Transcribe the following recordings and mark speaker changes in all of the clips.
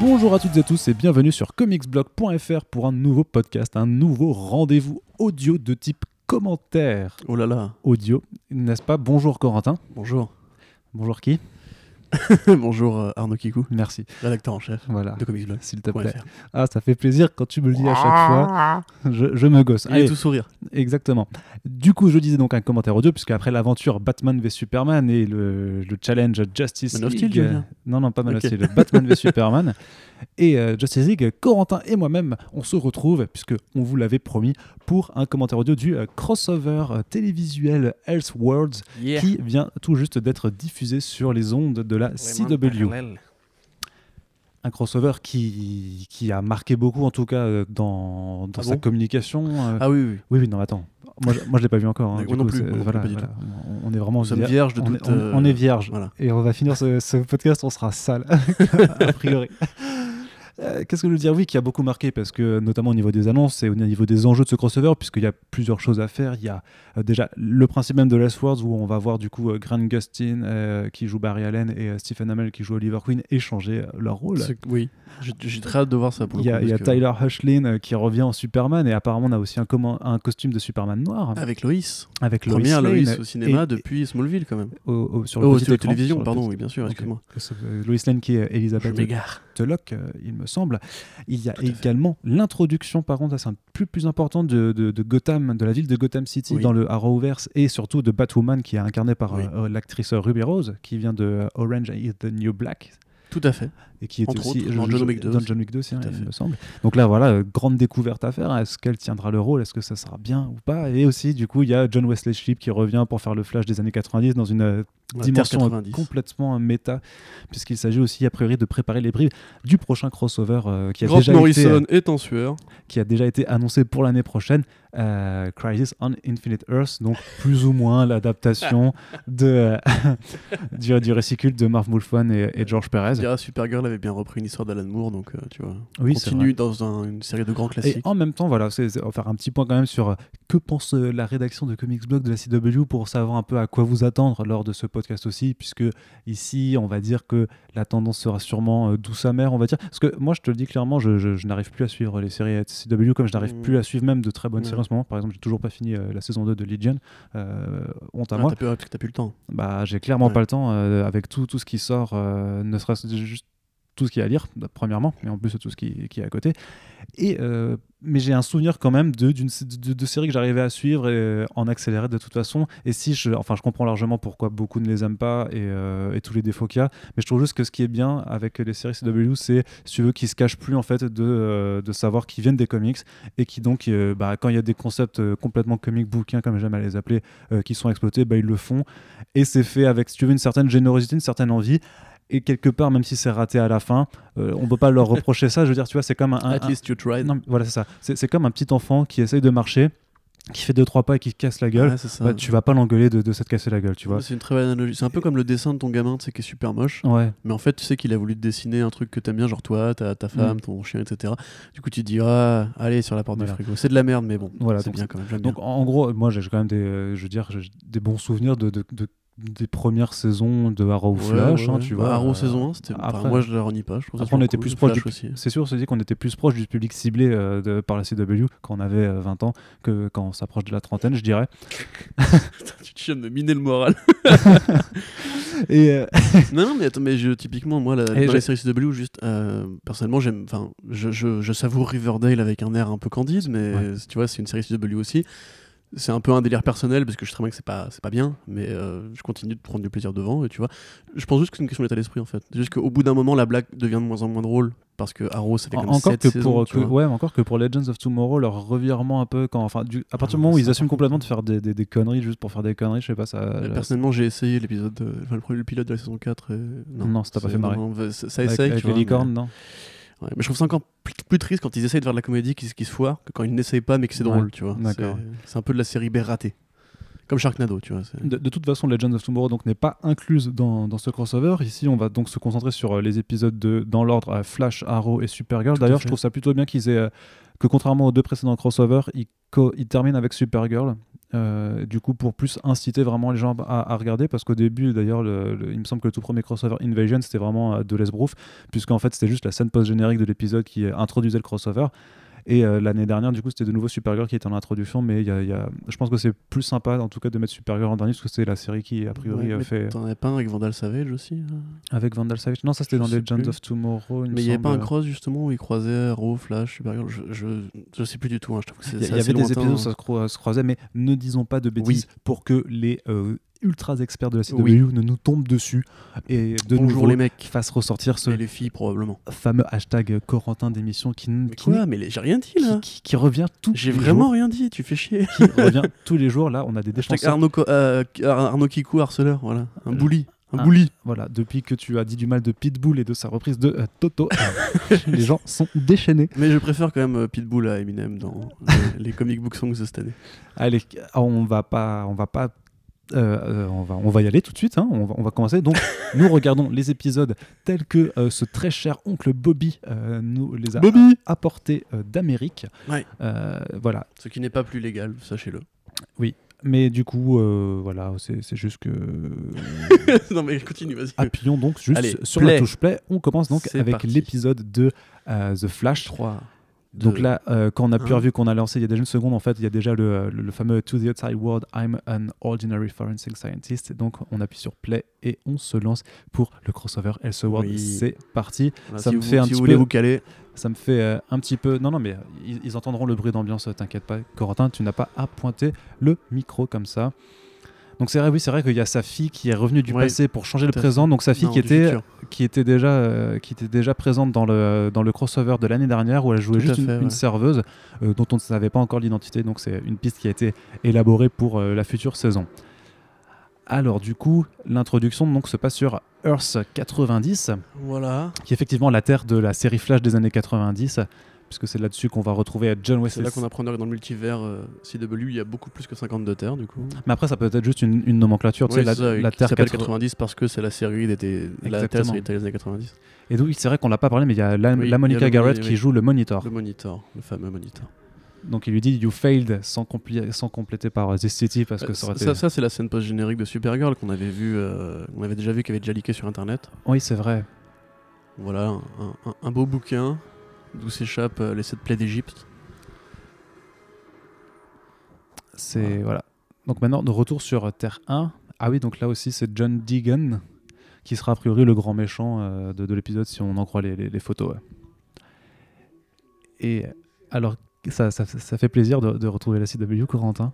Speaker 1: Bonjour à toutes et à tous et bienvenue sur comicsblog.fr pour un nouveau podcast, un nouveau rendez-vous audio de type commentaire
Speaker 2: Oh là là,
Speaker 1: audio, n'est-ce pas Bonjour Corentin.
Speaker 2: bonjour.
Speaker 1: Bonjour qui
Speaker 2: bonjour euh, Arnaud Kikou,
Speaker 1: Merci.
Speaker 2: rédacteur en chef
Speaker 1: Voilà.
Speaker 2: de Comics Blog.
Speaker 1: S'il te plaît. Ah, ça fait plaisir quand tu me le dis à chaque fois. Je, je me gosse.
Speaker 2: Ah, Il est
Speaker 1: Allez,
Speaker 2: tout sourire.
Speaker 1: Exactement. Du coup, je disais donc un commentaire audio, puisque après l'aventure Batman v Superman et le, le challenge Justice
Speaker 2: Man of
Speaker 1: League.
Speaker 2: Steel, tu veux dire
Speaker 1: non, non, pas Man
Speaker 2: Ok.
Speaker 1: of Steel, Batman v Superman et euh, Justice League, Corentin et moi-même, on se retrouve, puisque on vous l'avait promis, pour un commentaire audio du euh, crossover euh, télévisuel Elseworlds qui vient tout juste d'être diffusé sur les ondes de la CW un crossover qui, qui a marqué beaucoup, en tout cas, euh, dans, dans
Speaker 2: Ah
Speaker 1: sa
Speaker 2: bon
Speaker 1: communication. euh,
Speaker 2: Ah oui, oui, oui.
Speaker 1: oui, oui, non, attends. Moi, je, moi, je l'ai pas vu encore. hein.
Speaker 2: Moi
Speaker 1: Du
Speaker 2: non
Speaker 1: coup,
Speaker 2: plus,
Speaker 1: c'est-
Speaker 2: moi non plus,
Speaker 1: voilà,
Speaker 2: pas du
Speaker 1: voilà. On on est vraiment
Speaker 2: nous sommes
Speaker 1: vierge.
Speaker 2: vierges de
Speaker 1: on,
Speaker 2: toute...
Speaker 1: est, on- on
Speaker 2: euh,
Speaker 1: est vierge.
Speaker 2: Voilà.
Speaker 1: Et on va finir ce, ce podcast, on sera sale, a priori. Euh, Qu'est-ce que je veux dire Oui, qui a beaucoup marqué, parce que notamment au niveau des annonces et au niveau des enjeux de ce crossover, puisqu'il y a plusieurs choses à faire. Il y a euh, déjà le principe même de Last Words, où on va voir du coup euh, Grant Gustin euh, qui joue Barry Allen et euh, Stephen Amell qui joue Oliver Queen échanger euh, leur rôle.
Speaker 2: C'est- Oui, J'ai- j'ai très hâte de voir ça pour
Speaker 1: Il
Speaker 2: le
Speaker 1: y
Speaker 2: coup.
Speaker 1: a, il y a
Speaker 2: parce que-
Speaker 1: Tyler Hushlin euh, qui revient en Superman et apparemment on a aussi un, commen- un costume de Superman noir
Speaker 2: Avec Loïs.
Speaker 1: avec Lois
Speaker 2: Première
Speaker 1: Lane
Speaker 2: Loïs au cinéma
Speaker 1: et-
Speaker 2: depuis Smallville quand même.
Speaker 1: au- au- sur le
Speaker 2: Oh,
Speaker 1: petit
Speaker 2: sur la
Speaker 1: écran, sur
Speaker 2: télévision,
Speaker 1: le
Speaker 2: pardon,
Speaker 1: petit-
Speaker 2: oui, bien sûr,
Speaker 1: Ok.
Speaker 2: excuse-moi.
Speaker 1: Euh, Lois Lane qui est
Speaker 2: Je
Speaker 1: Elisabeth
Speaker 2: m'égare.
Speaker 1: Tulloch, euh, il me semble. Il y a
Speaker 2: Tout à fait.
Speaker 1: également l'introduction, par contre, ça, c'est un plus, plus important de, de- de Gotham, de la ville de Gotham City
Speaker 2: Oui.
Speaker 1: dans le Arrowverse et surtout de Batwoman qui est incarnée par
Speaker 2: Oui.
Speaker 1: euh, l'actrice Ruby Rose qui vient de euh, Orange is the New Black
Speaker 2: Tout à fait.
Speaker 1: et qui était
Speaker 2: Entre
Speaker 1: aussi
Speaker 2: autres, dans John Wick 2
Speaker 1: dans
Speaker 2: aussi.
Speaker 1: John Wick 2, c'est
Speaker 2: Tout
Speaker 1: vrai,
Speaker 2: à
Speaker 1: il
Speaker 2: fait.
Speaker 1: me semble. Donc là, voilà, euh, grande découverte à faire. Est-ce qu'elle tiendra le rôle Est-ce que ça sera bien ou pas Et aussi, du coup, il y a John Wesley Shipp qui revient pour faire le Flash des années 90 dans une euh,
Speaker 2: Voilà,
Speaker 1: dimension
Speaker 2: Terre
Speaker 1: euh,
Speaker 2: 90.
Speaker 1: complètement euh, méta, puisqu'il s'agit aussi, a priori, de préparer les brives du prochain crossover euh, qui, a
Speaker 2: Grant
Speaker 1: déjà été, euh,
Speaker 2: Morrison est en sueur.
Speaker 1: qui a déjà été annoncé pour l'année prochaine, euh, Crisis on Infinite Earth, donc plus ou moins l'adaptation de, euh, du, du récicule de Marv Wolfman et, et George
Speaker 2: Tu
Speaker 1: Perez.
Speaker 2: diras, Supergirl avait bien repris une histoire d'Alan Moore, donc euh, tu vois.
Speaker 1: Oui, c'est vrai.
Speaker 2: Continue dans un- une série de grands
Speaker 1: Et
Speaker 2: classiques.
Speaker 1: en même temps, voilà, c'est, c'est- on va faire un petit point quand même sur euh, que pense euh, la rédaction de Comics Blog de la CW pour savoir un peu à quoi vous attendre lors de ce podcast aussi, puisque ici, on va dire que la tendance sera sûrement euh, douce amère, on va dire. Parce que moi, je te le dis clairement, je, je- je n'arrive plus à suivre les séries CW, comme je n'arrive
Speaker 2: Mm.
Speaker 1: plus à suivre même de très bonnes
Speaker 2: Ouais.
Speaker 1: séries en ce moment. Par exemple, j'ai toujours pas fini euh, la saison 2 de Legion. Euh, honte à
Speaker 2: Ah,
Speaker 1: moi.
Speaker 2: T'as pu- ouais, parce que t'as plus le temps.
Speaker 1: Bah, j'ai clairement
Speaker 2: Ouais.
Speaker 1: pas le temps euh, avec tout, tout ce qui sort, euh, ne serait-ce juste tout ce qu'il y a à lire, bah, premièrement, mais en plus tout ce qui, qui est à côté. Et, euh, mais j'ai un souvenir quand même de, d'une, de, de séries que j'arrivais à suivre euh, en accéléré de toute façon. Et si je, enfin, je comprends largement pourquoi beaucoup ne les aiment pas et, euh, et tous les défauts qu'il y a. Mais je trouve juste que ce qui est bien avec les séries CW, c'est, si tu veux, qu'ils se cachent plus en fait de, euh, de savoir qu'ils viennent des comics et qui donc, euh, bah, quand il y a des concepts euh, complètement comic bouquins, comme j'aime à les appeler, euh, qui sont exploités, bah, ils le font et c'est fait avec, si tu veux, une certaine générosité, une certaine envie. Et quelque part, même si c'est raté à la fin, euh, on peut pas leur reprocher ça. Je veux dire, tu vois, c'est comme un, un-
Speaker 2: At least you tried.
Speaker 1: non, mais voilà, c'est ça. C'est c'est comme un petit enfant qui essaye de marcher, qui fait deux trois pas et qui se casse la gueule.
Speaker 2: Ouais, c'est ça.
Speaker 1: Bah, tu vas pas l'engueuler de, de s'être cassé la gueule, tu vois.
Speaker 2: Bah, C'est une très belle analogie. C'est un peu comme le dessin de ton gamin, tu sais, qui est super moche.
Speaker 1: Ouais.
Speaker 2: Mais en fait, tu sais qu'il a voulu te dessiner un truc que t'aimes bien, genre toi, ta,
Speaker 1: Mm.
Speaker 2: ta femme, ton chien, etc. Du coup, tu te dis, ah, allez, sur la porte
Speaker 1: Voilà.
Speaker 2: du frigo. C'est de la merde, mais bon,
Speaker 1: Voilà,
Speaker 2: c'est
Speaker 1: donc
Speaker 2: bien quand même. J'aime
Speaker 1: Donc, en en gros, moi, j'ai quand même des, euh, je veux dire, j'ai des bons souvenirs de, de- de- des premières saisons de Arrow
Speaker 2: bien.
Speaker 1: Flash,
Speaker 2: Ouais,
Speaker 1: hein,
Speaker 2: ouais,
Speaker 1: tu
Speaker 2: bah,
Speaker 1: vois.
Speaker 2: Arrow
Speaker 1: euh,
Speaker 2: saison 1, c'était. enfin,
Speaker 1: après-
Speaker 2: moi, je la renie pas. Je trouve ça
Speaker 1: Après, on
Speaker 2: toujours
Speaker 1: était
Speaker 2: cool.
Speaker 1: plus proche du-
Speaker 2: Flash aussi.
Speaker 1: C'est sûr, se dit qu'on était plus proche du public ciblé euh, de, par la CW quand on avait euh, 20 ans que quand on s'approche de la trentaine, je dirais.
Speaker 2: Tu te chiens de me miner le moral.
Speaker 1: Et euh,
Speaker 2: non, non, mais attends, mais je- typiquement, moi, la,
Speaker 1: Et
Speaker 2: dans
Speaker 1: j'ai-
Speaker 2: la série CW, juste, euh, personnellement, j'aime. Enfin, je, je, je savoure Riverdale avec un air un peu candide, mais
Speaker 1: Ouais.
Speaker 2: tu vois, c'est une série CW aussi. C'est un peu un délire personnel parce que je sais très bien que c'est pas, c'est pas bien, mais euh, je continue de prendre du plaisir devant, et tu vois. Je pense juste que c'est une question d'état d'esprit en fait. Juste qu'au bout d'un moment, la blague devient de moins en moins drôle parce que Arrow, ça fait quand même
Speaker 1: encore
Speaker 2: sept
Speaker 1: que
Speaker 2: saisons,
Speaker 1: pour
Speaker 2: tu
Speaker 1: que-
Speaker 2: vois.
Speaker 1: ouais, mais encore que pour Legends of Tomorrow leur revirement un peu quand enfin du- à partir du
Speaker 2: Ah,
Speaker 1: moment où
Speaker 2: ça,
Speaker 1: ils
Speaker 2: par
Speaker 1: assument
Speaker 2: contre.
Speaker 1: complètement de faire des, des- des conneries juste pour faire des conneries je sais pas ça euh,
Speaker 2: Mais
Speaker 1: je-
Speaker 2: Personnellement, j'ai essayé l'épisode, euh, enfin, le premier le pilote de la saison 4. et- Non,
Speaker 1: Non, ça t'a pas
Speaker 2: c'est-
Speaker 1: fait marrer.
Speaker 2: non, non, ça, ça
Speaker 1: avec,
Speaker 2: essaye.
Speaker 1: avec
Speaker 2: tu
Speaker 1: les
Speaker 2: vois, mais-
Speaker 1: licornes non
Speaker 2: Ouais, mais je trouve ça encore plus, plus triste quand ils essayent de faire de la comédie qu'ils qu'ils se foirent que quand ils n'essayent pas mais que c'est drôle,
Speaker 1: Ouais,
Speaker 2: tu vois.
Speaker 1: d'accord.
Speaker 2: C'est- C'est un peu de la série B ratée. Comme Sharknado, tu vois. c'est-
Speaker 1: de, de toute façon Legends of Tomorrow donc n'est pas incluse dans, dans ce crossover ici on va donc se concentrer sur euh, les épisodes de dans l'ordre euh, Flash Arrow et Supergirl
Speaker 2: Tout à
Speaker 1: d'ailleurs je
Speaker 2: fait.
Speaker 1: trouve ça plutôt bien qu'ils aient euh, que contrairement aux deux précédents crossovers ils, co- ils terminent avec Supergirl Euh, du coup, pour plus inciter vraiment les gens à, à regarder, parce qu'au début, d'ailleurs, le- le- il me semble que le tout premier crossover Invasion, c'était vraiment euh, de l'esbrouf, puisqu'en fait, c'était juste la scène post-générique de l'épisode qui euh, introduisait le crossover. Et euh, l'année dernière, du coup, c'était de nouveau Supergirl qui était en introduction, mais il y a- il y a- je pense que c'est plus sympa, en tout cas, de mettre Supergirl en dernier, parce que c'est la série qui, a priori,
Speaker 2: Ouais,
Speaker 1: euh,
Speaker 2: mais
Speaker 1: fait
Speaker 2: T'en avais pas un avec Vandal Savage aussi hein
Speaker 1: avec Vandal Savage. Non, ça, c'était
Speaker 2: Je
Speaker 1: dans
Speaker 2: sais
Speaker 1: Legends
Speaker 2: plus.
Speaker 1: of Tomorrow. il me
Speaker 2: Mais il y avait pas un
Speaker 1: semble.
Speaker 2: cross justement où ils croisaient Arrow, Flash, Supergirl Je, je, je sais plus du tout. hein, Je trouve que c'est
Speaker 1: Il y, il
Speaker 2: c'est
Speaker 1: y
Speaker 2: assez
Speaker 1: avait des
Speaker 2: lointain,
Speaker 1: épisodes où
Speaker 2: hein.
Speaker 1: ça se, croi- se croisait, mais ne disons pas de bêtises pour que les euh, ultras experts de la CW
Speaker 2: Oui.
Speaker 1: ne nous tombent dessus et de
Speaker 2: Bonjour
Speaker 1: nouveau
Speaker 2: les mecs.
Speaker 1: fassent ressortir ce
Speaker 2: Et les filles probablement.
Speaker 1: fameux hashtag Corentin d'émission qui, n-
Speaker 2: Mais
Speaker 1: qui, n'est-
Speaker 2: quoi Mais les- j'ai rien dit là.
Speaker 1: qui- qui- qui revient tous
Speaker 2: J'ai
Speaker 1: les
Speaker 2: vraiment
Speaker 1: jours,
Speaker 2: rien dit. Tu fais chier.
Speaker 1: qui revient tous les jours. Là, on a des
Speaker 2: Hashtag
Speaker 1: déchanceurs.
Speaker 2: Arnaud, Co- euh, Ar- Arnaud Kikou, harceleur, voilà. Un
Speaker 1: Euh,
Speaker 2: bully. Un
Speaker 1: ah.
Speaker 2: bully.
Speaker 1: Voilà, depuis que tu as dit du mal de Pitbull et de sa reprise de euh, Toto, les gens sont déchaînés.
Speaker 2: Mais je préfère quand même euh, Pitbull à Eminem dans les, les comic book songs de cette année.
Speaker 1: Allez, on va pas, on va pas, euh, euh, on va, on va y aller tout de suite. hein, on, va, on va commencer. Donc, nous regardons les épisodes tels que euh, ce très cher oncle Bobby euh, nous les a
Speaker 2: Bobby
Speaker 1: apportés euh, d'Amérique.
Speaker 2: Ouais.
Speaker 1: Euh, voilà.
Speaker 2: Ce qui n'est pas plus légal, sachez-le.
Speaker 1: Mais du coup, euh, voilà, c'est c'est juste que
Speaker 2: non mais continue, vas-y.
Speaker 1: appuyons donc juste
Speaker 2: Allez,
Speaker 1: sur
Speaker 2: play.
Speaker 1: la touche play. On commence donc
Speaker 2: C'est
Speaker 1: avec
Speaker 2: parti.
Speaker 1: l'épisode de euh, The Flash.
Speaker 2: 3.
Speaker 1: Donc là, euh, quand on a pu
Speaker 2: un.
Speaker 1: revu qu'on a lancé il y a déjà une seconde, en fait, il y a déjà le, euh, le- le fameux To the Outside World, I'm an Ordinary Forensic Scientist. Et donc, on appuie sur Play et on se lance pour le crossover Elseworld.
Speaker 2: Oui.
Speaker 1: C'est parti.
Speaker 2: ça me fait un petit vous voulez
Speaker 1: peu-
Speaker 2: vous caler,
Speaker 1: Ça me fait euh, un petit peu. Non, non, mais euh, ils, ils entendront le bruit d'ambiance, euh, t'inquiète pas. Corentin, tu n'as pas à pointer le micro comme ça. Donc, c'est vrai, oui, c'est vrai qu'il y a sa fille qui est revenue du
Speaker 2: Ouais,
Speaker 1: passé pour changer le
Speaker 2: tout à
Speaker 1: présent. Donc, sa fille
Speaker 2: Non,
Speaker 1: qui
Speaker 2: du
Speaker 1: était
Speaker 2: futur.
Speaker 1: qui était déjà euh, qui était déjà présente dans le dans le crossover de l'année dernière où elle jouait
Speaker 2: Tout à
Speaker 1: juste une,
Speaker 2: fait,
Speaker 1: une
Speaker 2: ouais.
Speaker 1: serveuse euh, dont on ne savait pas encore l'identité donc c'est une piste qui a été élaborée pour euh, la future saison. Alors du coup, l'introduction donc se passe sur Earth 90
Speaker 2: Voilà.
Speaker 1: qui est effectivement la terre de la série Flash des années 90 puisque c'est là-dessus qu'on va retrouver John
Speaker 2: C'est
Speaker 1: Wesley.
Speaker 2: là qu'on apprend que dans le multivers euh, CW, il y a beaucoup plus que 52 terres du coup.
Speaker 1: Mais après ça peut être juste une, une nomenclature, tu sais,
Speaker 2: Ouais,
Speaker 1: la,
Speaker 2: c'est ça,
Speaker 1: la
Speaker 2: qui
Speaker 1: terre
Speaker 2: s'appelle
Speaker 1: 80.
Speaker 2: 90 parce que c'est la série des des- la terre
Speaker 1: Exactement.
Speaker 2: série des années 90.
Speaker 1: Et donc c'est vrai qu'on l'a pas parlé mais il y a la,
Speaker 2: Oui,
Speaker 1: la
Speaker 2: il y a
Speaker 1: Monica
Speaker 2: le-
Speaker 1: Garrett
Speaker 2: oui,
Speaker 1: qui
Speaker 2: oui.
Speaker 1: joue le monitor.
Speaker 2: Le monitor, le fameux monitor.
Speaker 1: Donc il lui dit You failed sans, compli- sans compléter par euh, This City parce que
Speaker 2: Euh,
Speaker 1: ça aurait
Speaker 2: ça,
Speaker 1: été.
Speaker 2: ça, c'est la scène post générique de Supergirl qu'on avait vu, euh, on avait déjà vu, qui avait déjà leaké sur internet.
Speaker 1: Oui, c'est vrai.
Speaker 2: Voilà, un, un- un beau bouquin d'où s'échappent euh, les sept plaies d'Égypte.
Speaker 1: C'est. Voilà. Donc maintenant, de retour sur euh, Terre 1. Ah oui, donc là aussi, c'est John Deegan qui sera a priori le grand méchant euh, de, de l'épisode si on en croit les, les- les photos. ouais. Et euh, alors, ça, ça- ça fait plaisir de, de retrouver la CW, Corentin.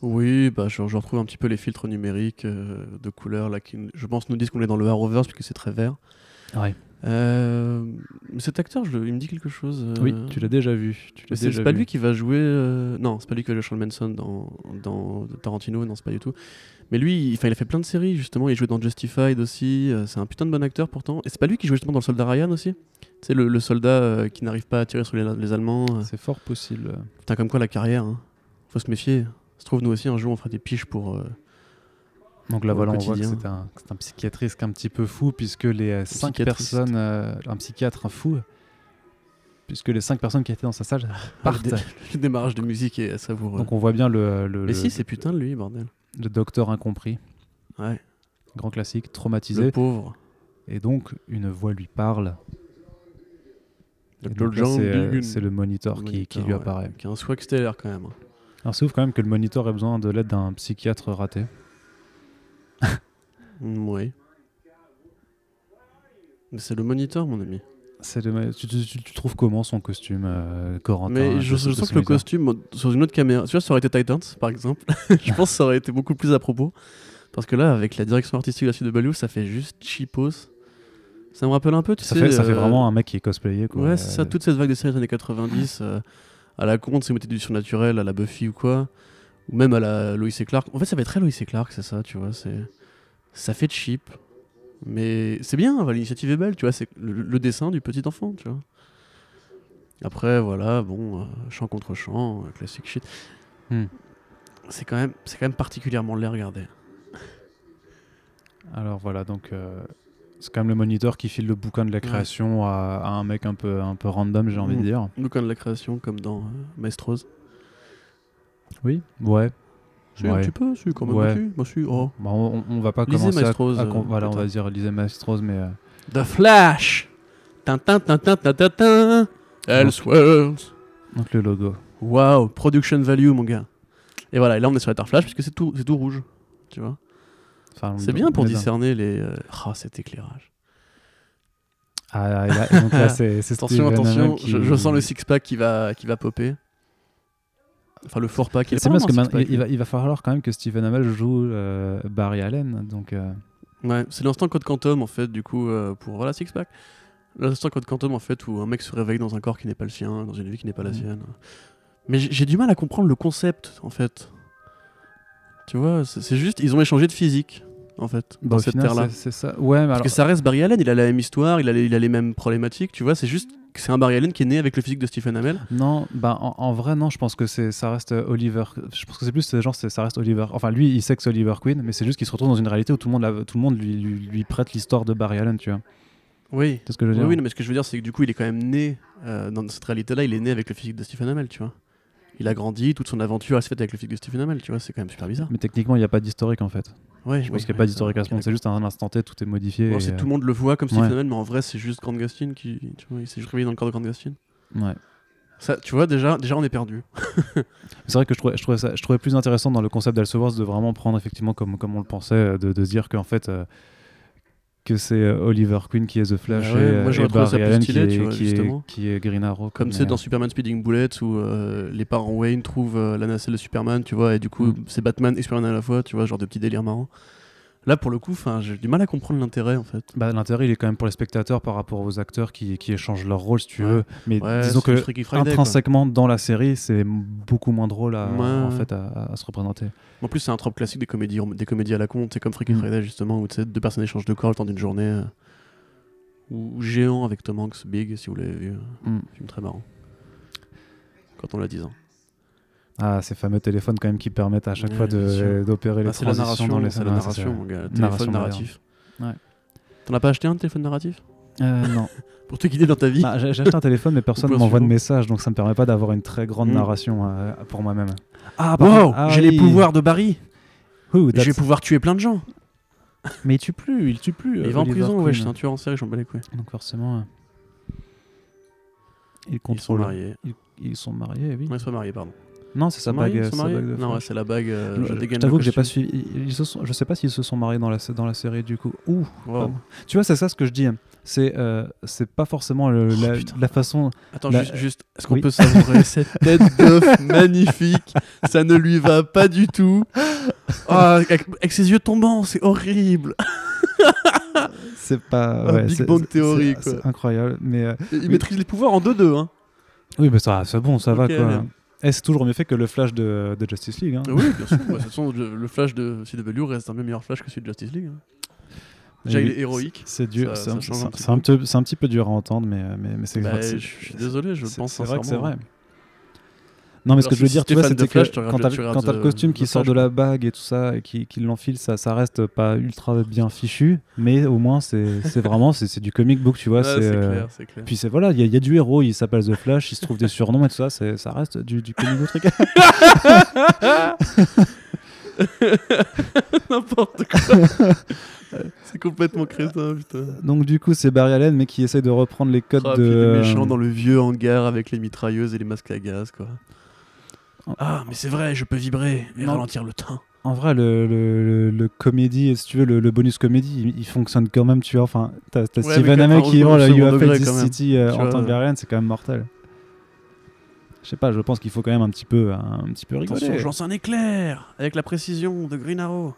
Speaker 2: Oui, bah je, je retrouve un petit peu les filtres numériques euh, de couleurs là qui, je pense, nous disent qu'on est dans le Arrowverse puisque c'est très vert.
Speaker 1: Ouais.
Speaker 2: Euh, mais cet acteur, je- il me dit quelque chose. euh,
Speaker 1: Oui, tu l'as déjà vu. Tu
Speaker 2: Mais
Speaker 1: l'as
Speaker 2: C'est
Speaker 1: déjà
Speaker 2: c'est pas
Speaker 1: vu.
Speaker 2: lui qui va jouer. euh, Non, c'est pas lui qui va jouer Charles Manson dans, dans Tarantino, non, c'est pas du tout. Mais lui, il, enfin, il a fait plein de séries justement. Il jouait dans Justified aussi. euh, c'est un putain de bon acteur pourtant. Et c'est pas lui qui jouait justement dans le soldat Ryan aussi C'est le, le soldat euh, qui n'arrive pas à tirer sur les, les Allemands. euh.
Speaker 1: C'est fort possible.
Speaker 2: Putain, comme quoi la carrière. hein. Faut se méfier. Se trouve, nous aussi, un jour, on fera des piches pour. euh,
Speaker 1: Donc là,
Speaker 2: Au
Speaker 1: voilà, on voit que
Speaker 2: quotidien.
Speaker 1: c'est un, que c'est un psychiatriste un petit peu fou, puisque les euh, cinq
Speaker 2: psychiatriste.
Speaker 1: personnes, euh, un psychiatre fou, puisque les cinq personnes qui étaient dans sa salle
Speaker 2: le,
Speaker 1: partent.
Speaker 2: dé- le démarrage de musique et savoureux.
Speaker 1: Donc on voit bien le, euh, le,
Speaker 2: Mais
Speaker 1: le-
Speaker 2: si, c'est putain de lui, bordel.
Speaker 1: le docteur incompris,
Speaker 2: Ouais.
Speaker 1: grand classique,
Speaker 2: Le
Speaker 1: traumatisé.
Speaker 2: pauvre.
Speaker 1: Et donc, une voix lui parle.
Speaker 2: Le
Speaker 1: Et donc là,
Speaker 2: John
Speaker 1: c'est euh,
Speaker 2: Dugan.
Speaker 1: c'est le monitor,
Speaker 2: Le
Speaker 1: qui, qui
Speaker 2: moniteur,
Speaker 1: lui
Speaker 2: ouais.
Speaker 1: apparaît.
Speaker 2: Qui a un swag stellaire quand même. hein.
Speaker 1: Alors, c'est ouf quand même que le monitor ait besoin de l'aide d'un psychiatre raté.
Speaker 2: Mm, Oui. Mais c'est le moniteur, mon ami.
Speaker 1: C'est le- tu, tu- tu- tu trouves comment son costume, euh, Corentin
Speaker 2: Mais je,
Speaker 1: de-
Speaker 2: je
Speaker 1: de
Speaker 2: sens
Speaker 1: ce
Speaker 2: que le
Speaker 1: monitor
Speaker 2: costume, euh, sur une autre caméra, tu vois, ça aurait été Titans, par exemple. je pense que ça aurait été beaucoup plus à propos. Parce que là, avec la direction artistique de la CW, ça fait juste cheapos. Ça me rappelle un peu, tu
Speaker 1: Ça,
Speaker 2: sais.
Speaker 1: fait, ça fait
Speaker 2: euh,
Speaker 1: vraiment un mec qui est cosplayé. Quoi.
Speaker 2: Ouais, c'est ça,
Speaker 1: Euh,
Speaker 2: toute cette vague des séries des années 90, euh, à la compte, c'est mettez du surnaturel, à la Buffy ou quoi, ou même à la Lois et Clark. En fait, ça va être très Lois et Clark, c'est ça, tu vois, c'est... Ça fait cheap, mais c'est bien, voilà, l'initiative est belle, tu vois, c'est le, le dessin du petit enfant, tu vois. Après, voilà, bon, euh, champ contre champ, euh, classique shit.
Speaker 1: Hmm.
Speaker 2: C'est quand même, c'est quand même particulièrement laid à regarder.
Speaker 1: Alors voilà, donc euh, c'est quand même le moniteur qui file le bouquin de la création à, à un mec un peu, un peu random, j'ai envie de
Speaker 2: Mm.
Speaker 1: dire.
Speaker 2: Le camp de la création, comme dans euh, Maestros.
Speaker 1: Oui, ouais.
Speaker 2: C'est un
Speaker 1: Ouais.
Speaker 2: petit peu, c'est quand même.
Speaker 1: Ouais.
Speaker 2: aussi. Bah, si, oh.
Speaker 1: Bah, on, on- on va pas
Speaker 2: Lisez
Speaker 1: commencer à-
Speaker 2: Maestros,
Speaker 1: à,
Speaker 2: euh,
Speaker 1: con- voilà, on
Speaker 2: putain.
Speaker 1: va dire lisez Maestros, mais euh,
Speaker 2: The Flash Tintin, tintin, tintin, tintin Elseworlds
Speaker 1: donc le logo.
Speaker 2: Wow, production value, mon gars. Et voilà, et là on est sur Ether Flash, puisque c'est tout, c'est tout rouge. Tu vois
Speaker 1: Enfin,
Speaker 2: C'est
Speaker 1: on-
Speaker 2: bien pour
Speaker 1: on est dans-
Speaker 2: discerner les. euh, Ah, cet éclairage.
Speaker 1: Ah, et là- et donc là, c'est c'est
Speaker 2: Attention,
Speaker 1: Steven
Speaker 2: attention,
Speaker 1: Hannan qui-
Speaker 2: je, je sens le six-pack qui va, qui va popper. Enfin, le four-pack. il est
Speaker 1: C'est bien
Speaker 2: pas
Speaker 1: parce que
Speaker 2: vraiment
Speaker 1: maintenant,
Speaker 2: un
Speaker 1: il, il
Speaker 2: six-pack,
Speaker 1: va, il va falloir quand même que Steven Amell joue euh, Barry Allen. Donc, euh,
Speaker 2: hein. Ouais, c'est l'instant Code Quantum, en fait, du coup, euh, pour. Voilà, six-pack. L'instant Code Quantum, en fait, où un mec se réveille dans un corps qui n'est pas le sien, dans une vie qui n'est pas la
Speaker 1: Mm.
Speaker 2: sienne. Mais j'ai j'ai du mal à comprendre le concept, en fait. Tu vois, c'est c'est juste, ils ont échangé de physique, en fait,
Speaker 1: bah,
Speaker 2: dans
Speaker 1: au
Speaker 2: cette
Speaker 1: final,
Speaker 2: terre-là.
Speaker 1: c'est- c'est ça. Ouais, mais
Speaker 2: Parce
Speaker 1: alors,
Speaker 2: que ça reste Barry Allen, il a la même histoire, il a les, il a les mêmes problématiques, tu vois, c'est juste que c'est un Barry Allen qui est né avec le physique de Stephen Amell.
Speaker 1: non, bah, en, en vrai, non, je pense que c'est- ça reste euh, Oliver. Je pense que c'est plus, euh, genre, c'est- ça reste Oliver. Enfin, lui, il sait que c'est Oliver Queen, mais c'est juste qu'il se retrouve dans une réalité où tout le monde, la- tout le monde lui, lui, lui prête l'histoire de Barry Allen, tu vois.
Speaker 2: Oui.
Speaker 1: C'est ce que je veux
Speaker 2: Oui,
Speaker 1: dire.
Speaker 2: oui, non, mais ce que je veux dire, c'est que du coup, il est quand même né euh, dans cette réalité-là, il est né avec le physique de Stephen Amell, tu vois. Il a grandi, toute son aventure, elle s'est faite avec le physique de Stephen Amell, tu vois, c'est quand même super bizarre.
Speaker 1: Mais techniquement, il n'y a pas d'historique en fait.
Speaker 2: Ouais,
Speaker 1: Je pense qu'il n'y a pas d'historique à ce moment. C'est juste un instant T, tout est modifié. et, euh,
Speaker 2: tout le monde le voit comme Stephen
Speaker 1: ouais.
Speaker 2: Amell, mais en vrai, c'est juste Grant Gustin qui. Tu vois, il s'est juste réveillé dans le corps de Grant Gustin.
Speaker 1: euh, ouais.
Speaker 2: Ça, tu vois, déjà, déjà on est perdu.
Speaker 1: C'est vrai que je trouvais, je, trouvais ça, je trouvais plus intéressant dans le concept d'Alseworth de vraiment prendre effectivement comme, comme on le pensait, euh, de, de se dire qu'en fait euh, que c'est euh, Oliver Queen qui est The Flash
Speaker 2: Bah ouais,
Speaker 1: et, euh,
Speaker 2: moi, j'aurais
Speaker 1: et
Speaker 2: trouvé ça
Speaker 1: Barry
Speaker 2: plus
Speaker 1: Allen
Speaker 2: stylé,
Speaker 1: qui,
Speaker 2: tu
Speaker 1: est,
Speaker 2: vois,
Speaker 1: qui, est,
Speaker 2: justement.
Speaker 1: qui est Green Arrow. euh,
Speaker 2: Comme c'est dans Superman Speeding Bullet où euh, les parents Wayne trouvent euh, la nacelle de Superman, tu vois, et du coup
Speaker 1: Mm.
Speaker 2: c'est Batman et Superman à la fois, tu vois, genre de petits délires marrants. Là pour le coup, 'fin, j'ai du mal à comprendre l'intérêt en fait.
Speaker 1: Bah, L'intérêt, il est quand même pour les spectateurs par rapport aux acteurs qui, qui échangent leur rôle, si tu
Speaker 2: Ouais.
Speaker 1: veux. Mais
Speaker 2: Ouais,
Speaker 1: disons
Speaker 2: c'est le
Speaker 1: que
Speaker 2: Freaky Friday,
Speaker 1: intrinsèquement, dans la série, c'est beaucoup moins drôle à,
Speaker 2: Ouais.
Speaker 1: en fait, à, à- à se représenter.
Speaker 2: quoi. En plus c'est un trope classique des comédies, des comédies à la con, c'est comme Freaky
Speaker 1: Mm.
Speaker 2: Friday justement où tu sais, deux personnes échangent de corps le temps d'une journée. euh, ou Géant avec Tom Hanks, Big si vous l'avez vu,
Speaker 1: Mm.
Speaker 2: film très marrant. Quand on l'a 10 ans.
Speaker 1: Ah, ces fameux téléphones quand même qui permettent à chaque
Speaker 2: Ouais,
Speaker 1: fois
Speaker 2: bien
Speaker 1: de-
Speaker 2: sûr.
Speaker 1: d'opérer les
Speaker 2: Ah, c'est la
Speaker 1: transitions
Speaker 2: narration,
Speaker 1: dans les
Speaker 2: c'est la
Speaker 1: Ouais, ça,
Speaker 2: narration,
Speaker 1: c'est-
Speaker 2: mon gars, le
Speaker 1: Narration
Speaker 2: téléphone
Speaker 1: moderne.
Speaker 2: narratif.
Speaker 1: Ouais.
Speaker 2: T'en as pas acheté un téléphone narratif
Speaker 1: Euh, non.
Speaker 2: pour te guider dans ta vie
Speaker 1: Bah, j'ai j'ai acheté un téléphone, mais personne
Speaker 2: Ou
Speaker 1: ne
Speaker 2: pas
Speaker 1: m'envoie de
Speaker 2: souvent.
Speaker 1: message, donc ça me permet pas d'avoir une très grande
Speaker 2: Mm.
Speaker 1: narration euh, pour moi-même.
Speaker 2: Ah,
Speaker 1: par
Speaker 2: wow,
Speaker 1: contre- ah
Speaker 2: j'ai
Speaker 1: oui.
Speaker 2: les pouvoirs de Barry.
Speaker 1: Who,
Speaker 2: Je vais
Speaker 1: that's-
Speaker 2: pouvoir tuer plein de gens.
Speaker 1: Mais il tue plus, il tue plus. euh,
Speaker 2: il va en
Speaker 1: Oliver
Speaker 2: prison,
Speaker 1: Queen.
Speaker 2: ouais, c'est un tueur en série, j'en bats les couilles.
Speaker 1: Donc forcément, euh, il
Speaker 2: Ils sont
Speaker 1: contrôle.
Speaker 2: mariés.
Speaker 1: Ils sont mariés, oui.
Speaker 2: Non, ils sont pas mariés, pardon.
Speaker 1: Non, c'est sa
Speaker 2: Ils sont mariés,
Speaker 1: bague.
Speaker 2: ils
Speaker 1: euh,
Speaker 2: sont
Speaker 1: sa
Speaker 2: mariés
Speaker 1: bague de
Speaker 2: Non, ouais,
Speaker 1: Flash.
Speaker 2: c'est la bague. euh,
Speaker 1: Je-
Speaker 2: je
Speaker 1: je
Speaker 2: dégaine
Speaker 1: t'avoue
Speaker 2: le
Speaker 1: que j'ai pas
Speaker 2: costume.
Speaker 1: suivi. Ils ils se sont, je sais pas s'ils se sont mariés dans la, sé- dans la série du coup. Ouh.
Speaker 2: Wow.
Speaker 1: Pardon. Tu vois, c'est ça ce que je dis. C'est euh, c'est pas forcément le-
Speaker 2: Oh,
Speaker 1: la,
Speaker 2: putain.
Speaker 1: la façon.
Speaker 2: Attends,
Speaker 1: La-
Speaker 2: juste, juste, est-ce qu'on
Speaker 1: Bah, oui.
Speaker 2: peut savourer cette tête d'œuf magnifique Ça ne lui va pas du tout. Ah, avec, avec ses yeux tombants, c'est horrible.
Speaker 1: C'est pas.
Speaker 2: Ah,
Speaker 1: ouais,
Speaker 2: Big
Speaker 1: c'est-
Speaker 2: Bang
Speaker 1: c'est-
Speaker 2: Theory,
Speaker 1: c'est-
Speaker 2: quoi.
Speaker 1: C'est incroyable. Mais euh,
Speaker 2: Il
Speaker 1: Oui.
Speaker 2: maîtrise les pouvoirs en 2-2. Hein.
Speaker 1: Oui, mais ça, c'est bon, ça
Speaker 2: Ok,
Speaker 1: va quoi.
Speaker 2: allez.
Speaker 1: Et Eh, c'est toujours mieux fait que le flash de, de Justice League. hein.
Speaker 2: Oui, bien sûr. bah, de toute façon, le, le flash de CW reste un bien meilleur flash que celui de Justice League. hein. Déjà,
Speaker 1: Oui,
Speaker 2: il est héroïque.
Speaker 1: C'est dur,
Speaker 2: Ça-
Speaker 1: c'est
Speaker 2: ça
Speaker 1: un,
Speaker 2: change
Speaker 1: c'est-
Speaker 2: un petit
Speaker 1: c'est un petit- c'est un petit peu dur à entendre, mais, euh, mais, mais c'est
Speaker 2: Bah,
Speaker 1: vrai que
Speaker 2: je
Speaker 1: c'est-
Speaker 2: suis désolé, je le
Speaker 1: c'est-
Speaker 2: pense
Speaker 1: C'est vrai que c'est
Speaker 2: sincèrement. hein.
Speaker 1: vrai. Non, mais ce
Speaker 2: Alors,
Speaker 1: que je veux
Speaker 2: si
Speaker 1: dire, tu
Speaker 2: t'es
Speaker 1: vois,
Speaker 2: fan de
Speaker 1: c'était que
Speaker 2: Flash, tu regardes
Speaker 1: quand t'as
Speaker 2: le- tu
Speaker 1: quand
Speaker 2: regardes
Speaker 1: t'as le
Speaker 2: The-
Speaker 1: costume
Speaker 2: The
Speaker 1: qui sort de
Speaker 2: Flash,
Speaker 1: la bague et tout ça, et qui, qui l'enfile, ça, ça reste pas ultra bien fichu, mais au moins c'est c'est vraiment c'est c'est du comic book, tu vois.
Speaker 2: Ah, c'est
Speaker 1: euh,
Speaker 2: clair, c'est clair.
Speaker 1: Puis c'est voilà, il y, a- il y a du héros, il s'appelle The Flash, il se trouve des surnoms et tout ça, c'est- ça reste du, du comic book truc.
Speaker 2: N'importe quoi. c'est complètement crétin, putain.
Speaker 1: Donc du coup, c'est Barry Allen, mais qui essaye de reprendre les codes
Speaker 2: Ah,
Speaker 1: de.
Speaker 2: puis les méchants
Speaker 1: euh,
Speaker 2: dans le vieux hangar avec les mitrailleuses et les masques à gaz, quoi.
Speaker 1: En-
Speaker 2: Ah, mais c'est vrai, je peux vibrer
Speaker 1: Oh.
Speaker 2: et
Speaker 1: Non.
Speaker 2: ralentir le temps.
Speaker 1: En vrai, le, le, le- le comédie, si tu veux, le, le bonus comédie, il, il fonctionne quand même, tu vois. Enfin, t'as t'as
Speaker 2: Ouais, mais
Speaker 1: Steven Amell
Speaker 2: quatre-vingts
Speaker 1: qui hurle à
Speaker 2: secondes
Speaker 1: You
Speaker 2: au
Speaker 1: Have
Speaker 2: degré,
Speaker 1: Failed This
Speaker 2: quand même.
Speaker 1: City euh,
Speaker 2: Tu
Speaker 1: en
Speaker 2: vois.
Speaker 1: tant que Varian, c'est quand même mortel. Je sais pas, je pense qu'il faut quand même un petit peu, un petit peu rigoler.
Speaker 2: Attention, je lance un éclair avec la précision de Green Arrow.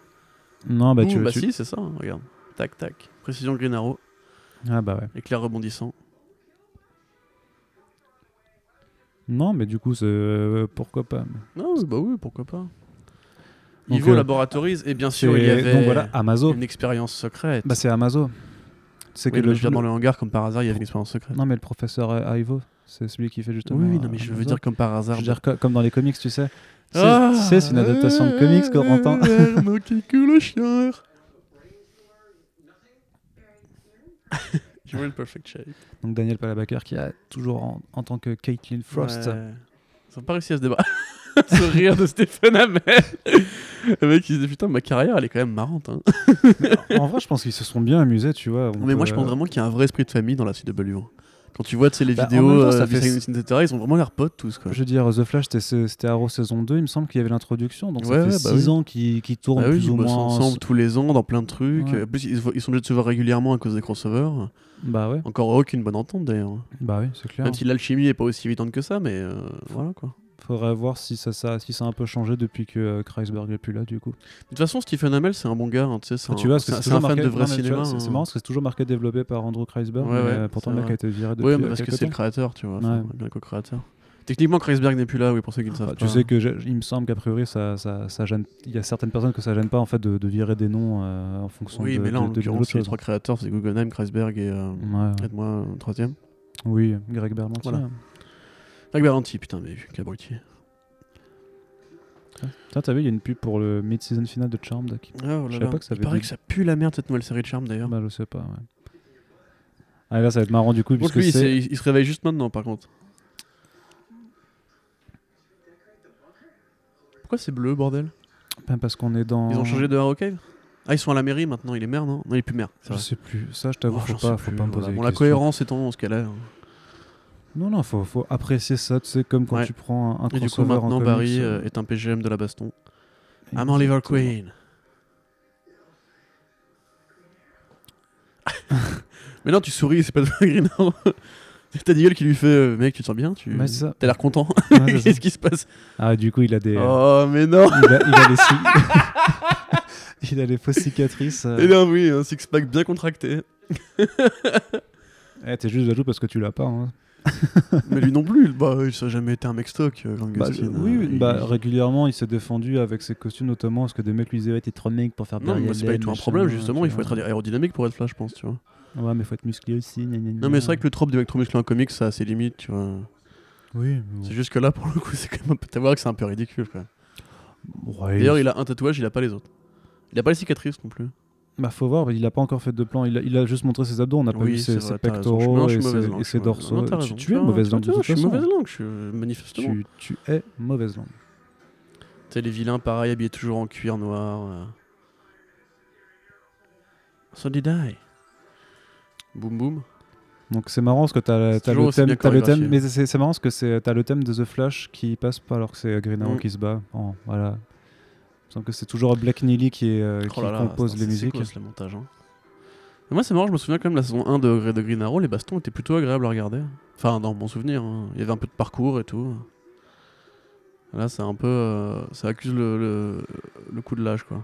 Speaker 1: Non, bah tu,
Speaker 2: Ouh, bah
Speaker 1: tu-
Speaker 2: si, c'est ça, hein, regarde. Tac, tac. Précision Green Arrow,
Speaker 1: Ah bah ouais.
Speaker 2: éclair rebondissant.
Speaker 1: Non, mais du coup, c'est euh, pourquoi pas.
Speaker 2: Non, bah oui, pourquoi pas.
Speaker 1: Donc,
Speaker 2: Ivo
Speaker 1: euh,
Speaker 2: Laboratories, et bien sûr,
Speaker 1: C'est-
Speaker 2: il y avait
Speaker 1: Donc voilà, Amazo.
Speaker 2: une expérience secrète.
Speaker 1: Bah c'est Amazo. C'est
Speaker 2: Oui,
Speaker 1: que
Speaker 2: mais
Speaker 1: le,
Speaker 2: je viens dans le hangar comme par hasard, il y avait une expérience secrète.
Speaker 1: Non, mais le professeur euh, Ivo, c'est celui qui fait justement. euh,
Speaker 2: oui, oui, non, mais je
Speaker 1: Amazo.
Speaker 2: veux dire Ah, comme par
Speaker 1: Je
Speaker 2: hasard.
Speaker 1: veux dire, co- comme dans les comics, tu sais. C'est c'est une adaptation de comics, Corentin.
Speaker 2: Arnaud qui coule au chien. You were in perfect shape.
Speaker 1: Donc Daniel Palabaker qui a toujours en, en tant que Caitlin Frost.
Speaker 2: Ouais. Ils ont pas réussi à se débarrasser. Ce rire de Stéphane Hamel. Le mec, il se dit putain, ma carrière, elle est quand même marrante. hein.
Speaker 1: en vrai, je pense qu'ils se sont bien amusés, tu vois. on
Speaker 2: Mais moi,
Speaker 1: peut,
Speaker 2: je pense
Speaker 1: euh,
Speaker 2: vraiment qu'il y a un vrai esprit de famille dans la CW. Quand tu vois tu sais, les
Speaker 1: Bah, en
Speaker 2: vidéos,
Speaker 1: même temps,
Speaker 2: euh,
Speaker 1: ça
Speaker 2: du
Speaker 1: fait-
Speaker 2: Silence, etc., ils ont vraiment l'air potes tous. Quoi. Ah
Speaker 1: Je veux dire, The Flash, c'était ce- c'était Arrow saison 2, il me semble qu'il y avait l'introduction. Donc
Speaker 2: Ouais,
Speaker 1: ça fait
Speaker 2: ouais, bah
Speaker 1: 6
Speaker 2: oui.
Speaker 1: ans qu'ils qu'ils tournent
Speaker 2: Bah oui,
Speaker 1: plus
Speaker 2: ils
Speaker 1: ou
Speaker 2: bossent
Speaker 1: moins.
Speaker 2: ensemble tous les ans dans plein de trucs.
Speaker 1: Ouais.
Speaker 2: En plus, ils, ils sont obligés de se voir régulièrement à cause des crossovers.
Speaker 1: Bah ouais,
Speaker 2: Encore heureux qu'une bonne entente d'ailleurs. hein.
Speaker 1: bah oui, c'est clair.
Speaker 2: Même si l'alchimie est pas aussi évidente que ça, mais euh, voilà quoi.
Speaker 1: Faudrait voir si ça, ça- si ça a un peu changé depuis que euh, Kreisberg est plus là, du coup.
Speaker 2: De toute façon, Stephen Amell, c'est un bon gars. hein, tu sais, c'est
Speaker 1: Ah,
Speaker 2: un,
Speaker 1: tu vois, parce
Speaker 2: c'est
Speaker 1: que
Speaker 2: un-
Speaker 1: c'est
Speaker 2: c'est un
Speaker 1: toujours
Speaker 2: fan
Speaker 1: marqué.
Speaker 2: de
Speaker 1: non,
Speaker 2: vrai
Speaker 1: mais tu
Speaker 2: cinéma.
Speaker 1: vois, c'est- C'est
Speaker 2: hein.
Speaker 1: marrant parce que c'est toujours marqué développé par Andrew Kreisberg.
Speaker 2: Ouais,
Speaker 1: mais,
Speaker 2: ouais,
Speaker 1: euh, pourtant,
Speaker 2: c'est
Speaker 1: le mec
Speaker 2: vrai.
Speaker 1: a été viré depuis.
Speaker 2: Oui, mais
Speaker 1: euh,
Speaker 2: parce que
Speaker 1: quelque
Speaker 2: c'est le
Speaker 1: temps.
Speaker 2: créateur, tu vois.
Speaker 1: Ouais.
Speaker 2: c'est bien co-créateur. Techniquement, Kreisberg n'est plus là, oui, pour ceux qui ne savent
Speaker 1: Enfin,
Speaker 2: pas.
Speaker 1: tu sais que j'ai- il me semble qu'a priori ça, ça, ça gêne. Il y a certaines personnes que ça gêne pas en fait de, de virer des noms euh, en fonction
Speaker 2: Oui,
Speaker 1: de,
Speaker 2: mais là, en
Speaker 1: de, Mm. de, de
Speaker 2: l'occurrence,
Speaker 1: l'autre
Speaker 2: les
Speaker 1: chose.
Speaker 2: trois créateurs, c'est Guggenheim, Kreisberg et. euh,
Speaker 1: Ouais.
Speaker 2: Aide-moi, un troisième.
Speaker 1: Oui, Greg Berlanti.
Speaker 2: Voilà.
Speaker 1: hein.
Speaker 2: Avec Baranti, putain, mais quel abruti.
Speaker 1: Tiens, t'as vu, il y a une pub pour le mid-season final de Charmed. Qui...
Speaker 2: Oh
Speaker 1: Je
Speaker 2: là
Speaker 1: savais
Speaker 2: là.
Speaker 1: pas que ça
Speaker 2: Il
Speaker 1: avait
Speaker 2: paraît
Speaker 1: des-
Speaker 2: que ça pue la merde, cette nouvelle série de Charme, d'ailleurs.
Speaker 1: Bah, je sais pas. Ouais. Ah, là, ça va être marrant du coup,
Speaker 2: Donc
Speaker 1: puisque
Speaker 2: lui, il,
Speaker 1: c'est.
Speaker 2: s'est- il se réveille juste maintenant, par contre. Pourquoi c'est bleu, bordel
Speaker 1: Ben, Parce qu'on est dans.
Speaker 2: Ils ont changé de Harrowcave Ah, ils sont à la mairie maintenant, il est maire, non Non, il est plus maire. c'est
Speaker 1: Je
Speaker 2: vrai.
Speaker 1: sais plus. Ça, je
Speaker 2: Oh,
Speaker 1: t'avoue, faut
Speaker 2: j'en
Speaker 1: pas,
Speaker 2: sais
Speaker 1: faut
Speaker 2: plus,
Speaker 1: pas me
Speaker 2: voilà.
Speaker 1: poser.
Speaker 2: Bon,
Speaker 1: des
Speaker 2: la
Speaker 1: questions.
Speaker 2: cohérence étant ce qu'elle a. hein.
Speaker 1: Non, non, faut, faut apprécier ça, tu sais, comme quand
Speaker 2: Ouais.
Speaker 1: tu prends un, un
Speaker 2: Et du coup,
Speaker 1: crossover en
Speaker 2: maintenant,
Speaker 1: comics,
Speaker 2: Barry
Speaker 1: euh,
Speaker 2: euh, est un PGM de la baston. I'm
Speaker 1: exactement.
Speaker 2: Oliver Queen. Mais non, tu souris, c'est pas de Green Arrow. T'as des gueules qui lui fait euh, Mec, tu te sens bien tu...
Speaker 1: Ouais, c'est ça.
Speaker 2: T'as l'air content
Speaker 1: Ouais, c'est ça. euh,
Speaker 2: Qu'est-ce qui se passe
Speaker 1: Ah, du coup, il a des.
Speaker 2: Oh, mais non
Speaker 1: Il, a, il a les ci- il a les fausses cicatrices. euh.
Speaker 2: Et là, Eh oui, un six-pack bien contracté.
Speaker 1: Eh, t'es juste jaloux parce que tu l'as pas. hein.
Speaker 2: Mais lui non plus, bah, il n'a jamais été un mec stock, euh, Grand
Speaker 1: Bah,
Speaker 2: Gustin,
Speaker 1: oui,
Speaker 2: euh,
Speaker 1: oui,
Speaker 2: il-
Speaker 1: bah, régulièrement, il s'est défendu avec ses costumes, notamment parce que des mecs lui disaient Ouais, t'es trop mec pour faire
Speaker 2: Non,
Speaker 1: Barry
Speaker 2: mais c'est pas du
Speaker 1: Allen,
Speaker 2: tout un
Speaker 1: machin,
Speaker 2: problème, justement,
Speaker 1: tu
Speaker 2: il faut
Speaker 1: vois.
Speaker 2: être aérodynamique pour être Flash, je pense, tu vois.
Speaker 1: Ouais, mais faut être musclé aussi. gna, gna, gna.
Speaker 2: Non, mais c'est vrai que le trope de électromusclé en comics, ça a ses limites, tu vois.
Speaker 1: Oui, mais bon.
Speaker 2: C'est juste que là, pour le coup, c'est quand même un peu. T'as voir que c'est un peu ridicule, quoi.
Speaker 1: Ouais,
Speaker 2: D'ailleurs, il a un tatouage, il a pas les autres. Il a pas les cicatrices non plus.
Speaker 1: Bah faut voir, il a pas encore fait de plan, il a, il a juste montré ses abdos, on n'a pas
Speaker 2: Oui,
Speaker 1: vu
Speaker 2: Ah,
Speaker 1: ses,
Speaker 2: c'est vrai,
Speaker 1: ses
Speaker 2: t'as raison.
Speaker 1: pectoraux
Speaker 2: Je-
Speaker 1: et
Speaker 2: non, je suis mauvaise
Speaker 1: ses,
Speaker 2: langue,
Speaker 1: et
Speaker 2: je suis
Speaker 1: ses
Speaker 2: mauvaise langue.
Speaker 1: dorsaux.
Speaker 2: Non, t'as
Speaker 1: Tu-
Speaker 2: raison.
Speaker 1: tu, es
Speaker 2: Ah,
Speaker 1: mauvaise langue de
Speaker 2: tu vois,
Speaker 1: toute
Speaker 2: Je suis
Speaker 1: façon.
Speaker 2: mauvaise langue, je suis euh, manifestement.
Speaker 1: Tu, tu es mauvaise langue.
Speaker 2: T'as les vilains, pareil, habillés toujours en cuir noir. euh. So did I. Boum boum.
Speaker 1: Donc c'est marrant parce que t'as
Speaker 2: C'est
Speaker 1: t'as
Speaker 2: toujours
Speaker 1: le
Speaker 2: aussi
Speaker 1: thème,
Speaker 2: bien
Speaker 1: t'as le thème, mais
Speaker 2: chorégraphié.
Speaker 1: c'est c'est marrant parce que c'est- t'as le thème de The Flash qui passe pas alors que c'est Green Arrow
Speaker 2: Mm.
Speaker 1: qui se bat. en voilà. Il me semble que c'est toujours Black Neely qui, est, euh, qui
Speaker 2: Oh là là,
Speaker 1: compose
Speaker 2: c'est-
Speaker 1: les
Speaker 2: c'est
Speaker 1: musiques.
Speaker 2: cool, ce montage, hein. Mais Moi, c'est marrant, je me souviens quand même la saison 1 de, de Green Arrow, les bastons étaient plutôt agréables à regarder. Enfin, dans mon souvenir, hein. il y avait un peu de parcours et tout. Là, c'est un peu. euh, ça accuse le, le, le coup de l'âge, quoi.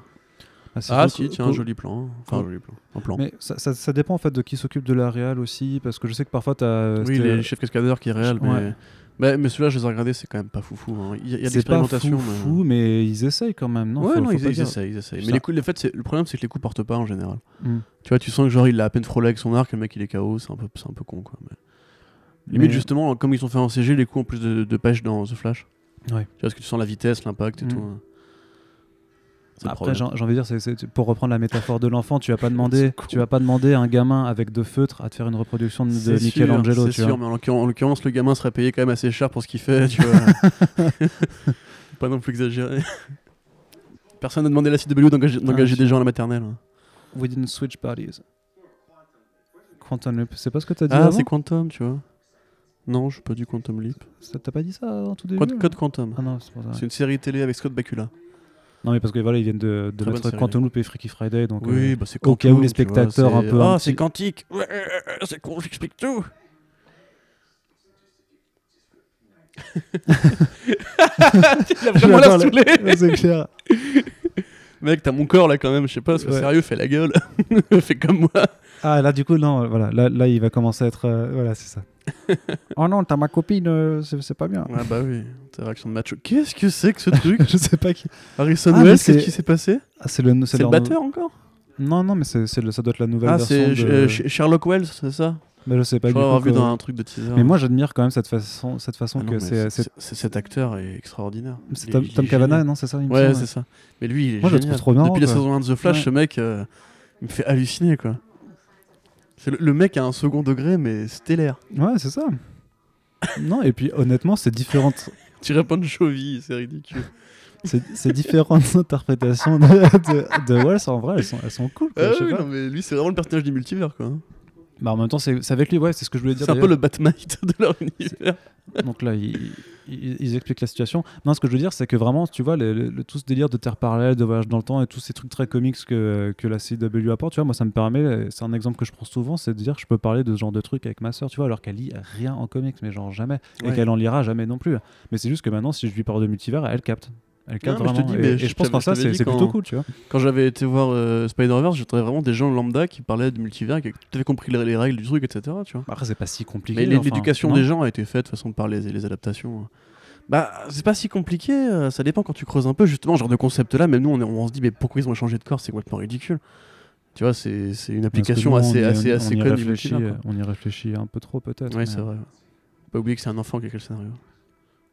Speaker 1: c'est surtout
Speaker 2: Ah, si,
Speaker 1: que-
Speaker 2: tiens, un
Speaker 1: que-
Speaker 2: joli plan. hein. Enfin, un
Speaker 1: que-
Speaker 2: joli plan. Un plan.
Speaker 1: Mais ça, ça- ça dépend en fait de qui s'occupe de la réal aussi, parce que je sais que parfois t'as.
Speaker 2: Oui,
Speaker 1: euh, c'était-
Speaker 2: les chefs cascadeurs qui est réel, mais.
Speaker 1: Ouais.
Speaker 2: Mais, mais celui-là, je les ai regardés, c'est quand même pas foufou. hein. Il y a, il y a de
Speaker 1: c'est pas
Speaker 2: l'expérimentation.
Speaker 1: fou,
Speaker 2: mais-
Speaker 1: fou, mais ils essayent quand même. Non,
Speaker 2: ouais,
Speaker 1: faut-
Speaker 2: non,
Speaker 1: faut
Speaker 2: ils,
Speaker 1: pas
Speaker 2: ils
Speaker 1: dire-
Speaker 2: essayent, ils essayent. Mais
Speaker 1: Putain.
Speaker 2: les coups, le, fait, c'est- le problème, c'est que les coups partent pas en général.
Speaker 1: Mm.
Speaker 2: Tu vois, tu sens que genre, il a à peine frôlé avec son arc, le mec, il est KO, c'est un peu, c'est un peu con, quoi. mais- Limite,
Speaker 1: Mais-
Speaker 2: justement, comme ils sont faits en CG, les coups ont plus de, de pêche dans The Flash.
Speaker 1: Ouais.
Speaker 2: Tu vois, parce que tu sens la vitesse, l'impact et
Speaker 1: Mm.
Speaker 2: tout. hein. C'est le
Speaker 1: Après,
Speaker 2: problème.
Speaker 1: j'ai j'ai envie de dire, c'est- c'est- pour reprendre la métaphore de l'enfant, tu vas pas demander,
Speaker 2: C'est con.
Speaker 1: tu vas pas demander à un gamin avec deux feutres à te faire une reproduction de, de
Speaker 2: C'est sûr,
Speaker 1: Michelangelo,
Speaker 2: c'est
Speaker 1: tu
Speaker 2: sûr,
Speaker 1: vois.
Speaker 2: mais en l'occurrence, en l'occurrence, le gamin serait payé quand même assez cher pour ce qu'il fait, tu vois. pas non plus exagéré. Personne n'a demandé à la CW d'engager d'engager
Speaker 1: je-
Speaker 2: des gens à la maternelle. hein.
Speaker 1: We didn't switch parties. Quantum Leap, c'est pas ce que t'as dit
Speaker 2: Ah,
Speaker 1: avant
Speaker 2: c'est Quantum, tu vois. Non, je pas du Quantum Leap.
Speaker 1: Ça- T'as pas dit ça en tout début
Speaker 2: Code,
Speaker 1: là
Speaker 2: Code Quantum.
Speaker 1: Ah non, c'est pas ça.
Speaker 2: C'est une série télé avec Scott Bakula.
Speaker 1: Non, mais parce que voilà, ils viennent de, de
Speaker 2: Très bonne
Speaker 1: mettre
Speaker 2: série.
Speaker 1: Quantum Loop et Freaky Friday, donc.
Speaker 2: oui,
Speaker 1: euh,
Speaker 2: bah c'est
Speaker 1: au cas où les
Speaker 2: tu vois,
Speaker 1: spectateurs un
Speaker 2: c'est-
Speaker 1: peu un
Speaker 2: Ah, c'est
Speaker 1: petit-
Speaker 2: quantique Ouais, euh, euh, C'est con, j'explique tout Il a vraiment la
Speaker 1: j'adore
Speaker 2: saoulé
Speaker 1: Ouais, c'est clair.
Speaker 2: Mec, t'as mon corps là quand même, je sais pas, sois
Speaker 1: Ouais.
Speaker 2: sérieux, fais la gueule. fais comme moi.
Speaker 1: Ah, là, du coup, non, voilà, là, là il va commencer à être. euh, voilà, c'est ça. oh non, t'as ma copine, euh, c'est c'est pas bien.
Speaker 2: Ouais, bah oui, ta réaction de macho. Qu'est-ce que c'est que ce truc
Speaker 1: Je sais pas qui.
Speaker 2: Harrison
Speaker 1: Ah, mais
Speaker 2: Wells, qu'est-ce
Speaker 1: c'est-
Speaker 2: qui s'est passé
Speaker 1: Ah, c'est le,
Speaker 2: C'est le
Speaker 1: leur-
Speaker 2: batteur encore
Speaker 1: Non, non, mais c'est c'est le- ça doit être la nouvelle
Speaker 2: Ah,
Speaker 1: version.
Speaker 2: c'est
Speaker 1: de-
Speaker 2: euh, Sh- Sherlock Wells, c'est ça
Speaker 1: Mais je sais pas
Speaker 2: Je
Speaker 1: du
Speaker 2: crois
Speaker 1: tout.
Speaker 2: avoir vu
Speaker 1: quoi.
Speaker 2: dans un truc de teaser.
Speaker 1: Mais moi, j'admire quand même cette façon, cette façon
Speaker 2: Ah non,
Speaker 1: que
Speaker 2: mais
Speaker 1: c'est.
Speaker 2: c'est-
Speaker 1: c'est-
Speaker 2: c'est- cet acteur est extraordinaire.
Speaker 1: c'est
Speaker 2: Il est-
Speaker 1: Tom,
Speaker 2: il est
Speaker 1: Tom
Speaker 2: génial.
Speaker 1: Cavana, non, c'est ça il me
Speaker 2: Ouais,
Speaker 1: semble hein.
Speaker 2: c'est ça. Mais lui, il est
Speaker 1: Moi, je le
Speaker 2: génial.
Speaker 1: trouve trop marrant,
Speaker 2: Depuis la
Speaker 1: quoi.
Speaker 2: saison 1 de The Flash,
Speaker 1: Ouais.
Speaker 2: ce mec, euh, il me fait halluciner, quoi. C'est le, le mec a un second degré, mais stellaire.
Speaker 1: Ouais, c'est ça. non, et puis honnêtement, c'est différentes
Speaker 2: Tira Panchovie, c'est ridicule.
Speaker 1: Ces ces différentes interprétations de, de, de Wells, en vrai, elles sont, elles sont cool. quoi,
Speaker 2: Ah
Speaker 1: je sais
Speaker 2: oui,
Speaker 1: pas.
Speaker 2: non, mais lui, c'est vraiment le personnage du multivers, quoi. hein.
Speaker 1: Bah, en même temps, c'est c'est avec lui, ouais, c'est ce que je voulais dire.
Speaker 2: C'est un peu le Batmite de leur univers.
Speaker 1: Donc là, ils, ils- ils expliquent la situation. Non, ce que je veux dire, c'est que vraiment, tu vois, le, le- le- tout ce délire de terre parallèle, de voyage dans le temps et tous ces trucs très comics que, que la CW apporte, tu vois, moi, ça me permet, euh, c'est un exemple que je prends souvent, c'est de dire, je peux parler de ce genre de truc avec ma soeur, tu vois, alors qu'elle lit rien en comics, mais genre jamais, et
Speaker 2: Ouais.
Speaker 1: qu'elle en lira jamais non plus. Mais c'est juste que maintenant, si je lui parle de multivers, elle capte. Elle capte
Speaker 2: mais je te
Speaker 1: vraiment.
Speaker 2: dis,
Speaker 1: et,
Speaker 2: mais
Speaker 1: et
Speaker 2: je
Speaker 1: je pense
Speaker 2: t'avais-
Speaker 1: qu'en
Speaker 2: je
Speaker 1: ça,
Speaker 2: t'avais
Speaker 1: c'est
Speaker 2: dit
Speaker 1: c'est
Speaker 2: quand-
Speaker 1: plutôt cool, tu vois.
Speaker 2: Quand j'avais été voir euh, Spider-Verse, j'entendais vraiment des gens lambda qui parlaient du multivers, qui avaient tout à fait compris les les règles du truc, etc. Tu vois.
Speaker 1: Après, c'est pas si compliqué. hein,
Speaker 2: Mais les-
Speaker 1: enfin,
Speaker 2: l'éducation
Speaker 1: non
Speaker 2: des gens a été faite de toute façon par les, les adaptations. hein. Bah, c'est pas si compliqué, euh, ça dépend quand tu creuses un peu, justement, ce genre de concept-là, même nous, on, est- on se dit, mais pourquoi ils ont changé de corps, c'est complètement ridicule. Tu vois, c'est c'est
Speaker 1: Parce
Speaker 2: une
Speaker 1: que
Speaker 2: application
Speaker 1: nous, on
Speaker 2: assez,
Speaker 1: y-
Speaker 2: assez,
Speaker 1: on y
Speaker 2: assez conne du
Speaker 1: réfléchit, euh,
Speaker 2: multivers, quoi.
Speaker 1: On y réfléchit un peu trop, peut-être.
Speaker 2: Ouais,
Speaker 1: mais- euh,
Speaker 2: c'est vrai. Faut Pas oublier que c'est un enfant qui a écrit le scénario.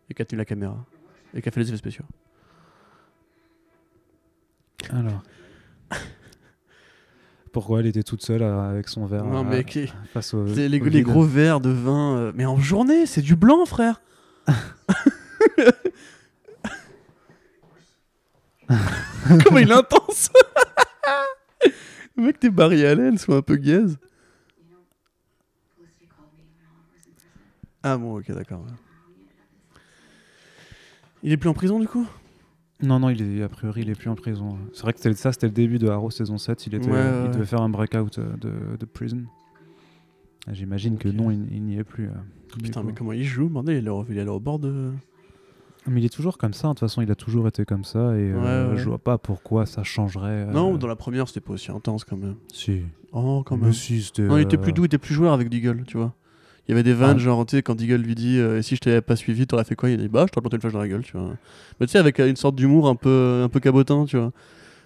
Speaker 2: Et qui a tenu la caméra. Et qui a fait les effets spéciaux.
Speaker 1: Alors. Pourquoi elle était toute seule euh, avec son verre
Speaker 2: non,
Speaker 1: euh,
Speaker 2: mais qui-
Speaker 1: face au.
Speaker 2: les, les
Speaker 1: au vide
Speaker 2: gros verres de vin. euh, Mais en journée, c'est du blanc, frère Comment il est intense Le Mec, t'es Barry Allen, soit un peu gaze. Ah bon, ok, d'accord. Il est plus en prison du coup
Speaker 1: Non, non, il est, a priori, il est plus en prison. C'est vrai que c'était- ça, c'était le début de Arrow saison 7. Il, était,
Speaker 2: Ouais, ouais,
Speaker 1: il
Speaker 2: ouais.
Speaker 1: devait faire un breakout euh, de, de prison. Ah, J'imagine que
Speaker 2: Ok. Oh,
Speaker 1: non, il, il n'y est plus. euh, du
Speaker 2: Putain,
Speaker 1: coup.
Speaker 2: mais comment il joue Bordel, il est allé- il est allé au bord de.
Speaker 1: Mais il est toujours comme ça. hein, De toute façon, il a toujours été comme ça. Et euh,
Speaker 2: Ouais, ouais.
Speaker 1: je vois pas pourquoi ça changerait. euh,
Speaker 2: Non, dans la première, c'était pas aussi intense quand même.
Speaker 1: Si.
Speaker 2: Oh, quand
Speaker 1: Mais
Speaker 2: même.
Speaker 1: si, c'était,
Speaker 2: Non, il était plus
Speaker 1: euh,
Speaker 2: doux, il était plus joueur avec Deagle, tu vois. Il y avait des vannes,
Speaker 1: Ah.
Speaker 2: genre, tu sais, quand Deagle lui dit euh, Si je t'avais pas suivi, t'aurais fait quoi Il dit Bah, je t'aurais planté une flèche dans la gueule, tu vois. Mais tu sais, avec euh, une sorte d'humour un peu, un peu cabotin, tu vois.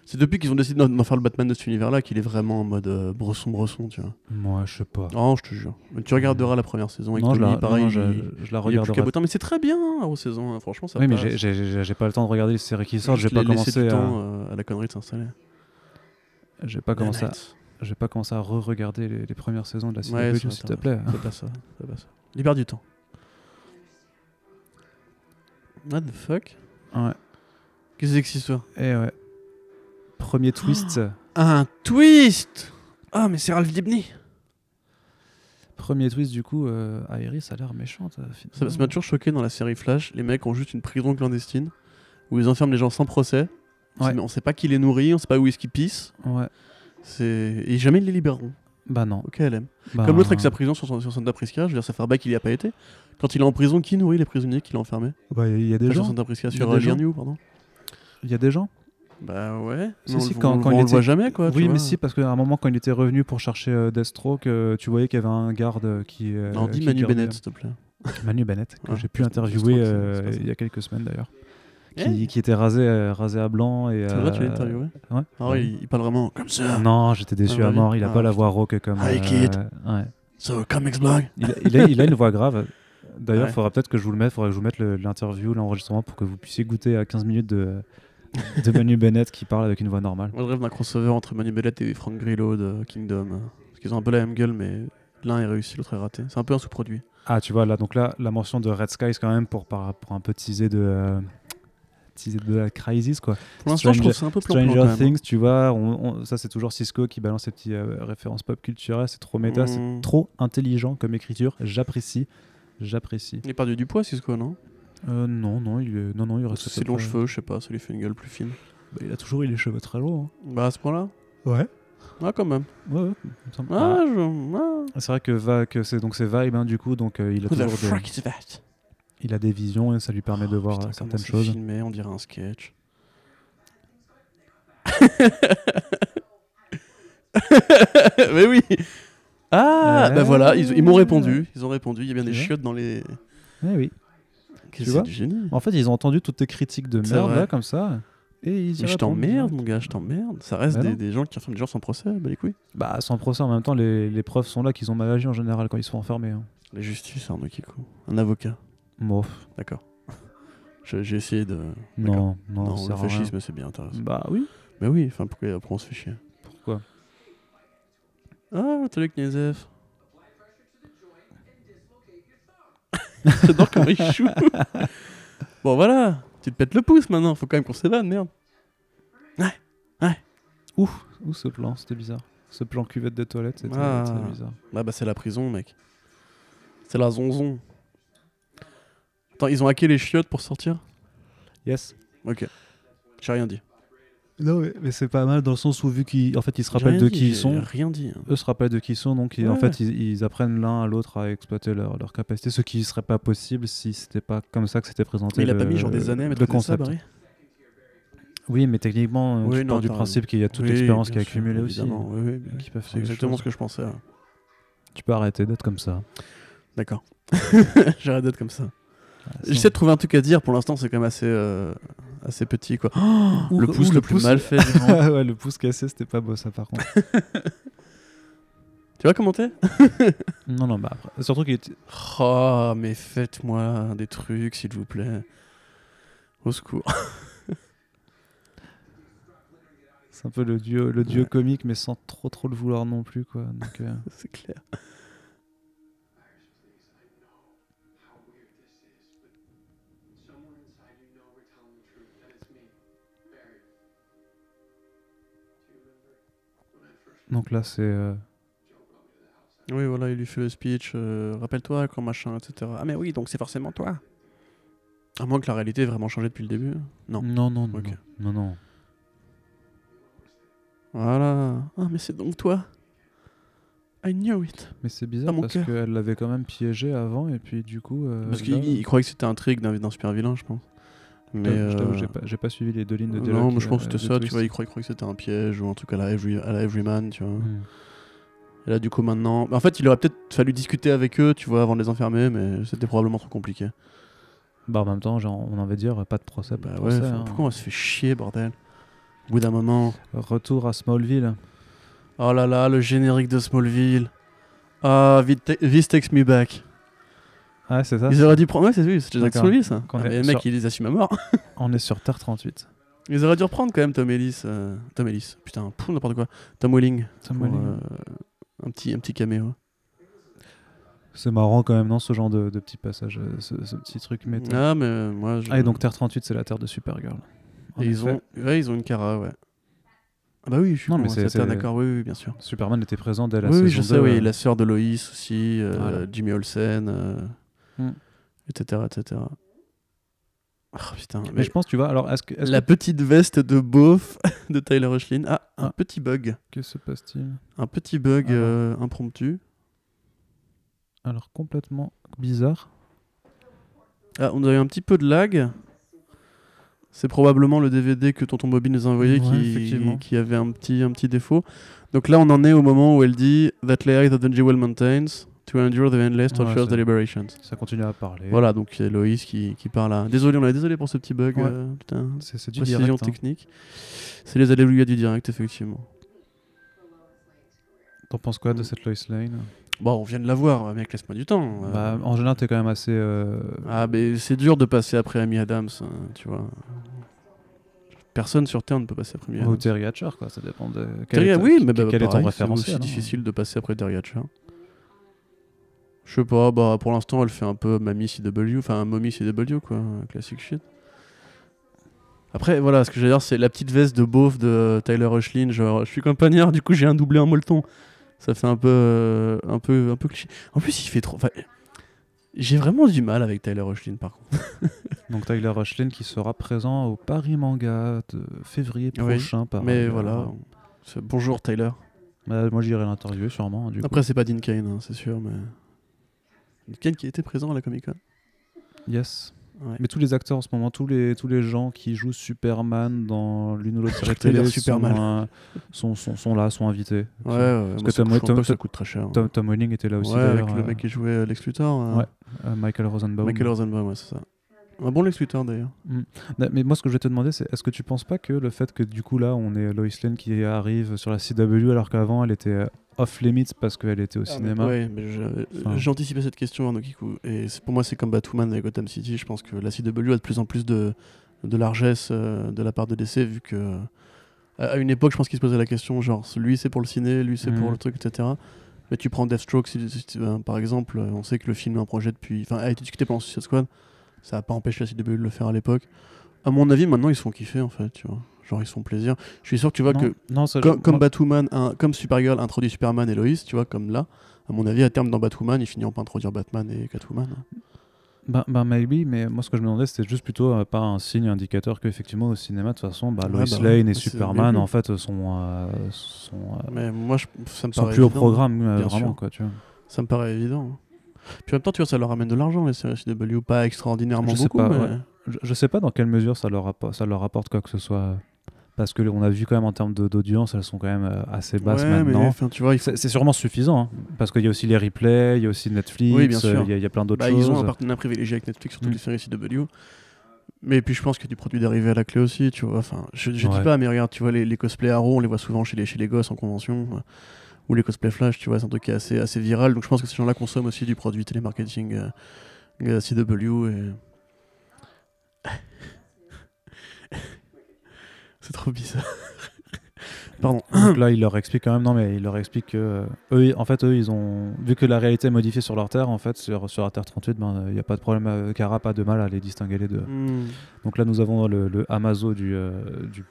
Speaker 2: C'est depuis qu'ils ont décidé d'en d'en faire le Batman de cet univers-là qu'il est vraiment en mode euh, bresson, bresson, tu vois.
Speaker 1: Moi, je sais pas.
Speaker 2: Oh, je te jure. Mais tu regarderas la première saison avec
Speaker 1: non, je
Speaker 2: Tommy,
Speaker 1: la,
Speaker 2: pareil.
Speaker 1: non, je,
Speaker 2: il-
Speaker 1: je la
Speaker 2: il est plus
Speaker 1: regarderai.
Speaker 2: cabotin, mais c'est très bien hein, aux saisons, hein. franchement, ça
Speaker 1: Oui, mais
Speaker 2: passe.
Speaker 1: j'ai- j'ai j'ai- j'ai pas le temps de regarder les séries qui sortent. J'ai
Speaker 2: Juste
Speaker 1: pas
Speaker 2: la- laisser
Speaker 1: commencé
Speaker 2: du
Speaker 1: à.
Speaker 2: temps euh, à la connerie de s'installer.
Speaker 1: J'ai pas commencé à,
Speaker 2: Nanette.
Speaker 1: j'ai pas commencé à re-regarder les, les premières saisons de la CW,
Speaker 2: Ouais, ça,
Speaker 1: s'il te
Speaker 2: attends,
Speaker 1: plaît.
Speaker 2: C'est pas ça, c'est pas ça. Libère du temps. What the fuck
Speaker 1: Ouais.
Speaker 2: Qu'est-ce que c'est que cette histoire
Speaker 1: Et ouais. Premier
Speaker 2: Oh.
Speaker 1: twist.
Speaker 2: Un twist Ah, mais c'est Ralph Dibny
Speaker 1: Premier twist, du coup, euh, Iris a l'air méchante. euh,
Speaker 2: Ça ça
Speaker 1: finalement.
Speaker 2: m'a toujours choqué dans la série Flash, les mecs ont juste une prison clandestine où ils enferment les gens sans procès. On sait-
Speaker 1: Ouais.
Speaker 2: mais On sait pas qui les nourrit, on sait pas où est-ce qu'ils pissent.
Speaker 1: Ouais.
Speaker 2: C'est- Et jamais ils les libéreront.
Speaker 1: Bah non.
Speaker 2: Ok, LM.
Speaker 1: Bah,
Speaker 2: Comme l'autre avec sa prison sur, son- sur Santa Prisca, je veux dire, ça fait un bail qu'il y a pas été. Quand il est en prison, qui nourrit les prisonniers qu'il a enfermés
Speaker 1: Bah, il y a des
Speaker 2: Enfin, Sur
Speaker 1: gens.
Speaker 2: Santa Prisca,
Speaker 1: Il y a
Speaker 2: sur
Speaker 1: des
Speaker 2: euh,
Speaker 1: gens.
Speaker 2: Lian Yu, pardon.
Speaker 1: Il y a des gens.
Speaker 2: Bah ouais.
Speaker 1: Si,
Speaker 2: Mais on
Speaker 1: si,
Speaker 2: le-
Speaker 1: quand-
Speaker 2: on, le-
Speaker 1: quand
Speaker 2: on
Speaker 1: il
Speaker 2: le
Speaker 1: était-
Speaker 2: voit jamais quoi. tu
Speaker 1: oui,
Speaker 2: vois.
Speaker 1: mais si, parce qu'à un moment, quand il était revenu pour chercher euh, Deathstroke, euh, tu voyais qu'il y avait un garde euh, qui. euh,
Speaker 2: Non, dis
Speaker 1: qui
Speaker 2: Manu
Speaker 1: gardait-
Speaker 2: Bennett, s'il te plaît.
Speaker 1: Manu Bennett, que
Speaker 2: Ouais,
Speaker 1: j'ai pu interviewer
Speaker 2: Deathstroke, c'est-
Speaker 1: euh,
Speaker 2: c'est pas ça.
Speaker 1: il y a quelques semaines d'ailleurs.
Speaker 2: Eh
Speaker 1: Qui, qui était rasé, euh, rasé à blanc. et.
Speaker 2: C'est vrai, tu l'as
Speaker 1: euh,
Speaker 2: interviewé
Speaker 1: Ouais.
Speaker 2: Ah ouais, il, il parle vraiment comme ça.
Speaker 1: Non, j'étais déçu
Speaker 2: Ah,
Speaker 1: à
Speaker 2: oui.
Speaker 1: mort. Il a
Speaker 2: Ah,
Speaker 1: pas la
Speaker 2: putain.
Speaker 1: voix rauque comme. euh,
Speaker 2: Hey, kid.
Speaker 1: ouais.
Speaker 2: So, comics blog.
Speaker 1: il, a, il a- il a une voix grave. D'ailleurs, il
Speaker 2: Ouais.
Speaker 1: faudra peut-être que je vous le mette, faudra que je vous mette le- l'interview, l'enregistrement pour que vous puissiez goûter à 15 minutes de, de Manu Bennett qui parle avec une voix normale.
Speaker 2: Moi, je rêve d'un crossover entre Manu Bennett et Frank Grillo de Kingdom. euh, Parce qu'ils ont un peu la même gueule, mais l'un est réussi, l'autre est raté. C'est un peu un sous-produit.
Speaker 1: Ah, tu vois, là, donc là, la mention de Red Skies quand même pour, par- pour un peu teaser de. euh, teaser de la crisis quoi.
Speaker 2: Pour l'instant,
Speaker 1: Stranger-
Speaker 2: je trouve que c'est un peu plan
Speaker 1: Stranger
Speaker 2: quand même. hein.
Speaker 1: Things, tu vois, on- on- ça c'est toujours Cisco qui balance ses petites références pop culturelles, c'est trop méta, c'est
Speaker 2: Mm.
Speaker 1: trop intelligent comme écriture, j'apprécie, j'apprécie.
Speaker 2: Il a perdu du poids, c'est quoi, non
Speaker 1: Euh, non, non, il, est- non, non, il reste. à
Speaker 2: Ses
Speaker 1: peu
Speaker 2: longs
Speaker 1: près-
Speaker 2: cheveux, je sais pas, ça lui fait une gueule plus fine.
Speaker 1: Bah, il a toujours eu les cheveux très longs.
Speaker 2: Bah, à ce point-là
Speaker 1: Ouais.
Speaker 2: Ah, quand même.
Speaker 1: Ouais, ouais. il me semble.
Speaker 2: Ah, je. Ah.
Speaker 1: Ah, C'est vrai que, va, que c'est donc c'est Vibe, hein, du coup, donc euh, il, a
Speaker 2: Who the
Speaker 1: toujours des,
Speaker 2: fuck is that
Speaker 1: il a des visions et ça lui permet de voir
Speaker 2: Oh, Putain,
Speaker 1: euh,
Speaker 2: comment
Speaker 1: certaines
Speaker 2: c'est
Speaker 1: choses.
Speaker 2: filmé, on dirait un sketch. Mais oui. Ah,
Speaker 1: Ouais.
Speaker 2: bah voilà, ils, ils m'ont répondu. Ils ont répondu. Il y a bien
Speaker 1: Tu
Speaker 2: des
Speaker 1: vois
Speaker 2: chiottes dans les.
Speaker 1: Eh oui.
Speaker 2: Qu'est-ce que
Speaker 1: vois
Speaker 2: c'est du génie.
Speaker 1: En fait, ils ont entendu toutes tes critiques de
Speaker 2: C'est
Speaker 1: merde,
Speaker 2: vrai.
Speaker 1: là, comme ça. Et ils y
Speaker 2: Mais je
Speaker 1: répondent.
Speaker 2: t'emmerde, mon gars, je t'emmerde. Ça reste
Speaker 1: Bah non.
Speaker 2: des, des gens qui enferment des gens sans procès. Bah les couilles.
Speaker 1: Bah, sans procès, en même temps, les, les preuves sont là qu'ils ont mal agi en général quand ils se font enfermer. hein.
Speaker 2: La justice, Arnaud Kikou. Un avocat,
Speaker 1: Bon,
Speaker 2: d'accord. Je- J'ai essayé de. d'accord.
Speaker 1: non, non,
Speaker 2: Non,
Speaker 1: ça
Speaker 2: le
Speaker 1: sert à rien.
Speaker 2: fascisme, c'est bien intéressant.
Speaker 1: Bah oui,
Speaker 2: Mais oui, enfin, pourquoi après on se fait chier
Speaker 1: pourquoi
Speaker 2: Ah, le truc Knezef. J'adore comment il joue. Bon, voilà, tu te pètes le pouce maintenant, faut quand même qu'on s'évade, merde.
Speaker 1: Ouf, où ce plan, c'était bizarre. Ce plan cuvette de toilette, c'était
Speaker 2: Ah.
Speaker 1: c'était bizarre.
Speaker 2: Ah bah, c'est la prison, mec. C'est la zonzon. Attends, ils ont hacké les chiottes pour sortir
Speaker 1: Yes.
Speaker 2: Ok. J'ai rien dit.
Speaker 1: Non, mais, mais c'est pas mal dans le sens où, vu qu'ils en fait, ils se
Speaker 2: J'ai
Speaker 1: rappellent
Speaker 2: rien
Speaker 1: de
Speaker 2: dit,
Speaker 1: qui ils
Speaker 2: j'ai
Speaker 1: sont,
Speaker 2: rien dit. hein.
Speaker 1: eux se rappellent de qui ils sont, donc ils- en
Speaker 2: Ouais.
Speaker 1: fait, ils, ils apprennent l'un à l'autre à exploiter leur, leur capacité, ce qui serait pas possible si c'était pas comme ça que c'était présenté.
Speaker 2: Mais il a
Speaker 1: le-
Speaker 2: pas mis genre des années à mettre
Speaker 1: le
Speaker 2: comme ça,
Speaker 1: concept.
Speaker 2: Barry
Speaker 1: Oui, mais techniquement, euh,
Speaker 2: Oui,
Speaker 1: tu
Speaker 2: non,
Speaker 1: pars du
Speaker 2: t'as
Speaker 1: principe qu'il y a toute
Speaker 2: Oui,
Speaker 1: l'expérience qui
Speaker 2: bien
Speaker 1: est
Speaker 2: sûr,
Speaker 1: accumulée aussi. Ah, euh,
Speaker 2: évidemment, oui, oui, bien
Speaker 1: Qui peuvent
Speaker 2: C'est
Speaker 1: faire des
Speaker 2: exactement
Speaker 1: choses.
Speaker 2: ce que je pensais. hein.
Speaker 1: Tu peux arrêter d'être comme ça.
Speaker 2: D'accord. J'arrête d'être comme ça.
Speaker 1: Ah,
Speaker 2: J'essaie de trouver un truc à dire. Pour l'instant, c'est quand même assez, euh, assez petit. quoi.
Speaker 1: sinon- Ouh,
Speaker 2: le
Speaker 1: ouh,
Speaker 2: pouce Oh le, plus
Speaker 1: pouce-
Speaker 2: mal fait. du monde.
Speaker 1: Ah ouais, le pouce cassé, c'était pas beau ça par contre.
Speaker 2: tu vas commenter
Speaker 1: non, non, bah après. Surtout qu'il était-
Speaker 2: Oh, mais faites-moi des trucs, s'il vous plaît. Au secours.
Speaker 1: c'est un peu le duo, le duo
Speaker 2: Ouais.
Speaker 1: comique, mais sans trop trop le vouloir non plus quoi. Donc, euh,
Speaker 2: c'est clair.
Speaker 1: donc là, c'est. euh,
Speaker 2: Oui, voilà, il lui fait le speech. euh, Rappelle-toi quand machin, etc. Ah, mais oui, donc c'est forcément toi. À moins que la réalité ait vraiment changé depuis le début. Non.
Speaker 1: Non, non, non,
Speaker 2: Ok.
Speaker 1: non, non, non.
Speaker 2: Voilà. Ah, mais c'est donc toi. I knew it.
Speaker 1: Mais c'est bizarre
Speaker 2: Ah, mon
Speaker 1: parce
Speaker 2: cœur.
Speaker 1: qu'elle l'avait quand même piégé avant et puis du coup. euh,
Speaker 2: Parce
Speaker 1: là,
Speaker 2: qu'il il croyait que c'était un trick d'un d'un super vilain, je pense. Mais
Speaker 1: je t'avoue,
Speaker 2: euh,
Speaker 1: j'ai pas, j'ai pas suivi les deux lignes de dialogue.
Speaker 2: non, mais je pense
Speaker 1: euh,
Speaker 2: que c'était
Speaker 1: de
Speaker 2: ça, tu
Speaker 1: twist.
Speaker 2: vois, il croyait, il croyait que c'était un piège ou un truc à la, Every- à la Everyman, tu vois.
Speaker 1: Hmm.
Speaker 2: Et là, du coup, maintenant... bah, En fait, il aurait peut-être fallu discuter avec eux, tu vois, avant de les enfermer, mais c'était probablement trop compliqué.
Speaker 1: Bah en même temps, genre, on en veut dire pas de procès, pas
Speaker 2: Bah
Speaker 1: de
Speaker 2: ouais,
Speaker 1: procès.
Speaker 2: enfin,
Speaker 1: hein.
Speaker 2: pourquoi on se fait chier, bordel Au bout d'un moment...
Speaker 1: Retour à Smallville.
Speaker 2: Oh là là, le générique de Smallville. Ah, Vis Ta- Vis Takes Me Back.
Speaker 1: Ah, c'est ça.
Speaker 2: Ils auraient dû prendre... Ouais, c'est oui, c'est générique de
Speaker 1: D'accord.
Speaker 2: Smallville, ça.
Speaker 1: Quand
Speaker 2: Ah,
Speaker 1: on est
Speaker 2: mais les mecs,
Speaker 1: sur-
Speaker 2: ils les assument à mort.
Speaker 1: On est sur Terre 38.
Speaker 2: Ils auraient dû reprendre quand même Tom Ellis. euh, Tom Ellis, putain, pouf, n'importe quoi. Tom Welling.
Speaker 1: Tom
Speaker 2: pour,
Speaker 1: Welling.
Speaker 2: euh, un, petit, un petit caméo.
Speaker 1: C'est marrant quand même, non, ce genre de, de petit passage, euh, ce, ce petit truc méta.
Speaker 2: Ah, mais euh, moi. Je...
Speaker 1: Ah, et donc Terre 38, c'est la Terre de Supergirl. En
Speaker 2: Et ils
Speaker 1: effet,
Speaker 2: ont... Ouais, ils ont une cara, ouais. Ah, bah oui, je suis
Speaker 1: Non,
Speaker 2: con,
Speaker 1: mais
Speaker 2: hein,
Speaker 1: c'est-
Speaker 2: cette
Speaker 1: c'est-
Speaker 2: terre, d'accord, oui, oui, bien sûr.
Speaker 1: Superman était présent dès la
Speaker 2: oui, oui,
Speaker 1: saison
Speaker 2: je sais,
Speaker 1: 2,
Speaker 2: oui.
Speaker 1: euh,
Speaker 2: La sœur de Loïs aussi, euh,
Speaker 1: Voilà.
Speaker 2: Jimmy Olsen, euh,
Speaker 1: Hmm.
Speaker 2: etc. etc. Oh putain.
Speaker 1: Mais,
Speaker 2: mais
Speaker 1: je pense, tu vois, alors est-ce que, est-ce
Speaker 2: la petite veste de beauf de Tyler Rushlin. Ah, un
Speaker 1: Ah.
Speaker 2: petit bug.
Speaker 1: que- que se passe-t-il
Speaker 2: Un petit bug
Speaker 1: Ah.
Speaker 2: euh, impromptu.
Speaker 1: Alors complètement bizarre.
Speaker 2: Ah, on a eu un petit peu de lag. C'est probablement le DVD que Tonton Bobby nous a envoyé
Speaker 1: Ouais,
Speaker 2: qui,
Speaker 1: effectivement.
Speaker 2: qui avait un petit, un petit défaut. Donc là, on en est au moment où elle dit That lay the Jewel Mountains to endure the endless
Speaker 1: Ah, Ouais,
Speaker 2: tortures
Speaker 1: c'est-
Speaker 2: deliberations.
Speaker 1: Ça continue à parler.
Speaker 2: Voilà, donc c'est Loïs qui, qui parle à. Désolé, on est désolé pour ce petit bug.
Speaker 1: Ouais.
Speaker 2: euh, putain,
Speaker 1: C'est c'est du
Speaker 2: précision
Speaker 1: direct. hein.
Speaker 2: technique. C'est les alléluia du direct, effectivement.
Speaker 1: T'en penses quoi de
Speaker 2: Mm.
Speaker 1: cette Lois Lane
Speaker 2: Bon, on vient de la voir, mec, laisse-moi du temps. euh.
Speaker 1: Bah, En général, t'es quand même assez. euh,
Speaker 2: Ah, mais c'est dur de passer après Amy Adams, hein, tu vois. Personne sur Terre ne peut passer après Amy
Speaker 1: Ou
Speaker 2: Adams.
Speaker 1: Terry Hatcher, quoi, ça dépend de. quel
Speaker 2: Terry,
Speaker 1: est-
Speaker 2: oui,
Speaker 1: qui-
Speaker 2: mais bah,
Speaker 1: quel est ton
Speaker 2: pareil,
Speaker 1: référentiel
Speaker 2: C'est aussi
Speaker 1: hein.
Speaker 2: difficile de passer après Terry Hatcher. Je sais pas, bah pour l'instant elle fait un peu Mamie CW, enfin Mommy CW quoi, classic shit. Après voilà, ce que j'allais dire c'est la petite veste de beauf de Tyler Rushlin, genre je suis campagnard, du coup j'ai un doublé en molleton. Ça fait un peu euh, un peu un peu cliché. En plus il fait trop enfin, j'ai vraiment du mal avec Tyler Rushlin par contre.
Speaker 1: Donc Tyler Rushlin qui sera présent au Paris Manga de février
Speaker 2: Oui,
Speaker 1: prochain. par
Speaker 2: Mais
Speaker 1: ailleurs.
Speaker 2: voilà,
Speaker 1: euh,
Speaker 2: c'est- bonjour Tyler.
Speaker 1: Bah, moi j'irai l'interviewer sûrement. hein, Du coup.
Speaker 2: Après c'est pas Dean Kane, hein, c'est sûr mais Dean Kane qui était présent à la Comic-Con.
Speaker 1: Yes.
Speaker 2: Ouais.
Speaker 1: Mais tous les acteurs en ce moment, tous les, tous les gens qui jouent Superman dans l'une ou l'autre série
Speaker 2: t'allais
Speaker 1: télé
Speaker 2: dire Superman.
Speaker 1: Sont, euh, sont, sont- sont là, sont invités.
Speaker 2: Ouais, ouais,
Speaker 1: Parce
Speaker 2: moi,
Speaker 1: que
Speaker 2: ça
Speaker 1: Tom-
Speaker 2: coûte- je
Speaker 1: Tom-
Speaker 2: pense que ça
Speaker 1: Tom-
Speaker 2: coûte très cher. hein.
Speaker 1: Tom, Tom Welling était là aussi
Speaker 2: ouais, avec
Speaker 1: d'ailleurs.
Speaker 2: le
Speaker 1: euh,
Speaker 2: mec qui jouait euh, Lex Luthor. euh,
Speaker 1: Ouais. euh, Michael Rosenbaum.
Speaker 2: Michael Rosenbaum, ouais, c'est ça. Un bon Lex Luthor d'ailleurs.
Speaker 1: Non, Mais moi ce que je vais te demander c'est est-ce que tu penses pas que le fait que du coup là on est Lois Lane qui arrive sur la CW alors qu'avant elle était euh, off limits parce qu'elle était au cinéma
Speaker 2: Ouais, Ah, mais je-
Speaker 1: Enfin.
Speaker 2: j'anticipais cette question, Arnaud Kikou. Et c'est- pour moi, c'est comme Batwoman avec Gotham City. Je pense que la CW a de plus en plus de, de largesse euh, de la part de DC, vu que. euh, à- à une époque, je pense qu'il se posait la question genre, lui c'est pour le ciné, lui c'est pour
Speaker 1: Mhm.
Speaker 2: le truc, etc. Mais tu prends Deathstroke, si- si- si- ben, par exemple, euh, on sait que le film est un projet depuis. Enfin, a été discuté pendant Suicide Squad. Ça n'a pas empêché la CW de le faire à l'époque. À mon avis, maintenant, ils se font kiffer, en fait, tu vois. Genre, ils se font plaisir. Je suis sûr, tu vois,
Speaker 1: non,
Speaker 2: que
Speaker 1: non, ça, je-
Speaker 2: comme, comme
Speaker 1: moi-
Speaker 2: Batwoman, un- comme Supergirl introduit Superman et Lois, tu vois, comme là, à mon avis, à terme, dans Batwoman, ils finiront par introduire Batman et Catwoman. hein.
Speaker 1: Ben, ben, maybe, mais moi ce que je me demandais c'était juste plutôt euh, pas un signe indicateur qu'effectivement au cinéma de toute façon bah,
Speaker 2: Ouais,
Speaker 1: Lois
Speaker 2: bah ouais,
Speaker 1: Lane et
Speaker 2: c'est-
Speaker 1: Superman
Speaker 2: oui, oui.
Speaker 1: en fait euh, sont, euh, sont, euh,
Speaker 2: Mais moi, je- ça me
Speaker 1: sont
Speaker 2: paraît
Speaker 1: plus au
Speaker 2: évident.
Speaker 1: programme euh,
Speaker 2: bien
Speaker 1: vraiment
Speaker 2: sûr.
Speaker 1: quoi tu vois.
Speaker 2: Ça me paraît évident. Puis en même temps, tu vois, ça leur ramène de l'argent, les séries CW. Pas extraordinairement
Speaker 1: Je sais
Speaker 2: beaucoup,
Speaker 1: pas,
Speaker 2: mais...
Speaker 1: ouais. Je, je sais pas dans quelle mesure ça leur, appo- ça leur apporte quoi que ce soit euh, parce que on a vu quand même en termes de- d'audience elles sont quand même euh, assez basses
Speaker 2: Ouais, mais
Speaker 1: maintenant.
Speaker 2: enfin, tu vois, il faut-
Speaker 1: C'est c'est sûrement suffisant hein, parce qu'il y a aussi les replays, il y a aussi Netflix,
Speaker 2: Oui, bien
Speaker 1: euh, il
Speaker 2: sûr.
Speaker 1: y, a- il y a plein d'autres
Speaker 2: Bah,
Speaker 1: choses.
Speaker 2: ils ont un partenariat privilégié avec Netflix sur toutes
Speaker 1: Mm.
Speaker 2: les séries CW. Mais puis je pense que du produit dérivé à la clé aussi, tu vois. Enfin, je, je
Speaker 1: Ouais.
Speaker 2: dis pas, mais regarde, tu vois, les, les cosplays Arrow, on les voit souvent chez les, chez les gosses en convention. euh, Ou les cosplays Flash, tu vois, c'est un truc qui est assez, assez viral. Donc je pense que ces gens-là consomment aussi du produit télémarketing euh, euh, CW. Et... c'est trop bizarre. Pardon.
Speaker 1: Donc là, il leur explique quand même, non, mais il leur explique que, euh, eux, ils- en fait, eux, ils ont, vu que la réalité est modifiée sur leur Terre, en fait, sur, sur la Terre 38, ben, euh, il n'y a pas de problème, euh, Kara, pas de mal à les distinguer les deux.
Speaker 2: Mm.
Speaker 1: Donc là, nous avons le, le Amazo du, euh, du,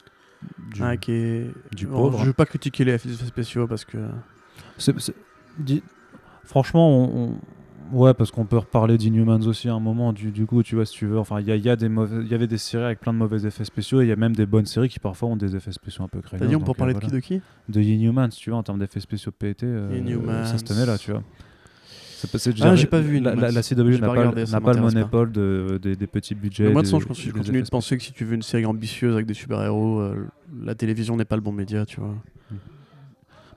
Speaker 1: du-
Speaker 2: Ah, qui est-
Speaker 1: du
Speaker 2: Bon,
Speaker 1: pauvre.
Speaker 2: Je veux pas critiquer les effets spéciaux parce que.
Speaker 1: C'est- c'est- dis- franchement, on, on- ouais, parce qu'on peut reparler d'Inhumans aussi à un moment, du, du coup, tu vois, si tu veux. Enfin, il y, a- il y, a des mauvais- il y avait des séries avec plein de mauvais effets spéciaux, et il y a même des bonnes séries qui parfois ont des effets spéciaux un peu euh, créés.
Speaker 2: T'as dit, on peut parler de qui de qui
Speaker 1: de Inhumans, tu vois, en termes d'effets spéciaux pété, euh,
Speaker 2: Inhumans.
Speaker 1: ça se tenait là, tu vois. C'est pas- c'est- je
Speaker 2: Ah,
Speaker 1: dirais-
Speaker 2: j'ai pas vu
Speaker 1: La, la,
Speaker 2: Inhumans.
Speaker 1: la CW
Speaker 2: J'ai
Speaker 1: n'a
Speaker 2: pas
Speaker 1: pas,
Speaker 2: regardé, ça
Speaker 1: n'a pas le
Speaker 2: m'intéresse pas.
Speaker 1: monopole de, des, des petits budgets.
Speaker 2: Mais moi, de toute
Speaker 1: des-
Speaker 2: façon, je, pense- je
Speaker 1: des
Speaker 2: continue de
Speaker 1: effets
Speaker 2: penser que si tu veux une série ambitieuse avec des super-héros, euh, la télévision n'est pas le bon média, tu vois.
Speaker 1: spéciaux.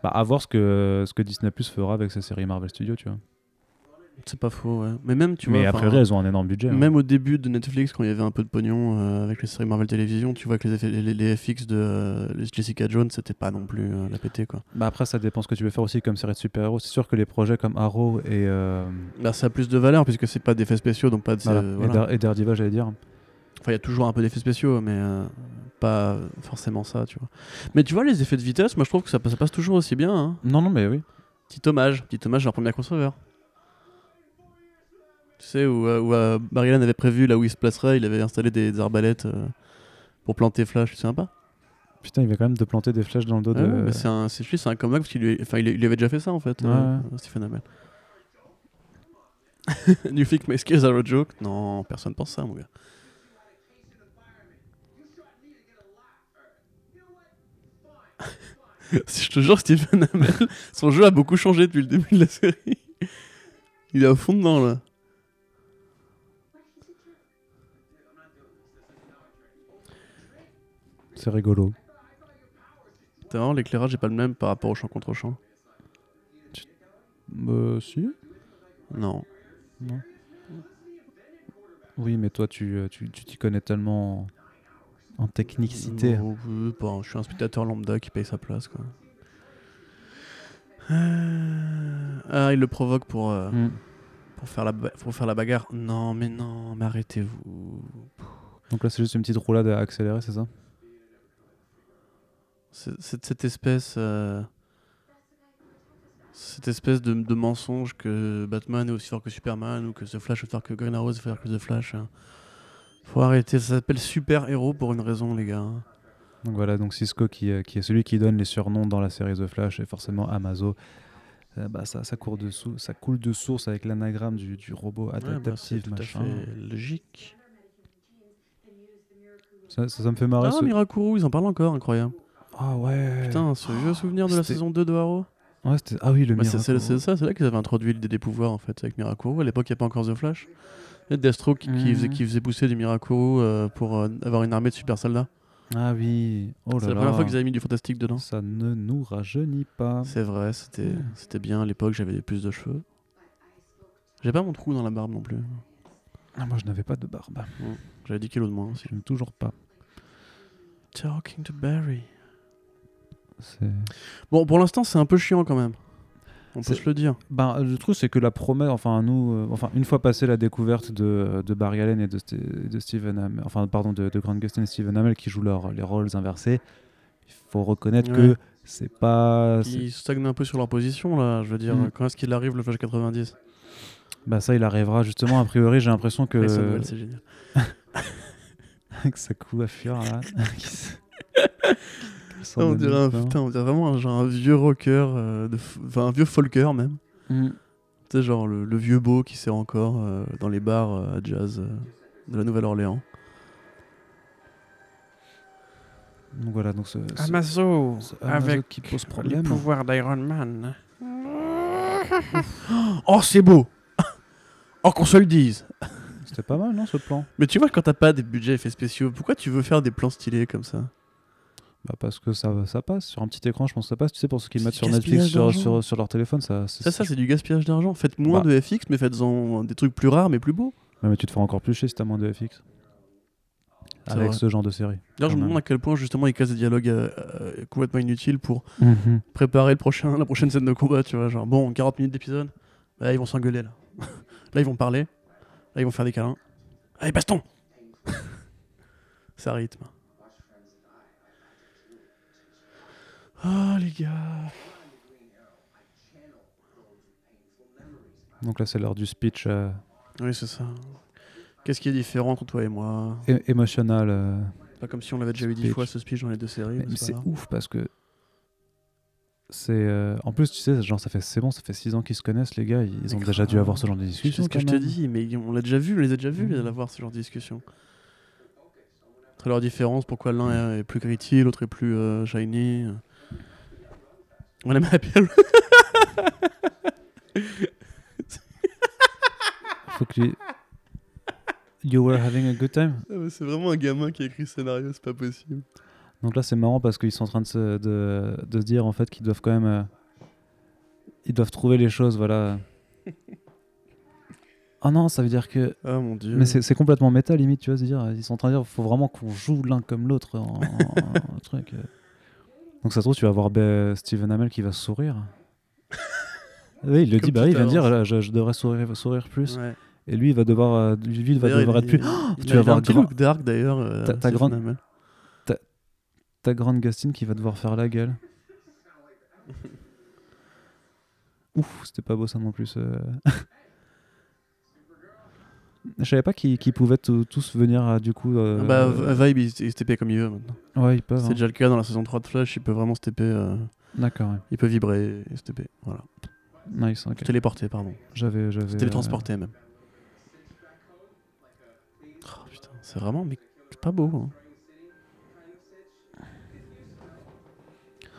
Speaker 1: Bah, à voir ce que, ce que Disney Plus fera avec sa série Marvel Studios, tu vois.
Speaker 2: C'est pas faux, ouais. Mais même, tu
Speaker 1: Mais
Speaker 2: vois,
Speaker 1: a
Speaker 2: enfin,
Speaker 1: priori, elles ont un énorme budget. hein.
Speaker 2: même au début de Netflix, quand il y avait un peu de pognon euh, avec les séries Marvel Télévision, tu vois que les, effets- les, les FX de euh, les Jessica Jones, c'était pas non plus euh, la pété, quoi.
Speaker 1: Bah, après, ça dépend ce que tu veux faire aussi comme série de super-héros. C'est sûr que les projets comme Arrow et, euh,
Speaker 2: Là, Bah, ça a plus de valeur puisque c'est pas d'effets spéciaux, donc pas de.
Speaker 1: voilà,
Speaker 2: euh,
Speaker 1: et bah-
Speaker 2: voilà.
Speaker 1: Dare- et Daredevil, j'allais dire.
Speaker 2: Enfin, il y a toujours un peu d'effets spéciaux, mais euh, pas forcément ça, tu vois. Mais tu vois, les effets de vitesse, moi, je trouve que ça, ça passe toujours aussi bien. hein.
Speaker 1: Non, non, mais oui.
Speaker 2: Petit hommage, petit hommage à leur premier crossover. Tu sais, où, euh, où, euh, Barry Allen avait prévu là où il se placerait, il avait installé des, des arbalètes euh, pour planter Flash, c'est sympa.
Speaker 1: Putain, il va quand même de planter des flèches dans le dos
Speaker 2: Ah Ouais,
Speaker 1: de.
Speaker 2: mais c'est un, c'est juste, c'est un comeback parce qu'il lui- enfin, il, il avait déjà fait ça en fait, euh, Stephen Amell. Do you think my skills are a joke Non, personne pense ça, mon gars. je te jure, Stephen Amell, son jeu a beaucoup changé depuis le début de la série. Il est à fond dedans là.
Speaker 1: C'est rigolo.
Speaker 2: T'as vraiment l'éclairage est pas le même par rapport au champ contre champ.
Speaker 1: Euh, si.
Speaker 2: Non.
Speaker 1: Oui, mais toi, tu euh, tu- tu t'y connais tellement en, en technicité.
Speaker 2: Non, euh, pas, je suis un spectateur lambda qui paye sa place. Quoi. Ah, il le provoque pour, euh,
Speaker 1: Mm.
Speaker 2: pour, faire la ba- pour faire la bagarre. Non, mais non, mais arrêtez-vous.
Speaker 1: Donc là, c'est juste une petite roulade à accélérer, c'est ça
Speaker 2: C'est- c'est- Cette espèce. euh, cette espèce de, de mensonge que Batman est aussi fort que Superman ou que The Flash est fort que Green Arrow est fort que The Flash. hein. Faut arrêter, ça s'appelle super-héros pour une raison, les gars. hein.
Speaker 1: Donc voilà, donc Cisco qui, euh, qui est celui qui donne les surnoms dans la série The Flash et forcément Amazo. Euh, bah ça, ça, court de sou- ça coule de source avec l'anagramme du, du robot
Speaker 2: Ouais, bah, c'est
Speaker 1: adaptatif,
Speaker 2: tout à
Speaker 1: machin.
Speaker 2: fait logique.
Speaker 1: Ça, ça- ça me fait marrer.
Speaker 2: Ah,
Speaker 1: ce-
Speaker 2: Mirakuru, ils en parlent encore, incroyable.
Speaker 1: Ah ouais.
Speaker 2: Putain, ce vieux souvenir de la
Speaker 1: c'était-
Speaker 2: saison 2 de Haro.
Speaker 1: Ouais, c'était- ah oui, le
Speaker 2: Bah, c'est c'est-
Speaker 1: miracle.
Speaker 2: c'est ça, c'est là qu'ils avaient introduit l'idée des pouvoirs en fait, avec Mirakuru. À l'époque, il n'y a pas encore The Flash. Et Deathstroke qui- qui,
Speaker 1: Mhm.
Speaker 2: faisait, qui faisait pousser du Mirakuru euh, pour euh, avoir une armée de super soldats.
Speaker 1: Ah oui. Oh
Speaker 2: c'est
Speaker 1: là
Speaker 2: la première
Speaker 1: là.
Speaker 2: fois qu'ils avaient mis du fantastique dedans.
Speaker 1: Ça ne nous rajeunit pas.
Speaker 2: C'est vrai, c'était
Speaker 1: Mhm.
Speaker 2: c'était bien. À l'époque, j'avais plus de cheveux. J'ai pas mon trou dans la barbe non plus.
Speaker 1: Ah, moi, je n'avais pas de barbe.
Speaker 2: J'avais 10 kilos de moins aussi.
Speaker 1: Je n'ai toujours pas.
Speaker 2: Talking to Barry.
Speaker 1: C'est...
Speaker 2: Bon, pour l'instant, c'est un peu chiant quand même. On peut
Speaker 1: C'est-
Speaker 2: se le dire.
Speaker 1: Ben, le truc, c'est que la promesse, enfin, nous, euh, enfin, une fois passé la découverte de, de Barry Allen et de, Ste- de Steven Ham- enfin, pardon, de, de Grant Gustin et Steven Amell qui jouent leurs les rôles inversés, il faut reconnaître
Speaker 2: Ouais.
Speaker 1: que c'est pas. Ah, c'est-
Speaker 2: Ils stagnent un peu sur leur position là. Je veux dire,
Speaker 1: Mhm.
Speaker 2: quand est-ce qu'il arrive le Flash 90
Speaker 1: Bah ça, il arrivera justement. A priori, j'ai l'impression que,
Speaker 2: Ouais, ça, Noël, Eh, c'est génial.
Speaker 1: que ça coule à fuir. Là. Qui se- Quelle sorte
Speaker 2: on,
Speaker 1: de
Speaker 2: dirait un,
Speaker 1: mec, hein.
Speaker 2: putain, on dirait vraiment un, genre, un vieux rocker, euh, de f- enfin un vieux folker même.
Speaker 1: Mm.
Speaker 2: Tu sais, genre le, le vieux beau qui sert encore euh, dans les bars euh, à jazz euh, de la Nouvelle-Orléans.
Speaker 1: Donc voilà, donc ce,
Speaker 2: Ah,
Speaker 1: ce-
Speaker 3: Amazo,
Speaker 1: ce Amazo
Speaker 3: Ah, avec
Speaker 1: qui pose
Speaker 3: les
Speaker 1: problème.
Speaker 2: hein.
Speaker 3: pouvoirs d'Iron Man.
Speaker 2: Oh, c'est beau Oh, qu'on se le dise
Speaker 1: C'était pas mal, non, ce plan
Speaker 2: Mais tu vois, quand t'as pas des budgets effets spéciaux, pourquoi tu veux faire des plans stylés comme ça
Speaker 1: bah Parce que ça, ça passe. Sur un petit écran, je pense que ça passe. Tu sais, pour ceux qui le
Speaker 2: C'est
Speaker 1: mettent
Speaker 2: du
Speaker 1: sur Netflix,
Speaker 2: gaspillage
Speaker 1: sur,
Speaker 2: d'argent.
Speaker 1: sur, sur leur téléphone, ça, c'est-
Speaker 2: Ça, ça, c'est du gaspillage d'argent. Faites moins
Speaker 1: Bah.
Speaker 2: de FX, mais faites-en des trucs plus rares, mais plus beaux.
Speaker 1: Ouais, mais tu te feras encore plus chier si t'as moins de FX.
Speaker 2: C'est
Speaker 1: Avec
Speaker 2: vrai.
Speaker 1: ce genre de série.
Speaker 2: D'ailleurs, je
Speaker 1: Quand
Speaker 2: me
Speaker 1: même.
Speaker 2: demande à quel point, justement, ils cassent des dialogues euh, euh, complètement inutiles pour préparer le prochain, la prochaine scène de combat, tu vois. Genre, bon, 40 minutes d'épisode, bah, ils vont s'engueuler, là. là, ils vont parler. Là, ils vont faire des câlins. Allez, baston Ça rythme. Oh, les gars
Speaker 1: Donc là, c'est l'heure du speech euh,
Speaker 2: Oui, c'est ça. Qu'est-ce qui est différent entre toi et moi
Speaker 1: é- émotionnel. euh.
Speaker 2: Pas comme si on l'avait déjà eu dix
Speaker 1: Speech.
Speaker 2: fois, ce speech, dans les deux séries.
Speaker 1: Mais
Speaker 2: mais c'est
Speaker 1: c'est
Speaker 2: pas grave.
Speaker 1: ouf parce que. C'est euh, en plus tu sais genre ça fait c'est bon ça fait 6 ans qu'ils se connaissent les gars ils
Speaker 2: Mais
Speaker 1: ont
Speaker 2: grave.
Speaker 1: déjà dû avoir ce genre de
Speaker 2: C'est
Speaker 1: discussion
Speaker 2: ce que je
Speaker 1: quand
Speaker 2: te
Speaker 1: même.
Speaker 2: dis, mais on l'a déjà vu, on les a déjà vus,
Speaker 1: Mhm.
Speaker 2: les avoir ce genre de discussion. Entre leurs différences, pourquoi l'un est plus gritty, l'autre est plus euh, shiny. On aime Happy Hour.
Speaker 1: faut que tu- you were having a good time
Speaker 2: Ah, mais C'est vraiment un gamin qui a écrit ce scénario, c'est pas possible.
Speaker 1: donc là c'est marrant parce qu'ils sont en train de se, de, de se dire en fait qu'ils doivent quand même euh, ils doivent trouver les choses voilà oh non ça veut dire que
Speaker 2: Ah mon dieu.
Speaker 1: Mais c'est c'est complètement méta limite, tu vois, se dire, ils sont en train de dire, faut vraiment qu'on joue l'un comme l'autre en, en- en truc. euh. Donc ça se trouve, tu vas voir ben, Steven Amell qui va sourire. oui, il le
Speaker 2: Comme
Speaker 1: dit, bah
Speaker 2: tu
Speaker 1: oui, il vient de dire,
Speaker 2: t'avances.
Speaker 1: là, je, je devrais sourire, sourire plus.
Speaker 2: Ouais.
Speaker 1: Et lui, il va devoir, euh, lui, lui, il va
Speaker 2: D'ailleurs,
Speaker 1: devoir
Speaker 2: il-
Speaker 1: être plus.
Speaker 2: il-
Speaker 1: tu
Speaker 2: il
Speaker 1: vas
Speaker 2: a
Speaker 1: voir
Speaker 2: un petit
Speaker 1: grand-
Speaker 2: look dark d'ailleurs. euh,
Speaker 1: Ta- ta
Speaker 2: Stephen
Speaker 1: grande-
Speaker 2: Amell.
Speaker 1: Ta grande Gastine qui va devoir faire la gueule. Ouf, c'était pas beau ça non plus. euh. Je savais pas qu'ils qu'ils pouvaient tou- tous venir euh, du coup. euh,
Speaker 2: Bah, v- Vibe, il, s- il se TP comme il veut maintenant.
Speaker 1: ouais, ils peuvent.
Speaker 2: C'est
Speaker 1: hein.
Speaker 2: déjà le cas dans la saison 3 de Flash, il peut vraiment se TP. euh,
Speaker 1: D'accord, ouais.
Speaker 2: il peut vibrer et se TP. Voilà.
Speaker 1: nice. ok.
Speaker 2: Téléporter, pardon.
Speaker 1: J'avais, j'avais. euh,
Speaker 2: Se télétransporter même. Oh, putain, c'est vraiment mais c'est pas beau. hein.
Speaker 1: euh,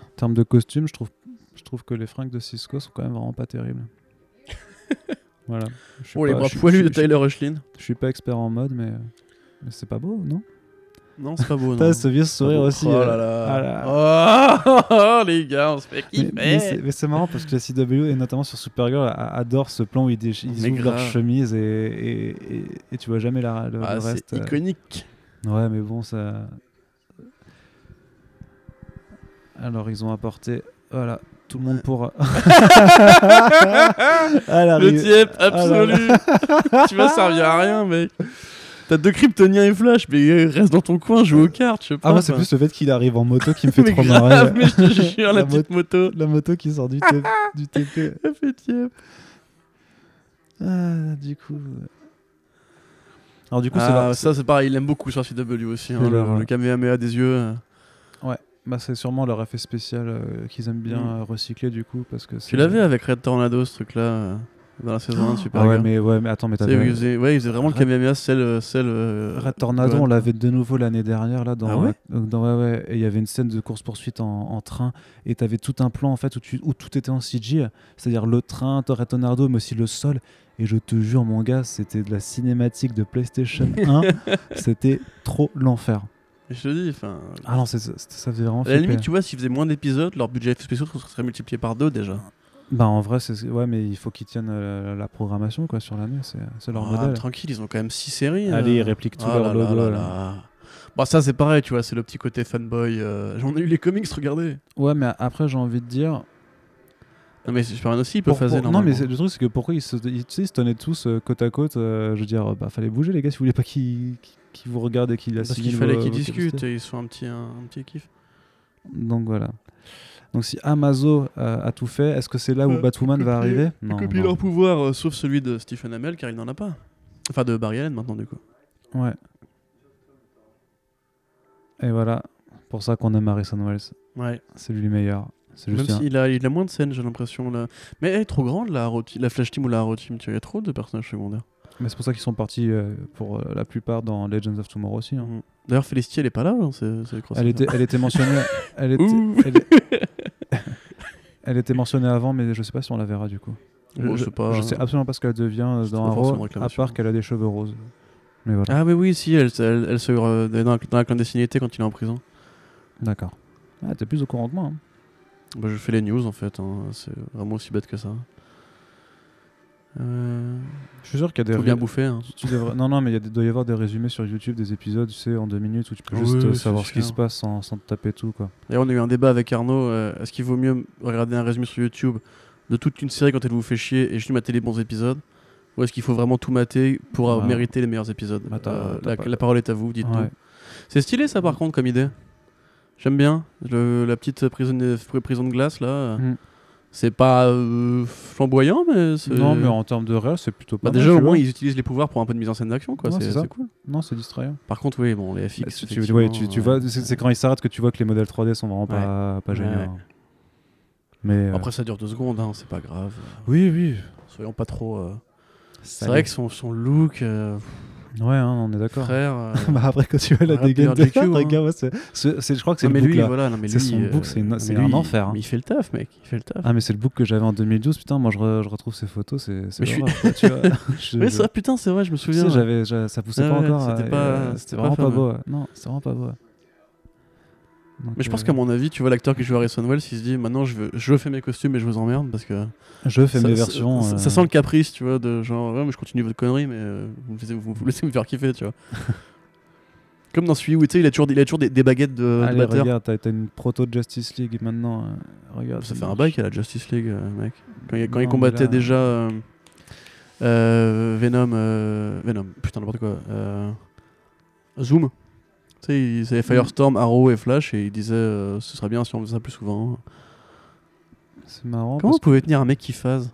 Speaker 1: en termes de costume, je trouve, je trouve que les fringues de Cisco sont quand même vraiment pas terribles. voilà. Je suis
Speaker 2: Oh les
Speaker 1: pas-
Speaker 2: bras
Speaker 1: je suis-
Speaker 2: poilus
Speaker 1: je
Speaker 2: de
Speaker 1: suis-
Speaker 2: Tyler Rushlin.
Speaker 1: Je suis pas expert en mode, mais, mais c'est pas beau, non
Speaker 2: Non, c'est pas beau.
Speaker 1: Putain,
Speaker 2: non.
Speaker 1: ce vieux sourire
Speaker 2: Oh
Speaker 1: aussi. euh,
Speaker 2: là
Speaker 1: ah
Speaker 2: là. Oh, oh, les gars, on se fait
Speaker 1: Mais,
Speaker 2: kiffer.
Speaker 1: mais c'est, mais c'est marrant parce que la CW et notamment sur Supergirl a- adore ce plan où ils, déch- ils
Speaker 2: Mais
Speaker 1: ouvrent leur
Speaker 2: grave.
Speaker 1: chemise et, et, et- et tu vois jamais la, le,
Speaker 2: Ah,
Speaker 1: le reste.
Speaker 2: c'est
Speaker 1: euh.
Speaker 2: iconique.
Speaker 1: Ouais, mais bon, ça. Alors, ils ont apporté. Voilà, tout le monde pourra. Ah, à
Speaker 2: Le
Speaker 1: l'arrivée.
Speaker 2: tiep
Speaker 1: Ah, là
Speaker 2: absolu. tu vas servir à rien, mec. T'as deux Kryptoniens et Flash, mais euh, reste dans ton coin, joue aux cartes, je sais pas.
Speaker 1: Ah, moi, c'est
Speaker 2: enfin.
Speaker 1: plus le fait qu'il arrive en moto qui me fait
Speaker 2: mais
Speaker 1: trop
Speaker 2: grave,
Speaker 1: marrer. euh,
Speaker 2: mais je te jure, la,
Speaker 1: La
Speaker 2: petite moto.
Speaker 1: La moto qui sort du, T- du TP.
Speaker 2: Elle fait tiep.
Speaker 1: Ah, du coup. euh. Alors, du coup, c'est,
Speaker 2: Ah,
Speaker 1: leur-
Speaker 2: ça, c'est pareil, il l'aime beaucoup sur CW aussi. hein,
Speaker 1: C'est
Speaker 2: le,
Speaker 1: leur-
Speaker 2: le Kamehameha des yeux. euh.
Speaker 1: bah, c'est sûrement leur effet spécial euh, qu'ils aiment bien
Speaker 2: Mm.
Speaker 1: euh, recycler, du coup. Parce que
Speaker 2: Tu hein, l'avais avec Red Tornado, ce truc-là, euh, dans la saison 1 de
Speaker 1: ah
Speaker 2: Supergirl.
Speaker 1: ouais mais, ouais, mais attends, mais hein.
Speaker 2: Tu sais, où
Speaker 1: t'avais.
Speaker 2: il faisait, ouais, il faisait vraiment
Speaker 1: Red-
Speaker 2: le Kamehameha, celle. euh, celle euh,
Speaker 1: Red Tornado,
Speaker 2: Gohan.
Speaker 1: on l'avait de nouveau l'année dernière là dans,
Speaker 2: Ah ouais
Speaker 1: euh, dans- ouais, ouais. Et il y avait une scène de course poursuite en, en train et t'avais tout un plan en fait où, tu- où tout était en CG, c'est-à-dire le train, Red Tornado, mais aussi le sol. Et je te jure mon gars, c'était de la cinématique de PlayStation 1, c'était trop l'enfer.
Speaker 2: Et Je te dis, enfin.
Speaker 1: Ah non, c'est- c'est- ça faisait vraiment
Speaker 2: À la
Speaker 1: flipper.
Speaker 2: limite, tu vois, s'ils faisaient moins d'épisodes, leur budget effets spéciaux serait multiplié par deux déjà.
Speaker 1: Bah en vrai, c'est ouais, mais il faut qu'ils tiennent euh, la programmation quoi sur l'année, c'est c'est leur
Speaker 2: Ah,
Speaker 1: modèle.
Speaker 2: Tranquille, ils ont quand même six séries.
Speaker 1: Allez, ils
Speaker 2: euh.
Speaker 1: répliquent tout
Speaker 2: Ah
Speaker 1: leur
Speaker 2: là
Speaker 1: logo.
Speaker 2: là là
Speaker 1: là.
Speaker 2: là. Bon, ça, c'est pareil, tu vois, c'est le petit côté fanboy. euh, J'en ai eu les comics, regardez.
Speaker 1: Ouais, mais après j'ai envie de dire,
Speaker 2: Non, mais Superman aussi, ils peuvent
Speaker 1: Pour- pour-
Speaker 2: phaser.
Speaker 1: non, mais
Speaker 2: normalement.
Speaker 1: c'est- le truc, c'est que pourquoi ils se, ils- tu sais, ils se tenaient tous euh, côte à côte euh, Je veux dire, euh, bah, fallait bouger, les gars, si vous voulez pas qu'ils qu'ils- qu'ils vous regardent et qu'ils
Speaker 2: Parce
Speaker 1: assimilent
Speaker 2: qu'il fallait
Speaker 1: vos-
Speaker 2: qu'ils
Speaker 1: vos capacités.
Speaker 2: discutent et ils se font un petit, un, un petit kiff.
Speaker 1: Donc voilà. Donc si Amazo euh, a tout fait, est-ce que c'est là où
Speaker 2: Ouais,
Speaker 1: Batwoman va
Speaker 2: copier-
Speaker 1: arriver
Speaker 2: Ils
Speaker 1: Non,
Speaker 2: copient
Speaker 1: non.
Speaker 2: leur pouvoir, euh, sauf celui de Stephen Amell, car il n'en a pas. Enfin, de Barry Allen maintenant, du coup.
Speaker 1: Ouais. Et voilà, pour ça qu'on aime Harrison Wells.
Speaker 2: Ouais.
Speaker 1: C'est lui le meilleur. C'est
Speaker 2: Même
Speaker 1: juste un-
Speaker 2: s'il a, il a moins de scènes, j'ai l'impression. Là. Mais elle est trop grande, la, Haro- la Flash Team ou la Haro Team. Tu vois, il y a trop de personnages secondaires.
Speaker 1: Mais c'est pour ça qu'ils sont partis euh, pour euh, la plupart dans Legends of Tomorrow aussi. hein.
Speaker 2: Mhm. D'ailleurs, Felicity, elle est pas là. hein, c'est, c'est le crossover.
Speaker 1: Elle, était, elle était mentionnée. elle, était,
Speaker 2: Ouh.
Speaker 1: elle, est- elle était mentionnée avant, mais je sais pas si on la verra du coup.
Speaker 2: Bon,
Speaker 1: je,
Speaker 2: c'est pas- hein.
Speaker 1: je sais absolument pas ce qu'elle devient euh,
Speaker 2: C'est
Speaker 1: dans
Speaker 2: pas forcément
Speaker 1: Arrow,
Speaker 2: une
Speaker 1: à
Speaker 2: réclamation.
Speaker 1: part qu'elle a des cheveux roses. Mais voilà,
Speaker 2: Ah, oui, oui, si, elle, elle, elle se. re- dans, la, dans la clandestinité quand il est en prison.
Speaker 1: d'accord. Ah, t'es plus au courant de moi. hein.
Speaker 2: Bah, je fais les news en fait. hein, C'est vraiment aussi bête que ça. Euh...
Speaker 1: Je suis sûr qu'il y a
Speaker 2: Faut
Speaker 1: des.
Speaker 2: bien
Speaker 1: ré-
Speaker 2: bouffer. hein.
Speaker 1: tu devrais- Non, non, mais il y a des- doit y avoir des résumés sur YouTube des épisodes, tu sais, en deux minutes où tu peux
Speaker 2: Oui,
Speaker 1: juste euh,
Speaker 2: oui, Ah c'est
Speaker 1: savoir ce qui
Speaker 2: sûr.
Speaker 1: se passe sans, sans te taper tout, quoi.
Speaker 2: D'ailleurs, on a eu un débat avec Arnaud. euh, Est-ce qu'il vaut mieux regarder un résumé sur YouTube de toute une série quand elle vous fait chier et juste mater les bons épisodes Ou est-ce qu'il faut vraiment tout mater pour euh,
Speaker 1: Ouais.
Speaker 2: mériter les meilleurs épisodes
Speaker 1: Bah, t'as-
Speaker 2: Euh,
Speaker 1: t'as
Speaker 2: la,
Speaker 1: pas-
Speaker 2: la parole est à vous, dites-nous.
Speaker 1: Ouais.
Speaker 2: C'est stylé ça par contre comme idée. J'aime bien. Le- la petite prison de, pr- prison de glace là. euh,
Speaker 1: Mm.
Speaker 2: C'est pas euh, flamboyant, mais c'est.
Speaker 1: Non, mais en termes de réel, c'est plutôt pas
Speaker 2: Bah,
Speaker 1: mal,
Speaker 2: déjà, au
Speaker 1: tu vois.
Speaker 2: moins, ils utilisent les pouvoirs pour un peu de mise en scène d'action, quoi.
Speaker 1: Ouais,
Speaker 2: c'est
Speaker 1: c'est ça.
Speaker 2: c'est cool.
Speaker 1: Non, c'est distrayant.
Speaker 2: Par contre, oui, bon, les FX.
Speaker 1: Bah, tu- tu-
Speaker 2: effectivement,
Speaker 1: ouais, tu- tu
Speaker 2: euh,
Speaker 1: vois, c'est c'est quand ils s'arrêtent que tu vois que les modèles 3D sont vraiment pas, pas
Speaker 2: Ouais,
Speaker 1: géniaux.
Speaker 2: ouais.
Speaker 1: hein. Mais euh,
Speaker 2: Après, ça dure deux secondes, hein, c'est pas grave.
Speaker 1: oui, oui.
Speaker 2: Soyons pas trop. euh, C'est
Speaker 1: Allez.
Speaker 2: vrai que son, son look, euh,
Speaker 1: Ouais, hein, on est d'accord.
Speaker 2: frère. euh,
Speaker 1: Bah, après quand tu vois la
Speaker 2: Ouais,
Speaker 1: dégaine de
Speaker 2: BRDQ, hein.
Speaker 1: Regarde, ouais, c'est- c'est- c'est- je crois que c'est
Speaker 2: non,
Speaker 1: le
Speaker 2: mais
Speaker 1: book
Speaker 2: lui,
Speaker 1: là.
Speaker 2: voilà, non, mais
Speaker 1: C'est
Speaker 2: lui,
Speaker 1: son
Speaker 2: euh,
Speaker 1: book, c'est une-
Speaker 2: non,
Speaker 1: c'est
Speaker 2: mais
Speaker 1: un
Speaker 2: lui,
Speaker 1: enfer, hein.
Speaker 2: mais il fait le taf, mec. Il fait le taf.
Speaker 1: Ah mais c'est le book que j'avais en 2012. Putain, moi je, re- je retrouve ces photos, c'est c'est
Speaker 2: Mais je suis-
Speaker 1: l'horreur, quoi, tu vois. Je-
Speaker 2: mais
Speaker 1: je-
Speaker 2: ça, putain, c'est vrai, je me
Speaker 1: tu sais,
Speaker 2: souviens.
Speaker 1: j'avais- j'a- ça poussait
Speaker 2: Ah
Speaker 1: pas
Speaker 2: ouais,
Speaker 1: encore.
Speaker 2: c'était
Speaker 1: euh,
Speaker 2: pas-
Speaker 1: euh,
Speaker 2: c'était
Speaker 1: c'était
Speaker 2: pas
Speaker 1: vraiment pas
Speaker 2: fameux.
Speaker 1: beau. ouais. Non, c'est vraiment pas beau. ouais. Donc,
Speaker 2: mais je pense
Speaker 1: euh,
Speaker 2: qu'à mon avis, tu vois, l'acteur qui joue Harrison Wells, il se dit maintenant, je, veux, je fais mes costumes et je vous emmerde parce que.
Speaker 1: je fais
Speaker 2: ça-
Speaker 1: mes
Speaker 2: ça-
Speaker 1: versions.
Speaker 2: Ça,
Speaker 1: euh,
Speaker 2: ça sent le caprice, tu vois, de genre, ouais, mais je continue votre connerie, mais euh, vous, me laissez, vous- vous laissez me faire kiffer, tu vois. Comme dans celui où, tu sais, il a toujours, des- il a toujours des, des baguettes de, de
Speaker 1: Allez,
Speaker 2: batteur.
Speaker 1: regarde, t'as t'as une proto de Justice League maintenant. euh, regarde.
Speaker 2: Ça fait un bail qu'à la Justice League, euh, mec. Quand, il- quand il
Speaker 1: Non, mais
Speaker 2: combattait
Speaker 1: là-
Speaker 2: déjà euh, euh, Venom, euh, Venom, putain n'importe quoi, euh, Zoom. Tu sais, il
Speaker 1: Mm.
Speaker 2: faisait Firestorm, Arrow et Flash et il disait euh, ce serait bien si on faisait ça plus souvent.
Speaker 1: C'est marrant.
Speaker 2: Comment on pouvait tenir un mec qui phase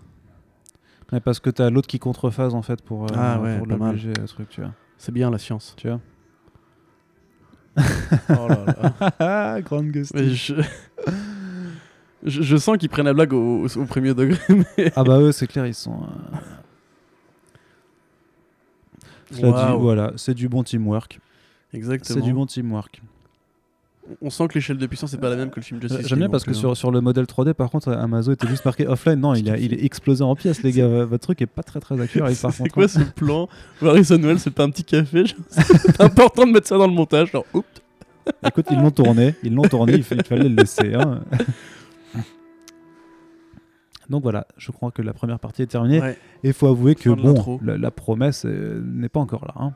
Speaker 1: Ouais, parce que t'as l'autre qui contrephase en fait pour, euh,
Speaker 2: Ah ouais,
Speaker 1: pour
Speaker 2: pas mal.
Speaker 1: l'obliger à ce truc, tu vois.
Speaker 2: C'est bien la science.
Speaker 1: Tu vois
Speaker 2: Oh là là.
Speaker 1: Ah, grande
Speaker 2: Mais je... je, je sens qu'ils prennent la blague au, au- au premier degré. mais-
Speaker 1: Ah bah eux, c'est clair, ils sont. euh, cela dit,
Speaker 2: Waouh.
Speaker 1: voilà, c'est du bon teamwork.
Speaker 2: Exactement.
Speaker 1: C'est du bon teamwork.
Speaker 2: On sent que l'échelle de puissance n'est pas la même que le film Justice League.
Speaker 1: Euh, J'aime bien
Speaker 2: non
Speaker 1: parce que
Speaker 2: plus, hein.
Speaker 1: sur, sur le modèle 3D, par contre, Amazon était juste marqué offline. Non, il, a, il est explosé en pièces, les gars. Votre truc est pas très très accurate par
Speaker 2: C'est
Speaker 1: contre. hein.
Speaker 2: quoi ce plan Où Harrison Wells se fait un petit café. genre, C'est important de mettre ça dans le montage. Genre, oups.
Speaker 1: Écoute, ils l'ont tourné, ils l'ont tourné, il, fa- il fallait le laisser. hein. Donc voilà, je crois que la première partie est terminée.
Speaker 2: Ouais.
Speaker 1: Et il faut avouer que
Speaker 2: Fin de
Speaker 1: bon,
Speaker 2: l'intro.
Speaker 1: la, la promesse euh, n'est pas encore là. hein.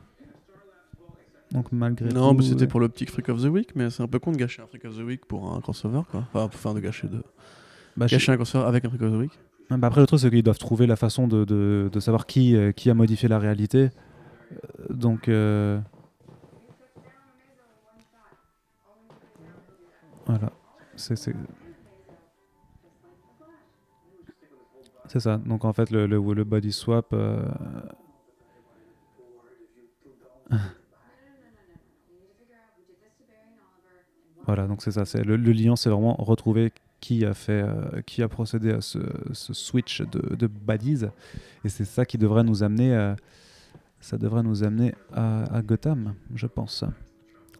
Speaker 1: Donc malgré
Speaker 2: Non,
Speaker 1: tout, euh,
Speaker 2: mais c'était
Speaker 1: ouais.
Speaker 2: pour le petit Freak of the Week, mais c'est un peu con de gâcher un Freak of the Week pour un crossover, quoi. Enfin, pour- enfin, de gâcher de
Speaker 1: Bah, je-
Speaker 2: gâcher un crossover avec un Freak of the Week.
Speaker 1: Ah, bah, après le truc c'est qu'ils doivent trouver la façon de, de- de savoir qui euh, qui a modifié la réalité. Euh, Donc euh, voilà, c'est c'est c'est ça. Donc en fait le, le, le body swap. euh, Voilà, donc c'est ça. C'est le, le lien, c'est vraiment retrouver qui a fait, euh, qui a procédé à ce, ce switch de, de baddies, et c'est ça qui devrait nous amener, euh, ça devrait nous amener à, à Gotham, je pense.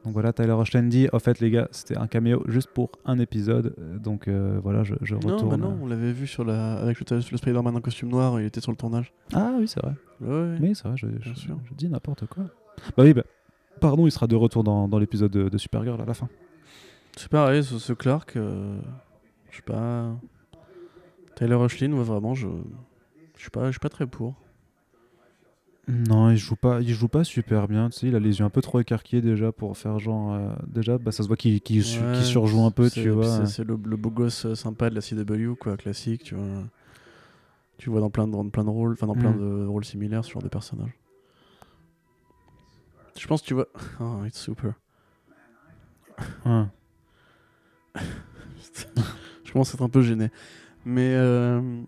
Speaker 1: Donc voilà, Tyler Hoechlin dit, en fait les gars, c'était un caméo juste pour un épisode, euh, donc euh, voilà, je, je retourne.
Speaker 2: Non, mais non, on l'avait vu sur la... avec le, le Spider-Man en costume noir, il était sur le tournage.
Speaker 1: Ah oui, c'est vrai.
Speaker 2: Ouais, ouais.
Speaker 1: Mais c'est vrai, je, je-
Speaker 2: Bien sûr.
Speaker 1: je dis n'importe quoi. Bah oui, bah, pardon, il sera de retour dans, dans l'épisode de, de Supergirl à la fin.
Speaker 2: C'est pareil, ce, ce Clark, euh, je sais pas. Tyler Rushlin, ouais, vraiment, je. Je suis pas, je suis pas très pour.
Speaker 1: Non, il joue pas, il joue pas super bien. Tu sais, il a les yeux un peu trop écarquillés déjà pour faire genre. euh, déjà, bah, ça se voit qu'il qu'il su-
Speaker 2: Ouais,
Speaker 1: qu'il surjoue un peu,
Speaker 2: c'est-
Speaker 1: tu vois.
Speaker 2: C'est c'est le, le beau gosse euh, sympa de la CW, quoi, classique, tu vois. Tu le vois dans plein de, dans plein de rôles, enfin dans plein
Speaker 1: Mm.
Speaker 2: de rôles similaires, ce genre de personnage. Je pense que tu vois. Oh, it's super.
Speaker 1: Ouais.
Speaker 2: je pense être un peu gêné. Mais euh,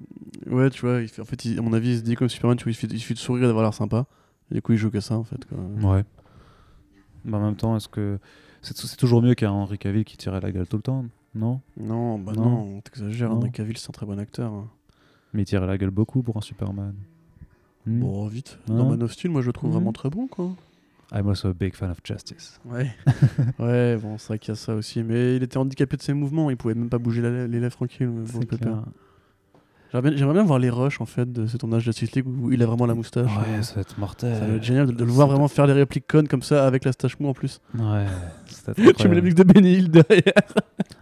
Speaker 2: ouais, tu vois, il fait, en fait, il- à mon avis, il se dit comme Superman, tu vois, il suffit, il suffit de sourire et d'avoir l'air sympa. Et du coup, il joue que ça, en fait. quoi.
Speaker 1: Ouais. Bah, en même temps, est-ce que. C'est c'est toujours mieux qu'un Henry Cavill qui tirait la gueule tout le temps, non
Speaker 2: Non, bah
Speaker 1: Non.
Speaker 2: non, t'exagères.
Speaker 1: Non.
Speaker 2: Henry Cavill, c'est un très bon acteur. hein.
Speaker 1: Mais il tirait la gueule beaucoup pour un Superman. Hmm.
Speaker 2: Bon, vite.
Speaker 1: Ouais.
Speaker 2: Dans Man of Steel, moi, je le trouve
Speaker 1: Mhm.
Speaker 2: vraiment très bon, quoi.
Speaker 1: I'm also a big fan of justice.
Speaker 2: Ouais. ouais, bon, c'est vrai qu'il y a ça aussi. Mais il était handicapé de ses mouvements, il pouvait même pas bouger la- les lèvres tranquilles. euh, pour
Speaker 1: C'est
Speaker 2: le pépère.
Speaker 1: clair.
Speaker 2: J'aimerais bien, j'aimerais bien voir les rushs, en fait, de ce tournage de Justice League où il a vraiment la moustache. Euh,
Speaker 1: Ouais, ça va être mortel.
Speaker 2: Ça va être génial de, de le voir
Speaker 1: c'est-
Speaker 2: vraiment faire des répliques connes comme ça avec la stache mou en plus.
Speaker 1: Ouais, ça va être
Speaker 2: Tu
Speaker 1: incroyable.
Speaker 2: mets les répliques de Benny Hill derrière.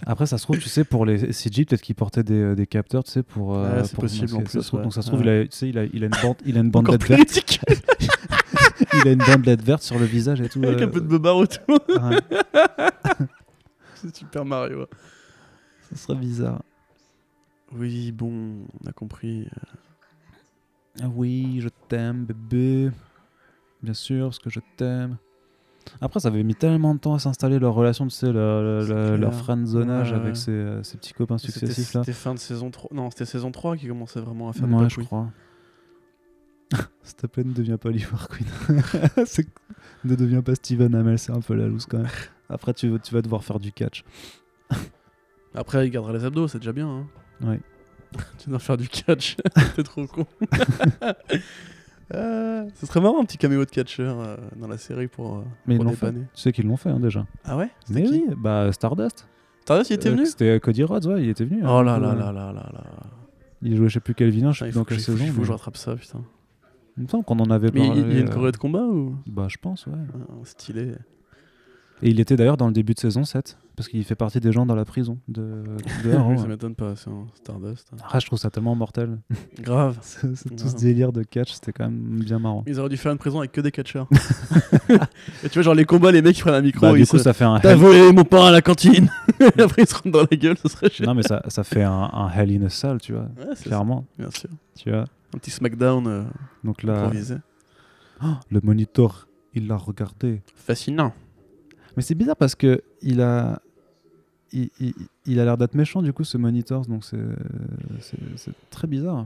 Speaker 1: Après, ça se trouve, tu sais, pour les CG, peut-être qu'ils portaient des, euh, des capteurs, tu sais, pour. euh,
Speaker 2: Ouais, c'est
Speaker 1: pour
Speaker 2: possible,
Speaker 1: masquer.
Speaker 2: en
Speaker 1: Ça
Speaker 2: plus,
Speaker 1: se trouve-
Speaker 2: ouais.
Speaker 1: Donc, ça se trouve,
Speaker 2: Ouais.
Speaker 1: il, a, tu sais, il, a, il a une bande, il a une bande
Speaker 2: Encore
Speaker 1: LED
Speaker 2: plus
Speaker 1: verte.
Speaker 2: éthique
Speaker 1: Il a une bandelette verte sur le visage et tout.
Speaker 2: avec
Speaker 1: euh,
Speaker 2: un peu de bobard autour.
Speaker 1: ouais,
Speaker 2: C'est Super Mario. ouais.
Speaker 1: ça serait bizarre.
Speaker 2: Oui, bon, on a compris. Euh,
Speaker 1: Ah Oui, je t'aime, bébé. Bien sûr, parce que je t'aime. Après, ça avait mis tellement de temps à s'installer leur relation, tu sais, leur, leur-
Speaker 2: C'est
Speaker 1: leur, leur
Speaker 2: clair.
Speaker 1: friendzonage
Speaker 2: Ouais, ouais.
Speaker 1: avec ces, euh, ces petits copains
Speaker 2: C'était
Speaker 1: successifs là.
Speaker 2: c'était fin de saison 3. Non, c'était saison 3 qui commençait vraiment à faire
Speaker 1: Moi,
Speaker 2: des
Speaker 1: je
Speaker 2: papouilles.
Speaker 1: crois. S'il te plaît, ne deviens pas Oliver Queen. C'est- ne deviens pas Steven Hamel, c'est un peu la loose quand même. Après, tu, vas- tu vas devoir faire du catch.
Speaker 2: Après, il gardera les abdos, c'est déjà bien. Hein.
Speaker 1: Ouais.
Speaker 2: tu viens de faire du catch. T'es trop con. Euh, ce serait marrant un petit caméo de catcheur euh, dans la série pour, euh,
Speaker 1: Mais ils
Speaker 2: pour
Speaker 1: l'ont fait.
Speaker 2: dépanner.
Speaker 1: Tu sais qu'ils l'ont fait hein, déjà.
Speaker 2: Ah ouais C'était
Speaker 1: Mais
Speaker 2: qui
Speaker 1: oui, bah Stardust.
Speaker 2: T'as il était
Speaker 1: Euh,
Speaker 2: venu
Speaker 1: C'était euh, Cody Rhodes, ouais, il était venu. hein,
Speaker 2: Oh là
Speaker 1: du coup,
Speaker 2: là
Speaker 1: euh,
Speaker 2: là là là là.
Speaker 1: Il jouait je sais plus quel vilain, je sais plus dans
Speaker 2: Putain, il faut que
Speaker 1: quelle
Speaker 2: je-
Speaker 1: saison.
Speaker 2: il faut que je
Speaker 1: mais
Speaker 2: rattrape ça, putain.
Speaker 1: Il me semble qu'on en avait
Speaker 2: Mais il
Speaker 1: parlé.
Speaker 2: il y a une
Speaker 1: euh,
Speaker 2: corée de combat ou
Speaker 1: Bah, je pense, ouais.
Speaker 2: Ah, Stylé.
Speaker 1: Et il était d'ailleurs dans le début de saison 7, parce qu'il fait partie des gens dans la prison de, de Arrow,
Speaker 2: Oui,
Speaker 1: hein.
Speaker 2: Ça m'étonne pas, c'est un Stardust. hein.
Speaker 1: Ah, je trouve ça tellement mortel.
Speaker 2: Grave.
Speaker 1: C'est c'est tout ce
Speaker 2: Ouais.
Speaker 1: délire de catch, c'était quand même bien marrant.
Speaker 2: Ils auraient dû faire une prison avec que des catcheurs. Et tu vois, genre les combats, les mecs ils prennent un micro.
Speaker 1: Bah,
Speaker 2: et
Speaker 1: du
Speaker 2: ils
Speaker 1: coup,
Speaker 2: se-
Speaker 1: ça fait un
Speaker 2: T'as
Speaker 1: hell...
Speaker 2: volé mon pain à la cantine Et Après, ils se rentrent dans la gueule, ce serait chiant.
Speaker 1: non mais ça, ça fait un, un hell in a cell, tu vois,
Speaker 2: Ouais, c'est ça,
Speaker 1: clairement,
Speaker 2: bien sûr.
Speaker 1: tu vois.
Speaker 2: Un petit SmackDown euh,
Speaker 1: Donc là, oh,
Speaker 2: improvisé.
Speaker 1: le monitor, il l'a regardé.
Speaker 2: Fascinant.
Speaker 1: Mais c'est bizarre parce que il a, il, il, il a l'air d'être méchant du coup ce monitor, donc c'est, c'est, c'est très bizarre.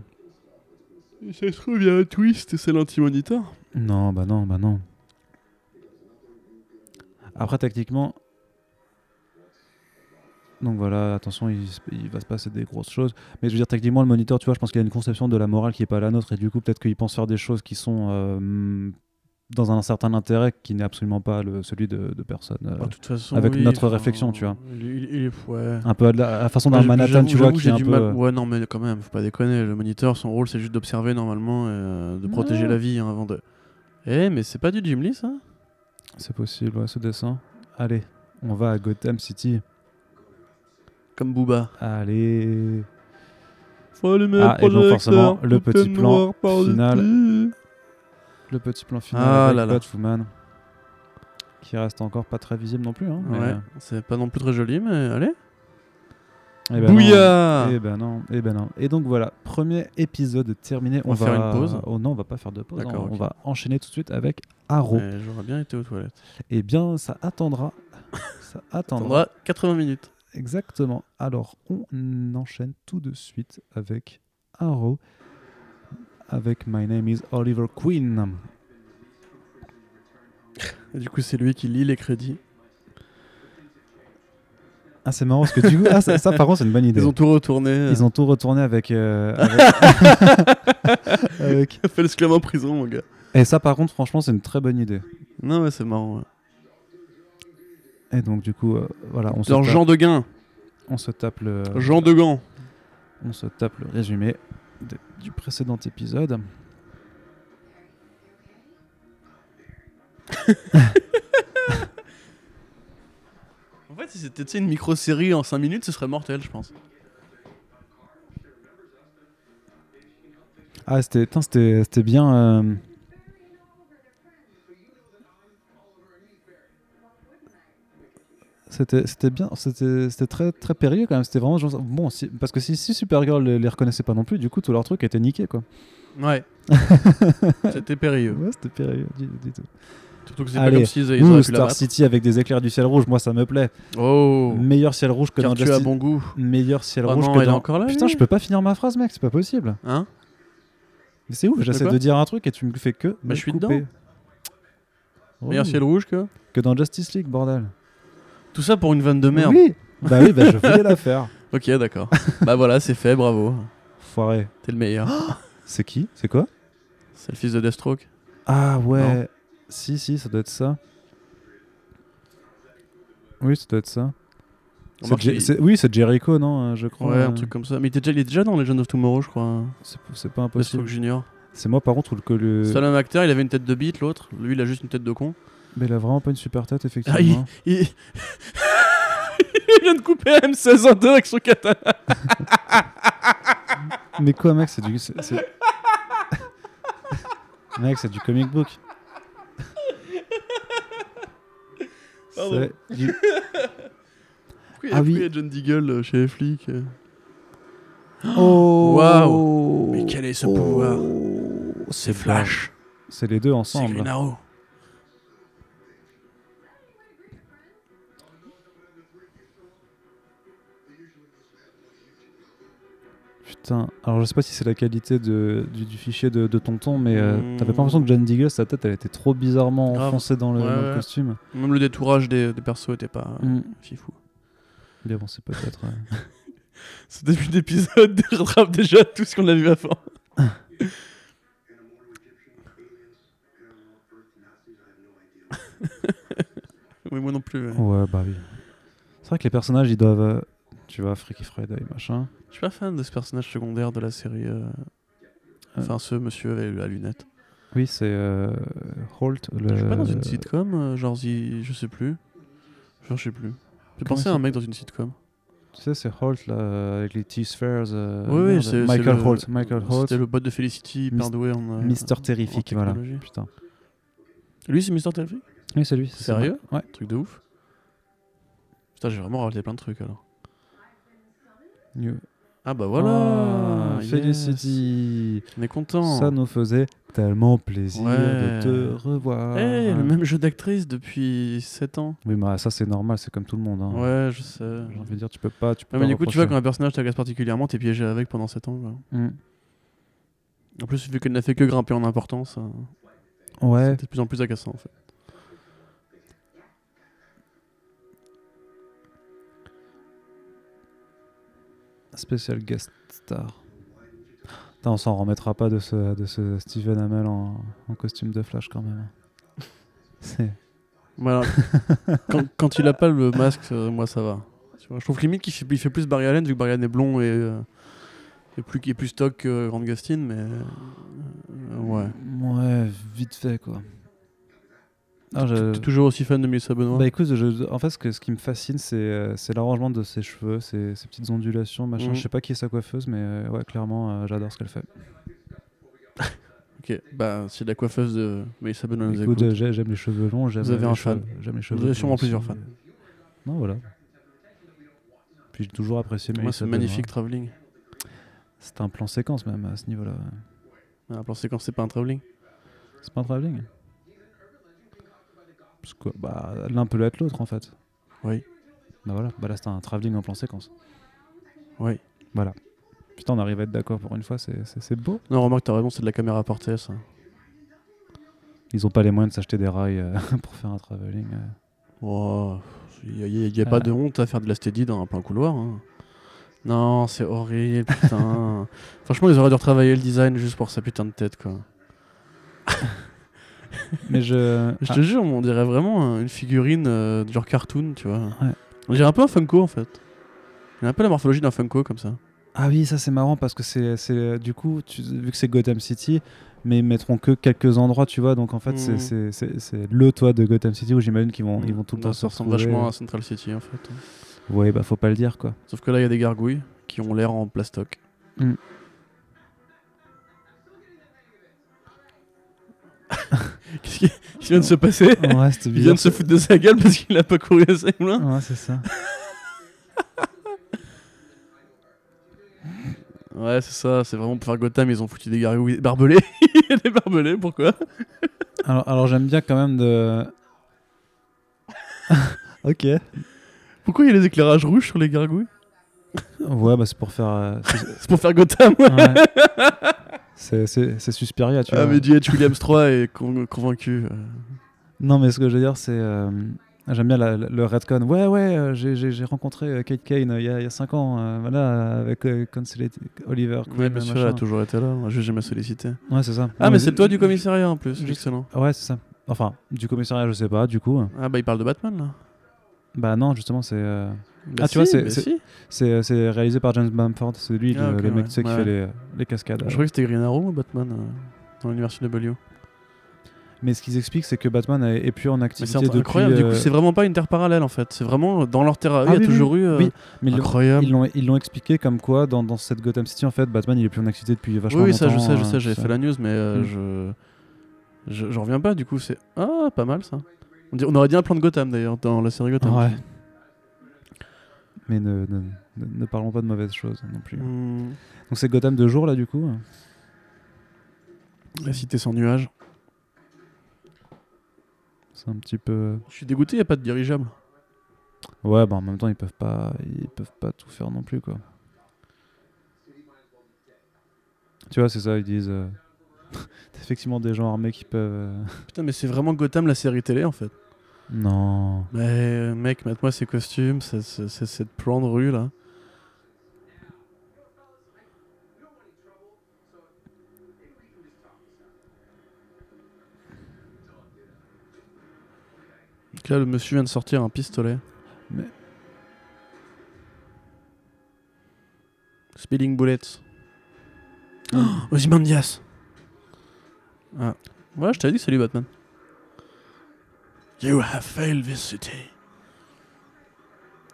Speaker 2: Ça se trouve, il y a un twist et c'est l'anti-monitor.
Speaker 1: Non, bah non, bah non. Après, techniquement. Donc voilà, attention, il, se- il va se passer des grosses choses. Mais je veux dire, techniquement, le moniteur, tu vois, je pense qu'il a une conception de la morale qui n'est pas la nôtre. Et du coup, peut-être qu'il pense faire des choses qui sont euh, dans un certain intérêt qui n'est absolument pas le, celui de, de personne. euh,
Speaker 2: Bah, de toute façon,
Speaker 1: Avec
Speaker 2: oui,
Speaker 1: notre
Speaker 2: enfin,
Speaker 1: réflexion, tu vois.
Speaker 2: Il, il- il est. Ouais.
Speaker 1: un peu à la, à la façon
Speaker 2: Ouais,
Speaker 1: d'un
Speaker 2: j'ai-
Speaker 1: Manhattan,
Speaker 2: j'avoue-
Speaker 1: tu vois,
Speaker 2: j'avoue,
Speaker 1: qui
Speaker 2: j'ai
Speaker 1: est un
Speaker 2: du
Speaker 1: peu.
Speaker 2: mal-
Speaker 1: euh,
Speaker 2: Ouais, non, mais quand même, faut pas déconner. Le moniteur, son rôle, c'est juste d'observer normalement et euh, de protéger
Speaker 1: Ouais.
Speaker 2: la vie hein, avant de. Eh, mais c'est pas du Jim Lee, ça
Speaker 1: C'est possible, ouais, ce dessin. Allez, on va à Gotham City.
Speaker 2: Comme Booba.
Speaker 1: Allez.
Speaker 2: Faut allumer
Speaker 1: Ah,
Speaker 2: le
Speaker 1: et donc
Speaker 2: projecteur,
Speaker 1: forcément, le
Speaker 2: tout
Speaker 1: petit
Speaker 2: est
Speaker 1: plan
Speaker 2: noir par-dessus.
Speaker 1: Le petit plan final
Speaker 2: Ah
Speaker 1: avec
Speaker 2: là là.
Speaker 1: Batwoman, qui reste encore pas très visible non plus. Hein, mais,
Speaker 2: Ouais, c'est pas non plus très joli, mais allez.
Speaker 1: eh ben non.
Speaker 2: Bouya
Speaker 1: Eh ben non, eh ben non. Et donc voilà, premier épisode terminé.
Speaker 2: On va faire une pause
Speaker 1: Oh non, on va pas faire de pause.
Speaker 2: D'accord,
Speaker 1: hein. On
Speaker 2: ok.
Speaker 1: va enchaîner tout de suite avec Arrow.
Speaker 2: Ouais, J'aurais bien été aux toilettes.
Speaker 1: Eh bien, ça attendra. ça attendra.
Speaker 2: Attendra 80 minutes.
Speaker 1: Exactement. Alors, on enchaîne tout de suite avec Arrow, avec My Name is Oliver Queen.
Speaker 2: Et du coup, c'est lui qui lit les crédits.
Speaker 1: Ah, c'est marrant parce que du coup, ah, ça, ça, par contre, c'est une bonne idée.
Speaker 2: Ils ont tout retourné.
Speaker 1: Ils ont tout retourné avec. euh, avec... avec-
Speaker 2: fait le slam en prison, mon gars.
Speaker 1: Et ça, par contre, franchement, c'est une très bonne idée.
Speaker 2: Non, mais c'est marrant. ouais.
Speaker 1: Et donc, du coup, euh, voilà, on se,
Speaker 2: Genre
Speaker 1: tape,
Speaker 2: Jean de Guin.
Speaker 1: on se tape le,
Speaker 2: Jean de Gand.
Speaker 1: on se tape le résumé de- du précédent épisode.
Speaker 2: En fait, si c'était tu sais, une micro-série en 5 minutes, ce serait mortel, je pense.
Speaker 1: Ah, c'était, tain, c'était, c'était bien. euh, C'était, c'était bien, c'était, c'était très, très périlleux quand même. C'était vraiment genre- bon, si- parce que si, si Supergirl les, les reconnaissait pas non plus, du coup, tout leur truc était niqué quoi.
Speaker 2: Ouais. C'était périlleux.
Speaker 1: Ouais, c'était périlleux, du, du tout.
Speaker 2: Surtout que c'est pas
Speaker 1: Allez.
Speaker 2: comme s'ils ils
Speaker 1: Ouh,
Speaker 2: auraient pu la
Speaker 1: Star
Speaker 2: battre.
Speaker 1: City avec des éclairs du ciel rouge, moi ça me plaît.
Speaker 2: Oh
Speaker 1: Meilleur ciel rouge que
Speaker 2: Car
Speaker 1: dans
Speaker 2: tu as
Speaker 1: Justice.
Speaker 2: bon goût.
Speaker 1: Meilleur ciel
Speaker 2: Oh
Speaker 1: rouge
Speaker 2: non,
Speaker 1: que
Speaker 2: elle est
Speaker 1: dans.
Speaker 2: encore là,
Speaker 1: Putain,
Speaker 2: lui.
Speaker 1: je peux pas finir ma phrase, mec, c'est pas possible.
Speaker 2: Hein
Speaker 1: Mais c'est ouf, j'essaie
Speaker 2: quoi Bah,
Speaker 1: de dire un truc et tu me fais que. me
Speaker 2: je suis
Speaker 1: couper.
Speaker 2: dedans.
Speaker 1: Oh.
Speaker 2: Meilleur ciel rouge que.
Speaker 1: Que dans Justice League, bordel.
Speaker 2: Tout ça pour une vanne de merde.
Speaker 1: Oui Bah oui, bah je voulais la faire.
Speaker 2: Ok, d'accord. bah voilà, c'est fait, bravo.
Speaker 1: Foiré.
Speaker 2: T'es le meilleur.
Speaker 1: C'est qui C'est quoi
Speaker 2: c'est le fils de Deathstroke.
Speaker 1: Ah ouais.
Speaker 2: Non.
Speaker 1: Si, si, ça doit être ça. Oui, ça doit être ça. C'est
Speaker 2: Remarque,
Speaker 1: Je-
Speaker 2: il-
Speaker 1: c'est- Oui, c'est Jericho, non euh, Je crois.
Speaker 2: Ouais,
Speaker 1: euh,
Speaker 2: un truc comme ça. Mais il était déjà, il est déjà dans Legend of Tomorrow, je crois. hein.
Speaker 1: C'est c'est pas
Speaker 2: Deathstroke
Speaker 1: impossible.
Speaker 2: Junior.
Speaker 1: C'est moi, par contre, que le.
Speaker 2: C'est le même acteur, il avait une tête de bite, l'autre. Lui, il a juste une tête de con.
Speaker 1: Mais il a vraiment pas une super tête, effectivement.
Speaker 2: Ah, il... il... il vient de couper M16 en deux avec son katana.
Speaker 1: Mais quoi, mec, c'est du. c'est- c'est- mec, c'est du comic book.
Speaker 2: Pardon.
Speaker 1: C'est du-
Speaker 2: Pourquoi
Speaker 1: Ah oui.
Speaker 2: il y a John Deagle euh, chez les flics euh
Speaker 1: Oh
Speaker 2: Waouh. Oh. Mais quel est ce pouvoir
Speaker 1: C'est
Speaker 2: Flash,
Speaker 1: bon. C'est les deux
Speaker 2: Ah, c'est
Speaker 1: ensemble.
Speaker 2: Green Arrow.
Speaker 1: Putain. Alors, je sais pas si c'est la qualité de, du, du fichier de, de tonton, mais euh,
Speaker 2: Mm.
Speaker 1: t'avais pas l'impression que John Deagle, sa tête, elle était trop bizarrement
Speaker 2: Grave.
Speaker 1: enfoncée dans le,
Speaker 2: Ouais,
Speaker 1: dans le
Speaker 2: ouais.
Speaker 1: costume.
Speaker 2: Même le détourage des, des persos était pas euh,
Speaker 1: Mm.
Speaker 2: fifou.
Speaker 1: Mais bon, c'est peut-être. euh,
Speaker 2: Ce début d'épisode rattrape déjà tout ce qu'on a vu avant. Ah. oui, moi non plus. ouais.
Speaker 1: ouais, bah oui. C'est vrai que les personnages, ils doivent. euh, Tu vois, Freaky Friday, machin.
Speaker 2: Je suis pas fan de ce personnage secondaire de la série. euh, Enfin, ce monsieur avec la lunette.
Speaker 1: Oui, c'est euh, Holt. Le...
Speaker 2: Je suis pas dans une sitcom, euh, genre, zi- je sais plus. Genre, je sais plus. J'ai
Speaker 1: Comment
Speaker 2: pensé
Speaker 1: il
Speaker 2: à un mec dans une sitcom.
Speaker 1: Tu sais, c'est Holt, là, avec les T-Spheres. euh,
Speaker 2: oui,
Speaker 1: merde,
Speaker 2: oui, c'est
Speaker 1: Michael
Speaker 2: c'est le-
Speaker 1: Holt. Michael Holt.
Speaker 2: C'était le bot de Felicity, hyper
Speaker 1: Mis-
Speaker 2: doué en. euh,
Speaker 1: Mister
Speaker 2: en
Speaker 1: Terrific, voilà.
Speaker 2: technologie.
Speaker 1: Putain.
Speaker 2: Lui, c'est Mister Terrific
Speaker 1: Oui, c'est lui. c'est ça.
Speaker 2: Sérieux
Speaker 1: Ouais.
Speaker 2: Truc de ouf. Putain, j'ai vraiment rajouté plein de trucs alors. Ah bah voilà
Speaker 1: Ah,
Speaker 2: yes.
Speaker 1: Felicity.
Speaker 2: On est content
Speaker 1: Ça nous faisait tellement plaisir de
Speaker 2: Ouais.
Speaker 1: te revoir.
Speaker 2: Eh, le même jeu d'actrice depuis 7 ans.
Speaker 1: Oui, mais ça, c'est normal, c'est comme tout le monde. hein.
Speaker 2: Ouais, je sais.
Speaker 1: J'ai envie de dire, tu peux pas. Tu peux
Speaker 2: Ouais, mais
Speaker 1: pas
Speaker 2: du coup, tu vois, quand un personnage t'agace particulièrement, t'es piégé avec pendant 7 ans. quoi.
Speaker 1: Mm.
Speaker 2: En plus, vu qu'elle n'a fait que grimper en importance, euh,
Speaker 1: Ouais,
Speaker 2: c'est de plus en plus agaçant en fait.
Speaker 1: spécial guest star. Putain, on s'en remettra pas de ce, de ce Steven Hamel en, en costume de Flash quand même. hein. C'est-
Speaker 2: Voilà. quand, quand il a pas le masque, euh, moi ça va. Tu vois, je trouve limite qu'il fait, il fait plus Barry Allen vu que Barry Allen est blond et, euh, et plus, qui est plus stock que Grande Gustine, mais. euh, ouais.
Speaker 1: Ouais, vite fait quoi. Ah, je-
Speaker 2: T'es toujours aussi fan de Melissa Benoît
Speaker 1: Bah écoute, je- en fait, ce, que- ce qui me fascine, c'est euh, c'est l'arrangement de ses cheveux, ses, ses petites ondulations, machin.
Speaker 2: Mhm.
Speaker 1: Je sais pas qui est sa coiffeuse, mais euh, ouais, clairement, euh, j'adore ce qu'elle fait.
Speaker 2: Ok, bah si la coiffeuse de Melissa Benoît nous
Speaker 1: Écoute,
Speaker 2: écoute.
Speaker 1: euh, j'ai- j'aime les cheveux longs, j'aime
Speaker 2: Vous avez
Speaker 1: les
Speaker 2: un
Speaker 1: cheveux-
Speaker 2: fan.
Speaker 1: J'aime les cheveux
Speaker 2: avez sûrement
Speaker 1: longs aussi.
Speaker 2: plusieurs fans.
Speaker 1: Non, voilà. Puis j'ai toujours apprécié
Speaker 2: Moi,
Speaker 1: Mélissa
Speaker 2: c'est
Speaker 1: Benoît.
Speaker 2: magnifique travelling.
Speaker 1: C'est un plan séquence même à ce niveau-là. ouais.
Speaker 2: Ah, plan séquence, c'est pas un travelling.
Speaker 1: C'est pas un travelling Parce que bah, l'un peut l'être l'autre en fait.
Speaker 2: Oui.
Speaker 1: Bah voilà, bah là c'est un travelling en plan séquence.
Speaker 2: Oui.
Speaker 1: Voilà. Putain, on arrive à être d'accord pour une fois, c'est- c'est c'est beau.
Speaker 2: Non, remarque, t'as raison, c'est de la caméra hein. portée, ça.
Speaker 1: Ils ont pas les moyens de s'acheter des rails euh, pour faire un travelling. euh.
Speaker 2: Wow. Il n'y a, y a- y a pas de honte à faire de la steady dans un plein couloir. hein. Non, c'est horrible, putain. Franchement, ils auraient dû retravailler le design juste pour sa putain de tête, quoi.
Speaker 1: Mais je.
Speaker 2: Je
Speaker 1: Ah,
Speaker 2: te jure, on dirait vraiment euh, une figurine euh, de genre cartoon, tu vois.
Speaker 1: Ouais.
Speaker 2: On dirait un peu un Funko, en fait. Il a un peu la morphologie d'un Funko, comme ça.
Speaker 1: ah oui, ça c'est marrant parce que c'est c'est, euh, du coup tu- vu que c'est Gotham City, mais ils mettront que quelques endroits, tu vois. Donc en fait c'est-
Speaker 2: Mhm.
Speaker 1: c'est- c'est c'est le toit de Gotham City où j'imagine qu'ils vont ils vont tout le
Speaker 2: Non,
Speaker 1: temps se
Speaker 2: Ça ressemble
Speaker 1: retrouver.
Speaker 2: vachement à Central City, en fait.
Speaker 1: Ouais, bah faut pas le dire quoi.
Speaker 2: Sauf que là, il y a des gargouilles qui ont l'air en plastoc.
Speaker 1: Mm.
Speaker 2: Qu'est-ce qui qu'est-ce qui vient de se passer
Speaker 1: Ouais, c'était
Speaker 2: Il vient
Speaker 1: bizarre.
Speaker 2: de se foutre de sa gueule parce qu'il a pas couru assez loin.
Speaker 1: Ouais, c'est ça.
Speaker 2: Ouais, c'est ça, c'est vraiment pour faire Gotham, ils ont foutu des gargouilles. Barbelés Il y a des barbelés, pourquoi
Speaker 1: Alors, alors j'aime bien quand même de. ok.
Speaker 2: Pourquoi il y a les éclairages rouges sur les gargouilles
Speaker 1: Ouais, bah c'est pour faire. euh, c'est-
Speaker 2: C'est pour faire Gotham, ouais.
Speaker 1: ouais. C'est- C'est c'est Suspiria, tu
Speaker 2: Ah,
Speaker 1: vois.
Speaker 2: mais J.H. Williams 3 est con- convaincu. euh.
Speaker 1: Non, mais ce que je veux dire, c'est. euh, J'aime bien la- la- le Redcon. Ouais, ouais, euh, j'ai- j'ai j'ai rencontré euh, Kate Kane euh, il y a 5 ans, euh, voilà, avec euh, Consulate- Oliver. Queen,
Speaker 2: Ouais, bien sûr, elle
Speaker 1: bah,
Speaker 2: a
Speaker 1: machin.
Speaker 2: toujours été là. Je vais jamais sollicité.
Speaker 1: Ouais, c'est ça.
Speaker 2: Ah,
Speaker 1: Non,
Speaker 2: mais c'est toi du commissariat en plus.
Speaker 1: Juste-
Speaker 2: Excellent.
Speaker 1: Ouais, c'est ça. Enfin, du commissariat, je sais pas, du coup. euh.
Speaker 2: Ah, bah il parle de Batman là.
Speaker 1: Bah non, justement, c'est. euh,
Speaker 2: Bah
Speaker 1: Ah, tu vois,
Speaker 2: si,
Speaker 1: c'est-
Speaker 2: bah
Speaker 1: c'est-
Speaker 2: si.
Speaker 1: C'est euh, c'est réalisé par James Bamford, c'est lui
Speaker 2: Ah,
Speaker 1: le,
Speaker 2: ok,
Speaker 1: le mec
Speaker 2: ouais.
Speaker 1: tu sais, qui
Speaker 2: Ouais.
Speaker 1: fait les, euh, les cascades.
Speaker 2: Je crois que c'était Green Arrow ou Batman euh, dans l'univers CW.
Speaker 1: Bah, Mais ce qu'ils expliquent, c'est que Batman est, est plus en
Speaker 2: Mais
Speaker 1: activité
Speaker 2: c'est
Speaker 1: depuis.
Speaker 2: incroyable. Du
Speaker 1: euh, Ah
Speaker 2: coup, c'est vraiment pas une terre parallèle en fait. C'est vraiment euh, dans leur terre. il y a
Speaker 1: oui, oui,
Speaker 2: toujours eu. euh,
Speaker 1: oui. mais ils l'ont-
Speaker 2: Incroyable.
Speaker 1: ils l'ont ils l'ont expliqué comme quoi dans, dans cette Gotham City en fait Batman il est plus en activité depuis vachement
Speaker 2: Oui, oui, ça,
Speaker 1: longtemps.
Speaker 2: je sais, je
Speaker 1: euh,
Speaker 2: sais, j'ai
Speaker 1: ça.
Speaker 2: fait la news, mais euh,
Speaker 1: Mm.
Speaker 2: je. je- J'en reviens pas, du coup, c'est. Ah, pas mal ça. On, dit- on aurait dit un plan de Gotham d'ailleurs, dans la série Gotham.
Speaker 1: Ouais. Mais ne, ne, ne- ne parlons pas de mauvaises choses non plus.
Speaker 2: Hmm,
Speaker 1: Donc c'est Gotham de jour là du coup.
Speaker 2: La cité sans nuages.
Speaker 1: C'est un petit peu.
Speaker 2: Je suis dégoûté, y a pas de dirigeable.
Speaker 1: Ouais, bah en même temps ils peuvent pas ils peuvent pas tout faire non plus quoi. Tu vois c'est ça ils disent. euh, Effectivement des gens armés qui peuvent. euh,
Speaker 2: Putain, mais c'est vraiment Gotham, la série télé en fait.
Speaker 1: Non.
Speaker 2: Mais euh, mec, mette-moi ces costumes, c'est- c'est c'est- cette plan de rue là. Donc Là, le monsieur vient de sortir un pistolet.
Speaker 1: Mais-
Speaker 2: Speeding bullets. Oh, Ozymandias. Ah. Voilà, je t'avais dit salut Batman. You have failed this city.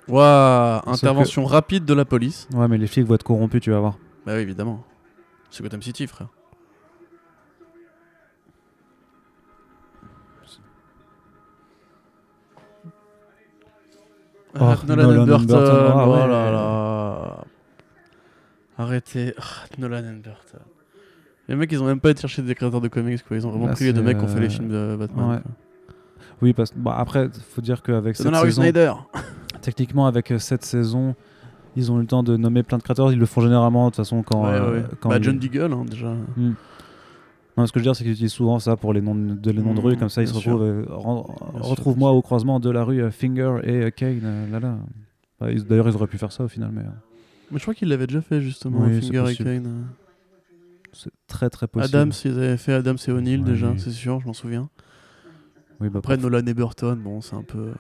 Speaker 2: Waouh,
Speaker 1: Sauf
Speaker 2: intervention rapide de la police.
Speaker 1: Ouais mais les flics vont être corrompus tu vas voir.
Speaker 2: Bah oui, évidemment. C'est Gotham City, frère.
Speaker 1: Oh,
Speaker 2: Ah, Nolan,
Speaker 1: Nolan
Speaker 2: Burton.
Speaker 1: Burton, ah
Speaker 2: oh
Speaker 1: ouais.
Speaker 2: là là. Arrêtez. Ah, Nolan and Burton. Les mecs, ils ont même pas été chercher des créateurs de comics, quoi. Ils ont vraiment
Speaker 1: Là,
Speaker 2: pris les deux
Speaker 1: c'est,
Speaker 2: mecs qui ont fait les
Speaker 1: euh,
Speaker 2: films de Batman.
Speaker 1: ouais.
Speaker 2: quoi.
Speaker 1: Oui parce bah après faut dire qu'avec
Speaker 2: C'est
Speaker 1: cette
Speaker 2: dans la rue
Speaker 1: saison.
Speaker 2: Snyder.
Speaker 1: Techniquement, avec euh, cette saison, ils ont eu le temps de nommer plein de créateurs. Ils le font généralement, de toute façon, quand.
Speaker 2: ouais,
Speaker 1: euh,
Speaker 2: ouais.
Speaker 1: quand Mm.
Speaker 2: bah,
Speaker 1: ils-
Speaker 2: John Deagle, hein, déjà.
Speaker 1: Non, ce que je veux dire, c'est qu'ils utilisent souvent ça pour les noms de, de- les noms de rue,
Speaker 2: Mhm,
Speaker 1: comme ça, ils se
Speaker 2: bien sûr.
Speaker 1: retrouvent. euh, ren-
Speaker 2: Bien sûr,
Speaker 1: Retrouve-moi
Speaker 2: bien
Speaker 1: au croisement de la rue euh, Finger et euh, Kane. euh, là, là. Bah, ils- D'ailleurs, ils auraient pu faire ça au final, mais euh,
Speaker 2: Mais je crois qu'il l'avait déjà fait, justement,
Speaker 1: Oui, c'est
Speaker 2: Finger et
Speaker 1: possible.
Speaker 2: Kane. euh.
Speaker 1: c'est très très possible.
Speaker 2: Adams, ils avaient fait Adams et O'Neill
Speaker 1: Ouais,
Speaker 2: déjà,
Speaker 1: oui.
Speaker 2: c'est sûr, je m'en souviens.
Speaker 1: Oui, bah,
Speaker 2: Après
Speaker 1: parf-
Speaker 2: Nolan et Burton, bon, c'est un peu. euh,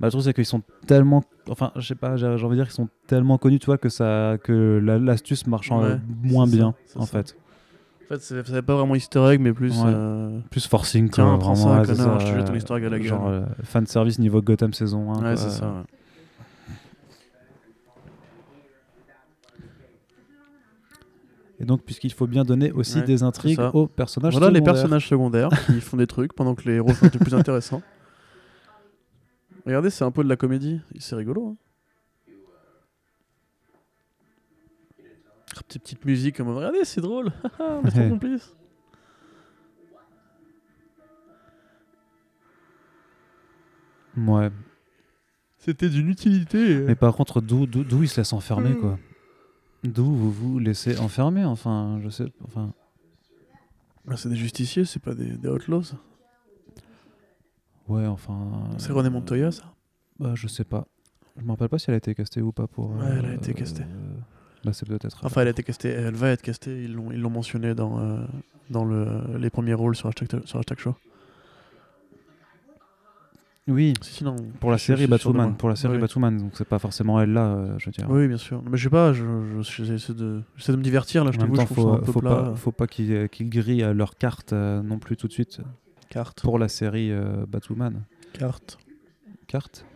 Speaker 1: Bah, le truc, c'est qu'ils sont tellement. Enfin, je sais pas, j'ai j'ai envie de dire qu'ils sont tellement connus, tu vois, que, ça... que la- l'astuce marche en-
Speaker 2: Ouais,
Speaker 1: moins
Speaker 2: c'est ça,
Speaker 1: bien,
Speaker 2: c'est
Speaker 1: en
Speaker 2: ça.
Speaker 1: fait.
Speaker 2: En fait, c'est- ça fait pas vraiment easter egg, mais plus.
Speaker 1: Ouais.
Speaker 2: euh,
Speaker 1: Plus forcing,
Speaker 2: Tiens,
Speaker 1: quoi,
Speaker 2: prends ça,
Speaker 1: vraiment, ouais, c'est
Speaker 2: connard,
Speaker 1: ça,
Speaker 2: je te jure, ton
Speaker 1: euh,
Speaker 2: histoire, gueule à gueule.
Speaker 1: Genre, euh, fan service niveau Gotham saison 1.
Speaker 2: Ouais,
Speaker 1: quoi.
Speaker 2: c'est ça. ouais.
Speaker 1: Et donc, puisqu'il faut bien donner aussi
Speaker 2: Ouais,
Speaker 1: des intrigues
Speaker 2: c'est ça.
Speaker 1: aux personnages.
Speaker 2: Voilà les
Speaker 1: secondaires.
Speaker 2: personnages secondaires qui font des trucs pendant que les héros font des trucs plus intéressants. Regardez, c'est un peu de la comédie, c'est rigolo. hein. Ah, Petite, petite musique, comme regardez, c'est drôle, on est trop complices.
Speaker 1: Ouais.
Speaker 2: C'était d'une utilité. euh.
Speaker 1: Mais par contre, d'où, d'où, d'où ils se laissent enfermer, quoi D'où vous vous laissez enfermer Enfin, je sais. Enfin,
Speaker 2: Bah, c'est des justiciers, c'est pas des, des outlaws. ça.
Speaker 1: ouais, enfin.
Speaker 2: C'est
Speaker 1: euh,
Speaker 2: René Montoya, ça
Speaker 1: bah, Je sais pas. Je me rappelle pas si elle a été castée ou pas pour.
Speaker 2: Ouais, elle a été castée.
Speaker 1: euh, Bah, c'est peut-être.
Speaker 2: Enfin, elle a été castée, elle va être castée, ils l'ont, ils l'ont mentionné dans, euh, dans le, les premiers rôles sur hashtag, sur hashtag show.
Speaker 1: Oui.
Speaker 2: Si, si, non,
Speaker 1: Pour la
Speaker 2: je suis-
Speaker 1: série
Speaker 2: je suis sûr de
Speaker 1: Batwoman.
Speaker 2: moi.
Speaker 1: Pour la série
Speaker 2: Oui.
Speaker 1: Batwoman, donc c'est pas forcément elle là, euh, je veux dire.
Speaker 2: Ah Oui, bien sûr. Mais je sais pas, je, je- je- j'essaie, de, j'essaie de me divertir là, je
Speaker 1: En même
Speaker 2: t'avoue, je
Speaker 1: temps,
Speaker 2: trouve ça
Speaker 1: faut,
Speaker 2: un peu
Speaker 1: faut
Speaker 2: plat.
Speaker 1: pas, faut pas qu'ils, euh, qu'ils grillent euh, leurs cartes euh, non plus tout de suite
Speaker 2: Carte.
Speaker 1: pour la série euh, Batwoman.
Speaker 2: Carte.
Speaker 1: Carte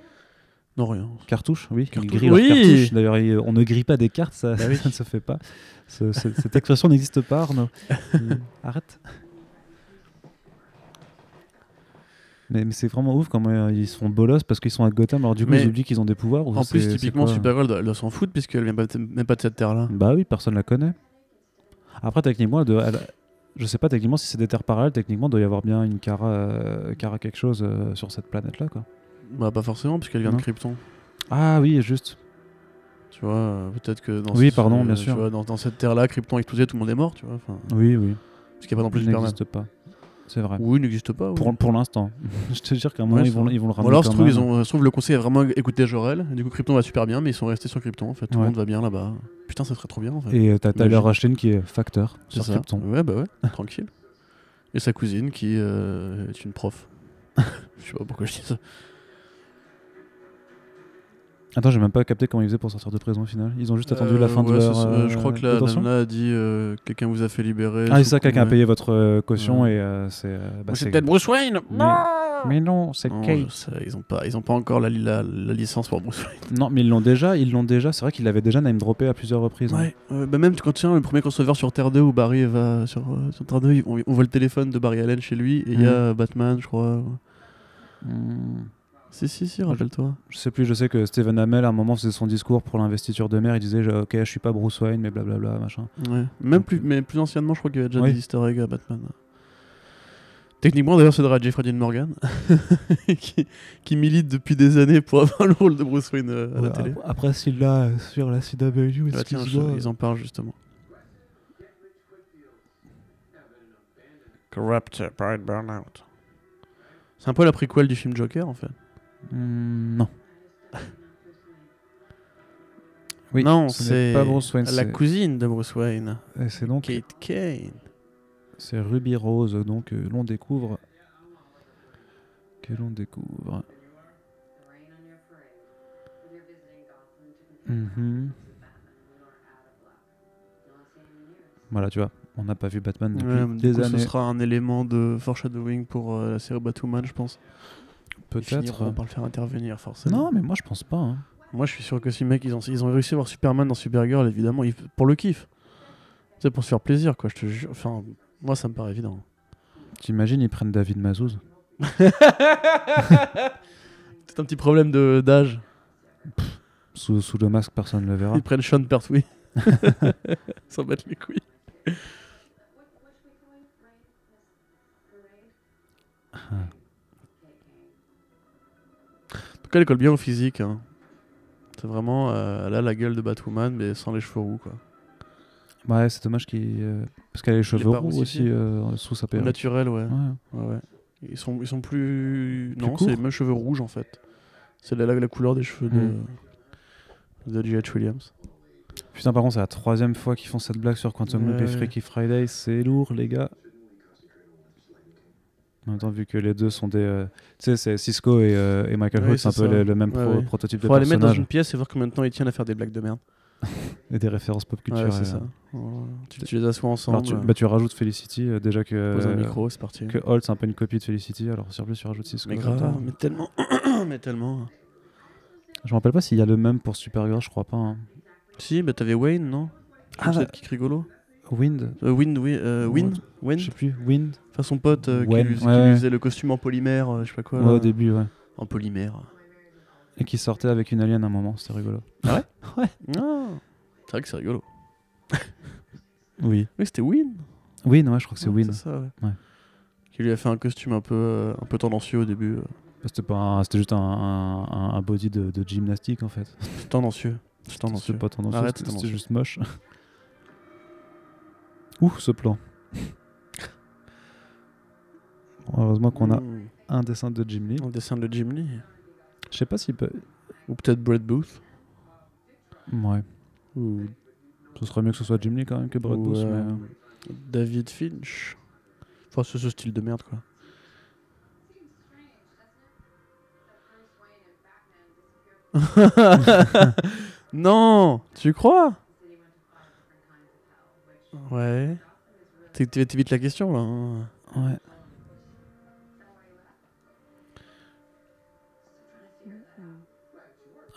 Speaker 2: Non, rien.
Speaker 1: Cartouche, oui.
Speaker 2: Cartouche.
Speaker 1: Ils grillent leurs
Speaker 2: Oui
Speaker 1: cartouches. D'ailleurs, ils- on ne grille pas des cartes, ça,
Speaker 2: Bah oui.
Speaker 1: ça ne se fait pas. Ce- ce- cette expression n'existe pas, Arnaud. Mm. Arrête. Mais, mais c'est vraiment ouf comment euh, ils se font bolos parce qu'ils sont à Gotham, alors du coup
Speaker 2: Mais-
Speaker 1: ils oublient qu'ils ont des pouvoirs. ou
Speaker 2: En plus,
Speaker 1: c'est- c'est
Speaker 2: typiquement,
Speaker 1: quoi
Speaker 2: Supergirl doit, doit s'en foutre puisqu'elle vient pas de- même pas de cette terre-là.
Speaker 1: Bah oui, personne la connaît. Après, techniquement, elle doit- elle- je sais pas techniquement si c'est des terres parallèles, techniquement, il doit y avoir bien une Cara, euh, Cara quelque chose euh, sur cette planète-là. quoi.
Speaker 2: Bah, pas forcément, puisqu'elle vient
Speaker 1: Non.
Speaker 2: de Krypton.
Speaker 1: Ah oui, juste.
Speaker 2: Tu vois, euh, peut-être que dans
Speaker 1: Oui,
Speaker 2: ce-
Speaker 1: pardon, bien
Speaker 2: tu
Speaker 1: sûr.
Speaker 2: vois, dans, dans cette terre-là, Krypton a explosé, tout le monde est mort, tu vois. enfin,
Speaker 1: Oui, oui.
Speaker 2: Parce qu'il n'y a pas non plus
Speaker 1: Il
Speaker 2: Superman.
Speaker 1: n'existe pas. C'est vrai.
Speaker 2: Oui, il n'existe pas. oui.
Speaker 1: Pour, pour l'instant. je te jure qu'à un
Speaker 2: Ouais,
Speaker 1: moment, ils,
Speaker 2: ça
Speaker 1: vont,
Speaker 2: va.
Speaker 1: ils vont le
Speaker 2: Ou
Speaker 1: ramener.
Speaker 2: alors, se
Speaker 1: quand
Speaker 2: trouve,
Speaker 1: même.
Speaker 2: ils ont, se trouve, le conseil a vraiment écouté Jorel. Du coup, Krypton va super bien, mais ils sont restés sur Krypton. En fait, tout le
Speaker 1: Ouais.
Speaker 2: monde va bien là-bas. Putain, ça serait trop bien. En fait.
Speaker 1: Et euh, t'as Tyler
Speaker 2: Imagine.
Speaker 1: Rashton qui est facteur
Speaker 2: C'est
Speaker 1: sur
Speaker 2: ça.
Speaker 1: Krypton.
Speaker 2: Ouais, bah ouais, tranquille. Et sa cousine qui euh, est une prof. Je sais pas pourquoi je dis ça.
Speaker 1: Attends, j'ai même pas capté comment ils faisaient pour sortir de prison au final. Ils ont juste attendu la
Speaker 2: Euh,
Speaker 1: fin de
Speaker 2: ouais,
Speaker 1: leur.
Speaker 2: c'est ça.
Speaker 1: euh,
Speaker 2: je crois que la
Speaker 1: détention
Speaker 2: nana a dit euh, quelqu'un vous a fait libérer.
Speaker 1: Ah, c'est
Speaker 2: sous
Speaker 1: ça,
Speaker 2: coup,
Speaker 1: quelqu'un a
Speaker 2: ouais.
Speaker 1: payé votre euh, caution
Speaker 2: Ouais.
Speaker 1: et euh, c'est. euh, bah,
Speaker 2: Ou c'est
Speaker 1: c'est-
Speaker 2: peut-être Bruce Wayne.
Speaker 1: Mais, mais non, c'est
Speaker 2: Non,
Speaker 1: Kate.
Speaker 2: je sais, ils ont pas, ils ont pas encore la, li- la- la licence pour Bruce Wayne.
Speaker 1: Non, mais ils l'ont déjà, ils l'ont déjà. C'est vrai qu'ils l'avaient déjà name droppé à plusieurs reprises. hein.
Speaker 2: Ouais, euh, bah même quand tiens le premier crossover sur Terre 2 où Barry va sur, euh, sur Terre 2, il- on, on voit le téléphone de Barry Allen chez lui et il
Speaker 1: Mm.
Speaker 2: y a Batman, je crois.
Speaker 1: Hmm,
Speaker 2: Si si si, rappelle-toi.
Speaker 1: je sais plus, je sais que Stephen Amell, à un moment, faisait son discours pour l'investiture de mer. Il disait je- Ok, je suis pas Bruce Wayne, mais blablabla, machin.
Speaker 2: Ouais. Même plus, mais plus anciennement, je crois qu'il y avait déjà
Speaker 1: euh, Oui.
Speaker 2: des Easter eggs à Batman. Techniquement, d'ailleurs, c'est de Jeffrey Dean Morgan qui, qui milite depuis des années pour avoir le rôle de Bruce Wayne euh, à la télé.
Speaker 1: Après, s'il l'a sur la CW,
Speaker 2: Ah, tiens,
Speaker 1: euh,
Speaker 2: je- ils en parlent justement. Corrupt by burnout. C'est un peu la préquelle du film Joker en fait. Mm,
Speaker 1: Non. Oui,
Speaker 2: non,
Speaker 1: ce
Speaker 2: c'est
Speaker 1: n'est pas Bruce Wayne.
Speaker 2: la
Speaker 1: c'est-
Speaker 2: cousine de Bruce Wayne,
Speaker 1: et C'est donc
Speaker 2: Kate Kane.
Speaker 1: c'est Ruby Rose, donc euh, l'on découvre que l'on découvre. Mhm. Voilà, tu vois, on n'a pas vu Batman depuis
Speaker 2: Ouais, du
Speaker 1: des
Speaker 2: coup,
Speaker 1: années.
Speaker 2: Ce sera un élément de foreshadowing pour euh, la série Batwoman, je pense. Ils
Speaker 1: Peut-être.
Speaker 2: finiront par le faire intervenir forcément.
Speaker 1: Non, mais moi je pense pas. hein.
Speaker 2: Moi, je suis sûr que si mec, ils ont, ils ont réussi à voir Superman dans Supergirl, évidemment, ils- pour le kiff. C'est pour se faire plaisir, quoi. Je te jure. Enfin, moi, ça me paraît évident.
Speaker 1: T'imagines, ils prennent David Mazouz
Speaker 2: C'est un petit problème de- d'âge.
Speaker 1: sous, sous le masque, personne ne le verra.
Speaker 2: Ils prennent Sean Pertwee. Sans battre les couilles. En tout cas, elle colle bien au physique. hein. C'est vraiment. euh, elle a la gueule de Batwoman, mais sans les cheveux roux, quoi.
Speaker 1: Bah Ouais, c'est dommage qu'il. euh, parce qu'elle a les cheveux
Speaker 2: pas
Speaker 1: roux
Speaker 2: roussifié.
Speaker 1: aussi euh, sous sa perruque.
Speaker 2: Naturel, ouais.
Speaker 1: Ouais. hein.
Speaker 2: Ouais, ouais. Ils sont, ils sont plus.
Speaker 1: Plus
Speaker 2: non,
Speaker 1: courts
Speaker 2: c'est les mêmes cheveux rouges en fait. C'est la, la, la couleur des cheveux de.
Speaker 1: Mm.
Speaker 2: de G.H. Williams.
Speaker 1: Putain, par contre, c'est la troisième fois qu'ils font cette blague sur Quantum Loop et
Speaker 2: Ouais.
Speaker 1: Freaky Friday. C'est lourd, les gars. En même temps, vu que les deux sont des. euh, tu sais, c'est Cisco et, euh, et Michael
Speaker 2: Ouais,
Speaker 1: Hood, c'est un
Speaker 2: c'est
Speaker 1: peu
Speaker 2: ça.
Speaker 1: le, le même
Speaker 2: Ouais,
Speaker 1: pro-
Speaker 2: ouais.
Speaker 1: prototype de
Speaker 2: Faudra les mettre dans
Speaker 1: personnage
Speaker 2: une pièce et voir combien de temps ils tiennent à faire des blagues de merde.
Speaker 1: et des références pop
Speaker 2: Ouais,
Speaker 1: culturelles.
Speaker 2: c'est ça. Ouais. Tu, tu les assois ensemble. euh,
Speaker 1: Alors, tu, bah, tu rajoutes Felicity, euh, déjà que.
Speaker 2: poses un
Speaker 1: euh,
Speaker 2: micro, c'est parti.
Speaker 1: Que Holt, c'est un peu une copie de Felicity, alors sur plus, tu rajoutes Cisco.
Speaker 2: Mais
Speaker 1: en même
Speaker 2: grave,
Speaker 1: temps.
Speaker 2: mais tellement. mais tellement.
Speaker 1: Je me rappelle pas s'il y a le même pour Supergirl, je crois pas. hein.
Speaker 2: Si, bah t'avais Wayne, non
Speaker 1: Ah,
Speaker 2: Ah,
Speaker 1: bah-
Speaker 2: c'est qui rigolo.
Speaker 1: Wind
Speaker 2: Euh, Win, Win, euh, Win, Wayne
Speaker 1: Je sais plus. Wind
Speaker 2: Enfin, son pote euh, qui,
Speaker 1: Wayne,
Speaker 2: lui, qui
Speaker 1: ouais,
Speaker 2: lui
Speaker 1: ouais.
Speaker 2: faisait le costume en polymère, euh, je sais pas quoi.
Speaker 1: Ouais, au
Speaker 2: là.
Speaker 1: début, ouais.
Speaker 2: En polymère.
Speaker 1: Et qui sortait avec une alien à un moment, c'était rigolo.
Speaker 2: Non Ah. C'est vrai que c'est rigolo.
Speaker 1: Oui.
Speaker 2: Oui, c'était Win.
Speaker 1: Win, ouais, je crois que c'est
Speaker 2: Ouais,
Speaker 1: Win.
Speaker 2: ça, ouais.
Speaker 1: Ouais.
Speaker 2: Qui lui a fait un costume un peu, euh, un peu tendancieux au début. euh.
Speaker 1: C'était pas un- c'était juste un, un, un- un body de, de gymnastique en fait.
Speaker 2: C'est tendancieux. C'est tendancieux.
Speaker 1: C'était pas tendancieux,
Speaker 2: Arrête,
Speaker 1: c'était c'était
Speaker 2: tendancieux.
Speaker 1: juste moche. Ouh, ce plan. Heureusement qu'on a
Speaker 2: Mmh,
Speaker 1: un dessin de Jim Lee.
Speaker 2: Un dessin de Jim Lee.
Speaker 1: Je sais pas s'il peut.
Speaker 2: Ou peut-être Brett Booth.
Speaker 1: Ouais,
Speaker 2: Ou,
Speaker 1: ce serait mieux que ce soit Jim Lee quand même que Brad
Speaker 2: ou,
Speaker 1: Booth.
Speaker 2: euh,
Speaker 1: mais, euh,
Speaker 2: David Finch. Enfin, c'est ce style de merde, quoi. non Tu crois Ouais. T'é- t'é- T'évites la question, là. hein.
Speaker 1: Ouais.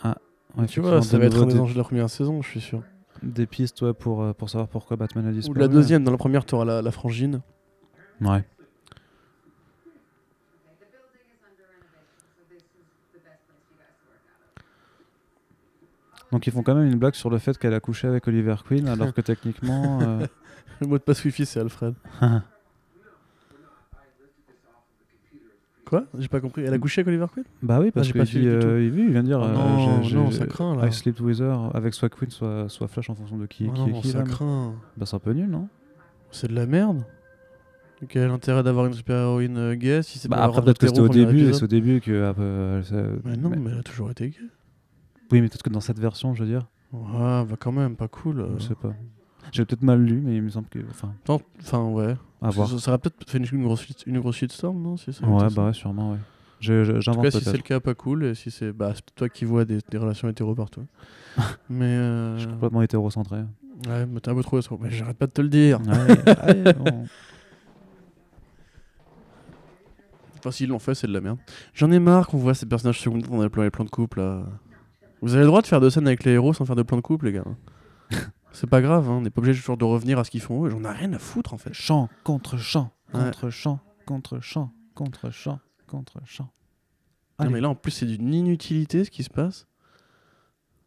Speaker 1: Ah, ouais,
Speaker 2: Tu vois,
Speaker 1: effectivement,
Speaker 2: ça
Speaker 1: de
Speaker 2: va être
Speaker 1: nouveau
Speaker 2: un des
Speaker 1: des-
Speaker 2: enjeux de la première saison, je suis sûr.
Speaker 1: des pistes ouais, pour, euh, pour savoir pourquoi Batman a
Speaker 2: Ou
Speaker 1: disparu.
Speaker 2: de la deuxième, dans la première, tu auras la, la frangine.
Speaker 1: Ouais. Donc ils font quand même une blague sur le fait qu'elle a couché avec Oliver Queen, alors que techniquement. euh,
Speaker 2: Le mot de passe wifi, c'est Alfred. Quoi J'ai pas compris. Elle a couché avec Oliver Queen
Speaker 1: Bah oui, parce
Speaker 2: j'ai
Speaker 1: que
Speaker 2: pas
Speaker 1: il,
Speaker 2: suivi
Speaker 1: dit,
Speaker 2: du tout.
Speaker 1: euh, il- oui, il vient de dire.
Speaker 2: Oh
Speaker 1: euh,
Speaker 2: non,
Speaker 1: j'ai-
Speaker 2: non,
Speaker 1: j'ai-
Speaker 2: ça craint, là.
Speaker 1: I slept with her avec soit Queen, soit, soit Flash en fonction de qui,
Speaker 2: Ah
Speaker 1: qui est
Speaker 2: non,
Speaker 1: qui.
Speaker 2: ça
Speaker 1: là, mais-
Speaker 2: craint.
Speaker 1: Bah c'est un peu nul, non
Speaker 2: C'est de la merde. Quel intérêt d'avoir une super-héroïne euh, gay si c'est
Speaker 1: Bah
Speaker 2: pas
Speaker 1: après
Speaker 2: Raphaël
Speaker 1: peut-être que c'était au
Speaker 2: Terreau, premier
Speaker 1: début, et
Speaker 2: épisode
Speaker 1: c'est au début que. ah, bah, euh, ça-
Speaker 2: Mais non,
Speaker 1: mais-
Speaker 2: mais elle a toujours été gay.
Speaker 1: Oui, mais peut-être que dans cette version, je veux dire.
Speaker 2: Ouais, bah quand même, pas cool. euh.
Speaker 1: Je sais pas. J'ai peut-être mal lu, mais il me semble que. Enfin,
Speaker 2: Tant- Enfin, ouais.
Speaker 1: à voir.
Speaker 2: Ça, ça aurait peut-être fait une, une grosse, shit- une grosse shitstorm, non si ça avait
Speaker 1: Ouais,
Speaker 2: été ça.
Speaker 1: bah ouais, sûrement, ouais. Je- je-
Speaker 2: En tout
Speaker 1: J'invente
Speaker 2: cas, si c'est
Speaker 1: peut-être.
Speaker 2: le cas, pas cool. Et si c'est bah, c'est peut-être toi qui vois des, des relations hétéro partout. mais. euh,
Speaker 1: Je suis complètement hétérocentré.
Speaker 2: Ouais, mais t'es un peu trop hétéro. Mais j'arrête pas de te le dire.
Speaker 1: Ouais, ouais, bon.
Speaker 2: Enfin, s'ils l'ont fait, c'est de la merde. J'en ai marre qu'on voit ces personnages secondaires dans les plans, les plans de couple. Là. Vous avez le droit de faire deux scènes avec les héros sans faire de plan de couple, les gars. hein. c'est pas grave, hein. on n'est pas obligé toujours de revenir à ce qu'ils font. eux. J'en ai rien à foutre, en fait.
Speaker 1: Chant contre chant,
Speaker 2: Ouais.
Speaker 1: contre chant, contre chant, contre chant, contre chant.
Speaker 2: Non,
Speaker 1: Allez.
Speaker 2: mais là, en plus, c'est d'une inutilité ce qui se passe.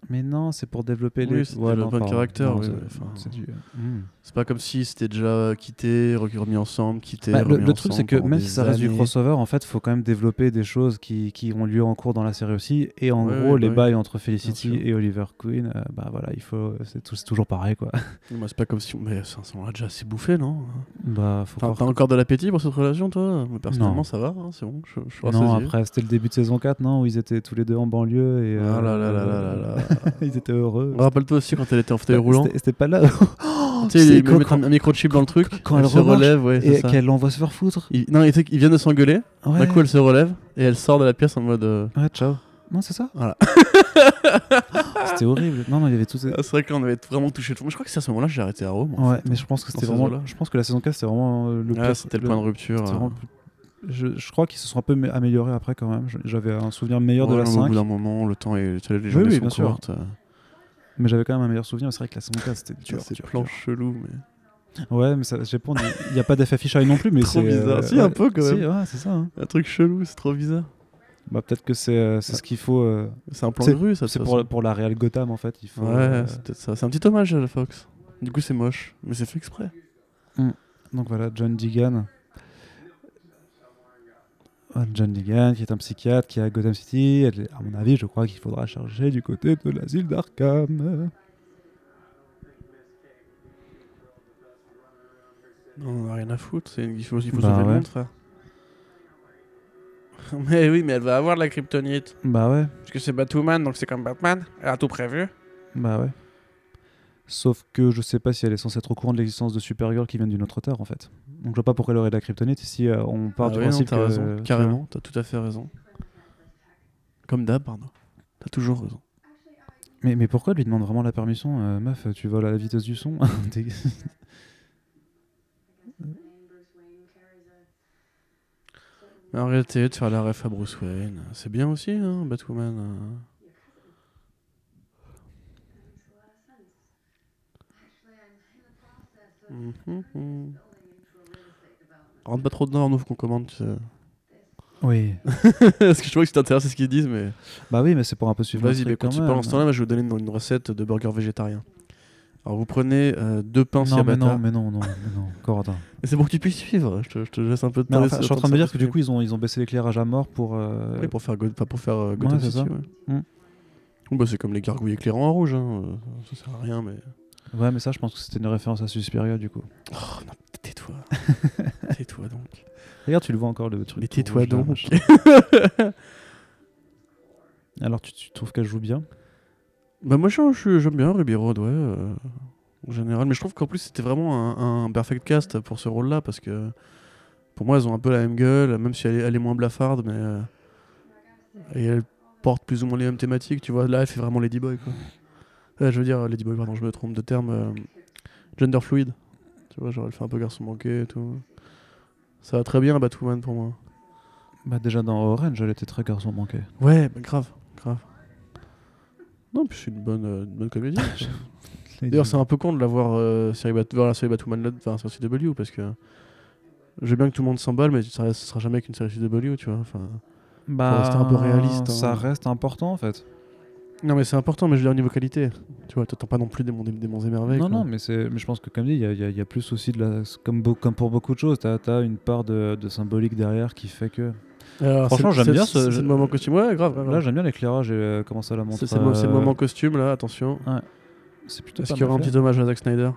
Speaker 1: Mais non, c'est pour développer
Speaker 2: Oui,
Speaker 1: les.
Speaker 2: c'est développement de
Speaker 1: pardon.
Speaker 2: caractère,
Speaker 1: Non,
Speaker 2: oui,
Speaker 1: c'est-
Speaker 2: ouais, enfin.
Speaker 1: c'est du- Mm.
Speaker 2: C'est pas comme si c'était déjà quitté, re- remis ensemble, quitté.
Speaker 1: Bah, le,
Speaker 2: remis
Speaker 1: le truc,
Speaker 2: ensemble
Speaker 1: c'est que
Speaker 2: pendant
Speaker 1: même
Speaker 2: des
Speaker 1: si ça reste du
Speaker 2: années.
Speaker 1: crossover, en fait, faut quand même développer des choses qui, qui ont lieu en cours dans la série aussi. Et en
Speaker 2: Ouais,
Speaker 1: gros,
Speaker 2: ouais,
Speaker 1: les
Speaker 2: bah oui.
Speaker 1: bails entre Felicity
Speaker 2: Bien sûr.
Speaker 1: et Oliver Queen, euh, bah voilà, il faut, c'est, tout- c'est toujours pareil, quoi.
Speaker 2: Non, mais c'est pas comme si. on- Mais ça, ça, on l'a déjà assez bouffé, non hein.
Speaker 1: bah, faut
Speaker 2: T'as
Speaker 1: croire
Speaker 2: t'as encore de l'appétit pour cette relation, toi Moi, Personnellement, ça va, hein, c'est bon. Je, je suis
Speaker 1: Non,
Speaker 2: rassasié.
Speaker 1: après, c'était le début de saison 4, non Où ils étaient tous les deux en banlieue et.
Speaker 2: Ah
Speaker 1: euh,
Speaker 2: là là là là là là.
Speaker 1: ils étaient heureux.
Speaker 2: Rappelle-toi aussi quand elle était en fauteuil
Speaker 1: Bah,
Speaker 2: roulant.
Speaker 1: c'était- C'était pas là.
Speaker 2: Tu sais, ils
Speaker 1: c'est quand-
Speaker 2: mettent un, un microchip dans le truc.
Speaker 1: quand
Speaker 2: elle,
Speaker 1: elle
Speaker 2: se
Speaker 1: remarche
Speaker 2: relève, ouais, c'est
Speaker 1: et
Speaker 2: ça. Bah,
Speaker 1: qu'elle l'envoie se faire foutre.
Speaker 2: Ils- Non, ils, ils viennent de s'engueuler.
Speaker 1: Ouais.
Speaker 2: D'un coup, elle se relève et elle sort de la pièce en mode. euh,
Speaker 1: Ouais, ciao. Non, c'est ça
Speaker 2: Voilà.
Speaker 1: C'était horrible. Non, non, il y avait tout.
Speaker 2: Ah, c'est vrai qu'on avait vraiment touché le fond. Mais Je crois que c'est à ce moment-là que j'ai arrêté Arrow. moi.
Speaker 1: Ouais, mais je pense que c'était
Speaker 2: ces
Speaker 1: vraiment.
Speaker 2: eaux-là.
Speaker 1: Je pense que la saison 4, c'était vraiment euh, le
Speaker 2: Ah,
Speaker 1: pire-
Speaker 2: c'était le point de rupture.
Speaker 1: c'était
Speaker 2: euh.
Speaker 1: vraiment le plus- Je, je crois qu'ils se sont un peu mé- améliorés après quand même. Je- J'avais un souvenir meilleur
Speaker 2: Ouais,
Speaker 1: de la
Speaker 2: au
Speaker 1: 5,
Speaker 2: bout d'un moment, le temps et les journées
Speaker 1: oui, bien
Speaker 2: sont
Speaker 1: sûr.
Speaker 2: courtes. euh.
Speaker 1: mais j'avais quand même un meilleur souvenir. C'est vrai que la saison 4 c'était
Speaker 2: Putain,
Speaker 1: dur.
Speaker 2: C'est
Speaker 1: dur,
Speaker 2: plan chelou, mais.
Speaker 1: dur. Ouais, mais ça, je sais pas, on est- il n'y a pas d'effet Fisheye non plus. Mais
Speaker 2: Trop
Speaker 1: c'est, euh,
Speaker 2: bizarre. Si, un
Speaker 1: ouais.
Speaker 2: peu, quand
Speaker 1: Si,
Speaker 2: même.
Speaker 1: ouais, c'est ça. hein.
Speaker 2: Un truc chelou, c'est trop bizarre.
Speaker 1: Bah, peut-être que c'est euh, c'est ce qu'il faut. euh,
Speaker 2: C'est un plan de rue, ça. de
Speaker 1: c'est
Speaker 2: toute
Speaker 1: pour,
Speaker 2: façon.
Speaker 1: pour la Real Gotham en fait. Il faut,
Speaker 2: Ouais,
Speaker 1: euh,
Speaker 2: c'est peut-être ça. C'est un petit hommage à la Fox. Du coup, c'est moche, mais c'est fait exprès.
Speaker 1: Donc voilà, John Deegan. Ah, John Deegan, qui est un psychiatre, qui est à Gotham City. Elle- À mon avis, je crois qu'il faudra charger du côté de l'asile d'Arkham.
Speaker 2: Non, on en a rien à foutre. c'est- Il faut, il faut
Speaker 1: Bah
Speaker 2: sauver
Speaker 1: ouais.
Speaker 2: le monde, frère. Mais oui, mais elle va avoir de la kryptonite.
Speaker 1: Bah ouais,
Speaker 2: Parce que c'est Batwoman, donc c'est comme Batman. Elle a tout prévu.
Speaker 1: bah ouais. Sauf que je sais pas si elle est censée être au courant de l'existence de Supergirl qui vient d'une autre Terre en fait. Donc je vois pas pourquoi elle aurait de la kryptonite si euh, on part du
Speaker 2: oui,
Speaker 1: principe
Speaker 2: Ah Bah t'as
Speaker 1: que- euh,
Speaker 2: raison.
Speaker 1: tu
Speaker 2: Carrément, t'as tout à fait raison. Comme d'hab, pardon. T'as toujours raison.
Speaker 1: vois. Mais, mais pourquoi elle lui demande vraiment la permission euh, Meuf, tu voles à la vitesse du son T'es-
Speaker 2: Mais Arrêtez de faire la ref à Bruce Wayne. euh, C'est bien aussi, hein, Batwoman. euh. Mhm, mhm. Rentre pas trop dedans, nous, faut qu'on commande. tu sais.
Speaker 1: Oui.
Speaker 2: Parce que je vois que tu t'intéresses à ce qu'ils disent, mais.
Speaker 1: Bah oui, mais c'est pour un peu suivre le
Speaker 2: Vas-y,
Speaker 1: truc
Speaker 2: mais quand
Speaker 1: quand
Speaker 2: tu
Speaker 1: même. hein.
Speaker 2: parles en ce temps-là, moi, je vais vous donner une, une recette de burger végétarien. Alors, vous prenez euh, deux pains
Speaker 1: Non, mais
Speaker 2: ciabatta.
Speaker 1: non, mais non, non, mais non, Corentin.
Speaker 2: Et C'est pour que tu puisses suivre. Je te, je te laisse un peu de
Speaker 1: Mais
Speaker 2: temps.
Speaker 1: enfin, je suis en train de me dire que du coup, ils ont, ils ont baissé l'éclairage à mort pour. euh,
Speaker 2: Oui, pour faire, Go- enfin, pour faire euh, Gotham
Speaker 1: Ouais, c'est
Speaker 2: City,
Speaker 1: ça.
Speaker 2: ouais.
Speaker 1: Mm.
Speaker 2: Bon, bah, c'est comme les gargouilles éclairants en rouge. Hein. euh, Ça sert à rien, mais.
Speaker 1: Ouais, mais ça, je pense que c'était une référence à Suspiria du coup.
Speaker 2: Oh, non, tais-toi. tais-toi donc.
Speaker 1: Regarde, tu le vois encore le truc.
Speaker 2: Mais
Speaker 1: tout
Speaker 2: tais-toi
Speaker 1: rouge, là,
Speaker 2: donc.
Speaker 1: machin. Alors, tu, tu trouves qu'elle joue bien
Speaker 2: bah, moi, je- je- j'aime bien Ruby Road, ouais. euh, en général. Mais je trouve qu'en plus, c'était vraiment un, un perfect cast pour ce rôle-là. Parce que pour moi, elles ont un peu la même gueule. Même si elle est, elle est moins blafarde, mais. euh, et elle porte plus ou moins les mêmes thématiques. Tu vois, là, elle fait vraiment Lady Boy, quoi. Euh, je veux dire, Lady Boy, pardon, je me trompe de terme. euh, gender fluid. Tu vois, genre, elle fait un peu garçon manqué et tout. Ça va très bien, Batwoman, pour moi.
Speaker 1: Bah, déjà dans Orange, elle était très garçon manqué.
Speaker 2: Ouais, bah, grave, grave. Non, puis c'est une bonne, euh, une bonne comédie. D'ailleurs, c'est un peu con de l'avoir euh, série Bat- voir la série Batwoman là, enfin, sur CW, parce que je veux bien que tout le monde s'emballe, mais ça reste- ce sera jamais qu'une série CW, tu vois. Enfin,
Speaker 1: Bah,
Speaker 2: rester un peu réaliste, hein.
Speaker 1: Ça reste important en fait.
Speaker 2: Non, mais c'est important, mais je veux dire au niveau qualité. Tu vois, t'attends pas non plus des mondes des mondes et merveilles.
Speaker 1: Non,
Speaker 2: quoi.
Speaker 1: non, mais, c'est- mais je pense que comme dit, il y a, il y a- il y a plus aussi de la. c'est Comme, beau- comme pour beaucoup de choses, t'as as une part de, de symbolique derrière qui fait que.
Speaker 2: Alors,
Speaker 1: Franchement,
Speaker 2: c'est-
Speaker 1: j'aime
Speaker 2: c'est-
Speaker 1: bien ce-
Speaker 2: C'est
Speaker 1: je-
Speaker 2: c'est le moment costume. Ouais, grave. grave,
Speaker 1: Là,
Speaker 2: grave.
Speaker 1: j'aime bien l'éclairage et euh, comment ça la montre.
Speaker 2: C'est c'est le mo- c'est le
Speaker 1: euh,
Speaker 2: moment costume, là, attention.
Speaker 1: C'est plutôt.
Speaker 2: Est-ce
Speaker 1: pas
Speaker 2: qu'il y aura un
Speaker 1: mal fait.
Speaker 2: petit hommage à Zack Snyder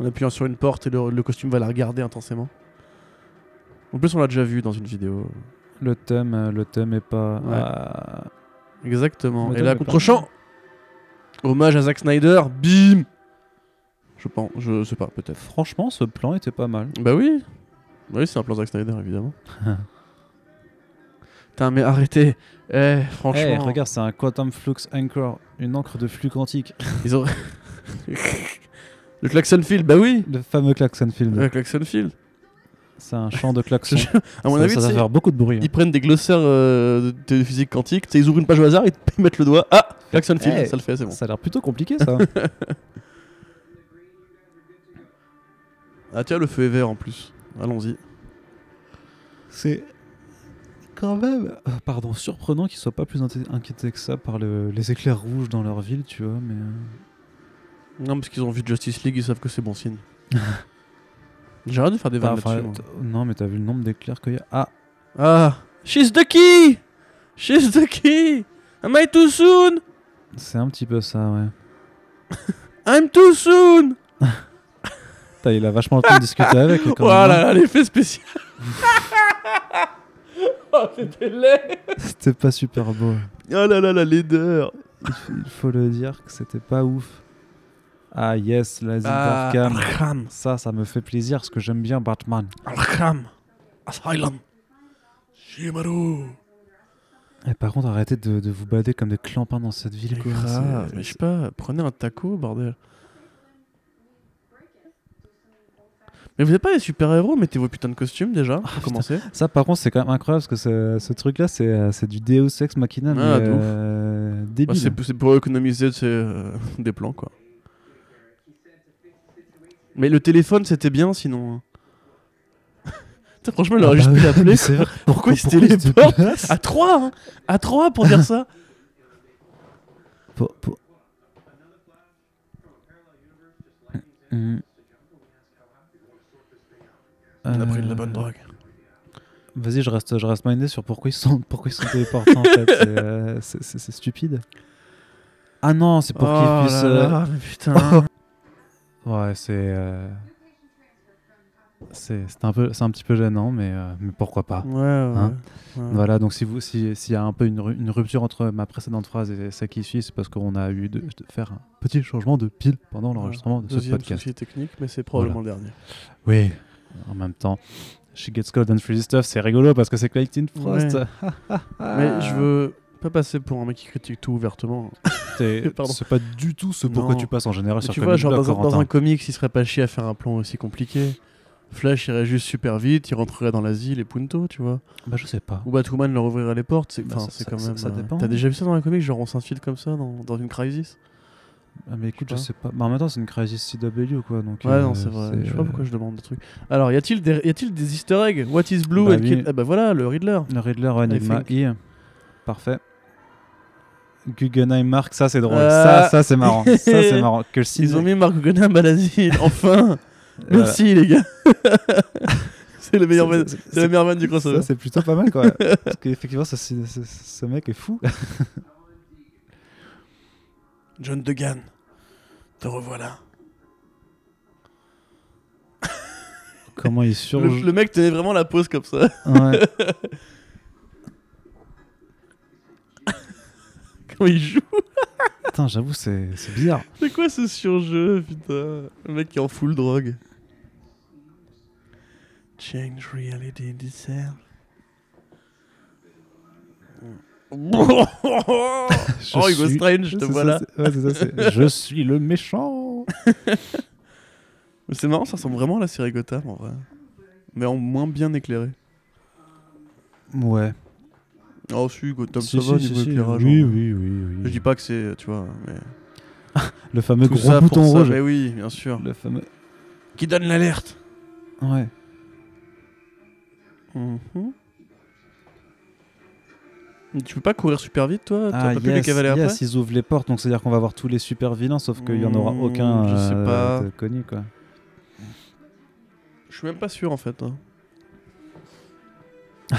Speaker 2: En appuyant sur une porte et le, le costume va la regarder intensément. En plus, on l'a déjà vu dans une vidéo.
Speaker 1: Le thème, euh, le thème est pas.
Speaker 2: Ouais.
Speaker 1: Ah,
Speaker 2: Exactement.
Speaker 1: Mais
Speaker 2: Et
Speaker 1: toi,
Speaker 2: là,
Speaker 1: mais
Speaker 2: contre-champ Hommage à Zack Snyder, bim Je pense, je sais pas, peut-être.
Speaker 1: franchement, ce plan était pas mal.
Speaker 2: Bah oui Oui, c'est un plan Zack Snyder, évidemment. Putain, mais arrêtez Eh, franchement.
Speaker 1: Eh, regarde, c'est un quantum flux anchor, une encre de flux quantique.
Speaker 2: Ils ont... le klaxon field, bah oui
Speaker 1: Le fameux klaxon film.
Speaker 2: Le klaxon field.
Speaker 1: C'est un champ de klaxon.
Speaker 2: À mon
Speaker 1: ça,
Speaker 2: avis,
Speaker 1: ça
Speaker 2: tu sais,
Speaker 1: va faire beaucoup de bruit. hein.
Speaker 2: Ils prennent des glossaires euh, de de physique quantique, tu sais, ils ouvrent une page au hasard, ils te mettent le doigt. Ah Klaxon Field,
Speaker 1: Eh.
Speaker 2: ça le fait, c'est bon.
Speaker 1: Ça a l'air plutôt compliqué ça.
Speaker 2: Ah tiens, le feu est vert en plus. Allons-y.
Speaker 1: C'est quand même, euh, pardon, surprenant qu'ils soient pas plus inté- inquiétés que ça par le- les éclairs rouges dans leur ville, tu vois. Mais euh,
Speaker 2: Non, parce qu'ils ont vu Justice League, ils savent que c'est bon signe. J'ai rien de faire des
Speaker 1: t'as-
Speaker 2: vannes
Speaker 1: enfin,
Speaker 2: là-dessus. moi.
Speaker 1: t- non, mais t'as vu le nombre d'éclairs qu'il y a. Ah,
Speaker 2: Ah She's the key She's the key Am I too soon
Speaker 1: c'est un petit peu ça, ouais.
Speaker 2: I'm too soon
Speaker 1: Putain, il a vachement le temps de discuter avec. quand même, hein.
Speaker 2: Voilà, Oh l'effet spécial Oh, c'était laid
Speaker 1: C'était pas super beau.
Speaker 2: Oh là là, la laideur
Speaker 1: Il, f- il faut le dire que c'était pas ouf. Ah yes, Lazim
Speaker 2: Ah,
Speaker 1: Arkham.
Speaker 2: Arkham
Speaker 1: Ça, ça me fait plaisir parce que j'aime bien Batman.
Speaker 2: Arkham Asylum Shimaru
Speaker 1: Et par contre, arrêtez de, de vous balader comme des clampins dans cette ville. quoi.
Speaker 2: Grave,
Speaker 1: C'est-
Speaker 2: Ah,
Speaker 1: euh,
Speaker 2: mais je sais pas, prenez un taco, bordel. Mais vous êtes pas des super-héros, mettez vos putains de costumes déjà, pour commencer.
Speaker 1: Ça, par contre, Ah, c'est quand même incroyable parce que ce, ce truc-là, c'est euh, c'est du Deus Ex Machina,
Speaker 2: Ah,
Speaker 1: mais
Speaker 2: de ouf.
Speaker 1: euh,
Speaker 2: Bah,
Speaker 1: débile.
Speaker 2: c'est c'est pour économiser tu sais, euh, des plans, quoi. Mais le téléphone, c'était bien, sinon... hein. Putain, franchement, il
Speaker 1: Ah
Speaker 2: aurait
Speaker 1: bah
Speaker 2: juste pu
Speaker 1: oui, mais
Speaker 2: l'appeler
Speaker 1: c'est vrai.
Speaker 2: Pourquoi il se
Speaker 1: il se
Speaker 2: téléporte
Speaker 1: déplace
Speaker 2: à 3, hein À 3 pour dire ça
Speaker 1: Pour- pour- Mm. Euh,
Speaker 2: drogue.
Speaker 1: Vas-y, je reste, je reste mindé sur pourquoi ils sont, pourquoi ils sont téléportés en fait. C'est, euh, C'est c'est- c'est stupide. Ah non, c'est
Speaker 2: Oh
Speaker 1: pour qu'ils puissent. euh,
Speaker 2: putain
Speaker 1: Ouais, c'est. euh, C'est c'est un, peu- c'est un petit peu gênant, mais, euh, mais pourquoi pas.
Speaker 2: Ouais, ouais,
Speaker 1: Hein
Speaker 2: ouais.
Speaker 1: Voilà, donc si vous, si- s'il y a un peu une, ru- une rupture entre ma précédente phrase et celle qui suit, c'est parce qu'on a eu de, de faire un petit changement de pile pendant l'enregistrement de ce
Speaker 2: Deuxième
Speaker 1: podcast.
Speaker 2: souci technique, mais c'est probablement le dernier.
Speaker 1: Oui, en même temps, She Gets Cold and Freezes Stuff, c'est rigolo parce que c'est Clayton Frost.
Speaker 2: Ouais. Mais
Speaker 1: Euh.
Speaker 2: je veux pas passer pour un mec qui critique tout ouvertement.
Speaker 1: T'es-
Speaker 2: Pardon.
Speaker 1: C'est pas du tout ce pourquoi
Speaker 2: Non.
Speaker 1: tu passes en général
Speaker 2: Mais
Speaker 1: Ah, sur
Speaker 2: tu vois,
Speaker 1: Comic
Speaker 2: genre
Speaker 1: Blog,
Speaker 2: dans, un- dans un
Speaker 1: Corentin.
Speaker 2: comics, il serait pas chier à faire un plan aussi compliqué. Flash irait juste super vite, il rentrerait dans l'asile et punto, tu vois.
Speaker 1: Bah, je sais pas.
Speaker 2: Ou Batwoman leur ouvrirait les portes, c'est
Speaker 1: Bah,
Speaker 2: enfin,
Speaker 1: ça-
Speaker 2: c'est
Speaker 1: ça-
Speaker 2: quand
Speaker 1: ça-
Speaker 2: même.
Speaker 1: ça
Speaker 2: euh,
Speaker 1: dépend.
Speaker 2: T'as déjà vu ça dans un comic, genre on s'infile comme ça dans, dans une crisis
Speaker 1: Ah, mais écoute,
Speaker 2: Je
Speaker 1: je
Speaker 2: sais
Speaker 1: sais pas. Bah, en même temps, c'est une Crisis CW quoi. Donc,
Speaker 2: Hein Ouais,
Speaker 1: euh,
Speaker 2: non, c'est vrai. Je sais pas
Speaker 1: euh,
Speaker 2: pourquoi je demande des trucs. Alors, y a-t-il des, y a-t-il des easter eggs What is blue
Speaker 1: Bah
Speaker 2: and
Speaker 1: oui.
Speaker 2: kid- Ah bah voilà, le Riddler.
Speaker 1: Le euh, Riddler, ouais, Enigma
Speaker 2: think.
Speaker 1: E. Parfait. Guggenheim Mark, ça c'est drôle.
Speaker 2: Ah.
Speaker 1: Ça, ça c'est marrant. ça c'est marrant. Que le signe-
Speaker 2: Ils ont mis Marc Guggenheim à l'asile, enfin
Speaker 1: Voilà.
Speaker 2: Merci les gars C'est le meilleur
Speaker 1: C'est-
Speaker 2: van-
Speaker 1: c'est-
Speaker 2: c'est la meilleure vanne du crossover.
Speaker 1: Ça c'est plutôt pas mal quoi. Parce qu'effectivement, ce, ce- ce- ce mec est fou.
Speaker 2: John DeGan, te revoilà.
Speaker 1: Comment il sur.
Speaker 2: Le, le mec tenait vraiment la pose comme ça.
Speaker 1: Ouais.
Speaker 2: Quand il joue.
Speaker 1: Putain, j'avoue, c'est c'est bizarre.
Speaker 2: C'est quoi ce surjeu, putain Le mec qui est en full drogue. Change reality itself. oh,
Speaker 1: Je
Speaker 2: Hugo
Speaker 1: suis-
Speaker 2: Strange, te
Speaker 1: C'est ça,
Speaker 2: voilà.
Speaker 1: c'est- ouais, c'est ça, c'est- Je suis le méchant.
Speaker 2: Mais C'est marrant, ça ressemble vraiment à la série Gotham en vrai. Mais en moins bien éclairé.
Speaker 1: Ouais.
Speaker 2: Oh, si, Gotham,
Speaker 1: Si,
Speaker 2: ça va
Speaker 1: si,
Speaker 2: niveau
Speaker 1: si,
Speaker 2: éclairage.
Speaker 1: oui,
Speaker 2: en vrai.
Speaker 1: oui, oui, oui.
Speaker 2: Je dis pas que c'est, tu vois, mais.
Speaker 1: Le fameux
Speaker 2: Tout
Speaker 1: gros
Speaker 2: ça pour
Speaker 1: bouton
Speaker 2: ça,
Speaker 1: rouge.
Speaker 2: Mais oui, bien sûr.
Speaker 1: Le fameux.
Speaker 2: Qui donne l'alerte
Speaker 1: Ouais.
Speaker 2: Mhm. Tu peux pas courir super vite, toi T'as pas pu les cavaler
Speaker 1: Ah, yes,
Speaker 2: après
Speaker 1: ils ouvrent les portes, donc c'est-à-dire qu'on va voir tous les super vilains, sauf qu'il y en aura
Speaker 2: Hmm,
Speaker 1: aucun
Speaker 2: je sais
Speaker 1: euh,
Speaker 2: pas. Oh
Speaker 1: de connu, quoi.
Speaker 2: Je suis même pas sûr en fait. hein.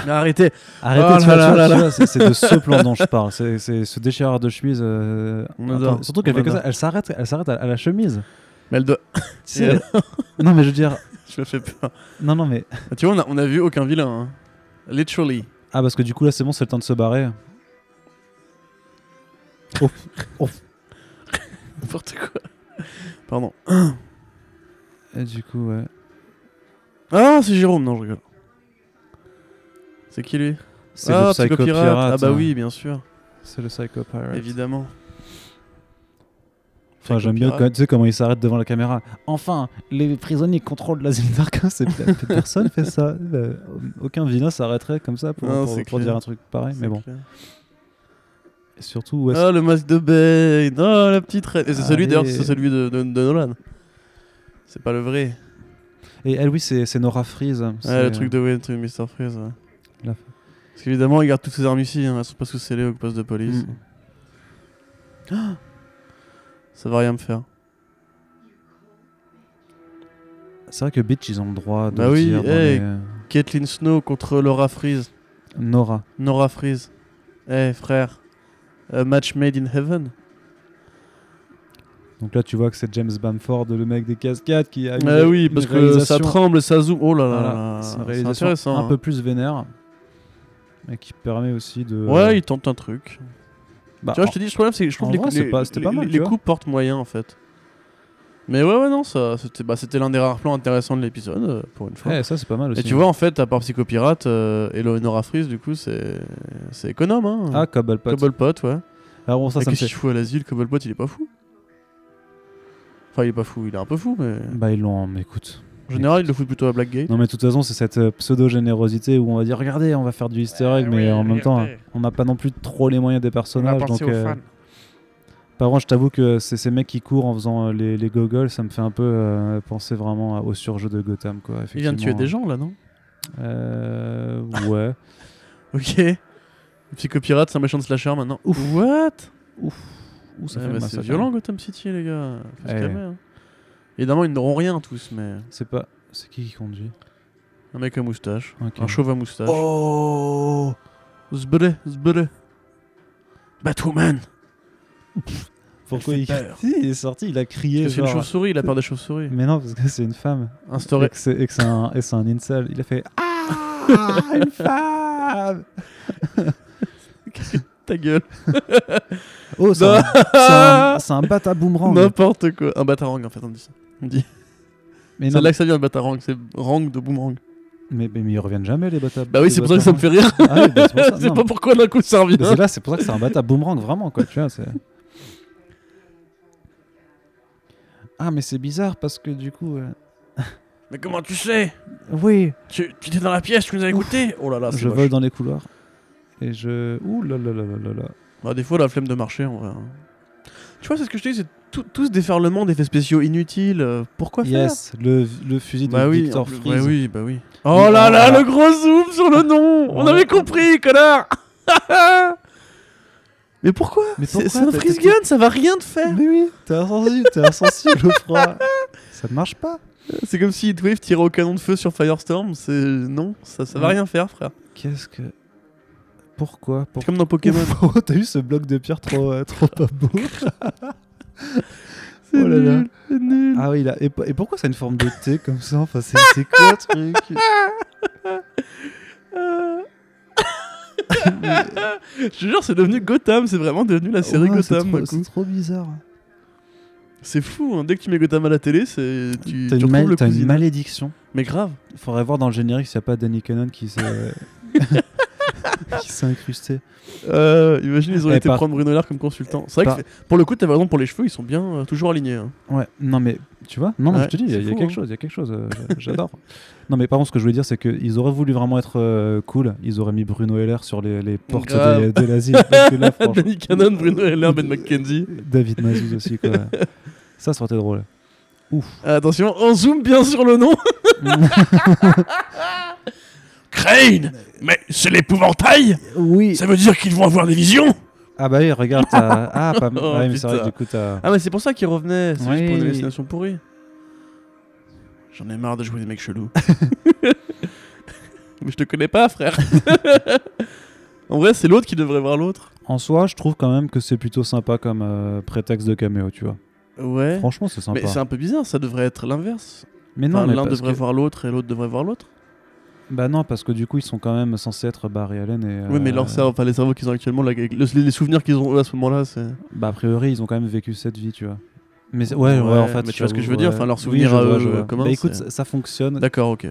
Speaker 2: Mais arrêtez
Speaker 1: Arrêtez,
Speaker 2: Oh
Speaker 1: tu vois,
Speaker 2: là
Speaker 1: tu
Speaker 2: là
Speaker 1: vois,
Speaker 2: là
Speaker 1: tu vois, c'est c'est de ce plan dont je parle, c'est c'est ce déchireur de chemise. euh,
Speaker 2: On
Speaker 1: attends,
Speaker 2: adore,
Speaker 1: surtout qu'elle
Speaker 2: on
Speaker 1: fait que ça,
Speaker 2: adore.
Speaker 1: elle s'arrête, elle s'arrête à, à la chemise.
Speaker 2: Mais elle doit.
Speaker 1: Tu sais, non mais je veux dire,
Speaker 2: Je me fais peur.
Speaker 1: non non mais
Speaker 2: Ah, tu vois, on a, on a vu aucun vilain. hein. Literally.
Speaker 1: ah parce que du coup là c'est bon, c'est le temps de se barrer.
Speaker 2: N'importe quoi. Pardon.
Speaker 1: Et du coup ouais.
Speaker 2: Ah, c'est Jérôme. Non, je rigole. C'est qui lui
Speaker 1: c'est
Speaker 2: Ah,
Speaker 1: le
Speaker 2: Psycho
Speaker 1: psycho
Speaker 2: Pirate.
Speaker 1: pirate,
Speaker 2: Ah, bah
Speaker 1: hein.
Speaker 2: oui, bien sûr.
Speaker 1: c'est le psycho pirate.
Speaker 2: Évidemment.
Speaker 1: Enfin, j'aime bien quand, tu sais comment il s'arrête devant la caméra. Enfin, les prisonniers contrôlent l'asile d'Arca. c'est- Personne fait ça. Euh, Aucun vilain s'arrêterait comme ça pour,
Speaker 2: Non,
Speaker 1: pour-
Speaker 2: c'est
Speaker 1: pour
Speaker 2: clair.
Speaker 1: dire un truc pareil. Mais bon. Et surtout, ouais,
Speaker 2: Ah, le masque de Bane. Ah, la petite reine. Et c'est celui
Speaker 1: Allez.
Speaker 2: d'ailleurs, c'est celui de, de- de Nolan. C'est pas le vrai.
Speaker 1: c'est- et elle, oui, c'est c'est Nora Freeze.
Speaker 2: Ah,
Speaker 1: C'est- euh,
Speaker 2: le truc de Ah. ouais, le truc de Mr. Freeze. ouais.
Speaker 1: La-
Speaker 2: Parce qu'évidemment, il garde toutes ses armes ici. Hein. Elles sont pas sous scellées au poste de police.
Speaker 1: Mm.
Speaker 2: Ah Ça va rien me faire.
Speaker 1: C'est vrai que Bitch, ils ont le droit de
Speaker 2: Bah
Speaker 1: le
Speaker 2: oui,
Speaker 1: dire. dans les-
Speaker 2: hey.
Speaker 1: euh,
Speaker 2: Caitlyn Snow contre Laura Freeze.
Speaker 1: Nora.
Speaker 2: Nora Freeze. Eh frère. A match made in heaven.
Speaker 1: Donc là, tu vois que c'est James Bamford, le mec des cascades, qui a. une-
Speaker 2: Ah oui,
Speaker 1: une
Speaker 2: parce que
Speaker 1: réalisation-
Speaker 2: ça tremble, ça zoome. Oh là là
Speaker 1: Voilà,
Speaker 2: là.
Speaker 1: c'est une
Speaker 2: C'est
Speaker 1: réalisation
Speaker 2: intéressant.
Speaker 1: un
Speaker 2: hein.
Speaker 1: peu plus vénère. Et qui permet aussi de.
Speaker 2: Ouais, il tente un truc.
Speaker 1: Bah,
Speaker 2: tu vois, je te dis, le problème, c'est que je trouve
Speaker 1: euh, en
Speaker 2: les,
Speaker 1: vrai,
Speaker 2: les-
Speaker 1: c'est pas- c'était pas
Speaker 2: les-
Speaker 1: mal,
Speaker 2: les
Speaker 1: tu vois.
Speaker 2: coups portent moyen en fait. Mais ouais, ouais, non, ça, c'était, bah, c'était l'un des rares plans intéressants de l'épisode euh, pour une fois.
Speaker 1: eh, ça, c'est pas mal aussi.
Speaker 2: et tu vois, en fait, à part Psychopirate euh, et Leonora Freeze, du coup, c'est, c'est économe. Hein.
Speaker 1: Ah, Cobblepot.
Speaker 2: Cobblepot, ouais.
Speaker 1: Ah bon, ça,
Speaker 2: Mais
Speaker 1: ça me fait.
Speaker 2: Qu'est-ce qu'il fout à l'asile Cobblepot, il est pas fou. Enfin, il est pas fou, il est un peu fou, mais.
Speaker 1: Bah, ils l'ont. mais Écoute.
Speaker 2: En général, il le fout plutôt à Blackgate.
Speaker 1: Non, mais de toute façon, c'est cette euh, pseudo-générosité où on va dire regardez, on va faire du easter egg, mais en même temps, on n'a pas non plus trop les moyens des
Speaker 2: Ah,
Speaker 1: personnages. donc, euh, par contre, je t'avoue que c'est ces mecs qui courent en faisant euh, les, les gogoles, ça me fait un peu euh, penser vraiment à- au surjeu de Gotham. Quoi,
Speaker 2: Il vient de tuer des gens là, non
Speaker 1: effectivement. Euh, ouais.
Speaker 2: Ok. Psychopirate, c'est un méchant de slasher maintenant. Ouf. What
Speaker 1: Ouh, ça
Speaker 2: Ouais,
Speaker 1: fait
Speaker 2: bah,
Speaker 1: mal,
Speaker 2: c'est
Speaker 1: ça,
Speaker 2: violent
Speaker 1: quand même.
Speaker 2: Gotham City, les gars. Faut se
Speaker 1: Eh.
Speaker 2: calmer, hein. Évidemment, ils n'auront rien tous, mais
Speaker 1: C'est pas. C'est qui qui conduit
Speaker 2: un mec à moustache,
Speaker 1: Ok.
Speaker 2: un chauve à moustache.
Speaker 1: Oh
Speaker 2: Zbré, zbré. Batwoman.
Speaker 1: Pourquoi
Speaker 2: Elle
Speaker 1: il...
Speaker 2: fait peur.
Speaker 1: Si, il est sorti, il a crié.
Speaker 2: Parce que C'est une
Speaker 1: genre-
Speaker 2: chauve-souris, il a peur des chauves-souris.
Speaker 1: Mais non, parce que c'est une femme. Et
Speaker 2: Instauré.
Speaker 1: que c'est- et que c'est un, et c'est un incel. Il a fait Ah Une femme
Speaker 2: Ta gueule.
Speaker 1: Oh, c'est
Speaker 2: Non.
Speaker 1: un, c'est un, c'est un bat à boomerang.
Speaker 2: N'importe quoi. Un batarang en fait, on dit ça. On dit.
Speaker 1: Mais, non,
Speaker 2: C'est là que ça vient le batarang, c'est rang de boomerang.
Speaker 1: mais, mais- mais ils reviennent jamais, les bata
Speaker 2: Bah oui, c'est pour ça que ça me fait rire.
Speaker 1: Ah oui, bah, c'est pour ça.
Speaker 2: C'est
Speaker 1: non,
Speaker 2: pas pourquoi d'un coup ça revient.
Speaker 1: mais c'est là, c'est pour ça que c'est un bat à boomerang, vraiment, quoi. Tu vois, c'est. Ah, mais c'est bizarre parce que du coup. euh,
Speaker 2: Mais comment tu sais
Speaker 1: Oui,
Speaker 2: tu, tu étais dans la pièce, tu nous as écoutés Oh là là, c'est
Speaker 1: je
Speaker 2: moche.
Speaker 1: vole dans les couloirs. Et je. Ouh là là là là là là.
Speaker 2: Bah, des fois, la flemme de marcher, en vrai. hein. Tu vois, c'est ce que je te dis, c'est tout, tout ce déferlement d'effets spéciaux inutiles. euh, pourquoi
Speaker 1: Yes, le, le fusil
Speaker 2: faire
Speaker 1: de
Speaker 2: Bah oui, en
Speaker 1: Victor
Speaker 2: plus-
Speaker 1: Freeze.
Speaker 2: bah oui, bah oui. Oh là
Speaker 1: oh
Speaker 2: là,
Speaker 1: là là.
Speaker 2: le gros zoom sur le nom On
Speaker 1: Ouais.
Speaker 2: avait compris, connard Mais pourquoi
Speaker 1: Mais
Speaker 2: C'est
Speaker 1: pourquoi
Speaker 2: c'est un
Speaker 1: t'as-
Speaker 2: freeze
Speaker 1: t'as-
Speaker 2: gun, ça va rien te faire
Speaker 1: Mais oui, t'es insensible, t'es insensible au froid. Ça ne marche pas.
Speaker 2: C'est comme si Heatwave tirait au canon de feu sur Firestorm, c'est... Non, ça, ça va
Speaker 1: Ouais.
Speaker 2: rien faire, frère.
Speaker 1: Qu'est-ce que. Pourquoi
Speaker 2: C'est
Speaker 1: Pourquoi
Speaker 2: comme dans Pokémon.
Speaker 1: Oh, t'as eu ce bloc de pierre trop, euh, trop pas beau.
Speaker 2: C'est
Speaker 1: Oh là là.
Speaker 2: nul, c'est nul.
Speaker 1: Ah oui, là. Et, po- et pourquoi ça a une forme de T comme ça Enfin, c'est c'est quoi le truc
Speaker 2: Je te jure, c'est devenu Gotham, Ah, c'est vraiment devenu la série
Speaker 1: Ouais,
Speaker 2: Gotham.
Speaker 1: trop-
Speaker 2: d'un coup.
Speaker 1: Oh, C'est trop bizarre.
Speaker 2: C'est fou, hein. dès que tu mets Gotham à la télé, c'est tu,
Speaker 1: T'as
Speaker 2: tu
Speaker 1: une,
Speaker 2: retrouves
Speaker 1: mal-
Speaker 2: le
Speaker 1: t'as une
Speaker 2: cousin.
Speaker 1: malédiction.
Speaker 2: Mais grave.
Speaker 1: Faudrait voir dans le générique s'il n'y a pas Danny Cannon qui s'est. qui s'est incrusté.
Speaker 2: Euh, imagine, ils ont
Speaker 1: Eh,
Speaker 2: été
Speaker 1: par-
Speaker 2: prendre Bruno Lard comme consultant. C'est vrai
Speaker 1: par-
Speaker 2: que c'est- pour le coup, t'avais raison pour les cheveux, ils sont bien euh, toujours alignés. hein.
Speaker 1: Ouais, non mais tu vois, non, non,
Speaker 2: Ouais,
Speaker 1: je te dis, il y, a-
Speaker 2: c'est
Speaker 1: il y a
Speaker 2: fou,
Speaker 1: quelque
Speaker 2: hein.
Speaker 1: chose, il y a quelque chose, euh, j'a- j'adore. non mais par contre, ce que je voulais dire, c'est qu'ils auraient voulu vraiment être euh, cool, ils auraient mis Bruno Heller sur les, les portes
Speaker 2: Grave.
Speaker 1: des- de l'asile. parce que là, franchement,
Speaker 2: Danny Cannon, Bruno Heller, Ben McKenzie.
Speaker 1: David Mazouz aussi, quoi. ça, ça aurait été drôle.
Speaker 2: Euh, Attention, on zoome bien sur le nom. Crane Mais c'est l'épouvantail
Speaker 1: Oui.
Speaker 2: Ça veut dire qu'ils vont avoir des visions
Speaker 1: Ah bah oui, regarde. t'as- Ah, pas...
Speaker 2: Oh,
Speaker 1: ouais, mais c'est vrai,
Speaker 2: putain.
Speaker 1: du coup, t'as.
Speaker 2: Ah, mais c'est pour ça qu'il revenait, c'est juste pour
Speaker 1: Oui.
Speaker 2: une destination pourrie. J'en ai marre de jouer des mecs chelous. mais je te connais pas, frère. en vrai, c'est l'autre qui devrait voir l'autre.
Speaker 1: En soi, je trouve quand même que c'est plutôt sympa comme euh, prétexte de caméo, tu vois.
Speaker 2: Ouais.
Speaker 1: Franchement, c'est sympa.
Speaker 2: Mais c'est un peu bizarre, ça devrait être l'inverse.
Speaker 1: Mais non,
Speaker 2: Enfin,
Speaker 1: mais
Speaker 2: L'un
Speaker 1: parce
Speaker 2: devrait
Speaker 1: que...
Speaker 2: voir l'autre et l'autre devrait voir l'autre.
Speaker 1: Bah non, parce que du coup, ils sont quand même censés être Barry Allen et.
Speaker 2: Oui, mais
Speaker 1: euh,
Speaker 2: leur cerveau, enfin, les cerveaux qu'ils ont actuellement, là, avec le- les souvenirs qu'ils ont eux, à ce moment-là, c'est.
Speaker 1: Bah a priori, ils ont quand même vécu cette vie, tu vois. Mais c'est- ouais, ouais,
Speaker 2: Ouais,
Speaker 1: en fait.
Speaker 2: mais tu vois ce que
Speaker 1: j'avoue,
Speaker 2: je veux dire,
Speaker 1: ouais.
Speaker 2: enfin, leurs
Speaker 1: Oui,
Speaker 2: souvenirs
Speaker 1: je
Speaker 2: à
Speaker 1: vois,
Speaker 2: eux,
Speaker 1: je vois.
Speaker 2: communs,
Speaker 1: Bah écoute,
Speaker 2: c'est-
Speaker 1: ça, ça fonctionne.
Speaker 2: D'accord, ok.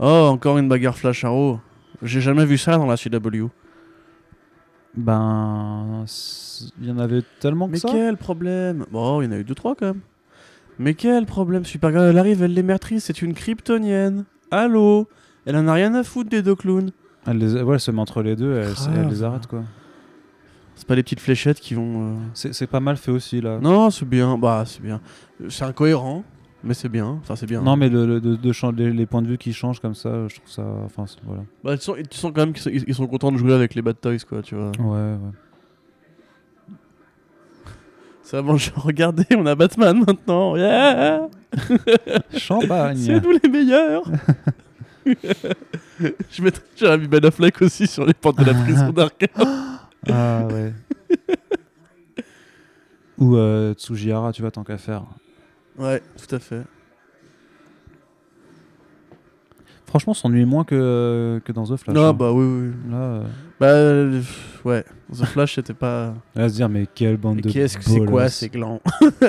Speaker 2: Oh, encore une bagarre flash arrow. J'ai jamais vu ça dans la CW.
Speaker 1: Ben, c'est- il y en avait tellement que
Speaker 2: Mais
Speaker 1: ça.
Speaker 2: quel problème Bon, il y en a eu deux trois quand même. Mais quel problème Supergirl, elle arrive, elle les meurtrit, c'est une kryptonienne. Allô Elle en a rien à foutre des deux clowns.
Speaker 1: Elle, les... ouais, elle se met entre les deux, elle,
Speaker 2: Grave.
Speaker 1: elle les arrête quoi.
Speaker 2: C'est pas les petites fléchettes qui vont. euh,
Speaker 1: C'est c'est pas mal fait aussi là.
Speaker 2: Non, c'est bien. Bah, c'est bien. C'est incohérent, mais c'est bien. Enfin, c'est bien.
Speaker 1: Non, mais le, le- de, de chan- les, les points de vue qui changent comme ça, je trouve ça. Enfin, c'est- voilà.
Speaker 2: Bah, tu, sens, tu sens quand même qu'ils sont, ils sont contents de jouer avec les Bad Toys, quoi, tu vois.
Speaker 1: Ouais, ouais.
Speaker 2: C'est vraiment genre, regardez, on a Batman maintenant. Yeah C'est
Speaker 1: Champagne
Speaker 2: nous les meilleurs Je mettrais j'aurais mis Ben Affleck aussi sur les portes de la prison d'Arkham.
Speaker 1: Ah ouais. Ou euh, Tsujihara, tu vois, tant qu'à faire.
Speaker 2: Ouais, tout à fait.
Speaker 1: Franchement, on s'ennuie moins que, que dans The Flash.
Speaker 2: non,
Speaker 1: hein.
Speaker 2: bah oui, oui.
Speaker 1: Là, euh,
Speaker 2: Bah, euh, pff, ouais. The Flash, c'était pas...
Speaker 1: là, se dire, mais quelle bande
Speaker 2: Mais
Speaker 1: de.
Speaker 2: qu'est-ce que c'est quoi
Speaker 1: bolos.
Speaker 2: ces glands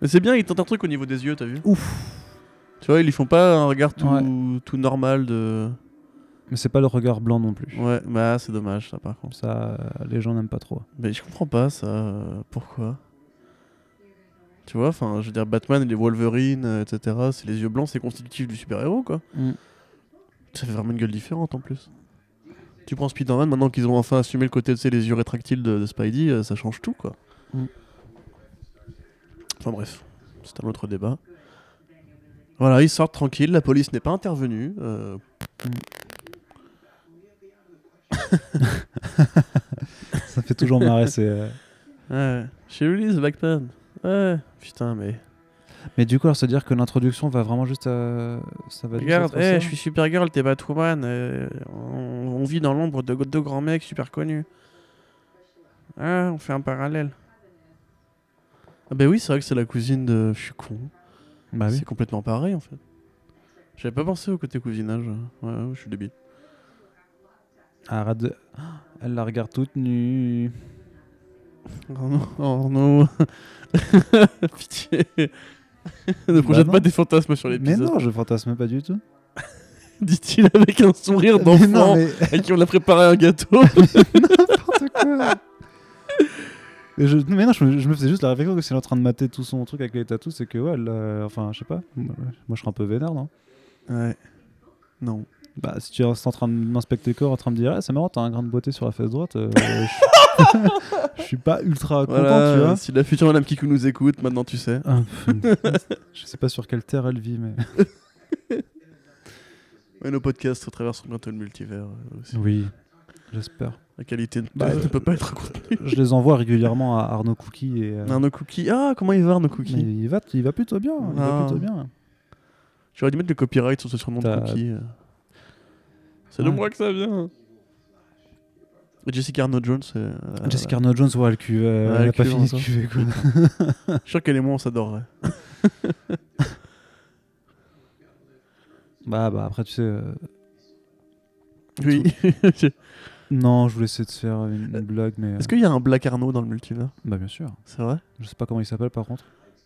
Speaker 2: Mais c'est bien, ils tentent un truc au niveau des yeux, t'as vu
Speaker 1: Ouf
Speaker 2: Tu vois, ils lui font pas un regard tout, tout normal de...
Speaker 1: Mais c'est pas le regard blanc non plus.
Speaker 2: Ouais, bah c'est dommage ça par contre.
Speaker 1: Ça, euh, les gens n'aiment pas trop.
Speaker 2: Mais je comprends pas ça, euh, pourquoi Tu vois, enfin, je veux dire, Batman et les Wolverine, euh, etc., c'est les yeux blancs, c'est constitutif du super-héros, quoi.
Speaker 1: Mm.
Speaker 2: Ça fait vraiment une gueule différente, en plus. Tu prends Spider-Man, maintenant qu'ils ont enfin assumé le côté, tu sais, les yeux rétractiles de, de Spidey, euh, ça change tout, quoi.
Speaker 1: Mm.
Speaker 2: Enfin bref, c'est un autre débat. Voilà, ils sortent tranquilles, la police n'est pas intervenue. euh,
Speaker 1: Ça fait toujours marrer. c'est, euh.
Speaker 2: Ouais, chez Ulysse, Batman. Ouais, putain, mais...
Speaker 1: Mais du coup, alors, se dire que l'introduction va vraiment juste à. Ça va juste
Speaker 2: Regarde,
Speaker 1: être
Speaker 2: hey,
Speaker 1: ça.
Speaker 2: Eh, je suis Supergirl, t'es Batwoman. euh, on, on vit dans l'ombre de deux grands mecs super connus. Ah, on fait un parallèle. Ah bah oui, c'est vrai que c'est la cousine de... Je suis con.
Speaker 1: Bah oui.
Speaker 2: C'est complètement pareil, en fait. J'avais pas pensé au côté cousinage. Ouais, ouais, je suis débile.
Speaker 1: Arrête de. Ah, Elle la regarde toute nue.
Speaker 2: Oh non, oh non. Pitié. ne projette
Speaker 1: Bah non.
Speaker 2: pas des fantasmes sur
Speaker 1: Mais
Speaker 2: l'épisode.
Speaker 1: non, je fantasme pas du tout.
Speaker 2: Dit-il avec un sourire
Speaker 1: Mais non,
Speaker 2: d'enfant
Speaker 1: mais
Speaker 2: à qui on a préparé un gâteau.
Speaker 1: n'importe quoi. Et je, non, mais non, je, me- je me faisais juste la réflexion que si elle est en train de mater tout son truc avec les tatous, c'est que ouais, elle, euh, enfin, je sais pas. Moi, je serais un peu vénère, non
Speaker 2: ouais. Non.
Speaker 1: Bah, si tu restes en train de m'inspecter le corps, en train de me dire, ah, c'est marrant, t'as un grain de beauté sur la face droite, euh, je... je suis pas ultra content,
Speaker 2: Voilà,
Speaker 1: tu vois.
Speaker 2: Si la future Madame Kikou nous écoute, maintenant tu sais.
Speaker 1: Ah, je sais pas sur quelle terre elle vit, mais.
Speaker 2: Ouais, nos podcasts traversent bientôt le multivers. euh, aussi.
Speaker 1: Oui, j'espère.
Speaker 2: La qualité ne,
Speaker 1: Bah,
Speaker 2: ne
Speaker 1: euh,
Speaker 2: peut pas être contenue.
Speaker 1: Je les envoie régulièrement à Arnaud Cookie et. euh,
Speaker 2: Arnaud Cookie. Ah, comment il va, Arnaud
Speaker 1: mais
Speaker 2: Cookie
Speaker 1: il va, il va plutôt bien. Il va
Speaker 2: Ah.
Speaker 1: plutôt bien.
Speaker 2: J'aurais dû mettre le copyright sur ce surnom de
Speaker 1: T'as-
Speaker 2: Cookie. euh. C'est de
Speaker 1: Ouais.
Speaker 2: moi que ça vient. Et Jessica Arnaud Jones. euh,
Speaker 1: Jessica Arnaud Jones, ouais, elle, cuve, euh,
Speaker 2: Ouais,
Speaker 1: elle
Speaker 2: elle
Speaker 1: a pas
Speaker 2: cuve
Speaker 1: fini de
Speaker 2: encore.
Speaker 1: cuver, quoi.
Speaker 2: euh, Je suis sûr qu'elle et moi, on s'adorerait.
Speaker 1: Bah, bah, après, tu sais. euh,
Speaker 2: Oui.
Speaker 1: Non, je voulais essayer de faire une, une blague, mais. euh,
Speaker 2: Est-ce qu'il y a un Black Arnaud dans le multivers
Speaker 1: Bah, bien sûr.
Speaker 2: C'est vrai
Speaker 1: Je sais pas comment il s'appelle, par contre.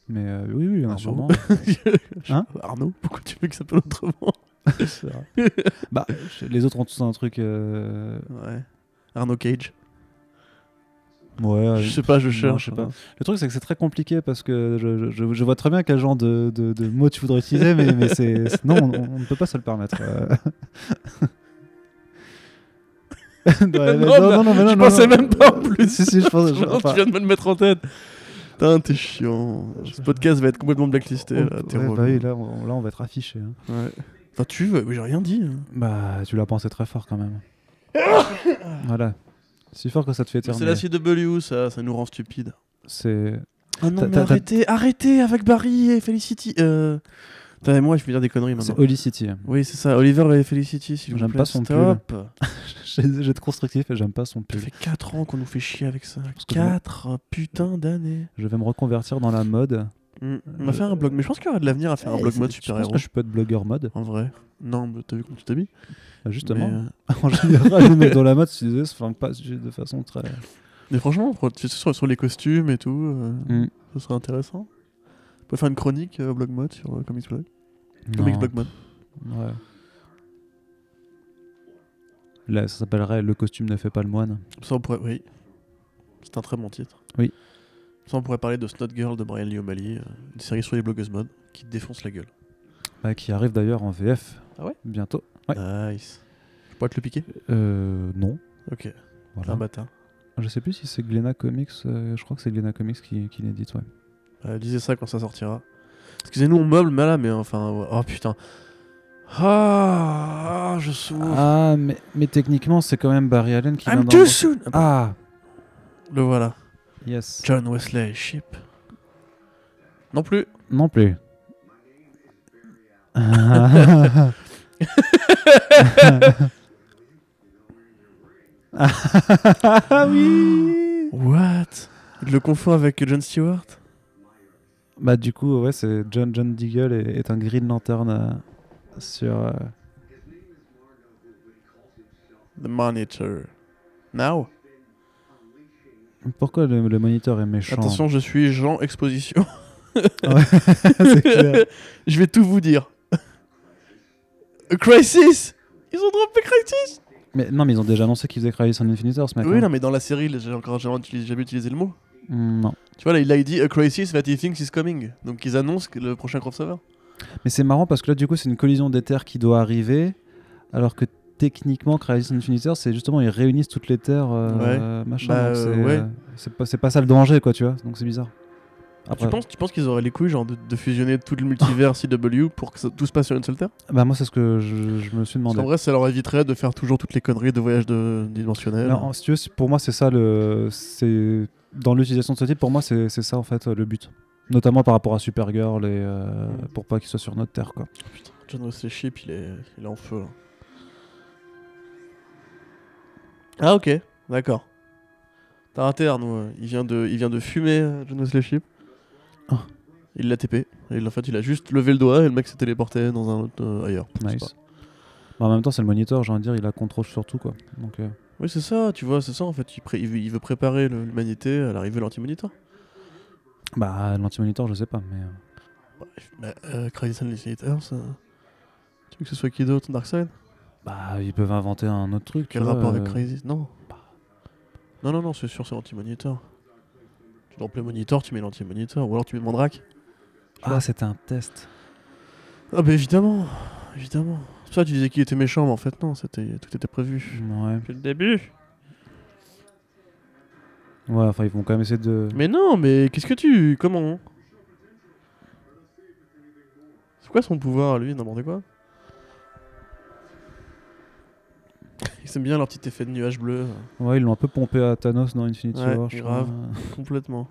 Speaker 1: Mais euh, oui, oui, il y en a
Speaker 2: Arnaud.
Speaker 1: sûrement. Hein
Speaker 2: Hein Arnaud Pourquoi tu veux qu'il s'appelle autrement
Speaker 1: C'est vrai. bah, je- les autres ont tous un truc. euh,
Speaker 2: Ouais. Arnaud Cage.
Speaker 1: Ouais. euh,
Speaker 2: Je sais pas, je
Speaker 1: non,
Speaker 2: cherche. hein.
Speaker 1: je sais pas. Le truc, c'est que c'est très compliqué parce que je, je- je vois très bien quel genre de, de- de mots tu voudrais utiliser, mais, mais c'est. c'est- Non, on, on ne peut pas se le permettre. euh. Ouais, mais
Speaker 2: Non,
Speaker 1: mais
Speaker 2: je pensais même pas en plus.
Speaker 1: Si, si, je pense. je-
Speaker 2: Non,
Speaker 1: enfin,
Speaker 2: Oh, tu viens de me le mettre en tête. Putain, t'es chiant. Ce podcast va être complètement blacklisté.
Speaker 1: on-
Speaker 2: Là, t'es
Speaker 1: ouais,
Speaker 2: relou.
Speaker 1: bah oui, là, on, là, on va être affiché. hein.
Speaker 2: Ouais. Enfin, tu veux, mais j'ai rien dit. hein.
Speaker 1: Bah, tu l'as pensé très fort quand même. voilà. Si fort que ça te fait
Speaker 2: C'est
Speaker 1: éternuer.
Speaker 2: la CW, ça, ça nous rend stupide.
Speaker 1: C'est.
Speaker 2: Ah
Speaker 1: T'as-
Speaker 2: non,
Speaker 1: t'as-
Speaker 2: mais
Speaker 1: t'as-
Speaker 2: arrêtez, arrêtez avec Barry et Felicity. Euh... T'as moi, je vais dire des conneries
Speaker 1: C'est
Speaker 2: maintenant.
Speaker 1: Holy City. hein.
Speaker 2: Oui, c'est ça, Oliver et Felicity, s'il vous plaît.
Speaker 1: J'aime pas son pull.
Speaker 2: stop.
Speaker 1: J'ai j'ai de constructif et j'aime pas son
Speaker 2: Ça
Speaker 1: pull.
Speaker 2: fait 4 ans qu'on nous fait chier avec ça.
Speaker 1: pense que
Speaker 2: 4 putains d'années.
Speaker 1: Je vais me reconvertir dans la mode.
Speaker 2: On va faire un blog, mais je pense qu'il y aura de l'avenir à faire un
Speaker 1: Mm, Eh,
Speaker 2: blog
Speaker 1: c'est-
Speaker 2: mode
Speaker 1: Je pense
Speaker 2: super-héros.
Speaker 1: que je peux être blogueur mode.
Speaker 2: En vrai. Non, mais t'as vu comment tu t'habilles
Speaker 1: Bah, Justement. Ah, En
Speaker 2: Mais, euh,
Speaker 1: général, les mecs dans la mode, si désolé, se flinguent pas de façon très.
Speaker 2: mais franchement, pour- tu sais, sur, sur les costumes et tout, euh,
Speaker 1: Mm.
Speaker 2: ce serait intéressant. On peut faire une chronique euh, blog mode sur euh, Comics Blog.
Speaker 1: Non.
Speaker 2: Comics Blog Mode.
Speaker 1: Ouais. Là, ça s'appellerait Le costume ne fait pas le moine.
Speaker 2: Ça, on pourrait. Oui. C'est un très bon titre.
Speaker 1: Oui.
Speaker 2: Ça, on pourrait parler de Snot Girl de Brian Lee O'Malley, euh, une série sur les blogueuses mode qui défonce la gueule.
Speaker 1: Bah, qui arrive d'ailleurs en VF.
Speaker 2: Ah ouais
Speaker 1: Bientôt. Ouais.
Speaker 2: Nice. Je pourrais te le piquer
Speaker 1: Euh, non.
Speaker 2: Ok. Ah bah.
Speaker 1: Voilà.
Speaker 2: Un bâtard.
Speaker 1: Je sais plus si c'est Glena Comics. euh, je crois que c'est Glena Comics qui, qui l'édite, ouais.
Speaker 2: Euh, lisez ça quand ça sortira. Excusez-nous, on meuble, mais là, mais enfin. ouais. Oh putain. Ah, je souffre.
Speaker 1: Ah, mais, mais techniquement, c'est quand même Barry Allen qui vient
Speaker 2: I'm
Speaker 1: d'en-
Speaker 2: too soon Ah,
Speaker 1: Ah,
Speaker 2: Le voilà.
Speaker 1: yes.
Speaker 2: John Wesley Ship. Non plus.
Speaker 1: Non plus. ah oui
Speaker 2: What Il le confond avec John Stewart
Speaker 1: Bah du coup, ouais, c'est John John Deagle est, est un Green Lantern euh, sur. euh,
Speaker 2: The Monitor. Now
Speaker 1: Pourquoi le, le moniteur est méchant
Speaker 2: Attention, je suis Jean Exposition.
Speaker 1: C'est clair.
Speaker 2: je vais tout vous dire. A crisis Ils ont droppé Crisis
Speaker 1: Mais non, mais ils ont déjà annoncé qu'ils faisaient Crisis on Infinite Earth, mec.
Speaker 2: Oui,
Speaker 1: hein.
Speaker 2: non, mais dans la série, j'ai encore jamais utilisé, jamais utilisé le mot.
Speaker 1: Mm, non.
Speaker 2: Tu vois, là, il a dit A crisis that he thinks is coming. Donc, ils annoncent que le prochain crossover.
Speaker 1: Mais c'est marrant parce que là, du coup, c'est une collision des terres qui doit arriver, alors que techniquement, Crisis on Infinite Earth, c'est justement ils réunissent toutes les terres, euh, machin.
Speaker 2: Bah,
Speaker 1: donc c'est,
Speaker 2: euh, ouais.
Speaker 1: euh, c'est pas, c'est pas ça le danger, quoi, tu vois. Donc c'est bizarre. Après,
Speaker 2: Tu penses, tu penses qu'ils auraient les couilles genre, de, de fusionner tout le multivers CW pour que ça- tout se passe sur une seule Terre
Speaker 1: bah moi, c'est ce que je, je me suis
Speaker 2: En
Speaker 1: demandé.
Speaker 2: vrai, ça leur éviterait de faire toujours toutes les conneries de voyages de- dimensionnels.
Speaker 1: Non, si tu veux, c'est- pour moi, c'est ça le. C'est dans l'utilisation de ce titre, pour moi, c'est c'est ça en fait euh, le but. Notamment par rapport à Supergirl et euh,
Speaker 2: Mm.
Speaker 1: pour pas qu'il soit sur notre terre, quoi.
Speaker 2: John Wesley Ship, il est, il est en feu. hein. là. Ah ok, d'accord. T'as raté Arnaud, euh, il vient de, il vient de fumer euh, John Wesley Ship.
Speaker 1: Ah.
Speaker 2: Il l'a TP. Et il- en fait, il a juste levé le doigt et le mec s'est téléporté dans un autre euh, ailleurs. Je sais pas.
Speaker 1: Nice. Bah, en même temps, c'est le moniteur, j'ai envie de dire, il a contrôle sur tout, quoi. Donc. euh,
Speaker 2: Oui, c'est ça, tu vois, c'est ça en fait. Il, pré- il veut- il veut préparer le- l'humanité à l'arrivée de l'anti-monitor.
Speaker 1: Bah, l'anti-moniteur, je sais pas, mais. euh,
Speaker 2: Bah, euh, Crisis on Infinite Earth, euh, Tu veux que ce soit qui d'autre Darkseid
Speaker 1: Bah, ils peuvent inventer un autre truc.
Speaker 2: Quel
Speaker 1: tu vois,
Speaker 2: rapport avec
Speaker 1: euh,
Speaker 2: Crisis Non. Non, non, non, c'est sûr, c'est anti-monitor. Tu dans monitor, tu mets l'anti-monitor, ou alors tu mets Mandrake.
Speaker 1: Ah, c'était un test.
Speaker 2: Ah, bah évidemment, évidemment. C'est pour ça que tu disais qu'il était méchant, mais en fait, non, c'était tout était prévu.
Speaker 1: Ouais.
Speaker 2: Depuis le début
Speaker 1: Ouais, enfin, ils vont quand même essayer de.
Speaker 2: Mais non, mais qu'est-ce que tu. Comment C'est quoi son pouvoir, lui N'importe quoi Ils aiment bien leur petit effet de nuage bleu, euh,
Speaker 1: Ouais, ils l'ont un peu pompé à Thanos dans Infinity
Speaker 2: Ouais,
Speaker 1: War, je
Speaker 2: grave.
Speaker 1: crois.
Speaker 2: complètement.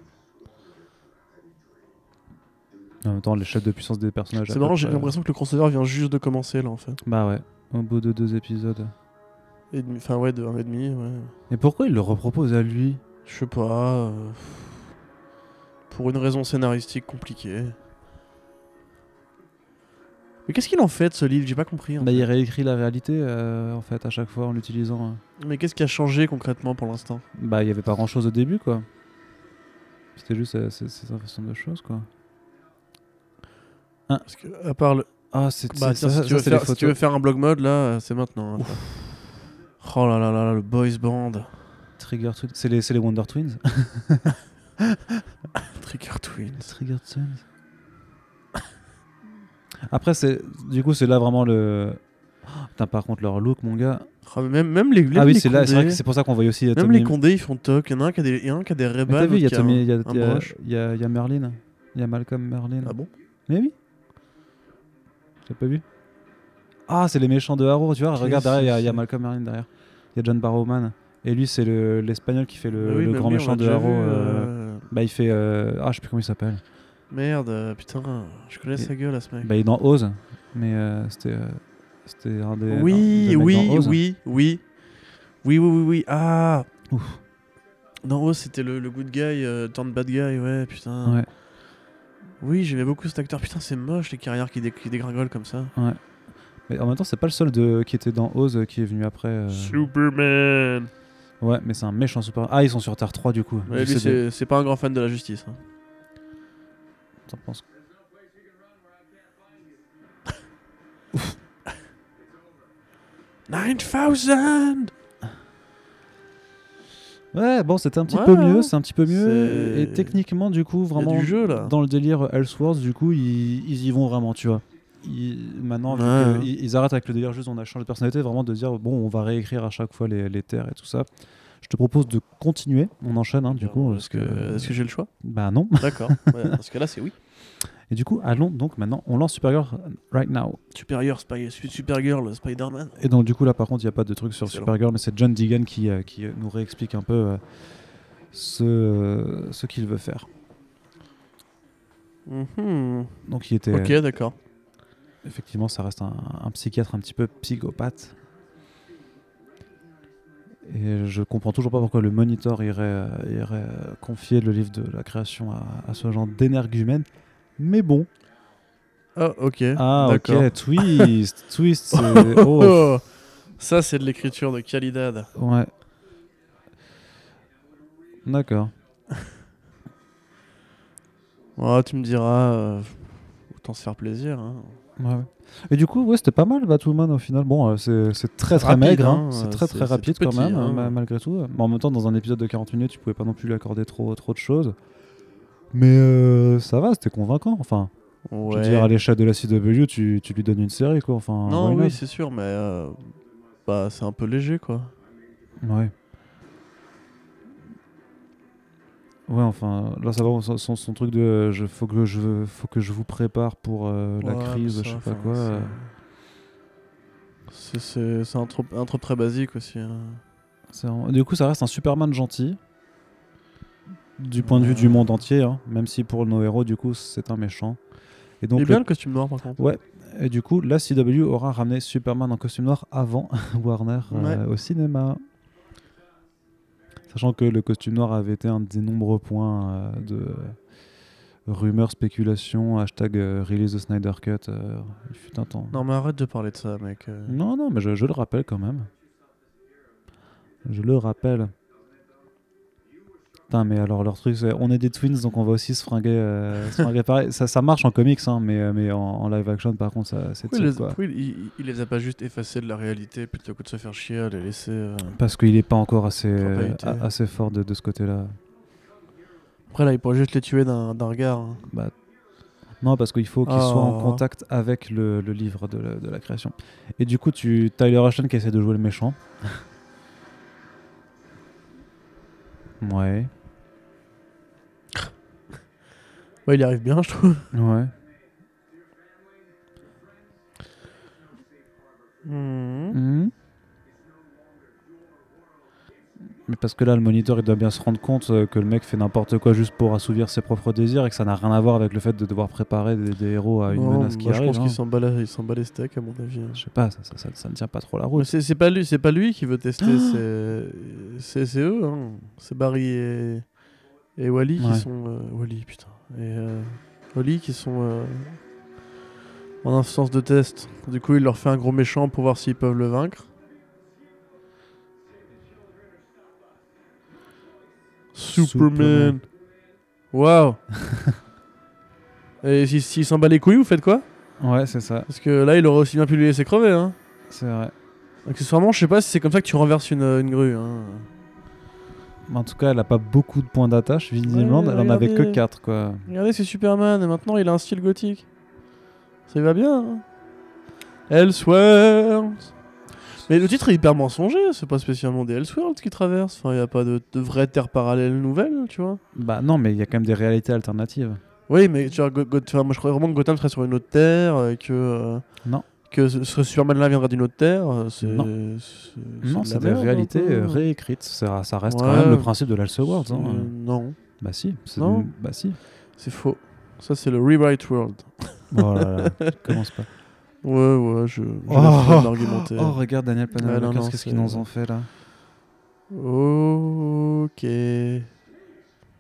Speaker 1: En même temps, les chefs de puissance des personnages. à
Speaker 2: C'est
Speaker 1: peu
Speaker 2: marrant, j'ai
Speaker 1: près.
Speaker 2: l'impression que le crossover vient juste de commencer, là, en fait.
Speaker 1: Bah ouais, au bout de deux épisodes.
Speaker 2: Et demi- Enfin, ouais, de 1,5, ouais.
Speaker 1: Et pourquoi ils le reproposent à lui
Speaker 2: Je sais pas. euh, Pour une raison scénaristique compliquée. Mais qu'est-ce qu'il en fait de ce livre J'ai pas compris. hein. en
Speaker 1: Bah,
Speaker 2: fait.
Speaker 1: il réécrit la réalité, euh, en fait, à chaque fois, en l'utilisant. euh.
Speaker 2: Mais qu'est-ce qui a changé concrètement pour l'instant
Speaker 1: Bah, il y avait pas grand chose au début, quoi. C'était juste euh, ces ces façon de choses, quoi.
Speaker 2: Parce que, à part le.
Speaker 1: Ah, c'est c'est-
Speaker 2: Bah, tiens,
Speaker 1: ça-
Speaker 2: si, tu
Speaker 1: ça,
Speaker 2: veux
Speaker 1: c'est les
Speaker 2: faire, si tu veux
Speaker 1: photos.
Speaker 2: faire un blog mode, là, euh, c'est maintenant. hein. Oh là là là là, le boys band.
Speaker 1: Trigger Twins. C'est les, c'est les Wonder Twins.
Speaker 2: Trigger Twins.
Speaker 1: Trigger Twins. Après, c'est du coup, c'est là vraiment le. Oh, putain, par contre, leur look, mon gars.
Speaker 2: Ah, mais même, même les.
Speaker 1: ah
Speaker 2: même
Speaker 1: oui,
Speaker 2: les
Speaker 1: c'est là, c'est vrai
Speaker 2: Condés-
Speaker 1: que c'est pour ça qu'on voyait aussi. euh,
Speaker 2: Même
Speaker 1: Tommy-
Speaker 2: les condés, ils font toc. Il y en a un qui a des, il y en a un qui a des ray
Speaker 1: Mais T'as vu, il y a Tommy, il y a-
Speaker 2: un Ah.
Speaker 1: il y a-
Speaker 2: brush.
Speaker 1: il y a il y a Merlin, il y a Malcolm Merlin.
Speaker 2: Ah bon
Speaker 1: Mais oui. T'as pas vu Ah, c'est les méchants de Arrow, tu vois.
Speaker 2: Qu'est-ce
Speaker 1: Regarde derrière, il y a- il y, a
Speaker 2: que
Speaker 1: Malcolm Merlin derrière. Il y a John Barrowman. Et lui, c'est le- l'espagnol qui fait le,
Speaker 2: Bah oui,
Speaker 1: le
Speaker 2: mais
Speaker 1: grand
Speaker 2: oui, on
Speaker 1: méchant
Speaker 2: l'a
Speaker 1: de
Speaker 2: déjà
Speaker 1: Arrow.
Speaker 2: vu,
Speaker 1: euh,
Speaker 2: euh,
Speaker 1: Bah, il fait. euh, Ah, je sais plus comment il s'appelle.
Speaker 2: Merde, euh, putain, je connais sa gueule à ce mec.
Speaker 1: Bah, il est dans Oz. Mais euh, c'était. euh, C'était un des. un
Speaker 2: oui,
Speaker 1: des mecs
Speaker 2: oui,
Speaker 1: dans Oz.
Speaker 2: oui, oui, oui, oui, oui, oui, ah
Speaker 1: Ouf.
Speaker 2: Non, oh, c'était le, le good guy, euh, turned bad guy, ouais, putain.
Speaker 1: Ouais.
Speaker 2: Oui, j'aimais beaucoup cet acteur, putain, c'est moche les carrières qui, dé- qui dégringolent comme ça.
Speaker 1: Mais en même temps, c'est pas le seul de... qui était dans Oz euh, qui est venu après. euh,
Speaker 2: Superman
Speaker 1: Ouais, mais c'est un méchant super. Ah, ils sont sur Terre 3 du coup.
Speaker 2: Ouais,
Speaker 1: Je
Speaker 2: lui,
Speaker 1: sais de-
Speaker 2: c'est c'est pas un grand fan de la justice. hein.
Speaker 1: T'en penses-
Speaker 2: Nine thousand
Speaker 1: Ouais, bon, c'était un petit
Speaker 2: Ouais,
Speaker 1: peu
Speaker 2: ouais. hein.
Speaker 1: mieux, c'est un petit peu mieux.
Speaker 2: C'est-
Speaker 1: Et techniquement, du coup,
Speaker 2: Il y
Speaker 1: vraiment.
Speaker 2: a du jeu là.
Speaker 1: dans le délire Elseworlds, du coup, ils, ils y vont vraiment, tu vois. Ils- maintenant, vu
Speaker 2: Ouais.
Speaker 1: que ils, ils arrêtent avec le délire juste on a changé de personnalité, vraiment de dire bon, on va réécrire à chaque fois les, les terres et tout ça. Je te propose de continuer, on enchaîne hein, du coup,
Speaker 2: Parce que- Est-ce que j'ai le choix
Speaker 1: bah non.
Speaker 2: D'accord. Ouais, parce que là, c'est oui. Et
Speaker 1: Et du coup, allons donc maintenant, on lance Supergirl right now.
Speaker 2: Superior, Spy, Su- Supergirl, Spider-Man.
Speaker 1: Et donc du coup là, par contre, il n'y a pas de truc sur
Speaker 2: Excellent.
Speaker 1: Supergirl, mais c'est John Deegan qui, euh, qui euh, nous réexplique un peu euh, ce, ce qu'il veut faire.
Speaker 2: Mhm.
Speaker 1: Donc il était
Speaker 2: Ok, d'accord.
Speaker 1: Effectivement, ça reste un, un psychiatre un petit peu psychopathe. Et je comprends toujours pas pourquoi le monitor irait, euh, irait euh, confier le livre de la création à, à ce genre d'énergumène. Mais bon.
Speaker 2: Ah, ok.
Speaker 1: Ah,
Speaker 2: d'accord.
Speaker 1: ok, twist, twist. c'est- oh,
Speaker 2: Oh, ça, c'est de l'écriture de Calidad.
Speaker 1: ouais. D'accord.
Speaker 2: Oh, tu me diras, euh, autant se faire plaisir. hein.
Speaker 1: Ouais, ouais. Et du coup, ouais, c'était pas mal Batwoman au final. Bon, euh, c'est c'est très très
Speaker 2: Rapide,
Speaker 1: maigre, hein.
Speaker 2: hein,
Speaker 1: c'est
Speaker 2: euh,
Speaker 1: très
Speaker 2: c'est-
Speaker 1: très
Speaker 2: c'est
Speaker 1: rapide
Speaker 2: tout
Speaker 1: quand
Speaker 2: petit,
Speaker 1: même,
Speaker 2: hein.
Speaker 1: ma- malgré tout. Mais en même temps, dans un épisode de 40 minutes, tu pouvais pas non plus lui accorder trop trop de choses. Mais euh, ça va, c'était convaincant. Enfin, je
Speaker 2: Ouais.
Speaker 1: veux dire, à l'échelle de la CW, tu, tu lui donnes une série quoi. Enfin,
Speaker 2: non,
Speaker 1: hein, why not
Speaker 2: oui, c'est sûr, mais euh, bah, c'est un peu léger, quoi.
Speaker 1: Ouais. Ouais, enfin, là, ça va, son, son- son truc de euh, je, faut, que je, faut que je vous prépare pour euh, la
Speaker 2: Ouais,
Speaker 1: crise,
Speaker 2: ça,
Speaker 1: je sais pas
Speaker 2: enfin,
Speaker 1: quoi. euh.
Speaker 2: C'est c'est- c'est un trope, un trope très basique aussi. hein.
Speaker 1: C'est vraiment- Du coup, ça reste un Superman gentil. Du point de vue
Speaker 2: Ouais.
Speaker 1: du monde entier, hein, même si pour nos héros, du coup, c'est un méchant. Et
Speaker 2: Il
Speaker 1: donc,
Speaker 2: est bien le costume noir, par contre.
Speaker 1: le- et du coup, la CW aura ramené Superman en costume noir avant Warner euh, au cinéma. Sachant que le costume noir avait été un des nombreux points euh, de euh, rumeurs, spéculations, hashtag euh, release the Snyder Cut. euh, il fut un temps.
Speaker 2: Non, mais arrête de parler de ça, mec. euh.
Speaker 1: Mm. Non, non, mais je, je le rappelle quand même. Je le rappelle. Putain, mais alors leur truc, c'est on est des twins, donc on va aussi se fringuer, euh, se fringuer pareil. Ça, ça marche en comics, hein, mais, euh, mais en, en live action, par contre, ça, c'est
Speaker 2: Pourquoi
Speaker 1: type,
Speaker 2: il, les-
Speaker 1: quoi.
Speaker 2: pourquoi il- il- il les a pas juste effacés de la réalité plutôt que de se faire chier à les laisser. euh.
Speaker 1: Parce qu'il est pas encore assez,
Speaker 2: Faut pas
Speaker 1: euh,
Speaker 2: lutter.
Speaker 1: a- assez fort de, de ce côté-là.
Speaker 2: Après, là, il pourrait juste les tuer d'un d'un regard. hein.
Speaker 1: Bah, non, parce qu'il faut qu'il soit en
Speaker 2: Oh.
Speaker 1: contact avec le, le livre de la, de la création. Et du coup, tu Tyler Ashton qui essaie de jouer le méchant. ouais.
Speaker 2: Ouais, il y arrive bien, je trouve.
Speaker 1: Ouais. Mhm. Mais parce que là, le moniteur, il doit bien se rendre compte euh, que le mec fait n'importe quoi juste pour assouvir ses propres désirs et que ça n'a rien à voir avec le fait de devoir préparer des, des héros à une
Speaker 2: Non,
Speaker 1: menace qui
Speaker 2: moi,
Speaker 1: arrive.
Speaker 2: Je pense
Speaker 1: hein.
Speaker 2: qu'il s'en bat, la- il s'en bat les steaks, à mon avis. hein.
Speaker 1: Je sais pas, ça, ça, ça- ça ne tient pas trop la
Speaker 2: Mais
Speaker 1: route.
Speaker 2: C'est c'est pas, lui- c'est pas lui qui veut tester,
Speaker 1: Ah.
Speaker 2: c'est- c'est c'est eux. hein. C'est Barry et, et Wally
Speaker 1: Ouais.
Speaker 2: qui sont. euh, Wally, putain. Et euh, Wally qui sont euh, en instance de test. Du coup, il leur fait un gros méchant pour voir s'ils peuvent le vaincre. Superman.
Speaker 1: Superman.
Speaker 2: Waouh! Et s'il s'il s'en bat les couilles, vous faites quoi?
Speaker 1: Ouais, c'est ça,
Speaker 2: Parce que là, il aurait aussi bien pu lui laisser crever, hein.
Speaker 1: c'est vrai.
Speaker 2: Accessoirement, je sais pas si c'est comme ça que tu renverses une, une grue. Hein.
Speaker 1: Mais en tout cas, elle a pas beaucoup de points d'attache, visiblement.
Speaker 2: Ouais,
Speaker 1: elle en avait que
Speaker 2: regardez.
Speaker 1: 4, quoi.
Speaker 2: Regardez, c'est Superman, et maintenant il a un style gothique. Ça lui va bien. Hein. Elseworlds. Mais le titre est hyper mensonger, c'est pas spécialement des Elseworlds qui traversent. Enfin, y a pas de, de vraie terre parallèle nouvelle, tu vois.
Speaker 1: Bah non, mais il y a quand même des réalités alternatives.
Speaker 2: Oui, mais tu vois, Go- Go- enfin, moi je crois vraiment que Gotham serait sur une autre terre, et que. euh,
Speaker 1: Non.
Speaker 2: que ce ce Superman-là viendra d'une autre Terre. euh, C'est
Speaker 1: Non.
Speaker 2: c'est-
Speaker 1: Non,
Speaker 2: de
Speaker 1: c'est la
Speaker 2: merde,
Speaker 1: réalité
Speaker 2: un peu.
Speaker 1: euh, réécrite. Ça, ça reste
Speaker 2: Ouais.
Speaker 1: quand même le principe de l'Elseworlds.
Speaker 2: C'est- euh,
Speaker 1: Hein.
Speaker 2: Non,
Speaker 1: Bah si. c'est-
Speaker 2: Non.
Speaker 1: Bah si.
Speaker 2: c'est faux. Ça, c'est le Rewrite World.
Speaker 1: Oh là là, je commence pas.
Speaker 2: Ouais, ouais, je. je laisse
Speaker 1: Oh.
Speaker 2: Fred argumenter.
Speaker 1: Oh, regarde Daniel
Speaker 2: Ouais,
Speaker 1: Panel,
Speaker 2: non, non,
Speaker 1: qu'est-ce
Speaker 2: c'est-
Speaker 1: qu'ils nous ont fait là oh,
Speaker 2: Ok.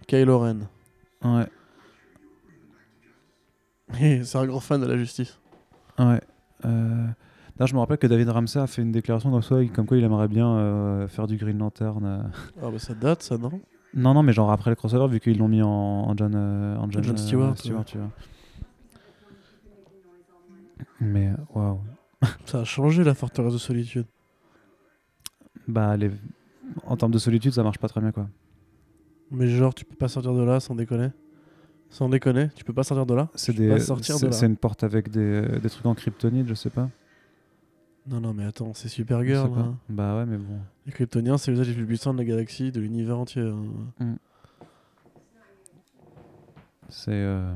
Speaker 2: Kylo Ren.
Speaker 1: Ouais,
Speaker 2: c'est un grand fan de la justice.
Speaker 1: ouais. Euh, là, je me rappelle que David Ramsey a fait une déclaration dans soi, comme quoi il aimerait bien euh, faire du Green Lantern. euh.
Speaker 2: Ah bah ça date ça, non
Speaker 1: Non, non, mais genre après le crossover, vu qu'ils l'ont mis en, en John, euh, en John,
Speaker 2: John
Speaker 1: euh,
Speaker 2: Stewart,
Speaker 1: tu vois. Mais euh, waouh.
Speaker 2: Ça a changé la forteresse de solitude.
Speaker 1: Bah, les... en termes de solitude, ça marche pas très bien quoi.
Speaker 2: Mais genre tu peux pas sortir de là sans déconner. Sans déconner, tu peux pas sortir de là
Speaker 1: C'est
Speaker 2: Tu peux
Speaker 1: des...
Speaker 2: pas sortir de
Speaker 1: c'est-
Speaker 2: là.
Speaker 1: c'est une porte avec des, des trucs en kryptonite, je sais pas.
Speaker 2: Non non mais attends, c'est
Speaker 1: Je
Speaker 2: Supergirl.
Speaker 1: sais pas.
Speaker 2: hein.
Speaker 1: Bah ouais, mais bon.
Speaker 2: Les Kryptoniens, c'est les âges les plus puissants de la galaxie, de l'univers entier. hein.
Speaker 1: C'est. euh,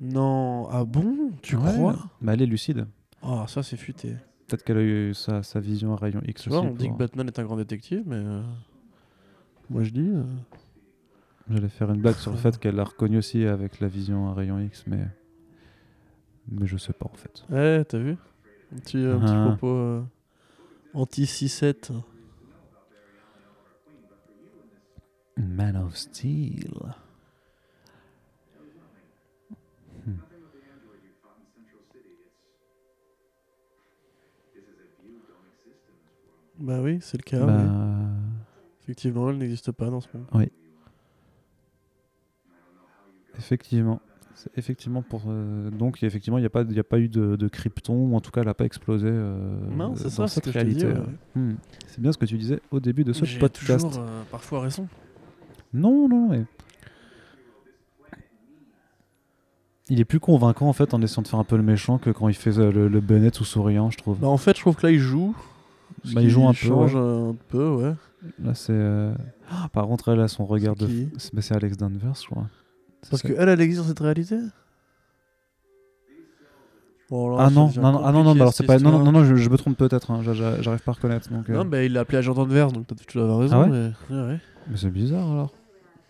Speaker 2: Non, ah bon Tu
Speaker 1: ouais.
Speaker 2: crois
Speaker 1: Bah, elle est lucide.
Speaker 2: Ah ça c'est futé.
Speaker 1: Peut-être qu'elle a eu sa, sa vision à rayon X
Speaker 2: Tu vois,
Speaker 1: aussi
Speaker 2: on dit que
Speaker 1: pour-
Speaker 2: Batman est un grand détective, mais euh, moi je dis. euh,
Speaker 1: J'allais faire une blague sur le fait qu'elle l'a reconnu aussi avec la vision à rayon X, mais. Mais je sais pas en fait.
Speaker 2: Eh, t'as vu Un petit, un petit
Speaker 1: Ah.
Speaker 2: propos euh, anti-6-7.
Speaker 1: Man of Steel. Hmm.
Speaker 2: Bah oui, c'est le cas.
Speaker 1: Bah,
Speaker 2: oui. Effectivement, elle n'existe pas dans ce monde.
Speaker 1: Effectivement. C'est effectivement pour, euh, donc effectivement il n'y a, pas- il y a pas eu de, de krypton ou en tout cas elle n'a pas explosé euh,
Speaker 2: non, c'est
Speaker 1: dans
Speaker 2: ça, c'est
Speaker 1: cette
Speaker 2: que je te dis,
Speaker 1: réalité.
Speaker 2: ouais.
Speaker 1: ouais. Hmm. C'est bien ce que tu disais au début de ce
Speaker 2: J'ai
Speaker 1: podcast.
Speaker 2: toujours euh, parfois raison.
Speaker 1: Non, non, mais... Il est plus convaincant en fait en essayant de faire un peu le méchant que quand il fait euh, le, le Bennett tout souriant, je trouve.
Speaker 2: Bah en fait, je trouve que là, il joue.
Speaker 1: Bah, il joue un peu,
Speaker 2: change euh, un peu, ouais.
Speaker 1: Là, c'est. euh, ah, par contre, elle a son regard
Speaker 2: C'est
Speaker 1: de.
Speaker 2: qui
Speaker 1: C'est bah, c'est Alex Danvers, je crois. C'est
Speaker 2: Parce
Speaker 1: ça.
Speaker 2: qu'elle, elle existe dans cette réalité Oh là là,
Speaker 1: Ah
Speaker 2: ça
Speaker 1: non,
Speaker 2: devient
Speaker 1: non, non, ah non, non,
Speaker 2: compliqué,
Speaker 1: bah alors c'est
Speaker 2: cette
Speaker 1: pas. Non, non,
Speaker 2: histoire.
Speaker 1: non, non, je, je me trompe peut-être, hein, j'a- j'a- j'arrive pas à reconnaître. Donc, euh,
Speaker 2: Non, bah il l'a appelé Agent Danvers, donc peut-être que tu avais raison.
Speaker 1: Ah ouais
Speaker 2: mais... ouais, ouais.
Speaker 1: Mais c'est bizarre alors.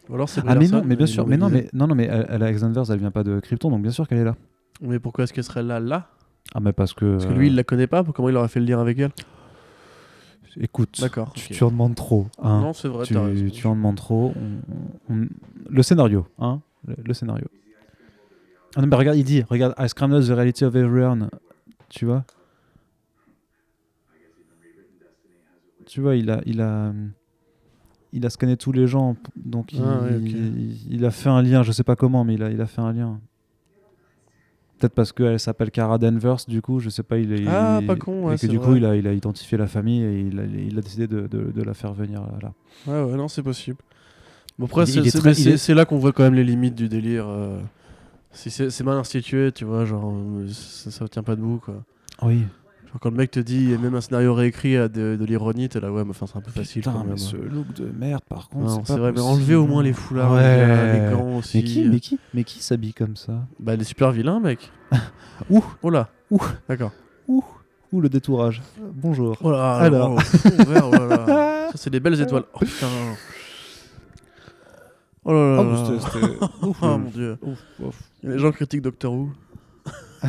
Speaker 2: Ou alors c'est
Speaker 1: Ah, mais non,
Speaker 2: Bryerson,
Speaker 1: mais bien
Speaker 2: il
Speaker 1: sûr,
Speaker 2: l'aurait
Speaker 1: mais non,
Speaker 2: dit.
Speaker 1: mais, non, non, mais elle- elle- Alex Danvers, elle vient pas de Krypton, donc bien sûr qu'elle est là.
Speaker 2: Mais pourquoi est-ce qu'elle serait là, là
Speaker 1: Ah, mais parce que.
Speaker 2: Parce que lui, il la connaît pas, comment il aurait fait le lien avec elle
Speaker 1: euh, Écoute,
Speaker 2: D'accord.
Speaker 1: tu,
Speaker 2: ok.
Speaker 1: tu en demandes trop. Hein.
Speaker 2: Non, c'est vrai,
Speaker 1: tu,
Speaker 2: t'as raison.
Speaker 1: tu en demandes trop. on- on- on- Le scénario, hein le, le scénario. Ah non, mais regarde, il dit, regarde, I scrambled the reality of everyone. Tu vois Tu vois, il a, il a, il a scanné tous les gens, p- donc il,
Speaker 2: Ah ouais, ok.
Speaker 1: il- il a fait un lien. Je sais pas comment, mais il a, il a fait un lien. Peut-être parce qu'elle s'appelle Cara Danvers, du coup, je sais pas, il est.
Speaker 2: Ah,
Speaker 1: il-
Speaker 2: pas con, ouais,
Speaker 1: et que
Speaker 2: c'est
Speaker 1: du coup,
Speaker 2: vrai.
Speaker 1: il a, il a identifié la famille et il a, il a décidé de, de- de la faire venir là. là.
Speaker 2: Ouais, ouais, non, c'est possible. Bon, après,
Speaker 1: Il-
Speaker 2: c'est-
Speaker 1: il est
Speaker 2: c'est
Speaker 1: très-
Speaker 2: mais
Speaker 1: il
Speaker 2: c'est-
Speaker 1: est-
Speaker 2: c'est là qu'on voit quand même les limites du délire. euh, Si c'est c'est mal institué, tu vois, genre, euh, ça, ça tient pas debout, quoi.
Speaker 1: Oui.
Speaker 2: Genre, quand le mec te dit, et même un scénario réécrit à de, de l'ironie, t'es là, ouais, mais enfin, c'est un peu facile
Speaker 1: Putain,
Speaker 2: quand
Speaker 1: mais
Speaker 2: même.
Speaker 1: ce look de merde, par contre.
Speaker 2: Non,
Speaker 1: hein. c'est
Speaker 2: C'est vrai, mais enlever au moins les foulards,
Speaker 1: Ouais.
Speaker 2: les, gars, les gants aussi. euh.
Speaker 1: Mais qui, mais qui, mais qui s'habille comme ça
Speaker 2: Bah, les super vilains, mec.
Speaker 1: Ouh.
Speaker 2: Oh là
Speaker 1: Ouh.
Speaker 2: D'accord.
Speaker 1: Ou le détourage. Euh, Bonjour.
Speaker 2: Oh là
Speaker 1: Alors.
Speaker 2: oh, fond vert, oh là là. Ça, c'est des belles étoiles. Oh putain Oh là là là là. Ah mon dieu. Il y a des gens qui critiquent Doctor Who.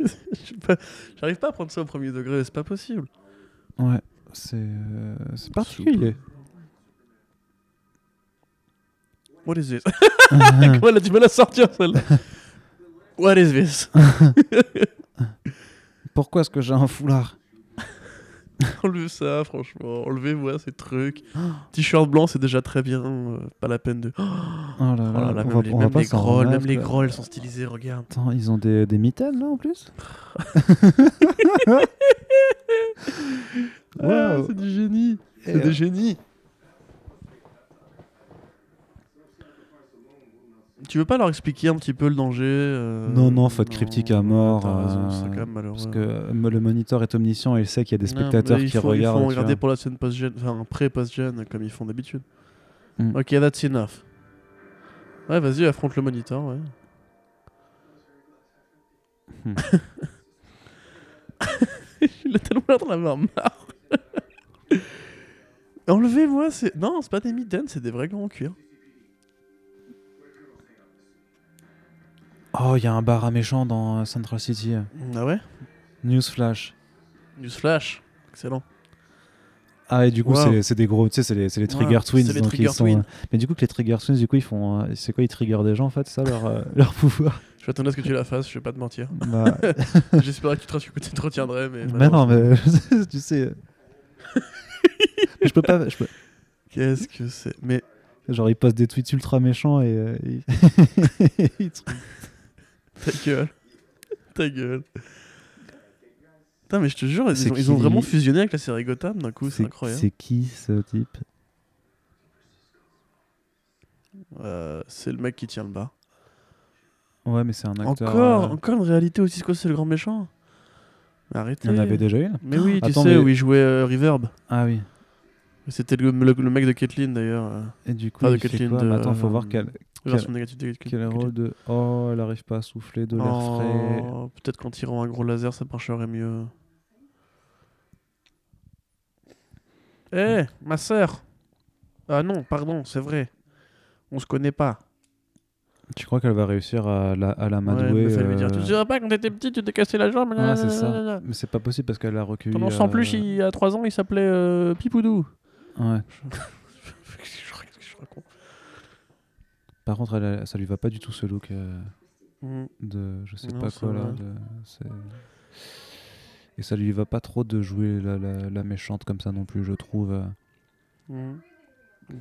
Speaker 2: Je sais pas- J'arrive pas à prendre ça au premier degré, c'est pas possible.
Speaker 1: Ouais, c'est euh, c'est particulier.
Speaker 2: What is this Comment elle a du mal à sortir celle-là What is this
Speaker 1: Pourquoi est-ce que j'ai un foulard
Speaker 2: Enlevez ça, franchement. Enlevez-moi ces trucs. T-shirt blanc, c'est déjà très bien. euh, Pas la peine de.
Speaker 1: Oh
Speaker 2: Oh
Speaker 1: là là,
Speaker 2: là là,
Speaker 1: on
Speaker 2: même
Speaker 1: va-
Speaker 2: les-
Speaker 1: on va
Speaker 2: même
Speaker 1: pas
Speaker 2: les
Speaker 1: s'en
Speaker 2: grolles, même
Speaker 1: remettre,
Speaker 2: les
Speaker 1: là.
Speaker 2: grolles sont stylisées, regarde.
Speaker 1: Attends, ils ont des, des mitaines là en plus
Speaker 2: Ah,
Speaker 1: Wow.
Speaker 2: c'est du génie.
Speaker 1: Et, euh,
Speaker 2: C'est des génies. Tu veux pas leur expliquer un petit peu le danger euh,
Speaker 1: Non, non, faut être cryptique à mort,
Speaker 2: T'as raison,
Speaker 1: euh,
Speaker 2: c'est quand même malheureux.
Speaker 1: Parce que euh, le moniteur est omniscient et il sait qu'il y a des
Speaker 2: Non, mais
Speaker 1: spectateurs
Speaker 2: il
Speaker 1: qui
Speaker 2: faut-
Speaker 1: regardent.
Speaker 2: Il faut
Speaker 1: tu
Speaker 2: regarder
Speaker 1: vois.
Speaker 2: pour la scène post-gen, enfin pré-post-gen, comme ils font d'habitude.
Speaker 1: Mm.
Speaker 2: Ok, that's enough. Ouais, vas-y, affronte le moniteur, ouais.
Speaker 1: Hmm.
Speaker 2: Il a tellement l'air d'en avoir marre. Enlevez-moi, c'est. Non, c'est pas des mitaines, c'est des vrais gants en cuir.
Speaker 1: Oh, il y a un bar à méchant dans euh, Central City.
Speaker 2: Ah ouais
Speaker 1: Newsflash.
Speaker 2: Newsflash, excellent.
Speaker 1: Ah, et du coup,
Speaker 2: Wow.
Speaker 1: c'est- c'est des gros, tu sais, c'est les, c'est les Trigger
Speaker 2: Voilà,
Speaker 1: Twins.
Speaker 2: c'est les
Speaker 1: donc ils
Speaker 2: Trigger
Speaker 1: sont,
Speaker 2: Twins.
Speaker 1: euh, Mais du coup, que les Trigger Twins, du coup, ils font. euh, c'est quoi, ils trigger des gens, en fait, ça, leur, euh, leur pouvoir
Speaker 2: Je vais attendre à ce que tu la fasses, je vais pas te mentir.
Speaker 1: Bah,
Speaker 2: J'espérais que tu te, tu te retiendrais, mais.
Speaker 1: Mais Bah non, mais tu sais. euh. je peux pas. je peux-
Speaker 2: Qu'est-ce que c'est Mais
Speaker 1: Genre, ils postent des tweets ultra méchants et. euh, ils- ils tr-
Speaker 2: ta gueule. ta gueule. Putain, mais je te jure,
Speaker 1: C'est
Speaker 2: ils ont, ils ont
Speaker 1: qui-
Speaker 2: vraiment fusionné avec la série Gotham d'un coup, c'est incroyable.
Speaker 1: C'est qui ce type
Speaker 2: Euh, C'est le mec qui tient le bar.
Speaker 1: Ouais, mais c'est un acteur.
Speaker 2: Encore,
Speaker 1: euh,
Speaker 2: encore une réalité aussi, c'est quoi, c'est le grand méchant Mais arrêtez.
Speaker 1: Il y en avait déjà une
Speaker 2: Mais oui, tu
Speaker 1: Attends,
Speaker 2: sais,
Speaker 1: mais-
Speaker 2: où il jouait euh, Reverb.
Speaker 1: Ah oui.
Speaker 2: C'était le, le- le mec de Caitlyn d'ailleurs. euh,
Speaker 1: Et du coup,
Speaker 2: Pas de
Speaker 1: il fait
Speaker 2: Kathleen,
Speaker 1: quoi
Speaker 2: de-
Speaker 1: Mais Attends, faut voir
Speaker 2: euh,
Speaker 1: quel,
Speaker 2: version négative de Caitlyn.
Speaker 1: quel rôle de. Oh, elle arrive pas à souffler de l'air frais.
Speaker 2: Oh, Peut-être qu'en tirant un gros laser, ça marcherait mieux. Hé, Eh, ma sœur Ah non, pardon, c'est vrai. On se connaît pas.
Speaker 1: Tu crois qu'elle va réussir à la, à la
Speaker 2: Ouais,
Speaker 1: madouer
Speaker 2: me fait lui dire,
Speaker 1: euh,
Speaker 2: Tu te dirais pas quand t'étais petit, tu t'es cassé la jambe
Speaker 1: Ouais, c'est
Speaker 2: blablabla.
Speaker 1: ça. Mais c'est pas possible parce qu'elle a recueilli.
Speaker 2: Ton nom sans
Speaker 1: euh,
Speaker 2: plus, il y a 3 ans, il s'appelait euh, Pipoudou.
Speaker 1: Ouais.
Speaker 2: Qu'est-ce que je raconte
Speaker 1: Par contre, elle a- ça lui va pas du tout ce look. euh,
Speaker 2: Mm.
Speaker 1: de je sais
Speaker 2: Non,
Speaker 1: pas
Speaker 2: c'est
Speaker 1: quoi là.
Speaker 2: vrai.
Speaker 1: de- c'est- Et ça lui va pas trop de jouer la, la- la méchante comme ça non plus, je trouve. euh.
Speaker 2: Mm.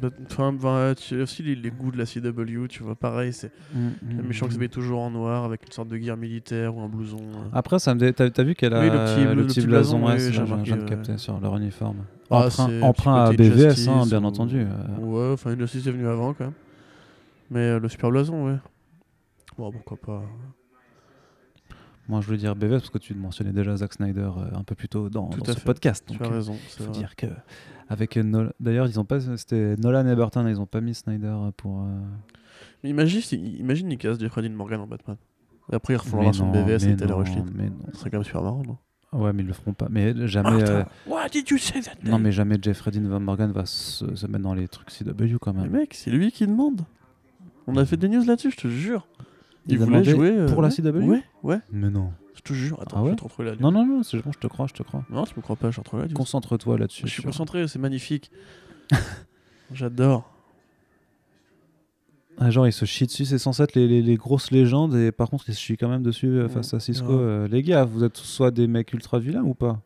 Speaker 2: Bah, Enfin, bah, tu- aussi les, les goûts de la CW, tu vois, pareil, c'est le méchant qui se met toujours en noir avec une sorte de guerre militaire ou un blouson. euh.
Speaker 1: Après, ça me dé- t'as t'as vu qu'elle a
Speaker 2: Oui, le petit bleu- le petit blason,
Speaker 1: ouais,
Speaker 2: oui,
Speaker 1: c'est- je
Speaker 2: j'ai
Speaker 1: viens- je
Speaker 2: remarqué,
Speaker 1: viens de
Speaker 2: ouais.
Speaker 1: capter sur leur uniforme.
Speaker 2: Ah,
Speaker 1: emprunt
Speaker 2: c'est
Speaker 1: emprunt à
Speaker 2: petit côté
Speaker 1: BVS, hein,
Speaker 2: Injustice
Speaker 1: bien
Speaker 2: ou-
Speaker 1: entendu. euh.
Speaker 2: Ouais, enfin, Injustice est venu avant quand même. Mais euh, le super blason, ouais. Bon, pourquoi pas. hein.
Speaker 1: Moi, je voulais dire BVS parce que tu mentionnais déjà Zack Snyder euh, un peu plus tôt dans,
Speaker 2: Tout
Speaker 1: dans
Speaker 2: à
Speaker 1: ce
Speaker 2: fait.
Speaker 1: podcast.
Speaker 2: Tu
Speaker 1: Donc,
Speaker 2: as
Speaker 1: euh,
Speaker 2: raison, c'est
Speaker 1: faut
Speaker 2: vrai.
Speaker 1: dire que avec Nolan, d'ailleurs, ils ont pas, c'était Nolan et Burton, ils ont pas mis Snyder euh, pour. euh,
Speaker 2: Mais imagine, si- imagine ils cassent Jeffrey Dean Morgan en Batman. Et après, ils refont
Speaker 1: mais
Speaker 2: leur version de
Speaker 1: non,
Speaker 2: BVS
Speaker 1: mais
Speaker 2: et Taylor
Speaker 1: non,
Speaker 2: Rushdie.
Speaker 1: mais non.
Speaker 2: Ce serait quand même super marrant, non
Speaker 1: Ouais, mais ils le feront pas. Mais jamais.
Speaker 2: Martha,
Speaker 1: euh,
Speaker 2: What did you say that
Speaker 1: Non,
Speaker 2: day
Speaker 1: mais jamais Jeffrey Dean Van Morgan va se, se mettre dans les trucs CW quand
Speaker 2: Mais
Speaker 1: même.
Speaker 2: mec, c'est lui qui demande. On a fait des news là-dessus, je te jure.
Speaker 1: Il
Speaker 2: Il
Speaker 1: a
Speaker 2: voulait
Speaker 1: demandé
Speaker 2: jouer. euh,
Speaker 1: pour la
Speaker 2: ouais,
Speaker 1: CW?
Speaker 2: Ouais, ouais,
Speaker 1: Mais non.
Speaker 2: je te jure. Attends,
Speaker 1: Ah
Speaker 2: je
Speaker 1: ouais
Speaker 2: vais te retrouver la news.
Speaker 1: Non, non, non, c'est bon, je te crois, je te crois.
Speaker 2: Non, tu me crois pas, je te retrouve la news.
Speaker 1: Concentre-toi là-dessus.
Speaker 2: Je suis
Speaker 1: sur-
Speaker 2: concentré, c'est magnifique. J'adore.
Speaker 1: Ah, genre, ils se chient dessus, c'est censé être les, les- les grosses légendes, et par contre, ils se chient quand même dessus euh, face à Cisco.
Speaker 2: Ouais.
Speaker 1: Euh, les gars, vous êtes soit des mecs ultra vilains ou pas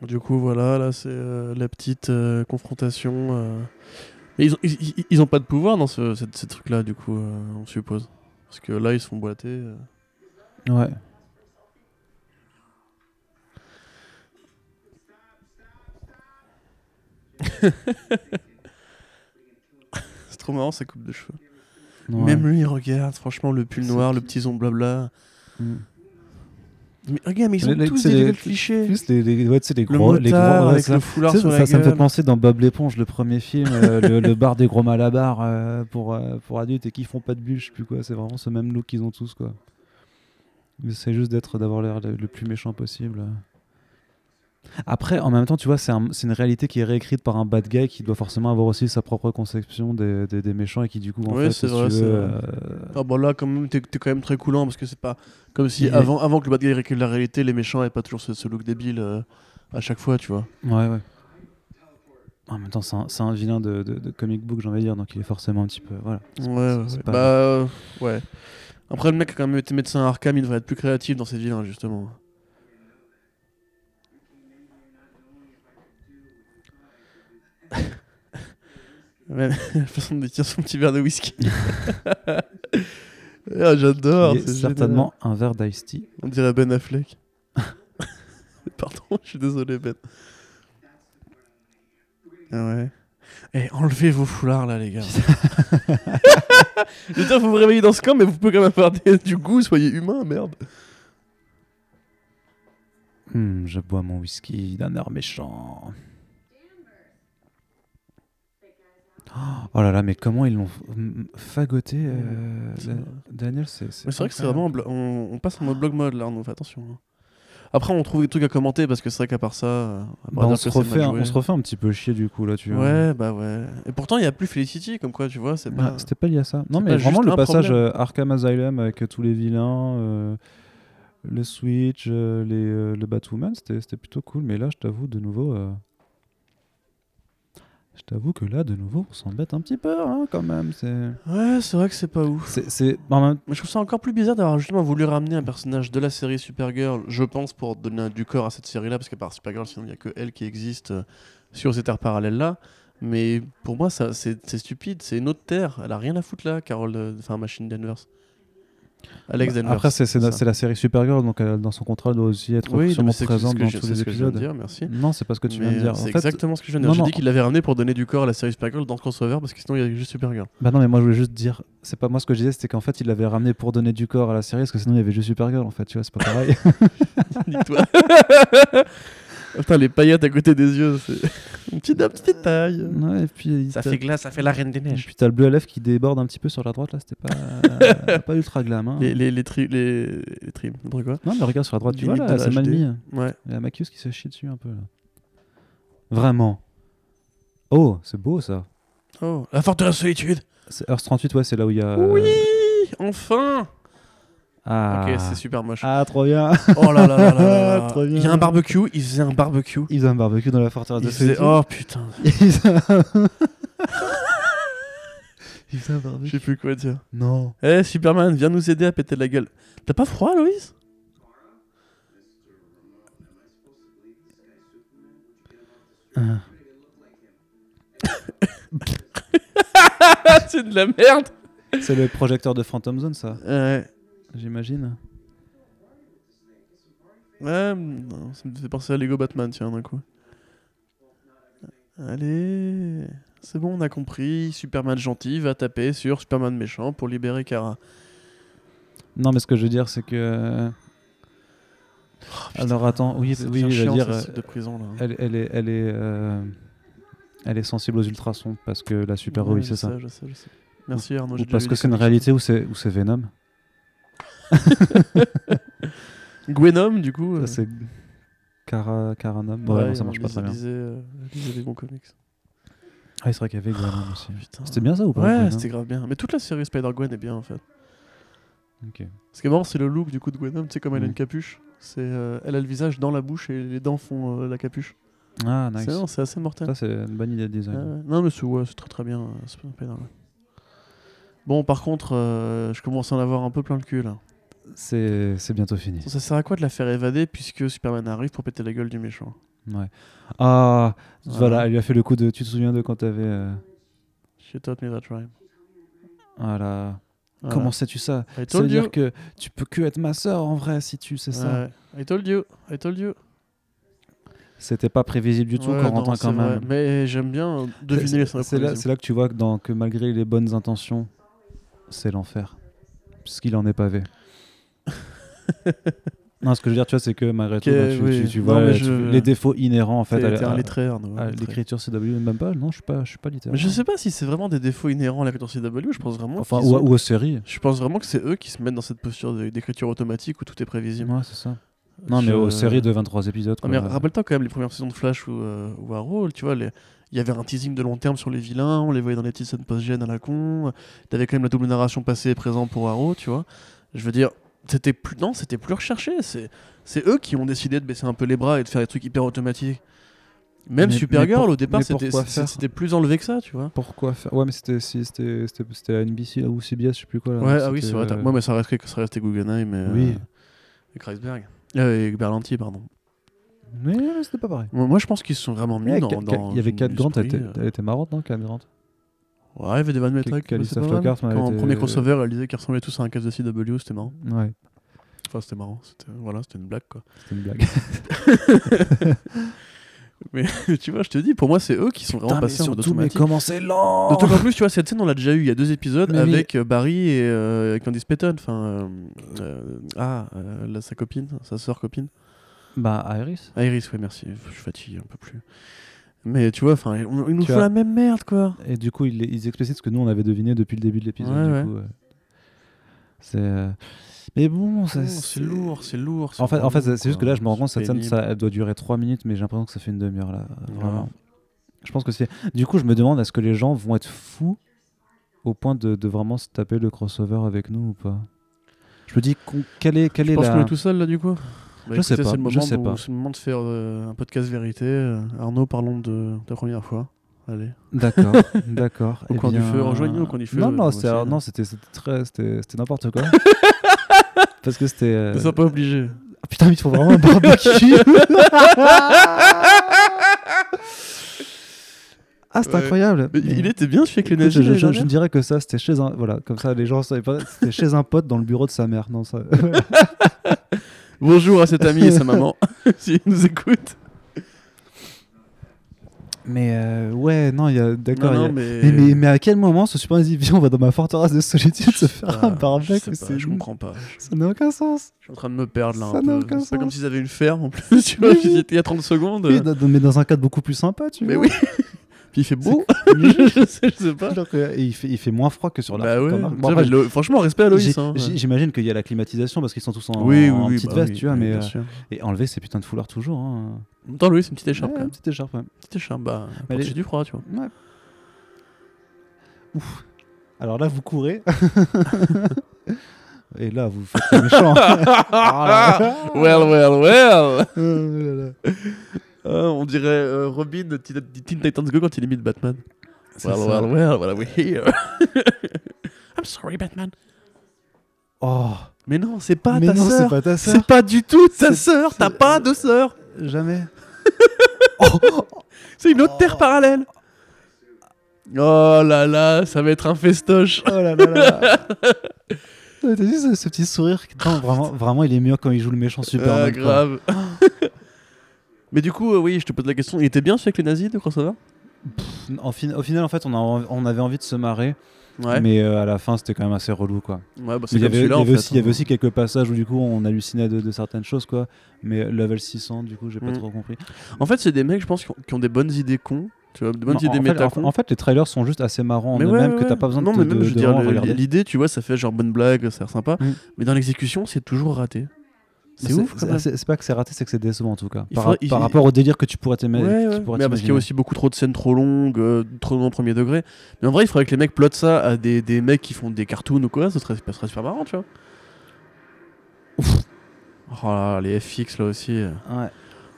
Speaker 2: Du coup, voilà, là, c'est euh, la petite euh, confrontation. euh. Mais ils ont, ils, ils- ils ont pas de pouvoir dans ce, cette- ces trucs-là, du coup, euh, on suppose. Parce que là, ils se font boiter. euh.
Speaker 1: Ouais.
Speaker 2: C'est trop marrant, ces coupes de cheveux.
Speaker 1: Ouais.
Speaker 2: Même lui, il regarde, franchement, le pull
Speaker 1: C'est
Speaker 2: noir, le
Speaker 1: qui-
Speaker 2: petit zon blabla.
Speaker 1: Mm.
Speaker 2: Mais regarde, mais ils
Speaker 1: Mais
Speaker 2: ont
Speaker 1: là,
Speaker 2: tous
Speaker 1: c'est
Speaker 2: des
Speaker 1: les-
Speaker 2: gueules clichés.
Speaker 1: Plus les, les- ouais, tu sais, les
Speaker 2: Le
Speaker 1: gros. les gros
Speaker 2: motard
Speaker 1: ouais,
Speaker 2: avec
Speaker 1: ça,
Speaker 2: le foulard
Speaker 1: Tu sais,
Speaker 2: sur
Speaker 1: ça,
Speaker 2: la
Speaker 1: ça me fait
Speaker 2: gueule.
Speaker 1: penser dans Bob l'éponge, le premier film, euh, le, le bar des gros malabars euh, pour, euh, pour adultes et qui font pas de bûche, je sais plus quoi. C'est vraiment ce même look qu'ils ont tous, quoi. Mais c'est juste d'être, d'avoir l'air le, le plus méchant possible. Après, en même temps, tu vois, c'est un- c'est une réalité qui est réécrite par un bad guy qui doit forcément avoir aussi sa propre conception des, des- des méchants et qui, du coup, en
Speaker 2: Ouais,
Speaker 1: fait,
Speaker 2: c'est
Speaker 1: si
Speaker 2: vrai,
Speaker 1: tu
Speaker 2: c'est
Speaker 1: veux,
Speaker 2: vrai.
Speaker 1: euh,
Speaker 2: Ah bah là, quand même, t'es t'es quand même très coulant parce que c'est pas comme si
Speaker 1: Il est-
Speaker 2: avant, avant que le bad guy récule la réalité, les méchants n'avaient pas toujours ce, ce look débile euh, à chaque fois, tu vois.
Speaker 1: Ouais, ouais. En même temps, c'est un, c'est un vilain de, de- de comic book, j'ai envie de dire, donc il est forcément un petit peu. Voilà.
Speaker 2: Ouais,
Speaker 1: C'est-
Speaker 2: ouais,
Speaker 1: c'est
Speaker 2: ouais.
Speaker 1: pas-
Speaker 2: bah euh, ouais. Après, le mec a quand même été médecin à Arkham, il devrait être plus créatif dans ses vilains, justement. Ouais, la façon de tirer son petit verre de whisky. ah, j'adore.
Speaker 1: qui est
Speaker 2: c'est génial.
Speaker 1: certainement un verre d'Ice Tea.
Speaker 2: On dirait Ben Affleck. Pardon, je suis désolé, Ben. Ah ouais. Eh, enlevez vos foulards là, les gars. Je veux dire, vous vous réveillez dans ce camp, mais vous pouvez quand même avoir des- du goût, soyez humain, merde.
Speaker 1: Hmm, je bois mon whisky d'un air méchant. Oh là là, mais comment ils l'ont mm, fagoté, euh,
Speaker 2: C'est
Speaker 1: Da-
Speaker 2: vrai.
Speaker 1: Daniel C'est
Speaker 2: Mais c'est vrai que c'est
Speaker 1: incroyable.
Speaker 2: vraiment. un blo- On, on passe en mode blog mode là, on fait attention. hein. Après, on trouve des trucs à commenter parce que c'est vrai qu'à part ça. euh, à part
Speaker 1: Bah, on,
Speaker 2: dire
Speaker 1: se
Speaker 2: que c'est mal
Speaker 1: refait, un-
Speaker 2: joué.
Speaker 1: on se refait un petit peu chier du coup là, tu vois.
Speaker 2: Ouais, bah ouais. Et pourtant, il n'y a plus Felicity, comme quoi, tu vois, c'est
Speaker 1: Ouais,
Speaker 2: pas.
Speaker 1: Bah, C'était pas lié à ça. Non,
Speaker 2: c'est
Speaker 1: mais
Speaker 2: pas
Speaker 1: vraiment
Speaker 2: juste
Speaker 1: le
Speaker 2: un
Speaker 1: passage
Speaker 2: problème.
Speaker 1: euh, Arkham Asylum avec euh, tous les vilains, euh, le Switch, euh, les, euh, le Batwoman, c'était c'était plutôt cool. Mais là, je t'avoue, de nouveau. euh, Je t'avoue que là, de nouveau, on s'embête un petit peu hein, quand même. C'est.
Speaker 2: Ouais, c'est vrai que c'est pas ouf.
Speaker 1: c'est- C'est. en même-
Speaker 2: Mais je trouve ça encore plus bizarre d'avoir justement voulu ramener un personnage de la série Supergirl, je pense, pour donner du corps à cette série-là, parce qu'à part Supergirl, sinon il n'y a que elle qui existe euh, sur ces terres parallèles-là. Mais pour moi, ça, c'est c'est stupide, c'est une autre terre, elle a rien à foutre là, Carol, euh, enfin Machine Danvers. Alex
Speaker 1: Bah,
Speaker 2: Danvers.
Speaker 1: Après, c'est- c'est la,
Speaker 2: ça.
Speaker 1: c'est la série Supergirl, donc elle, dans son contrat, elle doit aussi être
Speaker 2: Oui, non, mais
Speaker 1: sûrement
Speaker 2: c'est
Speaker 1: présente
Speaker 2: c'est
Speaker 1: dans
Speaker 2: je-
Speaker 1: tous
Speaker 2: c'est
Speaker 1: les
Speaker 2: ce que je viens de
Speaker 1: épisodes.
Speaker 2: dire, merci.
Speaker 1: Non, c'est pas ce que tu viens
Speaker 2: Mais,
Speaker 1: de dire.
Speaker 2: euh,
Speaker 1: En
Speaker 2: C'est
Speaker 1: fait,
Speaker 2: exactement ce que je viens de
Speaker 1: non,
Speaker 2: dire. J'ai
Speaker 1: non.
Speaker 2: dit qu'il l'avait ramené pour donner du corps à la série Supergirl dans le crossover, parce que sinon il y a juste Supergirl.
Speaker 1: Bah non, mais moi je voulais juste dire, c'est pas moi ce que je disais, c'était qu'en fait il l'avait ramené pour donner du corps à la série, parce que sinon il y avait juste Supergirl en fait, tu vois, c'est pas pareil.
Speaker 2: Nique-toi. Putain, les paillettes à côté des yeux, c'est une petite, une petite taille.
Speaker 1: Ouais, et puis euh, t'as-
Speaker 2: glace, euh, ça fait la reine des
Speaker 1: et puis t'as le bleu à lèvres qui déborde un petit peu sur la droite, là, c'était pas, pas ultra glam. hein.
Speaker 2: Les, les, les, tri, les, les tri- n'importe quoi.
Speaker 1: Non, mais regarde sur la euh, droite, tu vois,
Speaker 2: Limite
Speaker 1: là,
Speaker 2: de
Speaker 1: c'est mal
Speaker 2: l'HD.
Speaker 1: mis.
Speaker 2: Ouais.
Speaker 1: Il y a Macius qui se chie dessus un peu, là. Vraiment. Oh, c'est beau ça.
Speaker 2: Oh, la force de la solitude.
Speaker 1: C'est Earth 38, ouais, c'est là où il y a. euh,
Speaker 2: Oui, enfin.
Speaker 1: Ah,
Speaker 2: Ok, c'est super moche.
Speaker 1: ah, trop bien
Speaker 2: Oh là là là là. là.
Speaker 1: Trop bien.
Speaker 2: Il y a un barbecue, il faisait un barbecue.
Speaker 1: Ils ont un barbecue dans la forteresse
Speaker 2: Il
Speaker 1: de
Speaker 2: faisait...
Speaker 1: Solitude.
Speaker 2: Oh putain,
Speaker 1: Ils faisaient un- Ils faisaient un barbecue.
Speaker 2: je sais plus quoi dire.
Speaker 1: Non.
Speaker 2: Eh Superman, viens nous aider à péter de la gueule. T'as pas froid, Loïs C'est de la merde.
Speaker 1: C'est le projecteur de Phantom Zone, ça,
Speaker 2: Ouais.
Speaker 1: j'imagine.
Speaker 2: Ouais, non, ça me fait penser à Lego Batman, tiens, d'un coup. Allez, c'est bon, on a compris. Superman gentil va taper sur Superman méchant pour libérer Kara.
Speaker 1: Non, mais ce que je veux dire, c'est que. Alors attends, oui,
Speaker 2: Oh, C'est
Speaker 1: oui,
Speaker 2: bien
Speaker 1: je veux
Speaker 2: chiant,
Speaker 1: dire,
Speaker 2: ça,
Speaker 1: euh,
Speaker 2: ce truc de prison là. hein.
Speaker 1: elle, elle est, elle est, euh, elle est sensible aux ultrasons parce que la super
Speaker 2: Ouais,
Speaker 1: héroïne,
Speaker 2: je
Speaker 1: c'est ça.
Speaker 2: sais, je sais, je sais. Merci Arnaud. j'ai
Speaker 1: Ou
Speaker 2: déjà
Speaker 1: parce
Speaker 2: vu
Speaker 1: que
Speaker 2: des
Speaker 1: c'est une
Speaker 2: connexions.
Speaker 1: réalité où c'est, où c'est Venom.
Speaker 2: Gwenom, du coup.
Speaker 1: Ça,
Speaker 2: euh,
Speaker 1: c'est Cara, Caranum. Ouais, non, ça
Speaker 2: on
Speaker 1: marche pas
Speaker 2: lisait-
Speaker 1: très bien.
Speaker 2: lisait, euh, lisait des bons comics.
Speaker 1: Ah, c'est vrai qu'il y avait Venom aussi.
Speaker 2: Putain.
Speaker 1: C'était bien ça ou pas
Speaker 2: Ouais,
Speaker 1: Venom
Speaker 2: c'était grave bien. Mais toute la série Spider-Gwen est bien en fait.
Speaker 1: Ok.
Speaker 2: Ce qui est marrant, c'est le look du coup de Gwenom. Tu sais, comme elle a
Speaker 1: Mm.
Speaker 2: une capuche, c'est euh, elle a le visage dans la bouche et les dents font euh, la capuche.
Speaker 1: Ah,
Speaker 2: C'est-
Speaker 1: nice.
Speaker 2: non, C'est assez mortel.
Speaker 1: Ça, c'est une bonne idée de
Speaker 2: Ah
Speaker 1: design.
Speaker 2: ouais. Non, mais c'est ouais, c'est très très bien. euh, Spider-Man. Bon, par contre, euh, je commence à en avoir un peu plein le cul là.
Speaker 1: C'est, c'est bientôt fini.
Speaker 2: Ça sert à quoi de la faire évader puisque Superman arrive pour péter la gueule du méchant
Speaker 1: Ouais. Ah,
Speaker 2: Ouais.
Speaker 1: voilà, elle lui a fait le coup de. Tu te souviens de quand t'avais. euh,
Speaker 2: She taught me that rhyme.
Speaker 1: Voilà.
Speaker 2: Voilà.
Speaker 1: Comment sais-tu ça
Speaker 2: I
Speaker 1: Ça veut
Speaker 2: told you.
Speaker 1: dire que tu peux que être ma sœur en vrai si tu sais ça.
Speaker 2: Ouais. I told you. I told you.
Speaker 1: C'était pas prévisible du tout,
Speaker 2: Ouais, non,
Speaker 1: Corentin,
Speaker 2: c'est
Speaker 1: quand
Speaker 2: vrai.
Speaker 1: même.
Speaker 2: Mais j'aime bien
Speaker 1: C'est-
Speaker 2: deviner les
Speaker 1: c'est- C'est là,
Speaker 2: synchronismes.
Speaker 1: c'est là que tu vois que, dans- que malgré les bonnes intentions, c'est l'enfer. Puisqu'il en est pavé. non, ce que je veux dire, tu vois, c'est que malgré tout,
Speaker 2: Ok,
Speaker 1: bah, tu,
Speaker 2: oui.
Speaker 1: tu- tu
Speaker 2: Non,
Speaker 1: vois
Speaker 2: mais
Speaker 1: tu-
Speaker 2: je-
Speaker 1: les défauts inhérents en fait
Speaker 2: T'es-
Speaker 1: à,
Speaker 2: t'es
Speaker 1: à-
Speaker 2: un Ah, lettré, Arnaud,
Speaker 1: à
Speaker 2: un lettré.
Speaker 1: l'écriture CW, même pas. Non, je suis pas, je suis pas littéraire.
Speaker 2: Mais je sais pas si c'est vraiment des défauts inhérents à la culture CW, je pense vraiment
Speaker 1: Enfin,
Speaker 2: qu'ils
Speaker 1: ou,
Speaker 2: ont-
Speaker 1: ou aux séries.
Speaker 2: Je pense vraiment que c'est eux qui se mettent dans cette posture de- d'écriture automatique où tout est prévisible.
Speaker 1: Moi, c'est ça. Non, mais
Speaker 2: Je-
Speaker 1: aux séries de 23 épisodes.
Speaker 2: Ah,
Speaker 1: Quoi.
Speaker 2: mais rappelle-toi quand même les premières saisons de Flash ou, euh, ou Arrow, tu vois, les- il y avait un teasing de long terme sur les vilains, on les voyait dans les petites scènes post-gènes à la con, t'avais quand même la double narration passé et présent pour Arrow, tu vois. Je veux dire, c'était plus... Non, c'était plus recherché, c'est c'est eux qui ont décidé de baisser un peu les bras et de faire des trucs hyper automatiques. Même
Speaker 1: Mais- mais
Speaker 2: Supergirl,
Speaker 1: pour-
Speaker 2: au départ,
Speaker 1: mais
Speaker 2: c'était
Speaker 1: pourquoi
Speaker 2: c'est-
Speaker 1: faire
Speaker 2: c'était plus enlevé que ça, tu vois.
Speaker 1: Pourquoi faire Ouais, mais c'était si, c'était- c'était- c'était à NBC là, ou CBS, je sais plus quoi. Là,
Speaker 2: Ouais,
Speaker 1: non,
Speaker 2: ah oui,
Speaker 1: c'était,
Speaker 2: c'est vrai. t'as-
Speaker 1: euh,
Speaker 2: Moi, mais ça restait, que- ça restait Guggenheim et,
Speaker 1: Oui.
Speaker 2: euh, et Kreisberg. Euh, et Berlanti, pardon.
Speaker 1: Mais euh, c'était pas pareil.
Speaker 2: Moi, moi, je pense qu'ils se sont vraiment mis
Speaker 1: Ouais,
Speaker 2: dans,
Speaker 1: Kat- Kat-
Speaker 2: dans
Speaker 1: il y avait
Speaker 2: une-
Speaker 1: 4 Grant, elle
Speaker 2: l'esprit,
Speaker 1: était,
Speaker 2: euh.
Speaker 1: elle était marrante, non 4 Grant
Speaker 2: Ouais, il y avait des vannes métriques.
Speaker 1: Calista
Speaker 2: c'est pas mal.
Speaker 1: Flockhart, mais elle
Speaker 2: Quand en
Speaker 1: était-
Speaker 2: premier crossover, elle disait qu'ils ressemblaient tous à un cast de CW, c'était marrant.
Speaker 1: Ouais,
Speaker 2: Enfin, c'était marrant. C'était voilà, c'était une blague, quoi.
Speaker 1: c'était une blague.
Speaker 2: tu vois, je te dis, pour moi, c'est eux qui sont vraiment passés en mode bah, automatique.
Speaker 1: comment c'est lent
Speaker 2: D'autant qu'en plus, tu vois, cette scène, on l'a déjà eu il y a deux épisodes
Speaker 1: Mais oui.
Speaker 2: avec euh, Barry et euh, avec Candice Payton. Enfin, euh, euh, ah, euh, là, sa copine, Ah, sa sœur copine.
Speaker 1: Bah, Iris
Speaker 2: Iris, oui, merci. Je suis fatigué, un peu plus. Mais tu vois, enfin, ils nous
Speaker 1: Tu
Speaker 2: font
Speaker 1: vois.
Speaker 2: la même merde, quoi.
Speaker 1: Et du coup, ils, ils explicitent ce que nous, on avait deviné depuis le début de l'épisode.
Speaker 2: Ouais,
Speaker 1: du
Speaker 2: ouais.
Speaker 1: coup, euh, c'est, euh, Mais bon, ça-
Speaker 2: Oh, c'est lourd, c'est lourd.
Speaker 1: En fait, en fait
Speaker 2: vraiment,
Speaker 1: c'est c'est juste que
Speaker 2: quoi.
Speaker 1: là, je me rends compte, cette scène,
Speaker 2: pénible.
Speaker 1: ça, elle doit durer 3 minutes, mais j'ai l'impression que ça fait une demi-heure là. euh,
Speaker 2: Ouais.
Speaker 1: vraiment. Je pense que c'est. Du coup, je me demande, est-ce que les gens vont être fous au point de, de vraiment se taper le crossover avec nous ou pas Je me dis, qu'on- quelle est, quelle
Speaker 2: Je
Speaker 1: est
Speaker 2: pense
Speaker 1: la.
Speaker 2: qu'on est tout seul là du coup. Bah,
Speaker 1: Je sais
Speaker 2: écoutez,
Speaker 1: pas,
Speaker 2: C'est le
Speaker 1: je
Speaker 2: moment
Speaker 1: sais
Speaker 2: où-
Speaker 1: pas.
Speaker 2: c'est le moment de faire euh, un podcast vérité. Euh, Arnaud, parlons de ta première fois. Allez.
Speaker 1: Euh, D'accord, d'accord.
Speaker 2: Au
Speaker 1: Eh
Speaker 2: coin du
Speaker 1: bien,
Speaker 2: feu, rejoignez-nous au coin du feu,
Speaker 1: Non,
Speaker 2: euh,
Speaker 1: non,
Speaker 2: moi
Speaker 1: c'était-
Speaker 2: aussi,
Speaker 1: alors,
Speaker 2: là.
Speaker 1: non, c'était c'était très, c'était c'était n'importe quoi. Parce que c'était. euh,
Speaker 2: T'es pas obligé.
Speaker 1: ah, putain, mais il faut vraiment un barbecue. ah, c'est
Speaker 2: Ouais.
Speaker 1: incroyable.
Speaker 2: Mais il était bien celui avec les
Speaker 1: Écoute,
Speaker 2: nazis.
Speaker 1: je,
Speaker 2: l'année
Speaker 1: je- je
Speaker 2: dernière
Speaker 1: ne dirais que ça, c'était chez un. Voilà, comme ça, les gens savaient pas. C'était chez un pote dans le bureau de sa mère. Non, ça.
Speaker 2: Bonjour à cet ami et sa maman, s'il nous écoute.
Speaker 1: mais euh, ouais, non, il y a. D'accord. il y a-
Speaker 2: mais.
Speaker 1: mais, mais, mais à quel moment ce super dit, viens, on va dans ma forteresse de solitude se
Speaker 2: Je sais
Speaker 1: faire un
Speaker 2: pas,
Speaker 1: barbecue
Speaker 2: Ah, Je, sais pas,
Speaker 1: c'est
Speaker 2: je
Speaker 1: nous.
Speaker 2: comprends pas.
Speaker 1: Ça n'a aucun sens.
Speaker 2: Je suis en train de me perdre là.
Speaker 1: Ça
Speaker 2: un
Speaker 1: n'a
Speaker 2: peu.
Speaker 1: aucun
Speaker 2: C'est pas
Speaker 1: sens.
Speaker 2: comme s'ils avaient une ferme en plus. Tu vois,
Speaker 1: Mais oui.
Speaker 2: j'étais il y a 30 secondes.
Speaker 1: Oui, dans- mais dans un cadre beaucoup plus sympa, tu
Speaker 2: Mais
Speaker 1: vois.
Speaker 2: oui. Puis il fait beau.
Speaker 1: mieux.
Speaker 2: je sais, je sais pas.
Speaker 1: Alors que- et il fait, il fait moins froid que sur la
Speaker 2: Bah ouais.
Speaker 1: Bon,
Speaker 2: Ça,
Speaker 1: après,
Speaker 2: mais le- Franchement, respect à Loïs.
Speaker 1: j'ai-
Speaker 2: hein, ouais.
Speaker 1: j'ai- J'imagine qu'il y a la climatisation parce qu'ils sont tous en,
Speaker 2: Oui, oui,
Speaker 1: en
Speaker 2: oui.
Speaker 1: petite
Speaker 2: bah
Speaker 1: veste,
Speaker 2: oui,
Speaker 1: tu vois,
Speaker 2: oui,
Speaker 1: mais
Speaker 2: bien
Speaker 1: euh,
Speaker 2: sûr.
Speaker 1: et enlever ces putains de foulards toujours. hein.
Speaker 2: En même temps, Loïs, une petite écharpe.
Speaker 1: Ouais,
Speaker 2: quand même.
Speaker 1: une petite écharpe, ouais.
Speaker 2: Petite écharpe, bah,
Speaker 1: Mais
Speaker 2: quand
Speaker 1: les-
Speaker 2: j'ai du froid, tu vois.
Speaker 1: Ouais. Ouf. Alors là, vous courez. Et là, vous faites le méchant. Ah là là.
Speaker 2: Well, well, well
Speaker 1: Oh là là.
Speaker 2: On dirait euh, Robin de Teen de Teen Titans Go quand il imite Batman.
Speaker 1: C'est
Speaker 2: Well,
Speaker 1: ça.
Speaker 2: well, well, well, we're here I'm sorry, Batman.
Speaker 1: Oh.
Speaker 2: Mais non, c'est pas
Speaker 1: Mais
Speaker 2: ta
Speaker 1: non, c'est
Speaker 2: sœur.
Speaker 1: pas ta
Speaker 2: C'est
Speaker 1: sœur.
Speaker 2: pas du tout ta
Speaker 1: C'est-
Speaker 2: sœur. T'as
Speaker 1: c'est-
Speaker 2: pas de sœur.
Speaker 1: Jamais.
Speaker 2: C'est une autre terre parallèle. Oh là là, ça va être un festoche.
Speaker 1: Oh là là là là. Ouais, T'as vu ce, ce petit sourire qui- Non, vraiment, vraiment, il est mieux quand il joue le méchant super.
Speaker 2: Ah, grave. Mais du coup, euh, oui, je te pose la question. Il était bien celui avec les nazis de crossover
Speaker 1: En fin- au final, en fait, on, a en- on avait envie de se marrer,
Speaker 2: Ouais.
Speaker 1: mais euh, à la fin, c'était quand même assez relou, quoi.
Speaker 2: Ouais, bah, c'est
Speaker 1: Il y
Speaker 2: comme
Speaker 1: avait, il y
Speaker 2: celui-là, en
Speaker 1: avait
Speaker 2: fait,
Speaker 1: aussi, il y
Speaker 2: hein.
Speaker 1: avait aussi quelques passages où du coup, on hallucinait de, de certaines choses, quoi. Mais level 600, du coup, j'ai pas
Speaker 2: Mm.
Speaker 1: trop compris.
Speaker 2: En fait, c'est des mecs, je pense, qui ont, qui ont des bonnes idées cons. Tu vois, des bonnes
Speaker 1: Non, en,
Speaker 2: idées
Speaker 1: fait,
Speaker 2: méta
Speaker 1: en- en fait, les trailers sont juste assez marrants en eux-mêmes que t'as pas besoin
Speaker 2: non,
Speaker 1: de,
Speaker 2: mais
Speaker 1: te-
Speaker 2: même,
Speaker 1: de-
Speaker 2: je veux
Speaker 1: de
Speaker 2: dire,
Speaker 1: vraiment
Speaker 2: le-
Speaker 1: regarder.
Speaker 2: l'idée, tu vois, ça fait genre bonne blague, ça a l'air sympa.
Speaker 1: Mm.
Speaker 2: Mais dans l'exécution, c'est toujours raté. C'est
Speaker 1: Mais
Speaker 2: ouf, quand
Speaker 1: c'est-
Speaker 2: même.
Speaker 1: C'est c'est pas que c'est raté, c'est que c'est décevant en tout cas.
Speaker 2: Il
Speaker 1: Par,
Speaker 2: faudrait-
Speaker 1: par
Speaker 2: il-
Speaker 1: rapport au délire que tu pourrais t'aimer.
Speaker 2: Ouais, ouais. Mais parce qu'il y a aussi beaucoup trop de scènes trop longues, euh, trop longues en premier degré. Mais en vrai, il faudrait que les mecs plotent ça à des, des mecs qui font des cartoons ou quoi, ça serait, ça serait super marrant, tu vois. Oh là, là, les FX là aussi.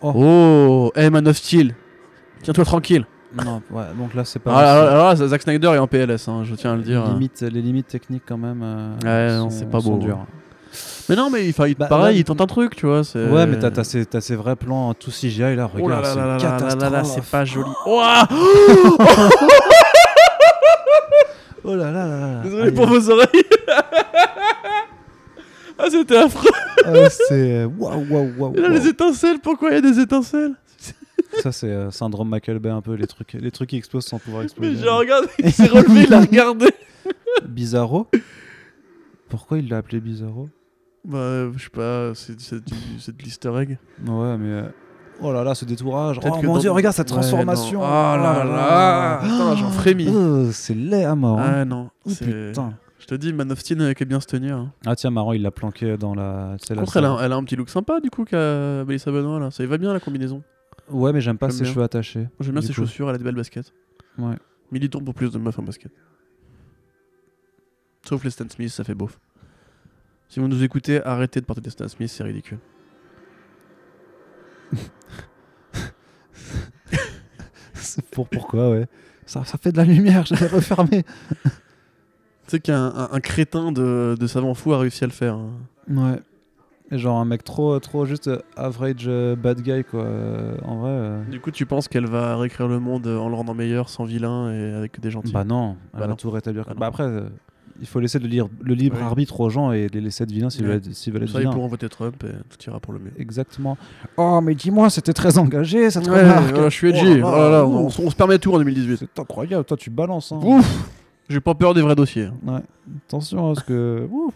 Speaker 2: Oh, hey Man of Steel, tiens-toi tranquille.
Speaker 1: Non, ouais, donc là, c'est pas.
Speaker 2: Ah, là, là, là, là, Zack Snyder est en PLS, hein, je tiens à le dire.
Speaker 1: Les limites, les limites techniques quand même. euh,
Speaker 2: Ouais, non,
Speaker 1: sont-
Speaker 2: c'est pas
Speaker 1: sont
Speaker 2: beau.
Speaker 1: dures.
Speaker 2: Mais non, mais il faille-
Speaker 1: Bah,
Speaker 2: pareil,
Speaker 1: là-
Speaker 2: il tente un truc, tu vois. c'est-
Speaker 1: Ouais, mais t'as t'as ces, t'as ces vrais plans tout CGI là,
Speaker 2: Oh là
Speaker 1: regarde,
Speaker 2: là
Speaker 1: c'est
Speaker 2: là
Speaker 1: une
Speaker 2: là là là là là, c'est
Speaker 1: catastrophe.
Speaker 2: pas joli. Ouah
Speaker 1: Oh là là là là là.
Speaker 2: Désolé pour vos oreilles. ah, c'était affreux.
Speaker 1: Ah, c'est waouh waouh waouh.
Speaker 2: Et là,
Speaker 1: waouh.
Speaker 2: les étincelles, pourquoi il y a des étincelles
Speaker 1: Ça c'est euh, syndrome Michael Bay un peu les trucs les trucs qui explosent sans pouvoir
Speaker 2: Mais
Speaker 1: exploser.
Speaker 2: genre, regarde, il s'est relevé, il a regardé.
Speaker 1: Bizarro. Pourquoi il l'a appelé Bizarro
Speaker 2: Bah, euh, je sais pas, c'est c'est du- c'est de l'easter egg.
Speaker 1: Ouais, mais euh, oh là là ce détourage.
Speaker 2: Peut-être
Speaker 1: Oh
Speaker 2: que
Speaker 1: mon
Speaker 2: dans-
Speaker 1: dieu, regarde cette
Speaker 2: Ouais,
Speaker 1: transformation. Oh,
Speaker 2: non. Ah là là Attends, j'en frémis.
Speaker 1: Euh, c'est laid à mort. hein.
Speaker 2: Ah non,
Speaker 1: Oh,
Speaker 2: c'est-
Speaker 1: putain.
Speaker 2: Je te dis, Man of Steel euh, qui est bien se tenir. hein.
Speaker 1: Ah tiens, marrant, il l'a planqué dans la. tu sais,
Speaker 2: Par
Speaker 1: la
Speaker 2: contre, elle
Speaker 1: salle.
Speaker 2: a, elle a un petit look sympa du coup qu'à Melissa Benoît là. Ça lui va bien la combinaison. Moi,
Speaker 1: Ouais, mais j'aime pas
Speaker 2: J'aime
Speaker 1: ses
Speaker 2: bien.
Speaker 1: cheveux attachés.
Speaker 2: J'aime bien
Speaker 1: Du
Speaker 2: ses
Speaker 1: coup.
Speaker 2: chaussures, elle a des belles baskets.
Speaker 1: Ouais.
Speaker 2: Militons pour plus de meufs en basket. Sauf les Stan Smith, ça fait beauf. Si vous nous écoutez, arrêtez de porter des Stan Smith, c'est ridicule.
Speaker 1: C'est pour pourquoi ouais. Ça, ça fait de la lumière, je l'ai refermé.
Speaker 2: Tu sais qu'un un- un crétin de, de savant fou a réussi à le faire. hein.
Speaker 1: Ouais. Et Genre un mec trop, trop juste euh, average euh, bad guy quoi. Euh, en vrai. euh,
Speaker 2: Du coup, tu penses qu'elle va réécrire le monde euh, en le rendant meilleur, sans vilain et avec des gentils
Speaker 1: Bah non, elle
Speaker 2: Bah
Speaker 1: va
Speaker 2: non.
Speaker 1: tout rétablir.
Speaker 2: Bah
Speaker 1: Bah,
Speaker 2: non.
Speaker 1: après, euh, il faut laisser le, lire- le libre
Speaker 2: Ouais.
Speaker 1: arbitre aux gens et les laisser être vilains s'ils
Speaker 2: Ouais.
Speaker 1: veulent être- s'ils veulent être
Speaker 2: Ça, ils
Speaker 1: vilains.
Speaker 2: pourront voter Trump et tout ira pour le mieux.
Speaker 1: Exactement. Oh mais dis-moi, c'était très engagé cette
Speaker 2: Ouais,
Speaker 1: remarque.
Speaker 2: voilà, je suis
Speaker 1: Oh là
Speaker 2: edgy.
Speaker 1: là,
Speaker 2: Oh là là, on,
Speaker 1: ouh.
Speaker 2: on se permet tout en 2018.
Speaker 1: C'est incroyable, toi tu balances. Hein.
Speaker 2: Ouf J'ai pas peur des
Speaker 1: Oh.
Speaker 2: vrais dossiers.
Speaker 1: Ouais. Attention hein, parce que. Ouf.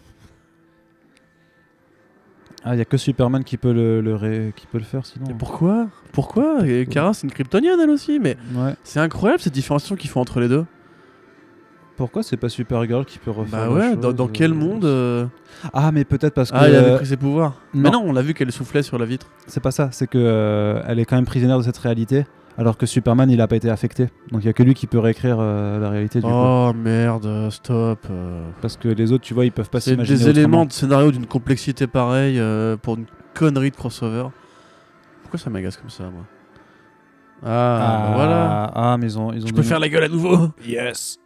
Speaker 1: Ah, il y a que Superman qui peut le, le ré- qui peut le faire sinon.
Speaker 2: Mais pourquoi Pourquoi Et Kara, c'est une kryptonienne elle aussi, mais
Speaker 1: Ouais.
Speaker 2: c'est incroyable cette différenciation qu'ils font entre les deux.
Speaker 1: Pourquoi c'est pas Supergirl qui peut refaire
Speaker 2: Bah
Speaker 1: la
Speaker 2: ouais,
Speaker 1: chose,
Speaker 2: dans, dans quel
Speaker 1: euh,
Speaker 2: monde euh,
Speaker 1: Ah, mais peut-être parce que
Speaker 2: Ah, elle avait
Speaker 1: euh,
Speaker 2: pris ses pouvoirs. Mais non, on l'a vu qu'elle soufflait sur la vitre.
Speaker 1: c'est pas ça, c'est que euh, elle est quand même prisonnière de cette réalité alors que Superman, il a pas été affecté. Donc il y a que lui qui peut réécrire euh, la réalité du coup.
Speaker 2: Oh merde, stop. euh.
Speaker 1: Parce que les autres, tu vois, ils peuvent pas
Speaker 2: C'est
Speaker 1: s'imaginer
Speaker 2: des
Speaker 1: autrement.
Speaker 2: éléments de scénario d'une complexité pareille euh, pour une connerie de crossover. Pourquoi ça m'agace comme ça, moi Ah, bah voilà.
Speaker 1: Ah, mais ils ont ils ont
Speaker 2: Je peux
Speaker 1: donné-
Speaker 2: faire la gueule à nouveau.
Speaker 1: Yes.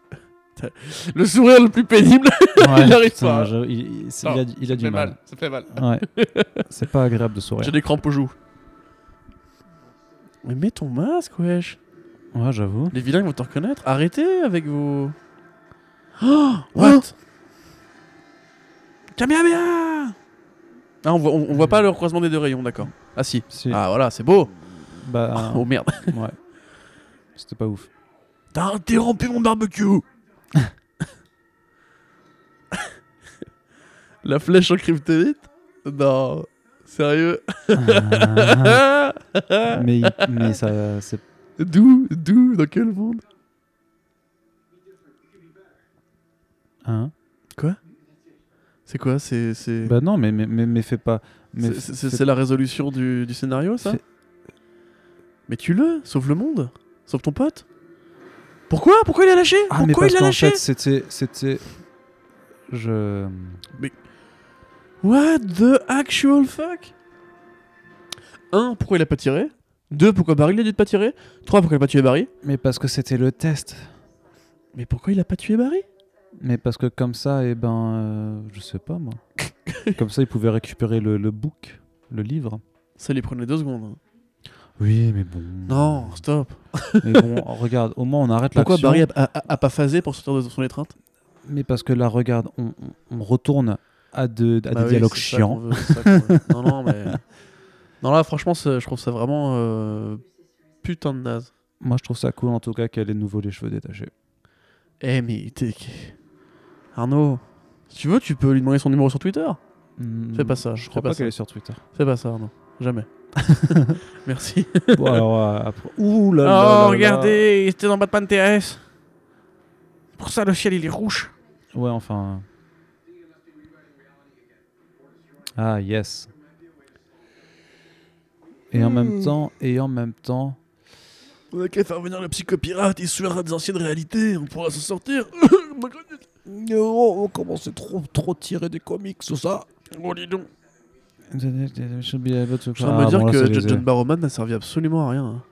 Speaker 2: Le sourire le plus pénible.
Speaker 1: Ouais,
Speaker 2: Il arrive
Speaker 1: putain,
Speaker 2: pas.
Speaker 1: je- il, il- c'est- il a, du- il a
Speaker 2: Ça
Speaker 1: du
Speaker 2: fait
Speaker 1: mal.
Speaker 2: Ça fait mal.
Speaker 1: Ouais. c'est pas agréable de sourire.
Speaker 2: J'ai des crampes aux joues. Mais mets ton masque, wesh.
Speaker 1: Ouais, j'avoue.
Speaker 2: Les vilains ils vont te reconnaître. Arrêtez avec vos. Oh, what Kamehameha Ah, on voit, on, on voit pas le croisement des deux rayons, d'accord. Ah si.
Speaker 1: Si.
Speaker 2: Ah voilà, c'est beau.
Speaker 1: Bah,
Speaker 2: Oh merde.
Speaker 1: ouais. C'était pas ouf.
Speaker 2: T'as interrompu mon barbecue. La flèche en kryptonite Non. Sérieux
Speaker 1: Ah.
Speaker 2: Ah.
Speaker 1: mais, il- mais ça, c'est
Speaker 2: D'où D'où Dans quel monde
Speaker 1: Hein
Speaker 2: C'est quoi C'est c'est
Speaker 1: Bah non, mais, mais, mais, mais fais pas. Mais
Speaker 2: c'est-
Speaker 1: f-
Speaker 2: c'est-
Speaker 1: fais-
Speaker 2: c'est la résolution du, du scénario, ça
Speaker 1: fais-
Speaker 2: Mais tue-le, sauve le monde, sauve ton pote. Pourquoi Pourquoi il a lâché
Speaker 1: Ah, mais
Speaker 2: Pourquoi
Speaker 1: parce
Speaker 2: il l'a
Speaker 1: qu'en
Speaker 2: lâché
Speaker 1: fait, c'était. c'était... Je.
Speaker 2: What the actual fuck Un, Pourquoi il a pas tiré Deux, Pourquoi Barry lui a dit de pas tirer Trois, Pourquoi il a pas tué Barry
Speaker 1: Mais parce que c'était le test.
Speaker 2: Mais pourquoi il a pas tué Barry
Speaker 1: Mais parce que comme ça, eh ben. euh, je sais pas moi. comme ça, ils pouvaient récupérer le, le book, le livre.
Speaker 2: Ça lui prenait deux secondes.
Speaker 1: Oui, mais bon.
Speaker 2: Non, stop.
Speaker 1: Mais bon, regarde, au moins on arrête
Speaker 2: Pourquoi
Speaker 1: l'action.
Speaker 2: Barry a, a- a- a pas phasé pour sortir de son étreinte
Speaker 1: Mais parce que là, regarde, on, on- on retourne à, de, à
Speaker 2: Bah
Speaker 1: des
Speaker 2: oui,
Speaker 1: dialogues
Speaker 2: c'est ça
Speaker 1: chiants.
Speaker 2: qu'on veut, c'est ça qu'on veut. non, non, mais. Non, là, franchement, c'est- je trouve ça vraiment euh, putain de naze.
Speaker 1: Moi, je trouve ça cool en tout cas qu'elle ait de nouveau les cheveux détachés.
Speaker 2: Eh, mais. t'es- Arnaud, si tu veux, tu peux lui demander son numéro sur Twitter. Fais pas ça,
Speaker 1: Je
Speaker 2: fais
Speaker 1: crois
Speaker 2: pas
Speaker 1: pas,
Speaker 2: ça.
Speaker 1: qu'elle est sur Twitter.
Speaker 2: Fais pas ça, Arnaud. Jamais. Merci.
Speaker 1: bon, alors, euh, après... Ouh là là là là.
Speaker 2: Oh, regardez, il était dans Batman TS. Pour ça, le ciel, il est rouge.
Speaker 1: Ouais, enfin. Ah, yes. Et en même temps, et en même temps.
Speaker 2: On a qu'à faire venir le psychopirate, il souillera des anciennes réalités, on pourra s'en sortir.
Speaker 1: Oh, comment c'est trop, trop tiré des comics, ça
Speaker 2: oh, dis donc.
Speaker 1: Should be able to-
Speaker 2: Je viens
Speaker 1: Ah,
Speaker 2: de me dire
Speaker 1: bon, là, c'est
Speaker 2: que
Speaker 1: les-
Speaker 2: John, John Barrowman n'a servi absolument à rien. hein.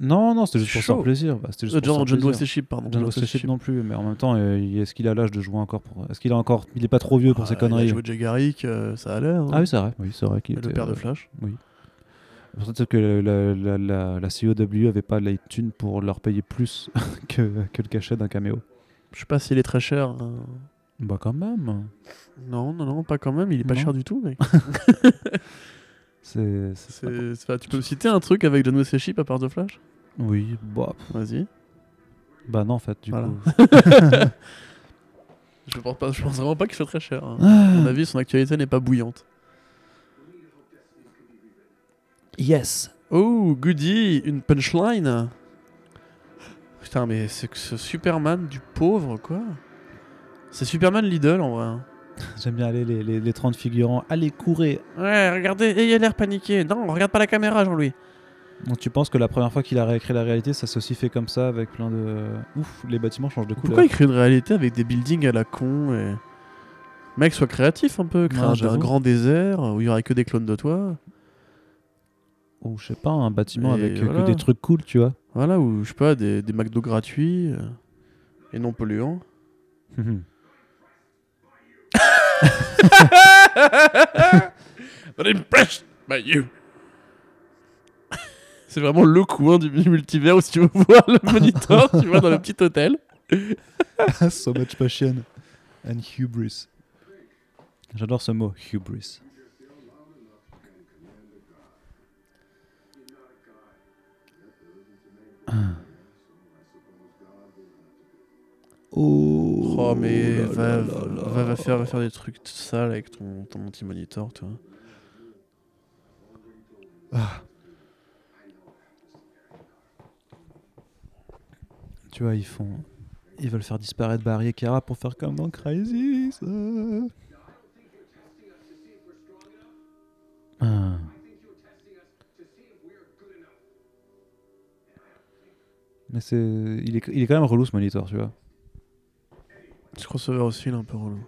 Speaker 1: Non, non, c'était juste pour se faire
Speaker 2: Chaud.
Speaker 1: plaisir. Bah, c'était juste
Speaker 2: Euh,
Speaker 1: pour se
Speaker 2: John,
Speaker 1: faire
Speaker 2: John
Speaker 1: plaisir.
Speaker 2: Westship, pardon.
Speaker 1: John Westship non plus, mais en même temps, euh, il- est-ce qu'il a l'âge de jouer encore pour... Est-ce qu'il a encore Ah, Il est pas trop vieux pour ses
Speaker 2: bah, Il
Speaker 1: conneries.
Speaker 2: a joué Jack Garrick, euh, ça a l'air. hein.
Speaker 1: Ah oui, c'est vrai. Oui, c'est vrai qu'il
Speaker 2: le
Speaker 1: était.
Speaker 2: père de
Speaker 1: euh,
Speaker 2: Flash.
Speaker 1: Peut-être que la, la, la, la COW avait pas la thune pour leur payer plus que, que le cachet d'un caméo.
Speaker 2: Je sais pas s'il est très cher. hein.
Speaker 1: Bah quand même.
Speaker 2: Non, non, non, pas quand même, il est pas
Speaker 1: Non.
Speaker 2: cher du tout, mec.
Speaker 1: C'est. c'est-
Speaker 2: C'est- c'est pas- tu peux me citer un truc avec John Westship à part de Flash
Speaker 1: Oui, bah, pff,
Speaker 2: Vas-y.
Speaker 1: bah non en fait du
Speaker 2: Voilà.
Speaker 1: coup.
Speaker 2: Je pense, pas, je pense vraiment pas qu'il soit très cher. hein. À mon
Speaker 1: Ah,
Speaker 2: avis, son actualité n'est pas bouillante.
Speaker 1: yes.
Speaker 2: Oh, goody, une punchline. Putain, mais c'est que ce Superman du pauvre, quoi. C'est Superman Lidl en vrai. hein.
Speaker 1: J'aime bien aller les, les, les 30 figurants. Allez, courez.
Speaker 2: Ouais, regardez, et il a l'air paniqué. Non, regarde pas la caméra, Jean-Louis.
Speaker 1: Donc tu penses que la première fois qu'il a réécrit la réalité, ça s'est aussi fait comme ça avec plein de. Ouf, les bâtiments changent de couleur.
Speaker 2: Pourquoi il crée une réalité avec des buildings à la con et... Mec, sois créatif un peu, crée
Speaker 1: Ouais,
Speaker 2: un- un,
Speaker 1: j'avoue.
Speaker 2: grand désert où il y aurait que des clones de toi.
Speaker 1: Ou je sais pas, un bâtiment
Speaker 2: Et
Speaker 1: avec euh,
Speaker 2: voilà.
Speaker 1: que des trucs cool, tu vois.
Speaker 2: Voilà, où je sais pas, des, des McDo gratuits euh, et non polluants. But impressed by you. C'est vraiment le coin du multivers où si tu veux voir le monitor, tu vas dans le petit hôtel.
Speaker 1: so much passion and hubris. J'adore ce mot, hubris. Ah. Oh,
Speaker 2: Oh, mais
Speaker 1: là
Speaker 2: va,
Speaker 1: là là là.
Speaker 2: va, va faire, va faire des trucs sales avec ton, ton petit monitor, toi.
Speaker 1: Ah. Tu vois, ils font. Ils veulent faire disparaître Barry et Kara pour faire comme dans Crisis. euh. Ah. Mais c'est. Il est, il est quand même relou ce monitor, tu vois.
Speaker 2: Ce crossover aussi, il est un peu relou.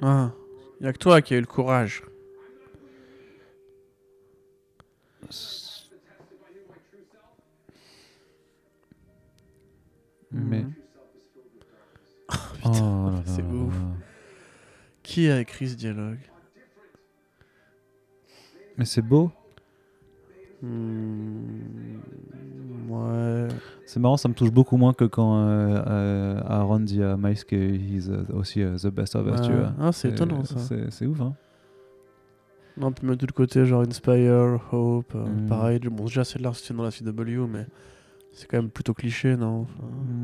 Speaker 2: Ah, y a que toi qui a eu le courage.
Speaker 1: Mais.
Speaker 2: Mhm. Putain,
Speaker 1: Oh là
Speaker 2: c'est
Speaker 1: là là
Speaker 2: ouf.
Speaker 1: là.
Speaker 2: Qui a écrit ce dialogue
Speaker 1: Mais c'est beau.
Speaker 2: Hmm, Ouais.
Speaker 1: C'est marrant, ça me touche beaucoup moins que quand euh, euh, Aaron dit à Miles que he's euh, aussi euh, the best of us, tu Euh,
Speaker 2: Ouais.
Speaker 1: vois.
Speaker 2: Ah, c'est étonnant ça.
Speaker 1: C'est c'est ouf, hein.
Speaker 2: Non, puis même tout le côté, genre Inspire, Hope, euh,
Speaker 1: Hmm.
Speaker 2: pareil. Bon, déjà, c'est de l'art c'est dans la CW, mais c'est quand même plutôt cliché, non Enfin,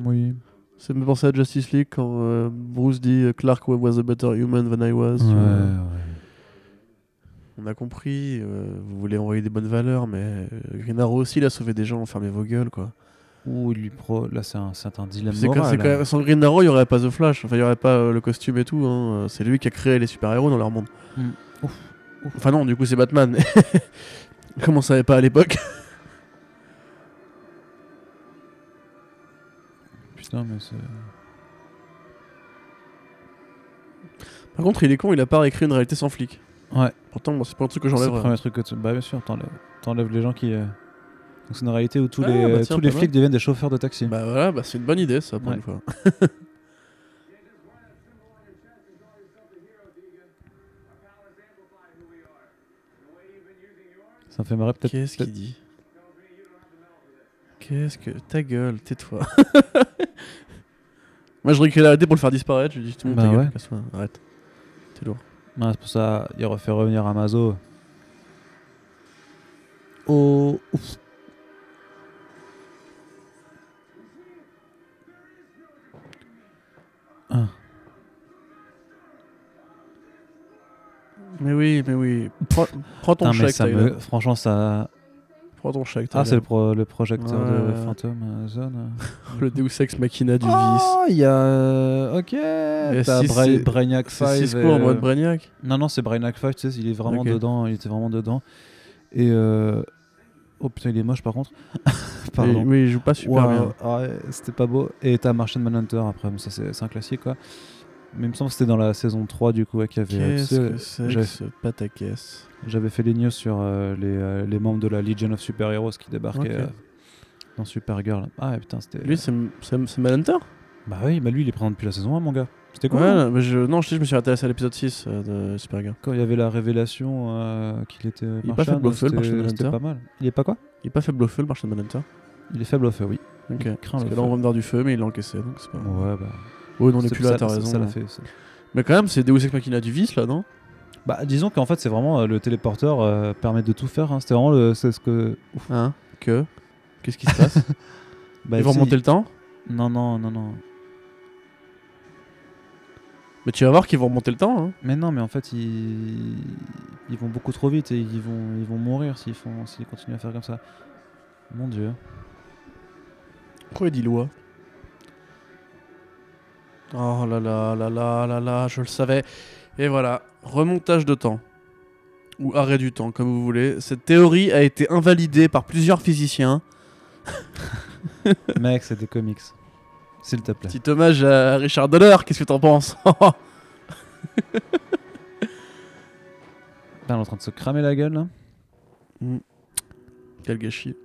Speaker 1: Oui.
Speaker 2: Ça me fait penser à Justice League quand euh, Bruce dit euh, Clark was a better human than I was. tu
Speaker 1: Ouais,
Speaker 2: vois.
Speaker 1: ouais.
Speaker 2: On a compris, euh, vous voulez envoyer des bonnes valeurs, mais euh, Green Arrow aussi, il a sauvé des gens, fermez vos gueules, quoi.
Speaker 1: Ouh, il lui pro. Là, c'est un, c'est un dilemme
Speaker 2: C'est que-
Speaker 1: moral. hein.
Speaker 2: c'est quand même- sans Green Arrow, il n'y aurait pas The Flash, enfin, il n'y aurait pas euh, le costume et tout. hein. Euh, C'est lui qui a créé les super-héros dans leur monde.
Speaker 1: Hmm.
Speaker 2: Enfin, non, du coup, c'est Batman. Comme on savait pas à l'époque.
Speaker 1: Putain, mais c'est.
Speaker 2: Par contre, il est con, il a pas réécrit une réalité sans flic.
Speaker 1: Ouais.
Speaker 2: Pourtant, moi, c'est pas un truc que
Speaker 1: C'est le
Speaker 2: j'enlèverais.
Speaker 1: premier truc que tu. Bah, bien sûr, t'enlèves, t'enlèves les gens qui. euh, Donc, c'est une réalité où tous
Speaker 2: Ah,
Speaker 1: les, euh,
Speaker 2: bah tiens,
Speaker 1: tous les
Speaker 2: pas
Speaker 1: flics deviennent des chauffeurs de taxi.
Speaker 2: Bah voilà, bah, c'est une bonne idée, ça, pour
Speaker 1: Ouais.
Speaker 2: une fois.
Speaker 1: Ça me fait marrer, peut-être.
Speaker 2: Qu'est-ce
Speaker 1: peut-être-
Speaker 2: qu'il dit Qu'est-ce que. Ta gueule, tais-toi. Moi, je réécris la réalité pour le faire disparaître. Je lui dis, tout le monde,
Speaker 1: Bah
Speaker 2: ta gueule,
Speaker 1: ouais.
Speaker 2: casse-toi, arrête. T'es lourd.
Speaker 1: Ouais, c'est pour ça, il refait revenir Amazo. Oh. Ouf. Ah.
Speaker 2: Mais oui, mais oui. Prends, prends ton
Speaker 1: Putain, mais
Speaker 2: chèque,
Speaker 1: ça
Speaker 2: Tyler.
Speaker 1: me... Franchement, ça.
Speaker 2: Prends ton chèque,
Speaker 1: Ah,
Speaker 2: Tyler.
Speaker 1: c'est le, pro- le projecteur de
Speaker 2: Ouais.
Speaker 1: Phantom euh, Zone.
Speaker 2: le Deus Ex Machina du vice.
Speaker 1: Oh, il y a. euh, Ok. T'as
Speaker 2: si,
Speaker 1: Bra-
Speaker 2: c'est-
Speaker 1: Brainiac 5.
Speaker 2: C'est Cisco
Speaker 1: et,
Speaker 2: en
Speaker 1: euh,
Speaker 2: mode Brainiac.
Speaker 1: Non, non, c'est Brainiac 5, tu sais, il est vraiment
Speaker 2: Ok.
Speaker 1: dedans, il était vraiment dedans. Et. euh, Oh putain, il est moche par contre. Pardon.
Speaker 2: Mais Oui, il joue pas super
Speaker 1: Ouah,
Speaker 2: bien.
Speaker 1: ouais, c'était pas beau. Et t'as Martian Manhunter après, mais ça c'est c'est un classique quoi. Mais il me semble que c'était dans la saison 3 du coup, ouais, qu'il y avait. euh, tu
Speaker 2: Qu'est-ce
Speaker 1: sais,
Speaker 2: que c'est que
Speaker 1: j'avais-
Speaker 2: ce pataquès
Speaker 1: J'avais fait les news sur euh, les, euh, les membres de la Legion of Super Heroes qui débarquaient
Speaker 2: Ok.
Speaker 1: euh, dans Supergirl. Ah ouais, putain, c'était.
Speaker 2: Lui, c'est c'est- c'est Manhunter
Speaker 1: Bah oui, bah lui il est présent depuis la saison 1, mon gars. C'était cool. hein.
Speaker 2: Ouais, mais je, non, je, sais, je me suis intéressé à l'épisode 6 euh, de Supergirl.
Speaker 1: Quand il y avait la révélation euh, qu'il était
Speaker 2: Il est pas
Speaker 1: Martian,
Speaker 2: faible au feu, le
Speaker 1: c'était-
Speaker 2: Martian Manhunter.
Speaker 1: c'était pas mal. Il est pas quoi
Speaker 2: Il est pas faible au feu, le marchand de Manhunter.
Speaker 1: Il est faible au feu, oui.
Speaker 2: Ok.
Speaker 1: Il craint
Speaker 2: Parce
Speaker 1: le
Speaker 2: que
Speaker 1: feu.
Speaker 2: là, on va me faire du feu, mais il l'a encaissé, donc c'est pas.
Speaker 1: Ouais, bah.
Speaker 2: Oh, non, on est
Speaker 1: c'est-
Speaker 2: plus là,
Speaker 1: ça-
Speaker 2: t'as
Speaker 1: ça-
Speaker 2: raison.
Speaker 1: Ça l'a
Speaker 2: ouais.
Speaker 1: fait. ça-
Speaker 2: Mais quand même, c'est Deus Ex Machina du vice, là, non
Speaker 1: Bah, disons qu'en fait, c'est vraiment euh, le téléporteur euh, permet de tout faire. hein. C'était vraiment le, c'est ce que.
Speaker 2: Hein Que Qu'est-ce qui se passe
Speaker 1: Bah,
Speaker 2: Ils vont
Speaker 1: si,
Speaker 2: remonter le temps
Speaker 1: il- Non, non, non, non.
Speaker 2: Mais tu vas voir qu'ils vont remonter le temps, hein.
Speaker 1: Mais non, mais en fait, ils, ils vont beaucoup trop vite et ils vont, ils vont mourir s'ils font, s'ils continuent à faire comme ça. Mon Dieu.
Speaker 2: Pourquoi il dit loi Oh là là là là là là, je le savais. Et voilà, remontage de temps. Ou arrêt du temps, comme vous voulez. Cette théorie a été invalidée par plusieurs physiciens.
Speaker 1: Mec, c'est des comics. S'il te plaît.
Speaker 2: Petit hommage à Richard Donner, qu'est-ce que t'en penses
Speaker 1: Putain, on est en train de se cramer la gueule là.
Speaker 2: Quel gâchis.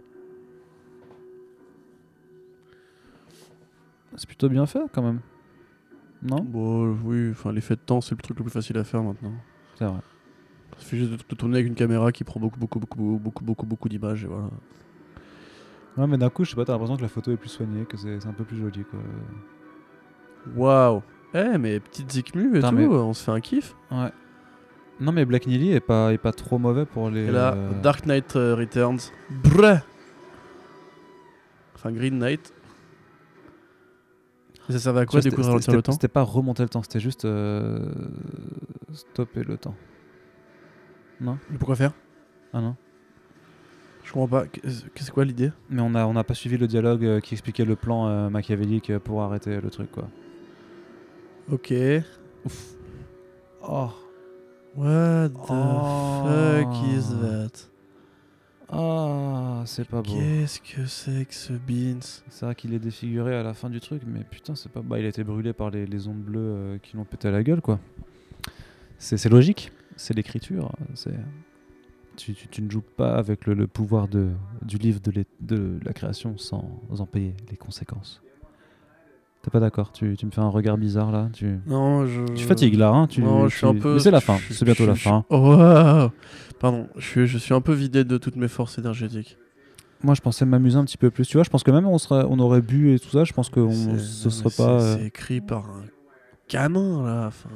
Speaker 1: C'est plutôt bien fait quand même. Non
Speaker 2: Bon, euh, oui, enfin, l'effet de temps, c'est le truc le plus facile à faire maintenant.
Speaker 1: C'est vrai.
Speaker 2: Il suffit juste de, de tourner avec une caméra qui prend beaucoup, beaucoup, beaucoup, beaucoup, beaucoup, beaucoup d'images, et voilà.
Speaker 1: Ouais, mais d'un coup, je sais pas, t'as l'impression que la photo est plus soignée, que c'est c'est un peu plus joli quoi.
Speaker 2: Waouh Eh, mais petite zikmu et
Speaker 1: Putain,
Speaker 2: tout, euh,
Speaker 1: mais-
Speaker 2: on se fait un kiff.
Speaker 1: Ouais. Non, mais Black Nilly est pas, est pas trop mauvais pour les.
Speaker 2: Et là,
Speaker 1: euh,
Speaker 2: Dark Knight euh, Returns. Brrr Enfin, Green Knight. Et ça servait à quoi,
Speaker 1: Tu vois,
Speaker 2: du coup, de
Speaker 1: c'était-
Speaker 2: ralentir le
Speaker 1: c'était-
Speaker 2: temps
Speaker 1: C'était pas remonter le temps, c'était juste euh, stopper le temps. Non
Speaker 2: Mais pourquoi faire
Speaker 1: Ah non.
Speaker 2: Je comprends pas. Qu'est-
Speaker 4: Qu'est-ce quoi l'idée
Speaker 1: Mais on n'a on a pas suivi le dialogue euh, qui expliquait le plan euh, machiavélique euh, pour arrêter le truc, quoi.
Speaker 2: Ok.
Speaker 1: Oh.
Speaker 2: What the
Speaker 1: Oh.
Speaker 2: fuck is that
Speaker 1: Ah, c'est pas beau.
Speaker 2: Qu'est-ce que c'est que ce beans
Speaker 1: C'est vrai qu'il est défiguré à la fin du truc, mais putain, c'est pas. Bah, il a été brûlé par les, les ondes bleues euh, qui l'ont pété à la gueule, quoi. C'est c'est logique, c'est l'écriture. hein. c'est- Tu, tu- tu ne joues pas avec le, le pouvoir de, du livre de, l'é- de la création sans en payer les conséquences. T'es pas d'accord tu, tu me fais un regard bizarre là Tu,
Speaker 2: Non, je.
Speaker 1: tu fatigues là hein, tu,
Speaker 2: Euh, non, je suis un
Speaker 1: tu-
Speaker 2: peu.
Speaker 1: Mais c'est la fin,
Speaker 2: je-
Speaker 1: c'est bientôt
Speaker 2: je-
Speaker 1: la
Speaker 2: je-
Speaker 1: fin. hein.
Speaker 2: Oh, wow. Pardon, je suis, je suis un peu vidé de toutes mes forces énergétiques.
Speaker 1: Moi je pensais m'amuser un petit peu plus, tu vois. Je pense que même on, serait, on aurait bu et tout ça, je pense qu'on
Speaker 2: C'est-
Speaker 1: se
Speaker 2: non, mais
Speaker 1: serait
Speaker 2: c'est-
Speaker 1: pas. euh,
Speaker 2: C'est écrit par un canin, là. enfin.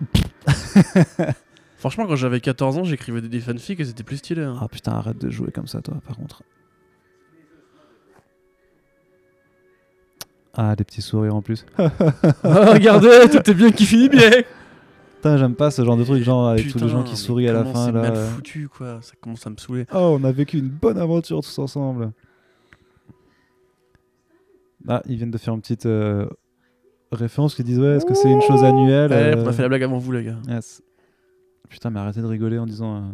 Speaker 2: Franchement, quand j'avais 14 ans, j'écrivais des- des fanfics et c'était plus stylé. hein.
Speaker 1: Ah putain, arrête de jouer comme ça, toi, par contre. Ah, des petits sourires en plus.
Speaker 2: Ah, regardez, tout est bien qui finit bien.
Speaker 1: Putain, j'aime pas ce genre de truc, genre avec tous les gens
Speaker 2: mais
Speaker 1: qui sourient à la
Speaker 2: comment
Speaker 1: fin.
Speaker 2: C'est
Speaker 1: Là.
Speaker 2: mal
Speaker 1: euh.
Speaker 2: foutu, quoi. Ça commence à me saouler.
Speaker 1: Oh, on a vécu une bonne aventure tous ensemble. Ah, ils viennent de faire une petite euh, référence qui disent Ouais, est-ce que c'est une chose annuelle
Speaker 2: Ouais, Eh, On
Speaker 1: euh,
Speaker 2: a fait la blague avant vous, les gars.
Speaker 1: yes. Putain, mais arrêtez de rigoler en disant.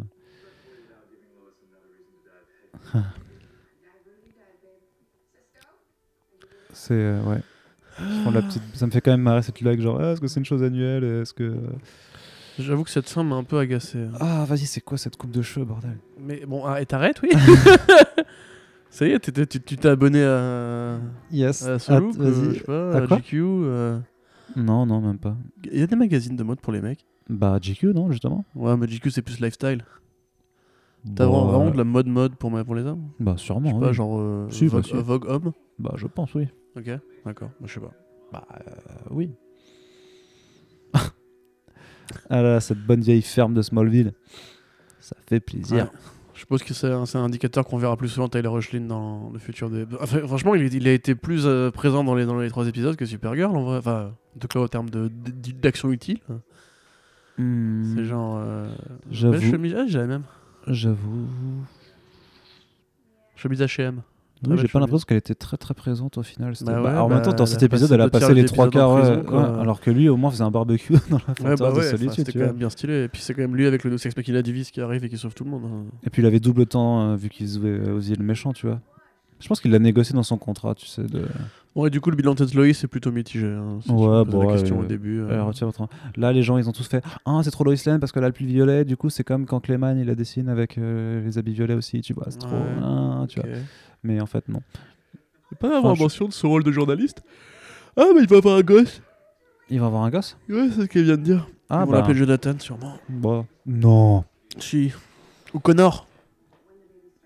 Speaker 1: euh, C'est. euh, ouais. Ils font la petite- Ça me fait quand même marrer cette blague, genre, Ah, est-ce que c'est une chose annuelle Est-ce que. euh,
Speaker 2: J'avoue que cette fin m'a un peu agacé. hein.
Speaker 1: Ah, vas-y, c'est quoi cette coupe de cheveux, bordel
Speaker 2: Mais bon, ah, et t'arrêtes, oui. Ça y est, t'étais- tu tu t'es abonné à,
Speaker 1: Yes.
Speaker 2: à
Speaker 1: Ah,
Speaker 2: Solook, euh,
Speaker 1: vas-y.
Speaker 2: je sais pas,
Speaker 1: À
Speaker 2: à,
Speaker 1: quoi
Speaker 2: GQ. euh.
Speaker 1: Non, non, même pas.
Speaker 2: Il y a des magazines de mode pour les mecs.
Speaker 1: Bah, GQ, non, justement
Speaker 2: Ouais, mais GQ c'est plus lifestyle. T'as
Speaker 1: Bon,
Speaker 2: vraiment,
Speaker 1: euh,
Speaker 2: vraiment de la mode mode pour, ma- pour les hommes
Speaker 1: Bah,
Speaker 2: Je
Speaker 1: sûrement.
Speaker 2: sais pas,
Speaker 1: oui.
Speaker 2: genre euh,
Speaker 1: Si, bah,
Speaker 2: Vogue,
Speaker 1: si.
Speaker 2: euh, Vogue homme
Speaker 1: Bah, je pense, oui.
Speaker 2: Ok, d'accord, moi, je sais pas.
Speaker 1: Bah euh, oui. ah là, cette bonne vieille ferme de Smallville. Ça fait plaisir.
Speaker 2: Ouais. Je suppose que c'est un, c'est un indicateur qu'on verra plus souvent Tyler Rushlin dans le futur des. Enfin, franchement, il, est- il a été plus euh, présent dans les, dans les trois épisodes que Supergirl en vrai. Enfin, en tout cas au terme de- d- d'action utile.
Speaker 1: Hmm,
Speaker 2: C'est genre. euh,
Speaker 1: J'avoue.
Speaker 2: Belle chemise, ah, j'ai la même.
Speaker 1: J'avoue.
Speaker 2: Chemise HM.
Speaker 1: Oui,
Speaker 2: belle
Speaker 1: j'ai pas
Speaker 2: chemise.
Speaker 1: l'impression qu'elle était très très présente au final. c'était-
Speaker 2: Bah ouais,
Speaker 1: en même temps, dans
Speaker 2: bah,
Speaker 1: cet
Speaker 2: elle a
Speaker 1: épisode,
Speaker 2: passé
Speaker 1: elle a
Speaker 2: deux tiers
Speaker 1: passé les
Speaker 2: de
Speaker 1: trois quarts.
Speaker 2: l'épisode en
Speaker 1: ouais,
Speaker 2: prison, quoi.
Speaker 1: ouais, alors que lui, au moins, faisait un barbecue dans la
Speaker 2: Ouais,
Speaker 1: forteresse
Speaker 2: bah
Speaker 1: de
Speaker 2: ouais, enfin,
Speaker 1: solitude.
Speaker 2: c'était
Speaker 1: tu
Speaker 2: quand
Speaker 1: vois.
Speaker 2: même bien stylé. Et puis c'est quand même lui avec le Sex Machina Davis qui arrive et qui sauve tout le monde. hein.
Speaker 1: Et puis il avait double temps euh, vu qu'il jouait euh, Ozzy le méchant, tu vois. Je pense qu'il l'a négocié dans son contrat, tu sais. De...
Speaker 2: Bon, et du coup, le bilan de Ted Loïs c'est plutôt mitigé. hein, si tu
Speaker 1: Ouais,
Speaker 2: me poses
Speaker 1: bon,
Speaker 2: la question
Speaker 1: ouais,
Speaker 2: au début. euh.
Speaker 1: Euh, retire votre- Là, les gens, ils ont tous fait Ah, c'est trop Lois Lane parce qu'elle a le pull violet. Du coup, c'est comme quand Clayman il la dessine avec euh, les habits violets aussi. Tu vois, c'est trop.
Speaker 2: Ouais,
Speaker 1: ah, tu
Speaker 2: Ok.
Speaker 1: vois. Mais en fait, non.
Speaker 4: Pas
Speaker 1: avoir
Speaker 4: avoir
Speaker 1: je-
Speaker 4: mention de son rôle de journaliste Ah, mais il va avoir un gosse
Speaker 1: Il va avoir un gosse
Speaker 4: Ouais, c'est ce qu'elle vient de dire.
Speaker 1: Ah,
Speaker 2: Ils vont
Speaker 1: bah,
Speaker 2: l'appeler Jonathan sûrement.
Speaker 1: bah, Non.
Speaker 2: Si. Ou Connor.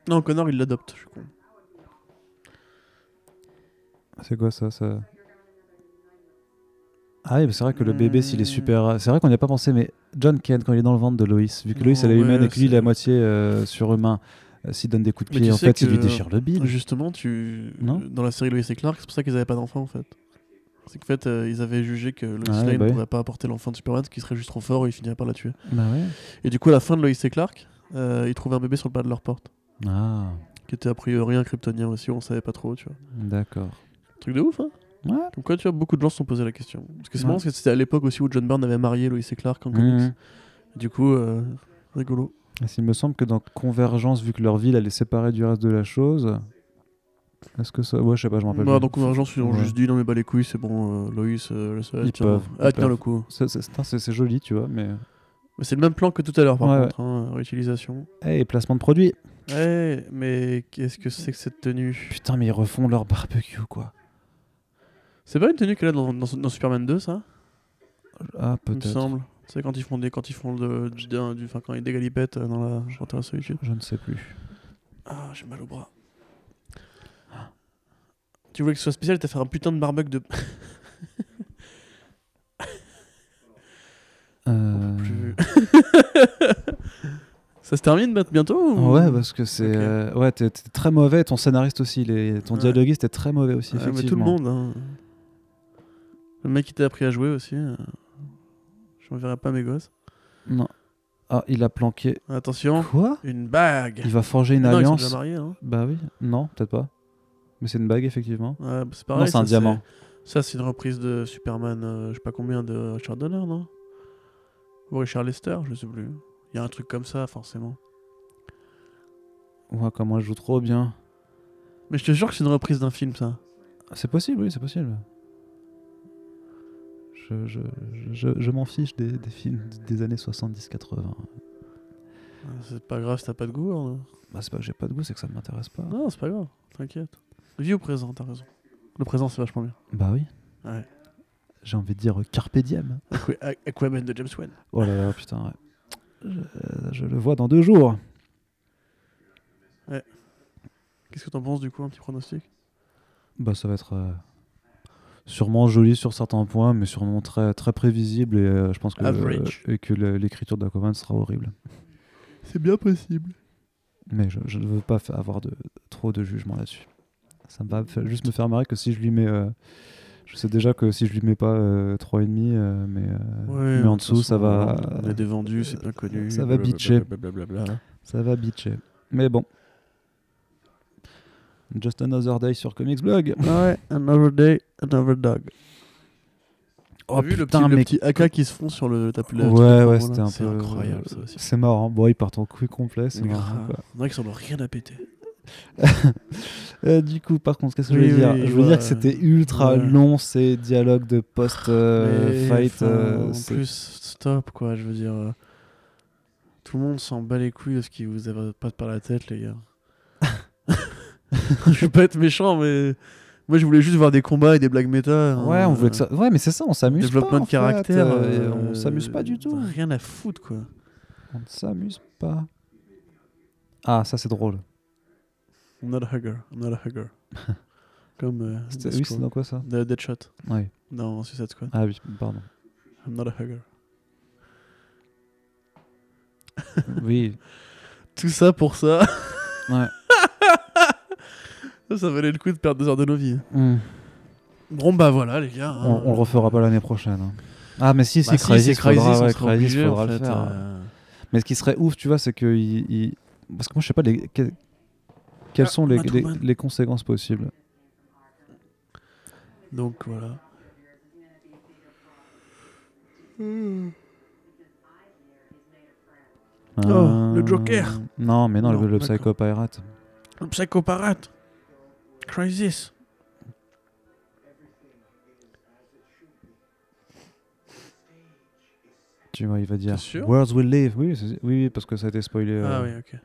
Speaker 2: Non, Connor il l'adopte, je suis con.
Speaker 1: C'est quoi ça, ça Ah, oui, mais c'est vrai que le bébé, s'il est
Speaker 2: Hmm.
Speaker 1: super. euh, C'est vrai qu'on n'y a pas pensé, mais John Kent, quand il est dans le ventre de Loïs, vu que Loïs,
Speaker 2: Non,
Speaker 1: elle est humaine
Speaker 2: ouais,
Speaker 1: et que lui, il est
Speaker 2: c'est-
Speaker 1: à moitié euh, surhumain, euh, s'il donne des coups de
Speaker 2: Mais
Speaker 1: pied,
Speaker 2: tu
Speaker 1: en
Speaker 2: sais
Speaker 1: fait, il lui
Speaker 2: que-
Speaker 1: déchire le bide.
Speaker 2: Justement, tu.
Speaker 1: Non
Speaker 2: Dans la série Lois et Clark, c'est pour ça qu'ils avaient pas d'enfant en fait. C'est qu'en fait, euh, ils avaient jugé que Lois
Speaker 1: Ah,
Speaker 2: Lane
Speaker 1: bah
Speaker 2: ne
Speaker 1: oui.
Speaker 2: pourrait pas apporter l'enfant de Superman, ce qui serait juste trop fort et il finirait par la tuer.
Speaker 1: Bah ouais.
Speaker 2: Et du coup, à la fin de Lois et Clark, euh, ils trouvent un bébé sur le bas de leur porte,
Speaker 1: Ah,
Speaker 2: qui était a priori un kryptonien aussi, on savait pas trop, tu vois.
Speaker 1: d'accord.
Speaker 2: Truc de ouf, hein
Speaker 1: Ouais.
Speaker 2: Comme quoi, tu vois, beaucoup de gens se sont posés la question. Parce que c'est
Speaker 1: Ouais.
Speaker 2: marrant, parce que c'était à l'époque aussi où John Byrne avait marié Lois et Clark en comics.
Speaker 1: Mhm.
Speaker 2: Du coup, euh, rigolo.
Speaker 1: Et s'il me semble que dans Convergence, vu que leur ville elle est séparée du reste de la chose, est-ce que ça. Ouais, je sais pas, je m'en rappelle.
Speaker 2: Bah,
Speaker 1: plus.
Speaker 2: donc, Convergence, ils ont
Speaker 1: Ouais.
Speaker 2: juste dit non, mais bah les couilles, c'est bon, euh, Loïs, euh, ça,
Speaker 1: Ils
Speaker 2: tiens,
Speaker 1: peuvent,
Speaker 2: ah,
Speaker 1: ils
Speaker 2: tiens
Speaker 1: peuvent.
Speaker 2: le coup.
Speaker 1: Ça, ça, putain, c'est c'est joli, tu vois, mais.
Speaker 2: Mais c'est le même plan que tout à l'heure, par
Speaker 1: Ouais,
Speaker 2: contre, hein, réutilisation.
Speaker 1: Eh, et placement de produits
Speaker 2: Ouais, mais qu'est-ce que c'est que cette tenue
Speaker 1: Putain, mais ils refont leur barbecue, quoi.
Speaker 2: C'est pas une tenue qu'elle a dans, dans, dans Superman 2, ça
Speaker 1: Ah,
Speaker 2: Il me
Speaker 1: peut-être.
Speaker 2: semble. C'est quand ils font des, quand ils font le, du, du, enfin, quand ils dégalipetent euh, dans la Panthère solitude.
Speaker 1: Je ne sais plus.
Speaker 2: Ah, j'ai mal au bras. Ah. Tu voulais que ce soit spécial, t'as fait un putain de barbecue de.
Speaker 1: Euh,
Speaker 2: Plus- ça se termine bah, bientôt ou-
Speaker 1: ah Ouais, parce que c'est.
Speaker 2: Ok.
Speaker 1: euh, Ouais, t'es t'es très mauvais, ton scénariste aussi, il est- ton
Speaker 2: Ouais.
Speaker 1: dialoguiste est très mauvais aussi,
Speaker 2: Ouais, mais
Speaker 1: effectivement.
Speaker 2: tout le monde. hein. Le mec qui t'a appris à jouer aussi. euh, Je n'enverrai pas mes gosses.
Speaker 1: Non. Ah, Ah, il a planqué.
Speaker 2: Attention,
Speaker 1: Quoi
Speaker 2: une bague.
Speaker 1: Il va forger une
Speaker 2: Ah non, ils sont déjà
Speaker 1: alliance.
Speaker 2: mariés, hein.
Speaker 1: Bah oui, non, peut-être pas. Mais c'est une bague, effectivement.
Speaker 2: Ouais, bah, c'est pareil.
Speaker 1: non, c'est un
Speaker 2: ça,
Speaker 1: diamant.
Speaker 2: Ça, c'est une reprise de Superman, euh, je sais pas combien, de Richard Donner, non Ou Richard Lester, je sais plus. Il y a un truc comme ça, forcément.
Speaker 1: Ouais, comment je joue trop bien.
Speaker 2: Mais je te jure que c'est une reprise d'un film, ça.
Speaker 1: C'est possible, oui, c'est possible. Je, je, je, je m'en fiche des, des films des années 70-80.
Speaker 2: Ah, C'est pas grave si t'as pas de goût. hein.
Speaker 1: Bah, c'est pas que j'ai pas de goût, c'est que ça ne m'intéresse pas.
Speaker 2: Non, c'est pas grave, t'inquiète. Vie au présent, t'as raison. Le présent, c'est vachement bien.
Speaker 1: Bah oui.
Speaker 2: Ouais.
Speaker 1: J'ai envie de dire euh, Carpe Diem.
Speaker 2: Aqu- Aqu- Aquaman de James Wan.
Speaker 1: Oh là là, putain, ouais. Je, je le vois dans deux jours.
Speaker 2: Qu'est-ce que t'en penses, du coup, un petit pronostic
Speaker 1: Bah, ça va être euh, sûrement joli sur certains points, mais sûrement très, très prévisible. Et euh, je pense que,
Speaker 2: Average.
Speaker 1: et que le- l'écriture d'Aquaman sera horrible.
Speaker 2: C'est bien possible.
Speaker 1: Mais je, je ne veux pas fa- avoir de, trop de jugement là-dessus. Ça va
Speaker 2: Mmh.
Speaker 1: fa- juste me faire marrer que si je lui mets. euh, je sais déjà que si je lui mets pas euh, 3,5, euh, mais, euh, mais en dessous, ça va,
Speaker 5: On est des vendus, c'est bien connu.
Speaker 1: Ça va bitcher.
Speaker 5: blablabla.
Speaker 1: ça va bitcher. Mais bon. Just another day sur Comics Blog.
Speaker 2: Ouais, another day, another dog.
Speaker 1: Oh
Speaker 5: vu le
Speaker 1: putain,
Speaker 5: petit, le
Speaker 1: mais-
Speaker 5: petit AK qui se fond sur le tapis
Speaker 1: Ouais, ouais, c'était un
Speaker 5: C'est
Speaker 1: peu- euh,
Speaker 5: incroyable ça aussi.
Speaker 1: C'est marrant. Bon, ils partent en couille complet. C'est
Speaker 5: Mais
Speaker 1: marrant,
Speaker 5: grave.
Speaker 1: quoi.
Speaker 2: Non, ils en ont rien à péter.
Speaker 1: Euh, du coup, par contre, qu'est-ce que
Speaker 2: Oui,
Speaker 1: je voulais
Speaker 2: oui,
Speaker 1: dire Je voulais
Speaker 2: ouais.
Speaker 1: dire que c'était ultra
Speaker 2: Ouais.
Speaker 1: long ces dialogues de euh,
Speaker 2: Mais,
Speaker 1: post-fight.
Speaker 2: enfin, en plus, stop quoi, je veux dire. euh, Tout le monde s'en bat les couilles de ce qui vous avez pas par la tête, les gars. je veux pas être méchant, mais moi je voulais juste voir des combats et des blagues méta.
Speaker 1: Ouais,
Speaker 2: hein,
Speaker 1: on voulait que ça. Ouais, mais c'est ça, on s'amuse pas.
Speaker 2: Développement
Speaker 1: en
Speaker 2: de
Speaker 1: fait,
Speaker 2: caractère.
Speaker 1: euh,
Speaker 2: euh,
Speaker 1: on s'amuse pas du tout.
Speaker 2: Rien à foutre quoi.
Speaker 1: On ne s'amuse pas. Ah, ça c'est drôle.
Speaker 2: I'm not a hugger, I'm not a hugger. Comme euh,
Speaker 1: C'était-
Speaker 2: Death
Speaker 1: Oui, c'est
Speaker 2: Squad.
Speaker 1: dans quoi ça
Speaker 2: De- Deadshot.
Speaker 1: Ouais.
Speaker 2: Non, Suicide Squad.
Speaker 1: Ah oui, pardon.
Speaker 2: I'm not a hugger.
Speaker 1: oui,
Speaker 2: Tout ça pour ça.
Speaker 1: ouais.
Speaker 2: ça valait le coup de perdre deux heures de nos vies.
Speaker 1: Hmm.
Speaker 2: Bon bah voilà les gars.
Speaker 1: On, on le refera pas l'année prochaine. hein. Ah, mais si, si,
Speaker 2: Bah si,
Speaker 1: Crysis,
Speaker 2: c'est Crysis,
Speaker 1: faudra,
Speaker 2: on
Speaker 1: ouais,
Speaker 2: sera
Speaker 1: Crysis,
Speaker 2: obligé,
Speaker 1: faudra
Speaker 2: en
Speaker 1: le
Speaker 2: fait,
Speaker 1: faire.
Speaker 2: euh,
Speaker 1: Mais ce qui serait ouf, tu vois, c'est que. il- il- Parce que moi, je sais pas, les... que- quelles
Speaker 2: Ah,
Speaker 1: sont les,
Speaker 2: Matt
Speaker 1: les-
Speaker 2: Rubin.
Speaker 1: les conséquences possibles
Speaker 2: Donc voilà. Hmm. Oh,
Speaker 1: Euh,
Speaker 2: le Joker.
Speaker 1: Non, mais non,
Speaker 2: Non,
Speaker 1: le, le
Speaker 2: d'accord.
Speaker 1: Psycho Pirate.
Speaker 2: Le psychoparate. Crisis.
Speaker 1: Tu vois, il va dire
Speaker 2: T'es sûr
Speaker 1: Worlds Will Live. Oui, c'est- oui, oui, parce que ça a été spoilé. euh,
Speaker 2: Ah oui, ok.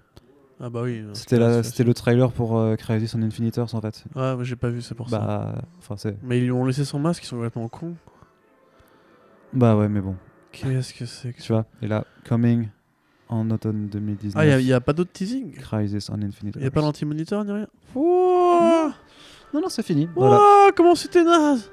Speaker 2: Ah bah oui. non,
Speaker 1: C'était,
Speaker 2: c'est
Speaker 1: la-
Speaker 2: pas-
Speaker 1: c'était le trailer pour euh, Crisis on Infinite Earths en fait.
Speaker 2: Ouais, mais j'ai pas vu, c'est pour ça.
Speaker 1: Bah, enfin c'est.
Speaker 2: Mais ils lui ont laissé son masque, ils sont complètement cons.
Speaker 1: Bah ouais, mais bon,
Speaker 2: Qu'est-ce que c'est que...
Speaker 1: tu vois. Et là, Coming en automne 2019.
Speaker 2: Ah, y'a y a pas d'autre teasing
Speaker 1: Crisis on Infinite
Speaker 2: Y'a
Speaker 1: Earths.
Speaker 2: pas l'anti-moniteur ni rien Ouah
Speaker 1: Non, non, c'est fini. Voilà.
Speaker 2: Ouah, Comment c'était naze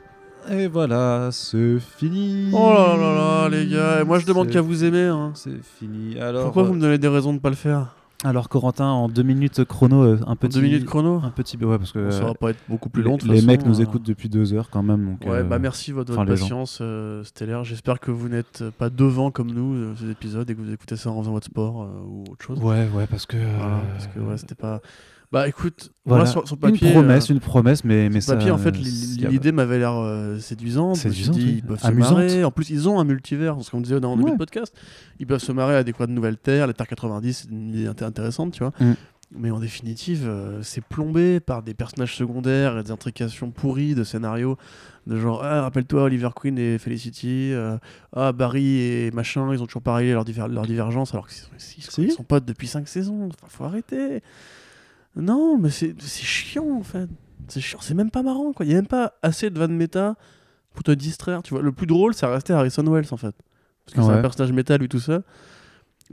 Speaker 1: Et voilà, c'est fini.
Speaker 2: Oh là là là, les gars. Et moi, je demande
Speaker 1: C'est-
Speaker 2: qu'à vous aimer. hein.
Speaker 1: C'est fini. Alors,
Speaker 2: Pourquoi
Speaker 1: euh,
Speaker 2: vous me donnez des raisons de pas le faire
Speaker 1: alors Corentin, en deux minutes chrono, euh, un
Speaker 2: En
Speaker 1: petit.
Speaker 2: deux minutes chrono
Speaker 1: Un petit. Ouais, parce que.
Speaker 2: Ça
Speaker 1: euh,
Speaker 2: va pas être beaucoup plus
Speaker 1: les
Speaker 2: long. de toute
Speaker 1: les
Speaker 2: façon,
Speaker 1: mecs nous
Speaker 2: euh.
Speaker 1: écoutent depuis deux heures quand même. Donc,
Speaker 2: Ouais,
Speaker 1: euh,
Speaker 2: bah merci votre,
Speaker 1: enfin,
Speaker 2: votre
Speaker 1: les gens.
Speaker 2: patience, euh, Stellaire. J'espère que vous n'êtes pas devant comme nous euh, ces épisodes et que vous écoutez ça en faisant votre sport euh, ou autre chose.
Speaker 1: Ouais, ouais, parce que.
Speaker 2: Voilà,
Speaker 1: euh,
Speaker 2: parce que ouais, c'était pas. Bah écoute,
Speaker 1: voilà.
Speaker 2: moi sur, sur papier.
Speaker 1: une promesse,
Speaker 2: euh,
Speaker 1: une promesse, mais, mais
Speaker 2: sur
Speaker 1: ça.
Speaker 2: papier, en fait,
Speaker 1: euh,
Speaker 2: l'i-
Speaker 1: y a-
Speaker 2: l'idée m'avait l'air euh, séduisante. Je me suis
Speaker 1: Séduisante,
Speaker 2: dit,
Speaker 1: oui.
Speaker 2: ils peuvent
Speaker 1: Amusante.
Speaker 2: se marrer. En plus, ils ont un multivers, parce qu'on me disait dans le début
Speaker 1: Ouais.
Speaker 2: de podcast, ils peuvent se marrer à des quoi de nouvelles terres. La Terre 90, c'est une idée inté- intéressante, tu vois.
Speaker 1: Mm.
Speaker 2: Mais en définitive, euh, c'est plombé par des personnages secondaires et des intrications pourries de scénarios de genre, ah, rappelle-toi, Oliver Queen et Felicity, euh, ah, Barry et machin, ils ont toujours pareil leur, diver- leur divergence, alors qu'ils sont, ils sont-
Speaker 1: Si.
Speaker 2: ils sont potes depuis 5 saisons. Enfin, faut arrêter. Non, mais c'est c'est chiant, en fait. C'est chiant, c'est même pas marrant, quoi. Il y a même pas assez de vannes méta pour te distraire, tu vois. Le plus drôle, ça restait Harrison Wells, en fait. Parce que c'est
Speaker 1: Ouais.
Speaker 2: un personnage méta, lui, tout seul.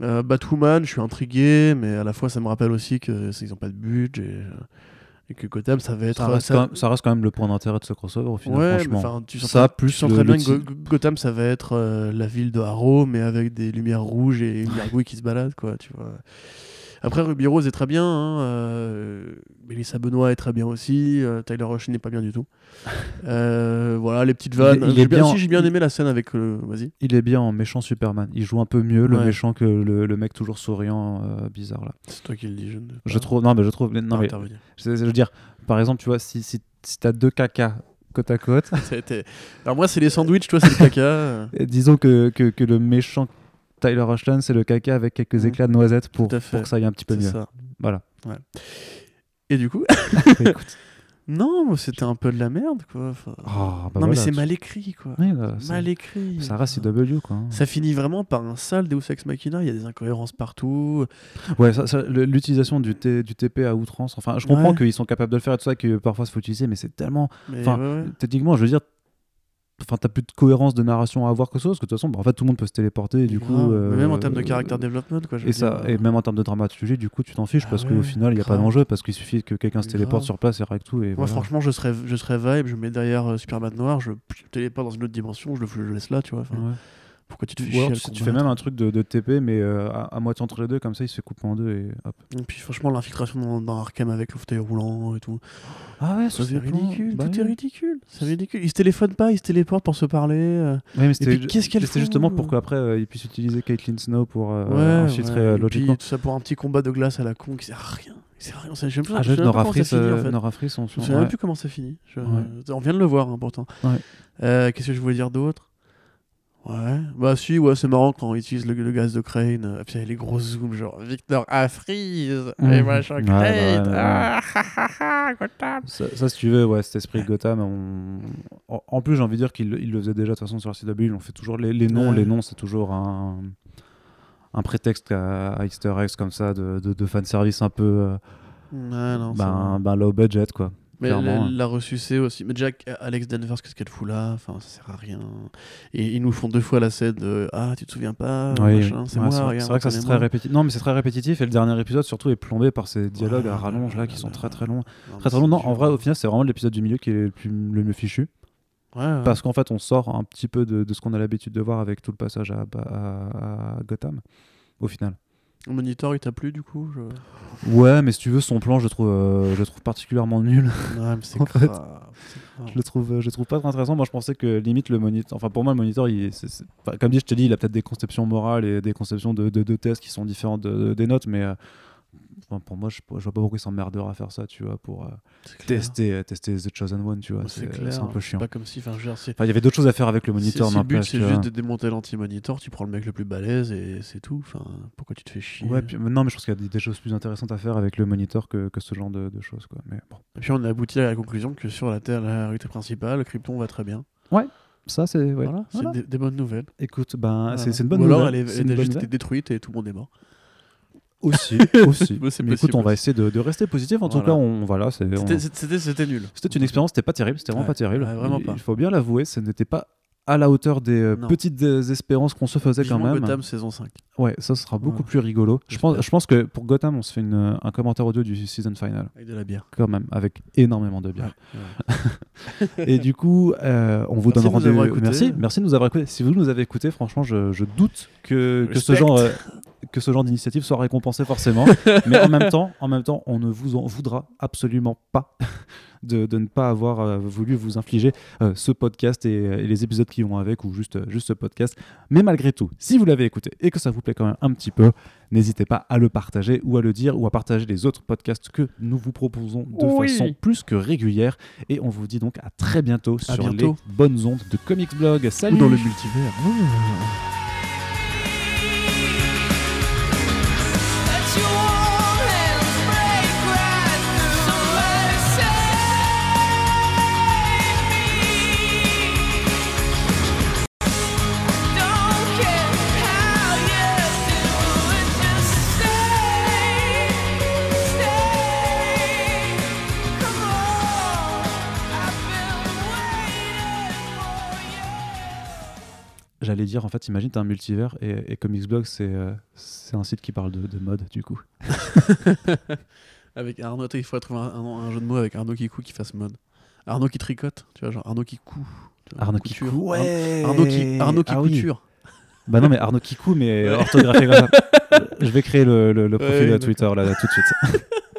Speaker 2: Euh, Batwoman, je suis intrigué, mais à la fois, ça me rappelle aussi que qu'ils ont pas de budget et, euh, et que Gotham, ça va être...
Speaker 1: ça, reste
Speaker 2: ça-
Speaker 1: quand même, ça reste quand même le point d'intérêt de ce crossover au final,
Speaker 2: euh, Ouais, mais
Speaker 1: franchement.
Speaker 2: enfin, tu sens
Speaker 1: ça,
Speaker 2: très-
Speaker 1: plus
Speaker 2: tu sens
Speaker 1: le-
Speaker 2: très
Speaker 1: le
Speaker 2: bien que
Speaker 1: ti-
Speaker 2: Go- Go- Gotham, ça va être euh, la ville de Harrow, mais avec des lumières rouges et une gargouille qui se balade, quoi, tu vois. Après, Ruby Rose est très bien. Hein, euh, Mélissa Benoît est très bien aussi. euh, Tyler Rush n'est pas bien du tout. Euh, voilà, les petites vannes.
Speaker 1: il est
Speaker 2: J'ai bien,
Speaker 1: bien-
Speaker 2: si, j'ai bien
Speaker 1: il-
Speaker 2: aimé la scène avec le. Vas-y.
Speaker 1: Il est bien en méchant Superman. Il joue un peu mieux le
Speaker 2: Ouais.
Speaker 1: méchant que le, le mec toujours souriant, euh, bizarre là.
Speaker 2: C'est toi qui le dis, je ne. vais
Speaker 1: Je
Speaker 2: pas-
Speaker 1: trouve. Non, mais je trouve.
Speaker 2: pas
Speaker 1: Non, mais
Speaker 2: intervenir.
Speaker 1: je, je veux dire, par exemple, tu vois, si, si, si t'as deux cacas côte à côte,
Speaker 2: Ça a été- Alors, moi, c'est les sandwichs, toi, c'est le caca. euh,
Speaker 1: et disons que, que, que le méchant Tyler Rushland, c'est le caca avec quelques
Speaker 2: Mhm.
Speaker 1: éclats de noisettes pour,
Speaker 2: Tout à fait.
Speaker 1: pour que ça aille un petit peu
Speaker 2: c'est
Speaker 1: mieux.
Speaker 2: ça.
Speaker 1: Voilà. Bah,
Speaker 2: Et du coup,
Speaker 1: Écoute.
Speaker 2: non, mais c'était un peu de la merde, quoi. Enfin,
Speaker 1: Ah, bah
Speaker 2: non, mais
Speaker 1: voilà,
Speaker 2: c'est
Speaker 1: tu-
Speaker 2: mal écrit, quoi.
Speaker 1: Ouais, bah, c'est-
Speaker 2: mal écrit. Ah.
Speaker 1: Ça reste CW quoi. hein.
Speaker 2: Ça finit vraiment par un sale Deus Ex Machina. Il y a des incohérences partout.
Speaker 1: Ouais, ça- ça- le- l'utilisation du, T- du TP à outrance. Enfin, je comprends
Speaker 2: Ouais.
Speaker 1: qu'ils sont capables de le faire et tout ça, que parfois il faut utiliser, mais c'est tellement.
Speaker 2: Mais
Speaker 1: Enfin,
Speaker 2: ouais, ouais.
Speaker 1: Techniquement, je veux dire. Enfin, t'as plus de cohérence de narration à avoir que ça, parce que de toute façon, bah, en fait, tout le monde peut se téléporter, et du
Speaker 2: Mais
Speaker 1: coup.
Speaker 2: grave.
Speaker 1: euh,
Speaker 2: Ah, Mais même en termes de caractère développement, quoi. je
Speaker 1: Et,
Speaker 2: veux
Speaker 1: ça,
Speaker 2: dire,
Speaker 1: et même en termes de dramaturgie, du coup, tu t'en fiches
Speaker 2: Ah
Speaker 1: parce
Speaker 2: ouais,
Speaker 1: qu'au final, il n'y a pas
Speaker 2: grave.
Speaker 1: d'enjeu parce qu'il suffit que quelqu'un se
Speaker 2: Mais
Speaker 1: téléporte
Speaker 2: grave.
Speaker 1: sur place et règle tout. Et
Speaker 2: Moi,
Speaker 1: voilà.
Speaker 2: franchement, je serais, je serais vibe, je mets derrière euh, Superman Noir, je, je téléporte dans une autre dimension, je le, je le laisse là, tu vois. Enfin,
Speaker 1: Ouais.
Speaker 2: Pourquoi tu te
Speaker 1: Ou
Speaker 2: fais
Speaker 1: alors,
Speaker 2: chier à le
Speaker 1: tu, tu fais même un truc de, de TP, mais euh, à, à moitié entre les deux, comme ça, il se coupe en deux et hop.
Speaker 2: combattre Et puis, franchement, l'infiltration dans, dans Arkham avec le fauteuil roulant et tout.
Speaker 1: Ah ouais,
Speaker 2: Ça, c'est ridicule,
Speaker 1: Bah
Speaker 2: tout est
Speaker 1: ouais.
Speaker 2: ridicule. C'est ridicule. Ils se téléphonent pas, ils se téléportent pour se parler. euh,
Speaker 1: Ouais, mais c'était
Speaker 2: puis, qu'est-ce qu'elle
Speaker 1: c'était
Speaker 2: fout
Speaker 1: justement pour qu'après euh, ils puissent utiliser Caitlyn Snow pour euh,
Speaker 2: ouais,
Speaker 1: infiltrer
Speaker 2: ouais.
Speaker 1: euh,
Speaker 2: Et puis,
Speaker 1: logiquement.
Speaker 2: tout ça pour un petit combat de glace à la con qui sert à rien. Il sert à rien. Je sais même pas-
Speaker 1: Ah, juste
Speaker 2: je sais même pas
Speaker 1: Nora
Speaker 2: comment ça
Speaker 1: Fris,
Speaker 2: finit, en
Speaker 1: euh,
Speaker 2: fait.
Speaker 1: Nora Fris, on se
Speaker 2: Je sais même plus comment ça finit. Je-
Speaker 1: Ouais.
Speaker 2: On vient de le voir, hein, pourtant.
Speaker 1: Ouais.
Speaker 2: Euh, Qu'est-ce que je voulais dire d'autre Ouais. Bah si, ouais, c'est marrant quand on utilise le, le gaz de Crane. euh, Puis il y a les gros zooms, genre Victor à freeze et
Speaker 1: Mhm.
Speaker 2: machin
Speaker 1: Ouais, bah ouais,
Speaker 2: Crane.
Speaker 1: ouais, ouais.
Speaker 2: Ah, ah, ah, ah, Gotham.
Speaker 1: Ça, ça, si tu veux, ouais, cet esprit Gotham. on- En, en plus, j'ai envie de dire qu'ils le- ils le faisaient déjà de toute façon sur la CW. Ils l'ont fait toujours les, les noms.
Speaker 2: Ouais.
Speaker 1: Les noms, c'est toujours un, un prétexte à, à Easter eggs comme ça de, de, de fanservice un peu euh,
Speaker 2: Ouais, non, c'est
Speaker 1: ben,
Speaker 2: vrai.
Speaker 1: ben low budget quoi.
Speaker 2: mais
Speaker 1: clairement,
Speaker 2: la, la ressucée aussi. Mais Jack, euh, Alex Danvers, qu'est-ce qu'elle fout là Enfin, ça sert à rien. Et ils nous font deux fois la scène de Ah, tu te souviens pas
Speaker 1: Oui,
Speaker 2: machin,
Speaker 1: oui.
Speaker 2: C'est
Speaker 1: Ouais,
Speaker 2: moi,
Speaker 1: c'est vrai-
Speaker 2: regarde,
Speaker 1: c'est vrai que ça c'est très
Speaker 2: reconnais-moi.
Speaker 1: répétitif. Non, mais c'est très répétitif et le dernier épisode surtout est plombé par ces dialogues à
Speaker 2: Ouais,
Speaker 1: rallonge là qui sont
Speaker 2: là,
Speaker 1: très très longs.
Speaker 2: mais
Speaker 1: Très très
Speaker 2: c'est
Speaker 1: long. Non,
Speaker 2: dur.
Speaker 1: en vrai, au final, c'est vraiment l'épisode du milieu qui est le, plus- le mieux fichu.
Speaker 2: Ouais, ouais.
Speaker 1: Parce qu'en fait, on sort un petit peu de, de ce qu'on a l'habitude de voir avec tout le passage à, à- à Gotham, au final.
Speaker 2: Monitor, il t'a plu du coup je-
Speaker 1: Ouais, mais si tu veux, son plan, je le trouve, euh, je le trouve particulièrement nul.
Speaker 2: Ouais, mais c'est
Speaker 1: En fait.
Speaker 2: grave, c'est grave.
Speaker 1: je, le trouve, euh, je le trouve pas très intéressant. Moi, je pensais que limite le monitor. Enfin, pour moi, le monitor, il, est- c'est- c'est- enfin, comme dit, je te dis, il a peut-être des conceptions morales et des conceptions de, de, de tests qui sont différentes de- de- des notes, mais. euh, enfin, pour moi, je, je vois pas pourquoi il s'emmerdera à faire ça, tu vois, pour euh,
Speaker 2: C'est clair.
Speaker 1: tester, euh, tester The Chosen One, tu vois.
Speaker 2: Bah,
Speaker 1: C'est euh,
Speaker 2: clair.
Speaker 1: c'est un peu chiant.
Speaker 2: Pas comme si, enfin, je veux dire, c'est-
Speaker 1: Enfin, il y avait d'autres choses à faire avec le monitor.
Speaker 2: si- si le
Speaker 1: n'empêche,
Speaker 2: but, c'est
Speaker 1: tu vois.
Speaker 2: juste de démonter l'anti-monitor, tu prends le mec le plus balèze et c'est tout. Enfin, pourquoi tu te fais chier
Speaker 1: Ouais, puis- mais non, mais je pense qu'il y a des, des choses plus intéressantes à faire avec le monitor que, que ce genre de, de choses. Quoi. Mais bon.
Speaker 2: Et puis on a abouti à la conclusion que sur la Terre, la rue principale, Krypton va très bien.
Speaker 1: Ça, c'est. ouais.
Speaker 2: Voilà, c'est
Speaker 1: Voilà.
Speaker 2: des, des bonnes nouvelles.
Speaker 1: Écoute, ben,
Speaker 2: Voilà.
Speaker 1: c'est c'est une bonne
Speaker 2: Ou alors
Speaker 1: nouvelle.
Speaker 2: elle, est-
Speaker 1: C'est
Speaker 2: elle
Speaker 1: une
Speaker 2: a
Speaker 1: bonne
Speaker 2: juste
Speaker 1: nouvelle.
Speaker 2: été détruite et tout le monde est mort.
Speaker 1: Aussi, aussi.
Speaker 2: Ouais, c'est
Speaker 1: Mais écoute,
Speaker 2: possible
Speaker 1: on va
Speaker 2: aussi.
Speaker 1: essayer de, de rester positif. En tout
Speaker 2: Voilà.
Speaker 1: cas, on, voilà, c'est- on-
Speaker 2: C'était- C'était c'était nul.
Speaker 1: c'était une expérience, c'était pas terrible, c'était vraiment
Speaker 2: Ouais,
Speaker 1: pas terrible.
Speaker 2: ouais, vraiment
Speaker 1: il,
Speaker 2: pas.
Speaker 1: il faut bien l'avouer, ce n'était pas à la hauteur des euh,
Speaker 2: Non.
Speaker 1: petites euh, espérances qu'on se faisait quand
Speaker 2: Vivement
Speaker 1: même.
Speaker 2: Gotham saison 5.
Speaker 1: Ouais, ça sera beaucoup
Speaker 2: Voilà.
Speaker 1: plus rigolo. Je pense,
Speaker 2: J'espère.
Speaker 1: je pense que pour Gotham, on se fait une- un commentaire audio du season final,
Speaker 2: Avec de la bière.
Speaker 1: quand même, avec énormément de bière.
Speaker 2: Ouais.
Speaker 1: Et du coup, euh, on vous donne
Speaker 2: Merci de nous avoir
Speaker 1: rendez-vous.
Speaker 2: écoutés.
Speaker 1: Merci, merci de nous avoir écoutés. Si vous nous avez écoutés, franchement, je, je doute que, que ce
Speaker 2: Respect.
Speaker 1: genre euh, que ce genre d'initiative soit récompensée forcément. Mais en même temps, en même temps, on ne vous en voudra absolument pas de, de ne pas avoir euh, voulu vous infliger euh, ce podcast et, euh, et les épisodes qui vont avec ou juste euh, juste ce podcast. Mais malgré tout, si vous l'avez écouté et que ça vous plaît quand même un petit peu, n'hésitez pas à le partager ou à le dire ou à partager les autres podcasts que nous vous proposons de
Speaker 2: Oui.
Speaker 1: façon plus que régulière. Et on vous dit donc à très bientôt
Speaker 2: À
Speaker 1: sur
Speaker 2: bientôt.
Speaker 1: les bonnes ondes de Comics Blog. Salut
Speaker 2: Ou dans le multivers. hein.
Speaker 1: J'allais dire, en fait, imagine, t'as un multivers et, et Comics Blog, c'est euh, c'est un site qui parle de, de mode, du coup.
Speaker 2: Avec Arnaud, attends, il faut trouver un, un- un jeu de mots avec Arnaud qui coud qui fasse mode. Arnaud qui tricote, tu vois, genre Arnaud qui coud. tu vois,
Speaker 1: Arnaud qui
Speaker 2: couture.
Speaker 1: cou-
Speaker 2: Arnaud- Arnaud qui, Arnaud qui
Speaker 1: Ah oui.
Speaker 2: couture.
Speaker 1: Bah non, mais euh, Arnaud Kikou, mais orthographié comme ça. Je vais créer le, le- le profil
Speaker 2: Ouais,
Speaker 1: de Twitter là, tout de suite.